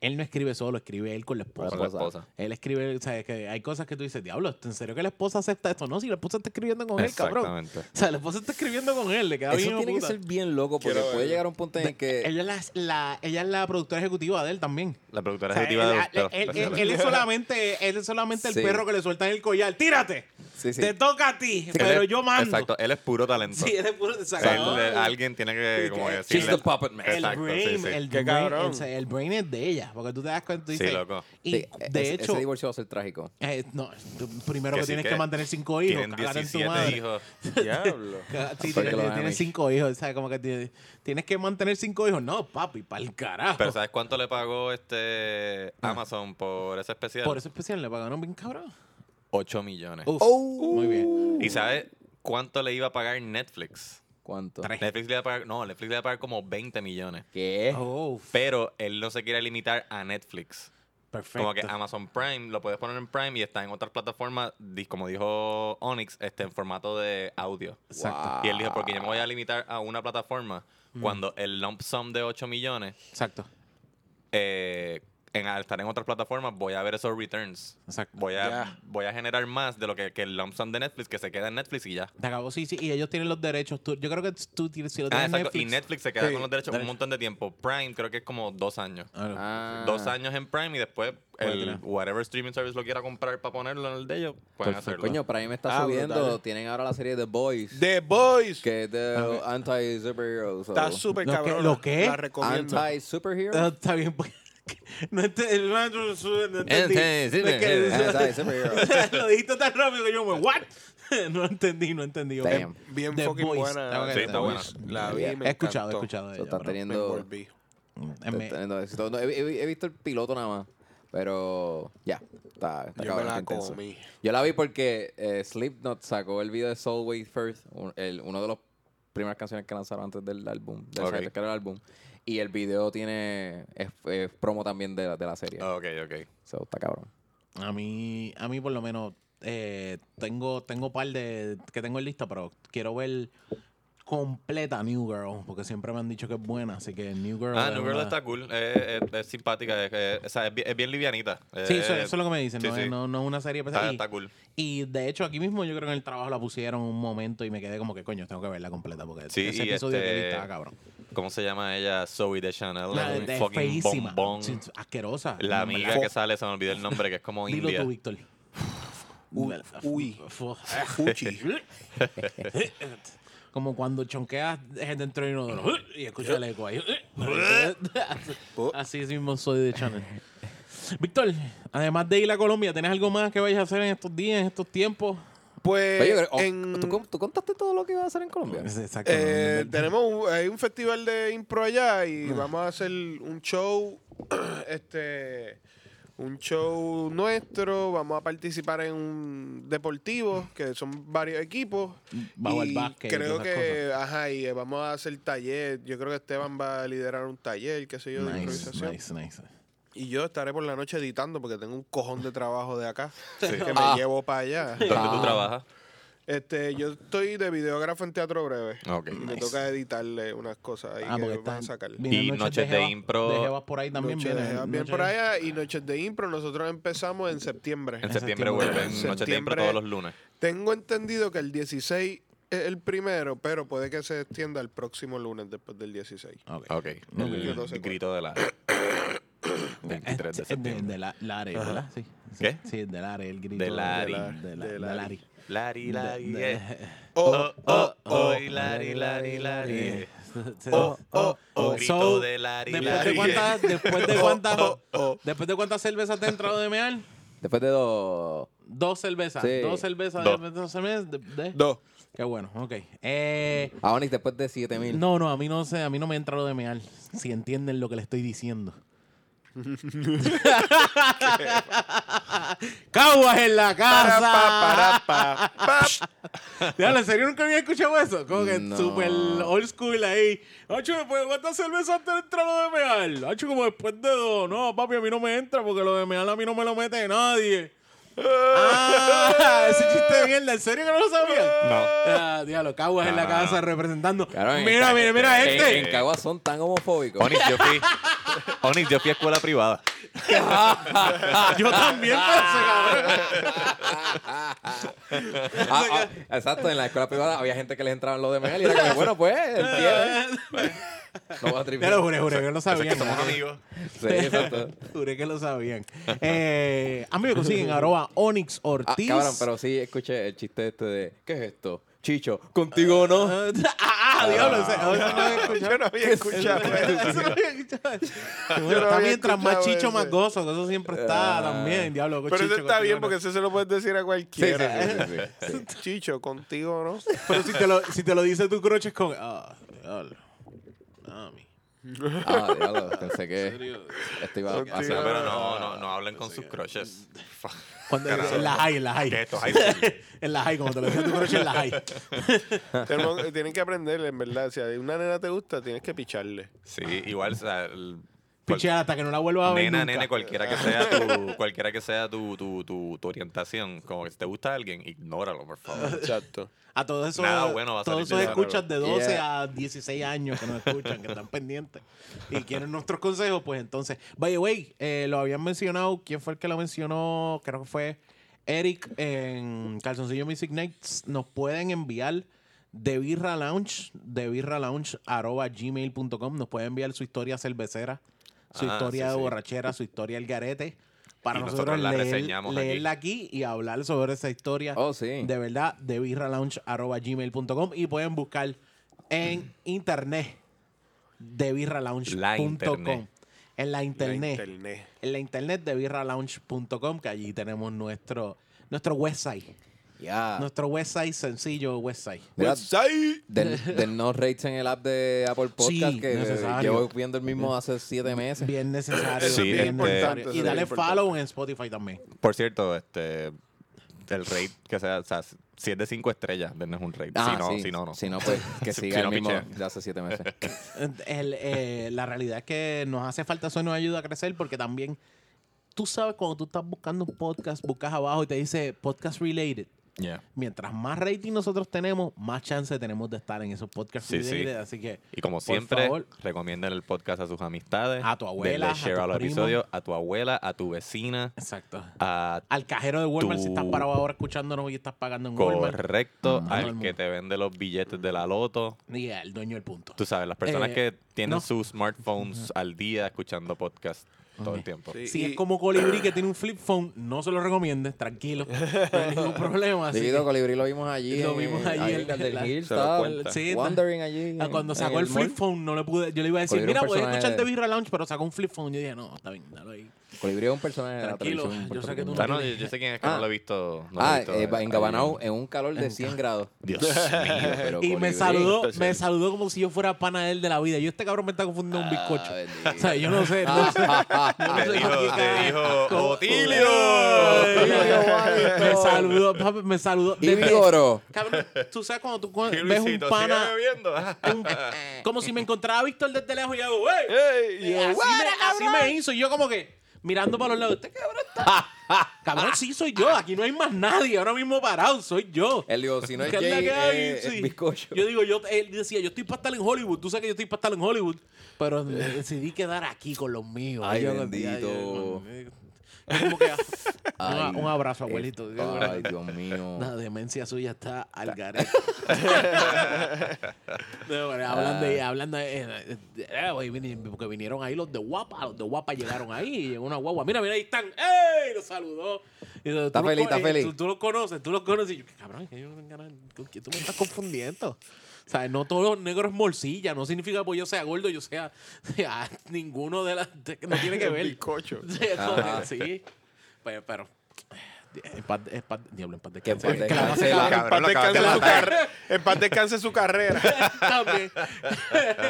Speaker 3: Él no escribe solo, escribe él con la esposa.
Speaker 2: Con la esposa.
Speaker 3: Él escribe, o sea, que hay cosas que tú dices, diablo, ¿en serio que la esposa acepta esto? No, si la esposa está escribiendo con él, cabrón.
Speaker 2: Exactamente.
Speaker 3: O sea, la esposa está escribiendo con él, le queda
Speaker 4: Eso
Speaker 3: bien. hijo
Speaker 4: tiene que
Speaker 3: puta.
Speaker 4: ser bien loco porque
Speaker 1: Quiero
Speaker 4: puede
Speaker 1: verlo.
Speaker 4: llegar a un punto en el que.
Speaker 3: Ella es la, la- ella es la productora ejecutiva de él también.
Speaker 2: La productora
Speaker 3: O sea,
Speaker 2: ejecutiva de
Speaker 3: él-
Speaker 2: los-
Speaker 3: él,
Speaker 2: de los-
Speaker 3: él- él es solamente, él es solamente el
Speaker 4: Sí.
Speaker 3: perro que le suelta en el collar. ¡Tírate!
Speaker 4: Sí, sí.
Speaker 3: Te toca a ti,
Speaker 2: Él
Speaker 3: pero
Speaker 2: es-
Speaker 3: yo mando.
Speaker 2: Exacto, él es puro talento.
Speaker 3: Sí, él es puro
Speaker 2: Él,
Speaker 3: exacto.
Speaker 2: eh, alguien tiene que como que
Speaker 4: She's
Speaker 2: decirle-
Speaker 4: the puppet man.
Speaker 3: El
Speaker 2: Exacto, sí,
Speaker 3: brain,
Speaker 2: sí.
Speaker 3: El,
Speaker 1: Qué
Speaker 3: brain
Speaker 1: cabrón.
Speaker 3: o sea, el brain es de ella, porque tú te das cuenta y tú
Speaker 2: Sí,
Speaker 3: dices,
Speaker 2: loco.
Speaker 3: Y
Speaker 4: Sí,
Speaker 3: de
Speaker 4: ese-
Speaker 3: hecho,
Speaker 4: Ese divorcio va a ser trágico.
Speaker 3: eh, no, tú primero
Speaker 2: Que
Speaker 3: que,
Speaker 2: sí,
Speaker 3: tienes
Speaker 2: que
Speaker 3: que mantener cinco hijos.
Speaker 2: Tienen
Speaker 3: cágate en tu
Speaker 2: 17
Speaker 3: madre.
Speaker 2: hijos.
Speaker 1: Diablo.
Speaker 3: Ca-
Speaker 4: Porque
Speaker 3: Sí, tienes,
Speaker 4: lo van a
Speaker 3: tienes
Speaker 4: mí.
Speaker 3: cinco hijos, ¿sabes? Como que tienes, tienes que mantener cinco hijos. No, papi, para el carajo.
Speaker 2: Pero ¿sabes cuánto le pagó este Amazon por ese especial?
Speaker 3: Por eso Uh. especial le pagaron bien cabrón.
Speaker 2: 8 millones.
Speaker 3: Uf,
Speaker 1: Oh,
Speaker 3: muy bien.
Speaker 2: ¿Y sabes cuánto le iba a pagar Netflix?
Speaker 4: ¿Cuánto?
Speaker 3: Tres.
Speaker 2: Netflix le iba a pagar, no, Netflix le iba a pagar como 20 millones.
Speaker 4: ¿Qué?
Speaker 3: Oh,
Speaker 2: Pero él no se quiere limitar a Netflix.
Speaker 3: perfecto.
Speaker 2: Como que Amazon Prime lo puedes poner en Prime y está en otras plataformas, di- como dijo Onyx, este, en formato de audio.
Speaker 3: Exacto. Mm.
Speaker 2: Y él dijo, porque yo me voy a limitar a una plataforma cuando el lump sum de 8 millones,
Speaker 3: Exacto.
Speaker 2: eh, en, al estar en otras plataformas, voy a ver esos returns.
Speaker 3: Exacto.
Speaker 2: Voy a,
Speaker 1: Ya.
Speaker 2: voy a generar más de lo que, que el lump sum de Netflix, que se queda en Netflix y ya.
Speaker 3: Te acabo, sí, sí. Y ellos tienen los derechos. Tú- yo creo que tú tienes, si lo
Speaker 2: Ah,
Speaker 3: tienes
Speaker 2: exacto.
Speaker 3: Netflix,
Speaker 2: Y Netflix se queda
Speaker 1: Sí,
Speaker 2: con los derechos un
Speaker 3: derecho.
Speaker 2: montón de tiempo. Prime creo que es como dos años.
Speaker 3: Ah,
Speaker 4: Ah.
Speaker 2: Dos años en Prime y después
Speaker 3: Puede
Speaker 2: el
Speaker 3: tener. Pues,
Speaker 2: whatever streaming service lo quiera comprar para ponerlo en el de ellos, pueden
Speaker 4: Perfecto.
Speaker 2: hacerlo.
Speaker 4: Coño, Prime está
Speaker 1: Ah,
Speaker 4: subiendo.
Speaker 1: brutal.
Speaker 4: Tienen ahora la serie The Boys.
Speaker 1: The Boys.
Speaker 4: que es de anti-superheroes.
Speaker 1: Está súper
Speaker 3: ¿Lo qué-
Speaker 1: cabrón.
Speaker 3: lo qué?
Speaker 1: La recomiendo.
Speaker 3: Ah,
Speaker 4: Anti-superheroes.
Speaker 3: está bien, pues. No ente- el maestro sube, no entendí.
Speaker 4: Anti-superheroes.
Speaker 3: Es que-
Speaker 4: Anti-superheroes.
Speaker 3: Lo dijiste tan rápido que yo me, ¿what? No entendí, no entendí. ok.
Speaker 4: Damn.
Speaker 1: Bien
Speaker 3: The
Speaker 1: fucking
Speaker 3: Boys.
Speaker 1: buena.
Speaker 2: Sí, está
Speaker 1: The
Speaker 2: buena.
Speaker 1: Boys. La vi, y me
Speaker 3: He escuchado, he
Speaker 1: encantó.
Speaker 3: escuchado de
Speaker 4: Eso
Speaker 3: ella,
Speaker 4: está
Speaker 3: pero-
Speaker 1: Me
Speaker 4: teniendo.
Speaker 1: envolví.
Speaker 3: en
Speaker 4: está
Speaker 3: me-
Speaker 4: teniendo éxito. No, he, he- he visto el piloto nada más. Pero ya, está, está
Speaker 1: Yo me
Speaker 4: cabrón,
Speaker 1: la
Speaker 4: está intenso.
Speaker 1: comí.
Speaker 4: Yo la vi porque eh, Slipknot sacó el video de Soul Wait First, un- el- uno de las primeras canciones que lanzaron antes del álbum, del
Speaker 2: Ok.
Speaker 4: soundtrack que era el álbum. Y el video tiene es, es promo también de, la- de la serie.
Speaker 2: Ah, Ok, ok.
Speaker 4: So, está cabrón.
Speaker 3: A mí, a mí por lo menos, eh, tengo, tengo par de que tengo en lista, pero quiero ver completa New Girl, porque siempre me han dicho que es buena, así que New Girl.
Speaker 2: Ah,
Speaker 3: es
Speaker 2: New Girl
Speaker 3: una-
Speaker 2: está cool. Eh, Es, es simpática. Es, es- o sea, es bien, es bien livianita.
Speaker 3: Sí,
Speaker 2: Eh,
Speaker 3: eso, eso es lo que me dicen,
Speaker 2: sí,
Speaker 3: no,
Speaker 2: sí.
Speaker 3: Es, no, no es una serie pesada.
Speaker 2: Está,
Speaker 3: Y-
Speaker 2: está cool.
Speaker 3: Y de hecho, aquí mismo yo creo que en el trabajo la pusieron un momento y me quedé como que coño, tengo que verla completa porque
Speaker 2: Sí,
Speaker 3: ese
Speaker 2: y
Speaker 3: episodio que vi
Speaker 2: este-
Speaker 3: estaba cabrón.
Speaker 2: ¿Cómo se llama ella? Zoe de Chanel.
Speaker 3: La
Speaker 2: es
Speaker 3: de-
Speaker 2: un
Speaker 3: de-
Speaker 2: fucking
Speaker 3: feísima.
Speaker 2: bombón.
Speaker 3: Sí, asquerosa.
Speaker 2: La
Speaker 3: En
Speaker 2: amiga
Speaker 3: verdad.
Speaker 2: que sale, se me olvidó el nombre, que es como
Speaker 3: Dilo
Speaker 2: India.
Speaker 3: tú, Víctor.
Speaker 1: Uy, uy.
Speaker 3: Fu-
Speaker 1: Fuchi.
Speaker 3: Como cuando chonqueas gente dentro de inodoro y escuchas el eco ahí. Así es mismo soy de Channel. Víctor, además de ir a Colombia, ¿tienes algo más que vayas a hacer en estos días, en estos tiempos?
Speaker 1: Pues
Speaker 4: Pero yo creo- oh,
Speaker 1: en-
Speaker 4: ¿tú, con- tú contaste todo lo que iba a hacer en Colombia?
Speaker 3: Exacto.
Speaker 1: Eh, tenemos un, hay un festival de impro allá y
Speaker 3: Mm.
Speaker 1: vamos a hacer un show, este, un show nuestro. Vamos a participar en un deportivo que son varios equipos.
Speaker 3: Bajo
Speaker 1: y
Speaker 3: el básquet y
Speaker 1: Creo
Speaker 3: todas esas
Speaker 1: que, ajá, y eh, vamos a hacer taller. Yo creo que Esteban va a liderar un taller, qué sé yo, de
Speaker 3: Nice,
Speaker 1: improvisación.
Speaker 3: nice, nice.
Speaker 1: Y yo estaré por la noche editando porque tengo un cojón de trabajo de acá que me
Speaker 4: Ah.
Speaker 1: llevo para allá.
Speaker 2: ¿Dónde
Speaker 4: Ah.
Speaker 2: tú trabajas?
Speaker 1: Este, yo estoy de videógrafo en Teatro Breve.
Speaker 2: Ok.
Speaker 1: Y me
Speaker 3: Nice.
Speaker 1: toca editarle unas cosas ahí
Speaker 3: Ah,
Speaker 1: que
Speaker 3: porque
Speaker 1: van a
Speaker 3: estás-
Speaker 1: sacar.
Speaker 3: vienen
Speaker 2: Y noches de
Speaker 3: jeva-
Speaker 2: impro.
Speaker 3: De jevas por ahí también.
Speaker 1: Noche de-
Speaker 3: vienen,
Speaker 1: bien
Speaker 3: noche-
Speaker 1: por allá y Noches de Impro. Nosotros empezamos en septiembre.
Speaker 2: En septiembre
Speaker 3: septiembre.
Speaker 2: vuelven
Speaker 1: En
Speaker 2: Noche de Impro
Speaker 1: septiembre-
Speaker 2: todos los lunes.
Speaker 1: Tengo entendido que el 16 es el primero, pero puede que se extienda el próximo lunes después del 16.
Speaker 3: Ok.
Speaker 2: Ok. El
Speaker 1: Ok.
Speaker 2: grito de la. 23 de
Speaker 3: Es de,
Speaker 2: septiembre.
Speaker 3: de la, Lare, ¿verdad? Sí. Sí,
Speaker 2: ¿Qué?
Speaker 3: Sí, de Lare, el grito.
Speaker 2: De Lari.
Speaker 3: De, la, de, la- de Lari.
Speaker 2: Lari, lari,
Speaker 3: De- de-
Speaker 2: eh. Oh, oh, oh, y lari, lari, lari. eh.
Speaker 3: Oh,
Speaker 2: oh, oh. Grito
Speaker 3: So,
Speaker 2: de Lari,
Speaker 3: Después de
Speaker 2: Lari.
Speaker 3: cuántas, después de
Speaker 1: Oh,
Speaker 3: cuántas,
Speaker 1: oh, oh.
Speaker 3: después de cuántas cervezas te ha entrado de mear,
Speaker 4: Después de dos.
Speaker 3: dos cervezas,
Speaker 4: Sí.
Speaker 3: dos cervezas,
Speaker 2: Dos.
Speaker 3: de- de- de- de-
Speaker 1: Dos.
Speaker 3: Qué bueno, ok. Eh,
Speaker 4: A Onyx ah, después de 7000.
Speaker 3: no, no, a mí no sé, a mí no me entra lo de mear. Si entienden lo que le estoy diciendo. Caguas en la
Speaker 1: Para,
Speaker 3: casa.
Speaker 1: pa, para, pa, pa.
Speaker 3: Diablo, ¿En serio nunca había escuchado eso? Como que
Speaker 4: No.
Speaker 3: super old school ahí. Hacho, después de cuántas cervezas te entra lo de meal. Hacho, como después de dos. No, papi, a mí no me entra porque lo de meal a mí no me lo mete nadie. ah, ese chiste de mierda. ¿En serio que no lo sabían?
Speaker 2: No.
Speaker 3: Ah, diablo, caguas en la
Speaker 2: No, no,
Speaker 3: casa
Speaker 2: no.
Speaker 3: representando.
Speaker 4: Claro, en-
Speaker 3: mira, mira, mira
Speaker 4: en-
Speaker 3: este.
Speaker 4: En Caguas son tan homofóbicos.
Speaker 2: Onix, yo fui. Onix, yo fui a escuela privada.
Speaker 3: Yo también pensé, cabrón.
Speaker 4: Ah, ah, exacto, en la escuela privada había gente que les entraba en lo de Miguel y era como, bueno, pues, entiende. No va a
Speaker 3: Te
Speaker 4: tripear.
Speaker 3: lo juré, juré que lo
Speaker 2: Así que
Speaker 3: sabían.
Speaker 2: somos
Speaker 3: cabrón.
Speaker 2: amigos.
Speaker 4: Sí, exacto.
Speaker 3: Juré que lo sabían. Eh, a mí me consiguen arroba Onyx
Speaker 4: Ah,
Speaker 3: Ortiz.
Speaker 4: cabrón, pero sí escuché el chiste este de, ¿qué es esto? Chicho, contigo no.
Speaker 3: Ah, ah, diablo, ese- ah, ese no había escuchado.
Speaker 1: Yo no había escuchado eso.
Speaker 3: Ese no había escuchado.
Speaker 1: Yo no
Speaker 3: Bueno,
Speaker 1: había
Speaker 3: Está mientras más
Speaker 1: escuchado
Speaker 3: chicho, más
Speaker 1: ese.
Speaker 3: gozo. que Eso siempre está también, diablo. con
Speaker 1: Pero eso
Speaker 3: chicho,
Speaker 1: está
Speaker 3: con
Speaker 1: bien
Speaker 3: tiburones.
Speaker 1: porque eso se lo puedes decir a
Speaker 4: Sí, sí,
Speaker 1: cualquiera.
Speaker 4: sí, sí, sí, sí.
Speaker 1: Chicho, contigo, ¿no?
Speaker 3: Pero si te lo, si te lo dice tu croche es como... Ah, diablo. Mami.
Speaker 4: Ah, diablo, pensé que esto iba a
Speaker 2: Sí,
Speaker 4: pasar.
Speaker 2: pero no, no, no hablen con sus crushes. Fuck.
Speaker 3: Cuando,
Speaker 2: Carajo.
Speaker 3: en la high, en la high.
Speaker 2: Que esto es high school.
Speaker 3: en la high, como te lo dice tu croche, en la high.
Speaker 1: Tenemos- eh, tienen que aprender, en verdad. Si a una nena te gusta, tienes que picharle.
Speaker 2: Sí, igual. o sea, el-
Speaker 3: Pichea hasta que no la vuelvas a ver
Speaker 2: Nena,
Speaker 3: nunca.
Speaker 2: nene, cualquiera que sea tu, cualquiera que sea tu, tu, tu, tu orientación, como que si te gusta alguien, ignóralo, por favor.
Speaker 1: Exacto.
Speaker 3: A todos esos,
Speaker 2: Nada bueno va a
Speaker 3: todos
Speaker 2: salir de
Speaker 3: esos
Speaker 2: esa
Speaker 3: escuchas de 12
Speaker 4: Yeah.
Speaker 3: a 16 años que nos escuchan, que están pendientes y quieren nuestros consejos, pues entonces, by the way, eh, lo habían mencionado, ¿quién fue el que lo mencionó? Creo que fue Eric en Calzoncillo Music Nights. Nos pueden enviar de Birra Lounge, de Birra Lounge, arroba gmail.com. Nos pueden enviar su historia cervecera, su
Speaker 2: Ah,
Speaker 3: historia
Speaker 2: sí,
Speaker 3: de
Speaker 2: sí.
Speaker 3: borrachera, su historia del garete. Para
Speaker 2: Y
Speaker 3: nosotros,
Speaker 2: nosotros la
Speaker 3: leer-
Speaker 2: reseñamos aquí.
Speaker 3: leerla aquí. y hablar sobre esa historia.
Speaker 4: Oh, sí.
Speaker 3: De verdad, de birralounge.gmail.com y pueden buscar en internet de
Speaker 2: La internet.
Speaker 3: birralounge.com. En la internet.
Speaker 1: La internet.
Speaker 3: En la internet de birralounge.com, que allí tenemos nuestro, nuestro website.
Speaker 4: Ya.
Speaker 3: Nuestro website sencillo, website.
Speaker 4: Mira,
Speaker 1: Website.
Speaker 4: Del, del no rates en el app de Apple Podcast
Speaker 3: Sí,
Speaker 4: que
Speaker 3: necesario.
Speaker 4: llevo viendo el mismo hace siete meses.
Speaker 3: Bien necesario.
Speaker 1: Eso
Speaker 2: es bien
Speaker 3: bien
Speaker 2: importante,
Speaker 3: necesario.
Speaker 1: eso es
Speaker 3: Y
Speaker 1: bien
Speaker 3: dale
Speaker 1: importante.
Speaker 3: follow en Spotify también.
Speaker 2: Por cierto, este el rate que sea, o sea, si es de 5 estrellas, denos un rate.
Speaker 4: Ah,
Speaker 2: si no,
Speaker 4: sí.
Speaker 2: si no, no.
Speaker 4: Si no, pues que
Speaker 2: Si-
Speaker 4: siga
Speaker 2: si
Speaker 4: el
Speaker 2: no,
Speaker 4: mismo
Speaker 2: pichea.
Speaker 4: de hace siete meses.
Speaker 3: El, eh, la realidad es que nos hace falta eso y nos ayuda a crecer porque también tú sabes cuando tú estás buscando un podcast, buscas abajo y te dice podcast related.
Speaker 2: Yeah.
Speaker 3: Mientras más rating nosotros tenemos, más chance tenemos de estar en esos podcasts
Speaker 2: Sí, sí.
Speaker 3: related. Así que
Speaker 2: Y como
Speaker 3: Por
Speaker 2: siempre,
Speaker 3: favor.
Speaker 2: recomienden el podcast a sus amistades,
Speaker 3: A tu abuela,
Speaker 2: denle share
Speaker 3: a tu
Speaker 2: al
Speaker 3: primo.
Speaker 2: episodio, a tu abuela, a tu vecina,
Speaker 3: Exacto.
Speaker 2: a
Speaker 3: Al cajero de Walmart,
Speaker 2: Tú-
Speaker 3: si estás parado ahora escuchándonos y estás pagando en Walmart.
Speaker 2: correcto,
Speaker 3: Mm.
Speaker 2: al que te vende los billetes de la loto.
Speaker 3: Y al dueño del punto.
Speaker 2: Tú sabes, las personas
Speaker 3: Eh,
Speaker 2: que tienen
Speaker 3: no.
Speaker 2: sus smartphones al día escuchando podcast todo el tiempo.
Speaker 1: Sí.
Speaker 3: Si
Speaker 1: Y-
Speaker 3: es como Colibrí que tiene un flip phone, no se lo recomiendes, tranquilo. No hay ningún problema. así
Speaker 4: Digido
Speaker 3: que-
Speaker 4: Colibrí lo vimos allí.
Speaker 3: Lo
Speaker 4: en-
Speaker 3: vimos allí
Speaker 4: ahí
Speaker 3: en
Speaker 4: en Garden
Speaker 3: la-
Speaker 4: Hill,
Speaker 2: se lo
Speaker 4: estaba
Speaker 2: cuenta.
Speaker 3: Sí,
Speaker 4: Wandering allí.
Speaker 3: Ah,
Speaker 4: en-
Speaker 3: cuando sacó
Speaker 4: en
Speaker 3: el, flip
Speaker 4: mall.
Speaker 3: phone, no le pude. Yo le iba a decir,
Speaker 4: Colibrí era
Speaker 3: mira,
Speaker 4: un
Speaker 3: puedes
Speaker 4: personaje
Speaker 3: escucharte
Speaker 4: de-
Speaker 3: Birra Lounge, pero sacó un flip phone. Yo dije, no, está bien, dalo ahí.
Speaker 4: Colibrí es un personaje de la
Speaker 3: Tranquilo,
Speaker 4: televisión.
Speaker 3: yo sé que tú
Speaker 2: O sea,
Speaker 4: puertorriqueña.
Speaker 2: no, yo, yo sé quién es que
Speaker 4: Ah.
Speaker 2: no lo he visto. no lo he
Speaker 4: Ah,
Speaker 2: visto,
Speaker 4: eh,
Speaker 2: eh,
Speaker 4: en Gabanao, en un calor de 100 grados.
Speaker 2: Dios mío.
Speaker 4: Pero
Speaker 3: Y me
Speaker 4: Colibrí-
Speaker 3: saludó,
Speaker 1: especial.
Speaker 3: me saludó como si yo fuera pana de él de la vida. Yo este cabrón me está confundiendo con un bizcocho.
Speaker 4: Ah, bendito. Ah,
Speaker 3: o sea, yo no sé, no sé. Yo no
Speaker 2: Te
Speaker 3: sé
Speaker 2: dijo,
Speaker 3: por qué
Speaker 2: te
Speaker 3: cara.
Speaker 2: dijo, Otilio.
Speaker 4: Otilio,
Speaker 3: me saludó, papi, me saludó.
Speaker 4: Y
Speaker 3: De- de-
Speaker 4: Vígoro.
Speaker 3: Cabrón, tú sabes cuando tú co-
Speaker 2: Y
Speaker 3: ves un
Speaker 2: Luisito,
Speaker 3: pana,
Speaker 2: sigue bebiendo.
Speaker 3: un- como si me encontraba a Víctor desde lejos y hago, ¡wey!
Speaker 1: Ey, y
Speaker 3: así, me, así me hizo. Y yo como que, mirando para los lados, este cabrón está... Cabrón, sí soy yo. Aquí no hay más nadie. Ahora mismo parado, soy yo.
Speaker 4: Él dijo, si no es
Speaker 3: ¿Qué es la
Speaker 4: Jay,
Speaker 3: que hay?
Speaker 4: eh, es
Speaker 3: Sí.
Speaker 4: bizcocho.
Speaker 3: Yo digo, yo, él decía, yo estoy para estar en Hollywood. Tú sabes que yo estoy para estar en Hollywood. Pero decidí quedar aquí con los míos.
Speaker 4: Ay,
Speaker 3: Y yo,
Speaker 4: bendito.
Speaker 3: ay, ay, como que-
Speaker 4: Ay,
Speaker 3: un, un abrazo, abuelito.
Speaker 4: Este, Ay, Dios mío.
Speaker 3: La demencia suya está al garete. No, pero hablan de,
Speaker 4: Ah.
Speaker 3: hablan de- eh, eh, güey, vin- porque vinieron ahí los de Guapa, los de Guapa llegaron ahí, y llegó una guagua. Mira, mira, ahí están. ¡Ey! Los saludó. Y tú
Speaker 4: Está
Speaker 3: los
Speaker 4: feliz,
Speaker 3: co-
Speaker 4: está
Speaker 3: eh,
Speaker 4: feliz.
Speaker 3: Tú, tú los conoces, tú los conoces. Y yo, cabrón, que yo no tengo ganas- ¿con quién tú me estás confundiendo? O sea, no todos los negros es morcilla. No significa porque yo sea gordo, yo sea... sea, ninguno de las... No tiene que ver.
Speaker 1: Bizcocho.
Speaker 3: Sí, eso,
Speaker 4: Ajá.
Speaker 3: sí. Pero, pero eh, en paz, en paz- diablo, en paz
Speaker 4: Que en
Speaker 3: descanse.
Speaker 4: paz
Speaker 3: Que la
Speaker 4: descanse
Speaker 3: base-
Speaker 4: la-
Speaker 1: En paz
Speaker 2: Cabrón, lo acabas de
Speaker 1: descanse su
Speaker 2: matar.
Speaker 1: carre- en paz descanse su carrera.
Speaker 3: También.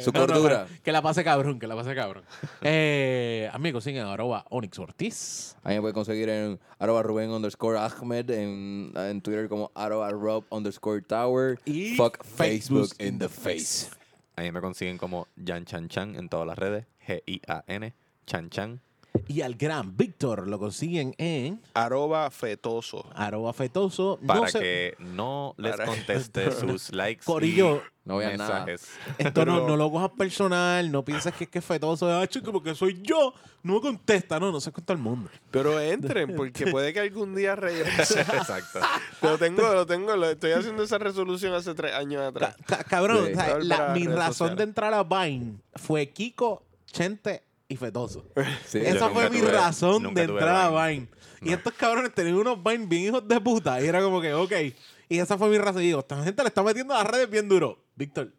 Speaker 4: Su
Speaker 3: No, no,
Speaker 4: cordura.
Speaker 3: no, que la pase cabrón, que la pase cabrón. Eh, amigos, siguen ahora va Onyx Ortiz.
Speaker 4: Ahí me puede conseguir en arroba Rubén underscore Ahmed, en, en Twitter como arroba Rob underscore Tower.
Speaker 3: Y
Speaker 4: Fuck
Speaker 3: Facebook
Speaker 4: Facebook in the face.
Speaker 2: Ahí me consiguen como Jan Chan Chan en todas las redes. G-I-A-N, Chan Chan.
Speaker 3: Y al gran Víctor lo consiguen en
Speaker 1: Arroba fetoso.
Speaker 3: arroba fetoso.
Speaker 2: Para
Speaker 3: no sé,
Speaker 2: que no les
Speaker 1: Para-
Speaker 2: conteste sus likes.
Speaker 3: Corillo.
Speaker 2: y
Speaker 4: No vean nada.
Speaker 2: mensajes.
Speaker 3: Esto no,
Speaker 1: Pero-
Speaker 3: no lo cojas personal, no pienses que es que es fetoso. Ah, chico, porque soy yo. No me contesta, no, no sé con todo el mundo.
Speaker 1: Pero entren, porque puede que algún día regrese.
Speaker 2: Exacto.
Speaker 1: Lo tengo, lo tengo, lo estoy haciendo esa resolución hace tres años
Speaker 3: Ca-
Speaker 1: atrás.
Speaker 3: ca- cabrón,
Speaker 4: Sí.
Speaker 3: o sea,
Speaker 1: Volver
Speaker 3: la-
Speaker 1: a las
Speaker 3: mi
Speaker 1: redes
Speaker 3: razón
Speaker 1: sociales.
Speaker 3: de entrar a Vine fue Kiko, Chente y Fetoso.
Speaker 4: Sí,
Speaker 2: yo
Speaker 3: Esa
Speaker 2: nunca
Speaker 3: fue mi
Speaker 2: tuve-
Speaker 3: razón
Speaker 2: nunca
Speaker 3: de
Speaker 2: tuve
Speaker 3: entrar a
Speaker 2: Vine.
Speaker 3: Vine. Y estos cabrones tenían unos Vine bien hijos de puta. Y era como que, ok. Y esa fue mi razón. Y digo, esta gente le está metiendo a las redes bien duro. Víctor,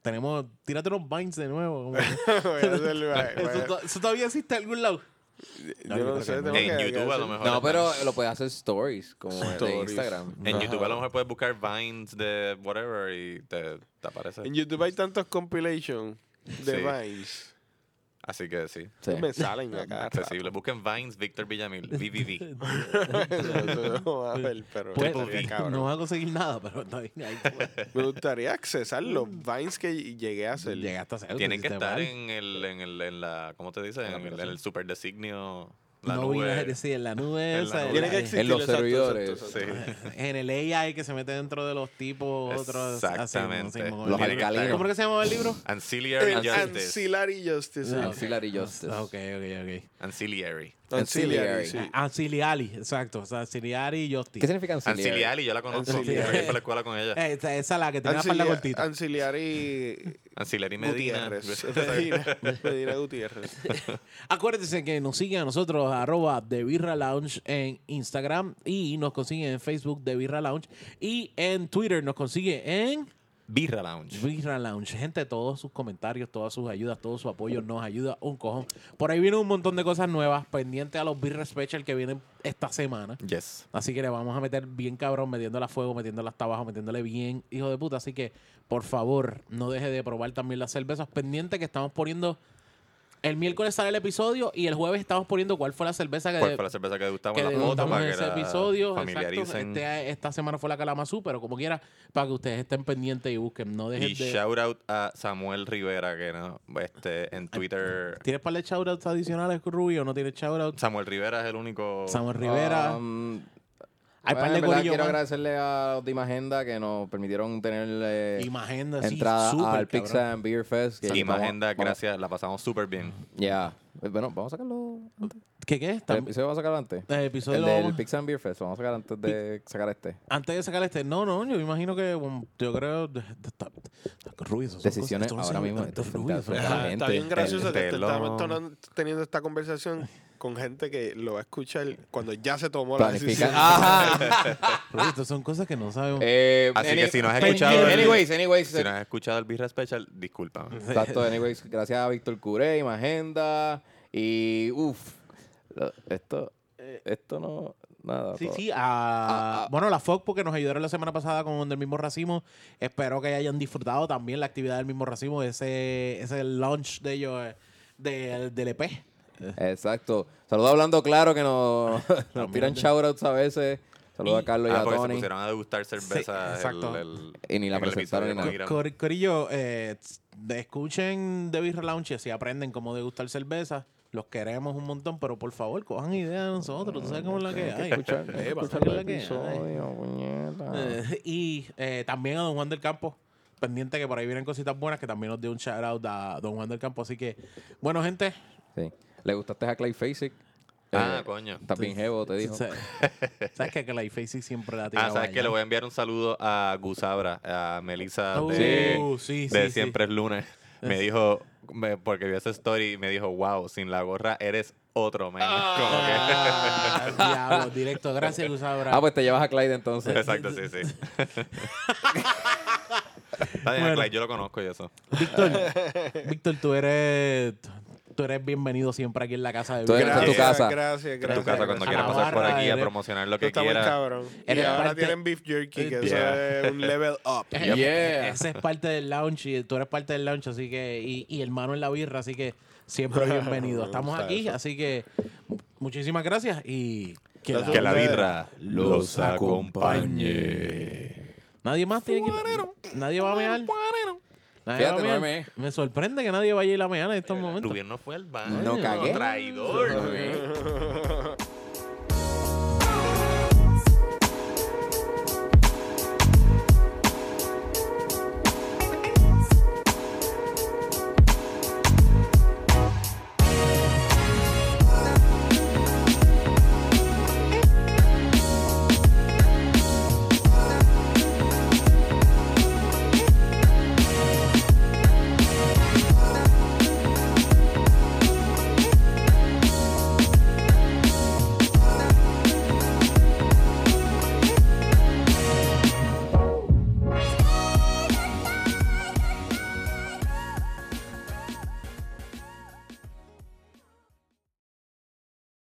Speaker 3: tenemos, tírate unos Vines de nuevo. como que-
Speaker 1: Voy a hacerlo, eh,
Speaker 3: eso,
Speaker 1: bueno,
Speaker 3: to- eso todavía existe en algún lado.
Speaker 1: yo
Speaker 3: yo
Speaker 1: no
Speaker 3: creo
Speaker 1: sé,
Speaker 3: que no.
Speaker 1: tengo
Speaker 2: En
Speaker 1: que-
Speaker 2: YouTube a lo
Speaker 1: que-
Speaker 2: mejor.
Speaker 4: No, pero lo puedes hacer stories, como de
Speaker 1: Stories.
Speaker 4: Instagram.
Speaker 2: En YouTube a lo mejor puedes buscar vines de whatever y te, te aparece.
Speaker 1: En YouTube hay tantos compilations de
Speaker 2: Sí.
Speaker 1: Vines.
Speaker 2: Así que sí.
Speaker 4: Sí.
Speaker 1: Me salen acá.
Speaker 2: Accesible. Busquen Vines Víctor Villamil. VVV.
Speaker 1: no va a ver, pero
Speaker 3: Pues,
Speaker 1: estaría cabrón.
Speaker 3: no vas a conseguir nada, pero está bien. Ahí, pues,
Speaker 1: Me gustaría accesar los Vines que llegué a hacer.
Speaker 3: llegaste a hacer.
Speaker 2: Tienen que
Speaker 3: hiciste
Speaker 2: estar
Speaker 3: Vine.
Speaker 2: en el, en el, en la, ¿cómo te dice? En el, en el super designio. La
Speaker 3: no
Speaker 2: nube.
Speaker 3: vine a decir en la nube.
Speaker 2: En
Speaker 3: o
Speaker 2: la
Speaker 3: sea,
Speaker 2: nube.
Speaker 3: en
Speaker 1: Tiene
Speaker 3: la-
Speaker 1: que existir.
Speaker 4: En los
Speaker 1: exacto,
Speaker 4: servidores.
Speaker 1: exacto,
Speaker 2: Sí.
Speaker 1: exacto.
Speaker 3: En el AI que se mete dentro de los tipos, otros. así,
Speaker 2: Exactamente.
Speaker 3: así, como-
Speaker 4: Los
Speaker 2: Tiene que estar-
Speaker 4: alcalinos.
Speaker 3: ¿Cómo es que se llamaba el libro?
Speaker 2: Ancillary
Speaker 1: El
Speaker 2: Justice.
Speaker 1: Ancillary Justice.
Speaker 3: No.
Speaker 4: Ancillary Justice.
Speaker 3: Ah, Ok, ok, ok.
Speaker 2: Ancillary.
Speaker 1: Ancillary,
Speaker 4: Ancillary.
Speaker 1: sí.
Speaker 3: Ah, Anciliali, exacto. O sea, Anciliali y Justice.
Speaker 4: ¿Qué significa ancillary?
Speaker 2: Ancillary, yo la conozco. Yo
Speaker 1: Ancillary.
Speaker 2: fui para la escuela con ella.
Speaker 3: Eh, esa, esa es la que tenía la
Speaker 1: Ancilia-
Speaker 3: falda cortita.
Speaker 1: Ancillary
Speaker 2: Ancillary Medina.
Speaker 1: Gutiérrez. Medina, Medina Gutiérrez.
Speaker 3: Acuérdense que nos siguen a nosotros, arroba The Birra Lounge en Instagram y nos consiguen en Facebook The Birra Lounge y en Twitter nos consigue en
Speaker 2: Birra Lounge.
Speaker 3: Birra Lounge. Gente, todos sus comentarios, todas sus ayudas, todo su apoyo nos ayuda un cojón. Por ahí viene un montón de cosas nuevas pendiente a los Birra Special que vienen esta semana.
Speaker 2: Yes.
Speaker 3: Así que le vamos a meter bien cabrón, metiéndole a fuego, metiéndole hasta abajo, metiéndole bien, hijo de puta. Así que, por favor, no deje de probar también las cervezas pendientes que estamos poniendo. El miércoles sale el episodio y el jueves estamos poniendo cuál fue la cerveza que,
Speaker 2: ¿Cuál fue la cerveza que degustamos
Speaker 3: que
Speaker 2: en la foto
Speaker 3: degustamos
Speaker 2: para
Speaker 3: en
Speaker 2: que
Speaker 3: ese
Speaker 2: la
Speaker 3: episodio. Exacto.
Speaker 2: familiaricen?
Speaker 3: Este- esta semana fue la Kalamazoo, pero como quiera, para que ustedes estén pendientes y busquen. No dejen
Speaker 2: Y
Speaker 3: de...
Speaker 2: shout out a Samuel Rivera, que no, este, en Twitter.
Speaker 3: ¿Tienes para de shoutouts adicionales, Rubio? ¿No tienes shoutouts?
Speaker 2: Samuel Rivera es el único.
Speaker 3: Samuel Rivera.
Speaker 4: Um,
Speaker 3: hay
Speaker 4: bueno,
Speaker 3: par de
Speaker 4: en verdad
Speaker 3: corillo
Speaker 4: Quiero
Speaker 3: más.
Speaker 4: agradecerle a Dima Agenda que nos permitieron tener eh,
Speaker 3: Imagen así,
Speaker 4: entrada
Speaker 3: súper,
Speaker 4: al
Speaker 3: cabrón.
Speaker 4: Pizza and Beer Fest. que
Speaker 2: Y más
Speaker 4: vamos-
Speaker 2: agenda,
Speaker 4: vamos-
Speaker 2: gracias, la pasamos súper bien.
Speaker 4: Ya. Eh, Bueno, vamos a sacarlo antes.
Speaker 3: ¿Qué qué?
Speaker 4: ¿El
Speaker 3: Tam-
Speaker 4: episodio vamos a sacarlo antes?
Speaker 3: el episodio
Speaker 4: El
Speaker 3: lo
Speaker 4: del
Speaker 3: vamos-
Speaker 4: Pizza and Beer Fest. Vamos a sacar antes de sacar este.
Speaker 3: Antes de sacar este, no, no, yo me imagino que um, yo creo de- de- está- está- Rubio, eso son
Speaker 4: Decisiones
Speaker 3: cosas- esto
Speaker 4: ahora
Speaker 3: no se-
Speaker 4: mismo, este
Speaker 3: esto-
Speaker 4: esto es
Speaker 3: Rubio,
Speaker 4: frente a-
Speaker 3: eso-
Speaker 1: Ajá,
Speaker 4: gente,
Speaker 1: está bien gracioso
Speaker 2: el
Speaker 1: que te-
Speaker 2: telón.
Speaker 1: estamos tonando- teniendo esta conversación con gente que lo va a escuchar cuando ya se tomó la
Speaker 4: Planifica. Ah,
Speaker 1: decisión.
Speaker 4: Ajá.
Speaker 3: Rubio, esto son cosas que no sabemos.
Speaker 4: Eh,
Speaker 2: Así
Speaker 4: any-
Speaker 2: que si no has
Speaker 4: any-
Speaker 2: escuchado el-
Speaker 4: Anyways, anyways.
Speaker 2: Si no has escuchado el Birra Special, discúlpame.
Speaker 4: Exacto, anyways, gracias a Víctor Curé, Magenda y uff, esto, eh, esto no, nada.
Speaker 3: Sí,
Speaker 4: todo. Ah,
Speaker 3: sí, a- bueno, la FOC porque nos ayudaron la semana pasada con el mismo racimo. Espero que hayan disfrutado también la actividad del mismo racimo, ese, ese launch de ellos eh, del- del E EP.
Speaker 4: Exacto. Saludos hablando claro que nos, nos tiran shoutouts a veces. Saludos a Carlos y
Speaker 2: Ah,
Speaker 4: a
Speaker 2: porque se
Speaker 4: Tony. Eh,
Speaker 2: pusieron a degustar cerveza.
Speaker 3: exacto.
Speaker 2: el- el-
Speaker 4: Y ni la
Speaker 2: en el
Speaker 4: presentaron ni
Speaker 2: episodio con Iram.
Speaker 3: Cor- Corillo, eh, tss, de- escuchen The Beer Lounge y así aprenden cómo degustar cerveza. Los queremos un montón, pero por favor, cojan idea de nosotros. Tú sabes cómo es la que hay. Eh, tú sabes la que hay. Eh, y eh, también a Don Juan del Campo. Pendiente que por ahí vienen cositas buenas que también nos dio un shout out a Don Juan del Campo. Así que, bueno, gente.
Speaker 4: Sí. ¿Le gustaste a Clay Facek?
Speaker 2: Ah,
Speaker 4: Eh,
Speaker 2: coño.
Speaker 4: Está bien jevo, te dijo.
Speaker 3: sa- Sabes que la Facey siempre la tiene.
Speaker 2: Ah, sabes que le voy a enviar un saludo a Gusabra, a Melissa de,
Speaker 3: Uh, sí, sí,
Speaker 2: de
Speaker 3: sí.
Speaker 2: Siempre es Lunes. Me dijo, me- porque vio esa story, me dijo, wow, sin la gorra eres otro, man. Como que-
Speaker 3: Ah, diablo, directo. Gracias, Gusabra.
Speaker 4: Ah, pues te llevas a Clyde entonces.
Speaker 2: Exacto, sí, sí. Está bien,
Speaker 3: Bueno.
Speaker 2: Clyde, yo lo conozco y eso.
Speaker 3: Víctor, Víctor, tú eres, tú eres bienvento siempre aquí en la casa de
Speaker 4: Tú eres
Speaker 3: Víctor.
Speaker 4: en tu casa.
Speaker 1: Gracias,
Speaker 2: En
Speaker 1: gracias. Ah,
Speaker 2: tu casa cuando
Speaker 3: gracias.
Speaker 2: quieras
Speaker 3: A la
Speaker 2: pasar por
Speaker 3: barra
Speaker 2: aquí a
Speaker 3: eres-
Speaker 2: promocionar lo
Speaker 1: Tú
Speaker 2: que
Speaker 1: estás muy
Speaker 2: quieras.
Speaker 1: cabrón. Y
Speaker 3: Eres
Speaker 1: ahora
Speaker 3: parte-
Speaker 1: tienen beef jerky, que
Speaker 2: Yeah.
Speaker 1: eso es un level up.
Speaker 3: Eh,
Speaker 4: Yeah.
Speaker 3: Ese es parte del lounge y tú eres parte del lounge, así que y, y hermano en la birra, así que siempre bienvenido. Estamos aquí, así que mu- muchísimas gracias y que la-
Speaker 2: Que la birra los acompañe.
Speaker 3: nadie más tiene que nadie va a mear. Nadie va a
Speaker 4: Fíjate, no
Speaker 3: mear.
Speaker 4: me-
Speaker 3: Me sorprende que nadie vaya a ir a mear en estos momentos.
Speaker 2: Rubén no fue al baño.
Speaker 4: No cagué.
Speaker 2: Traidor.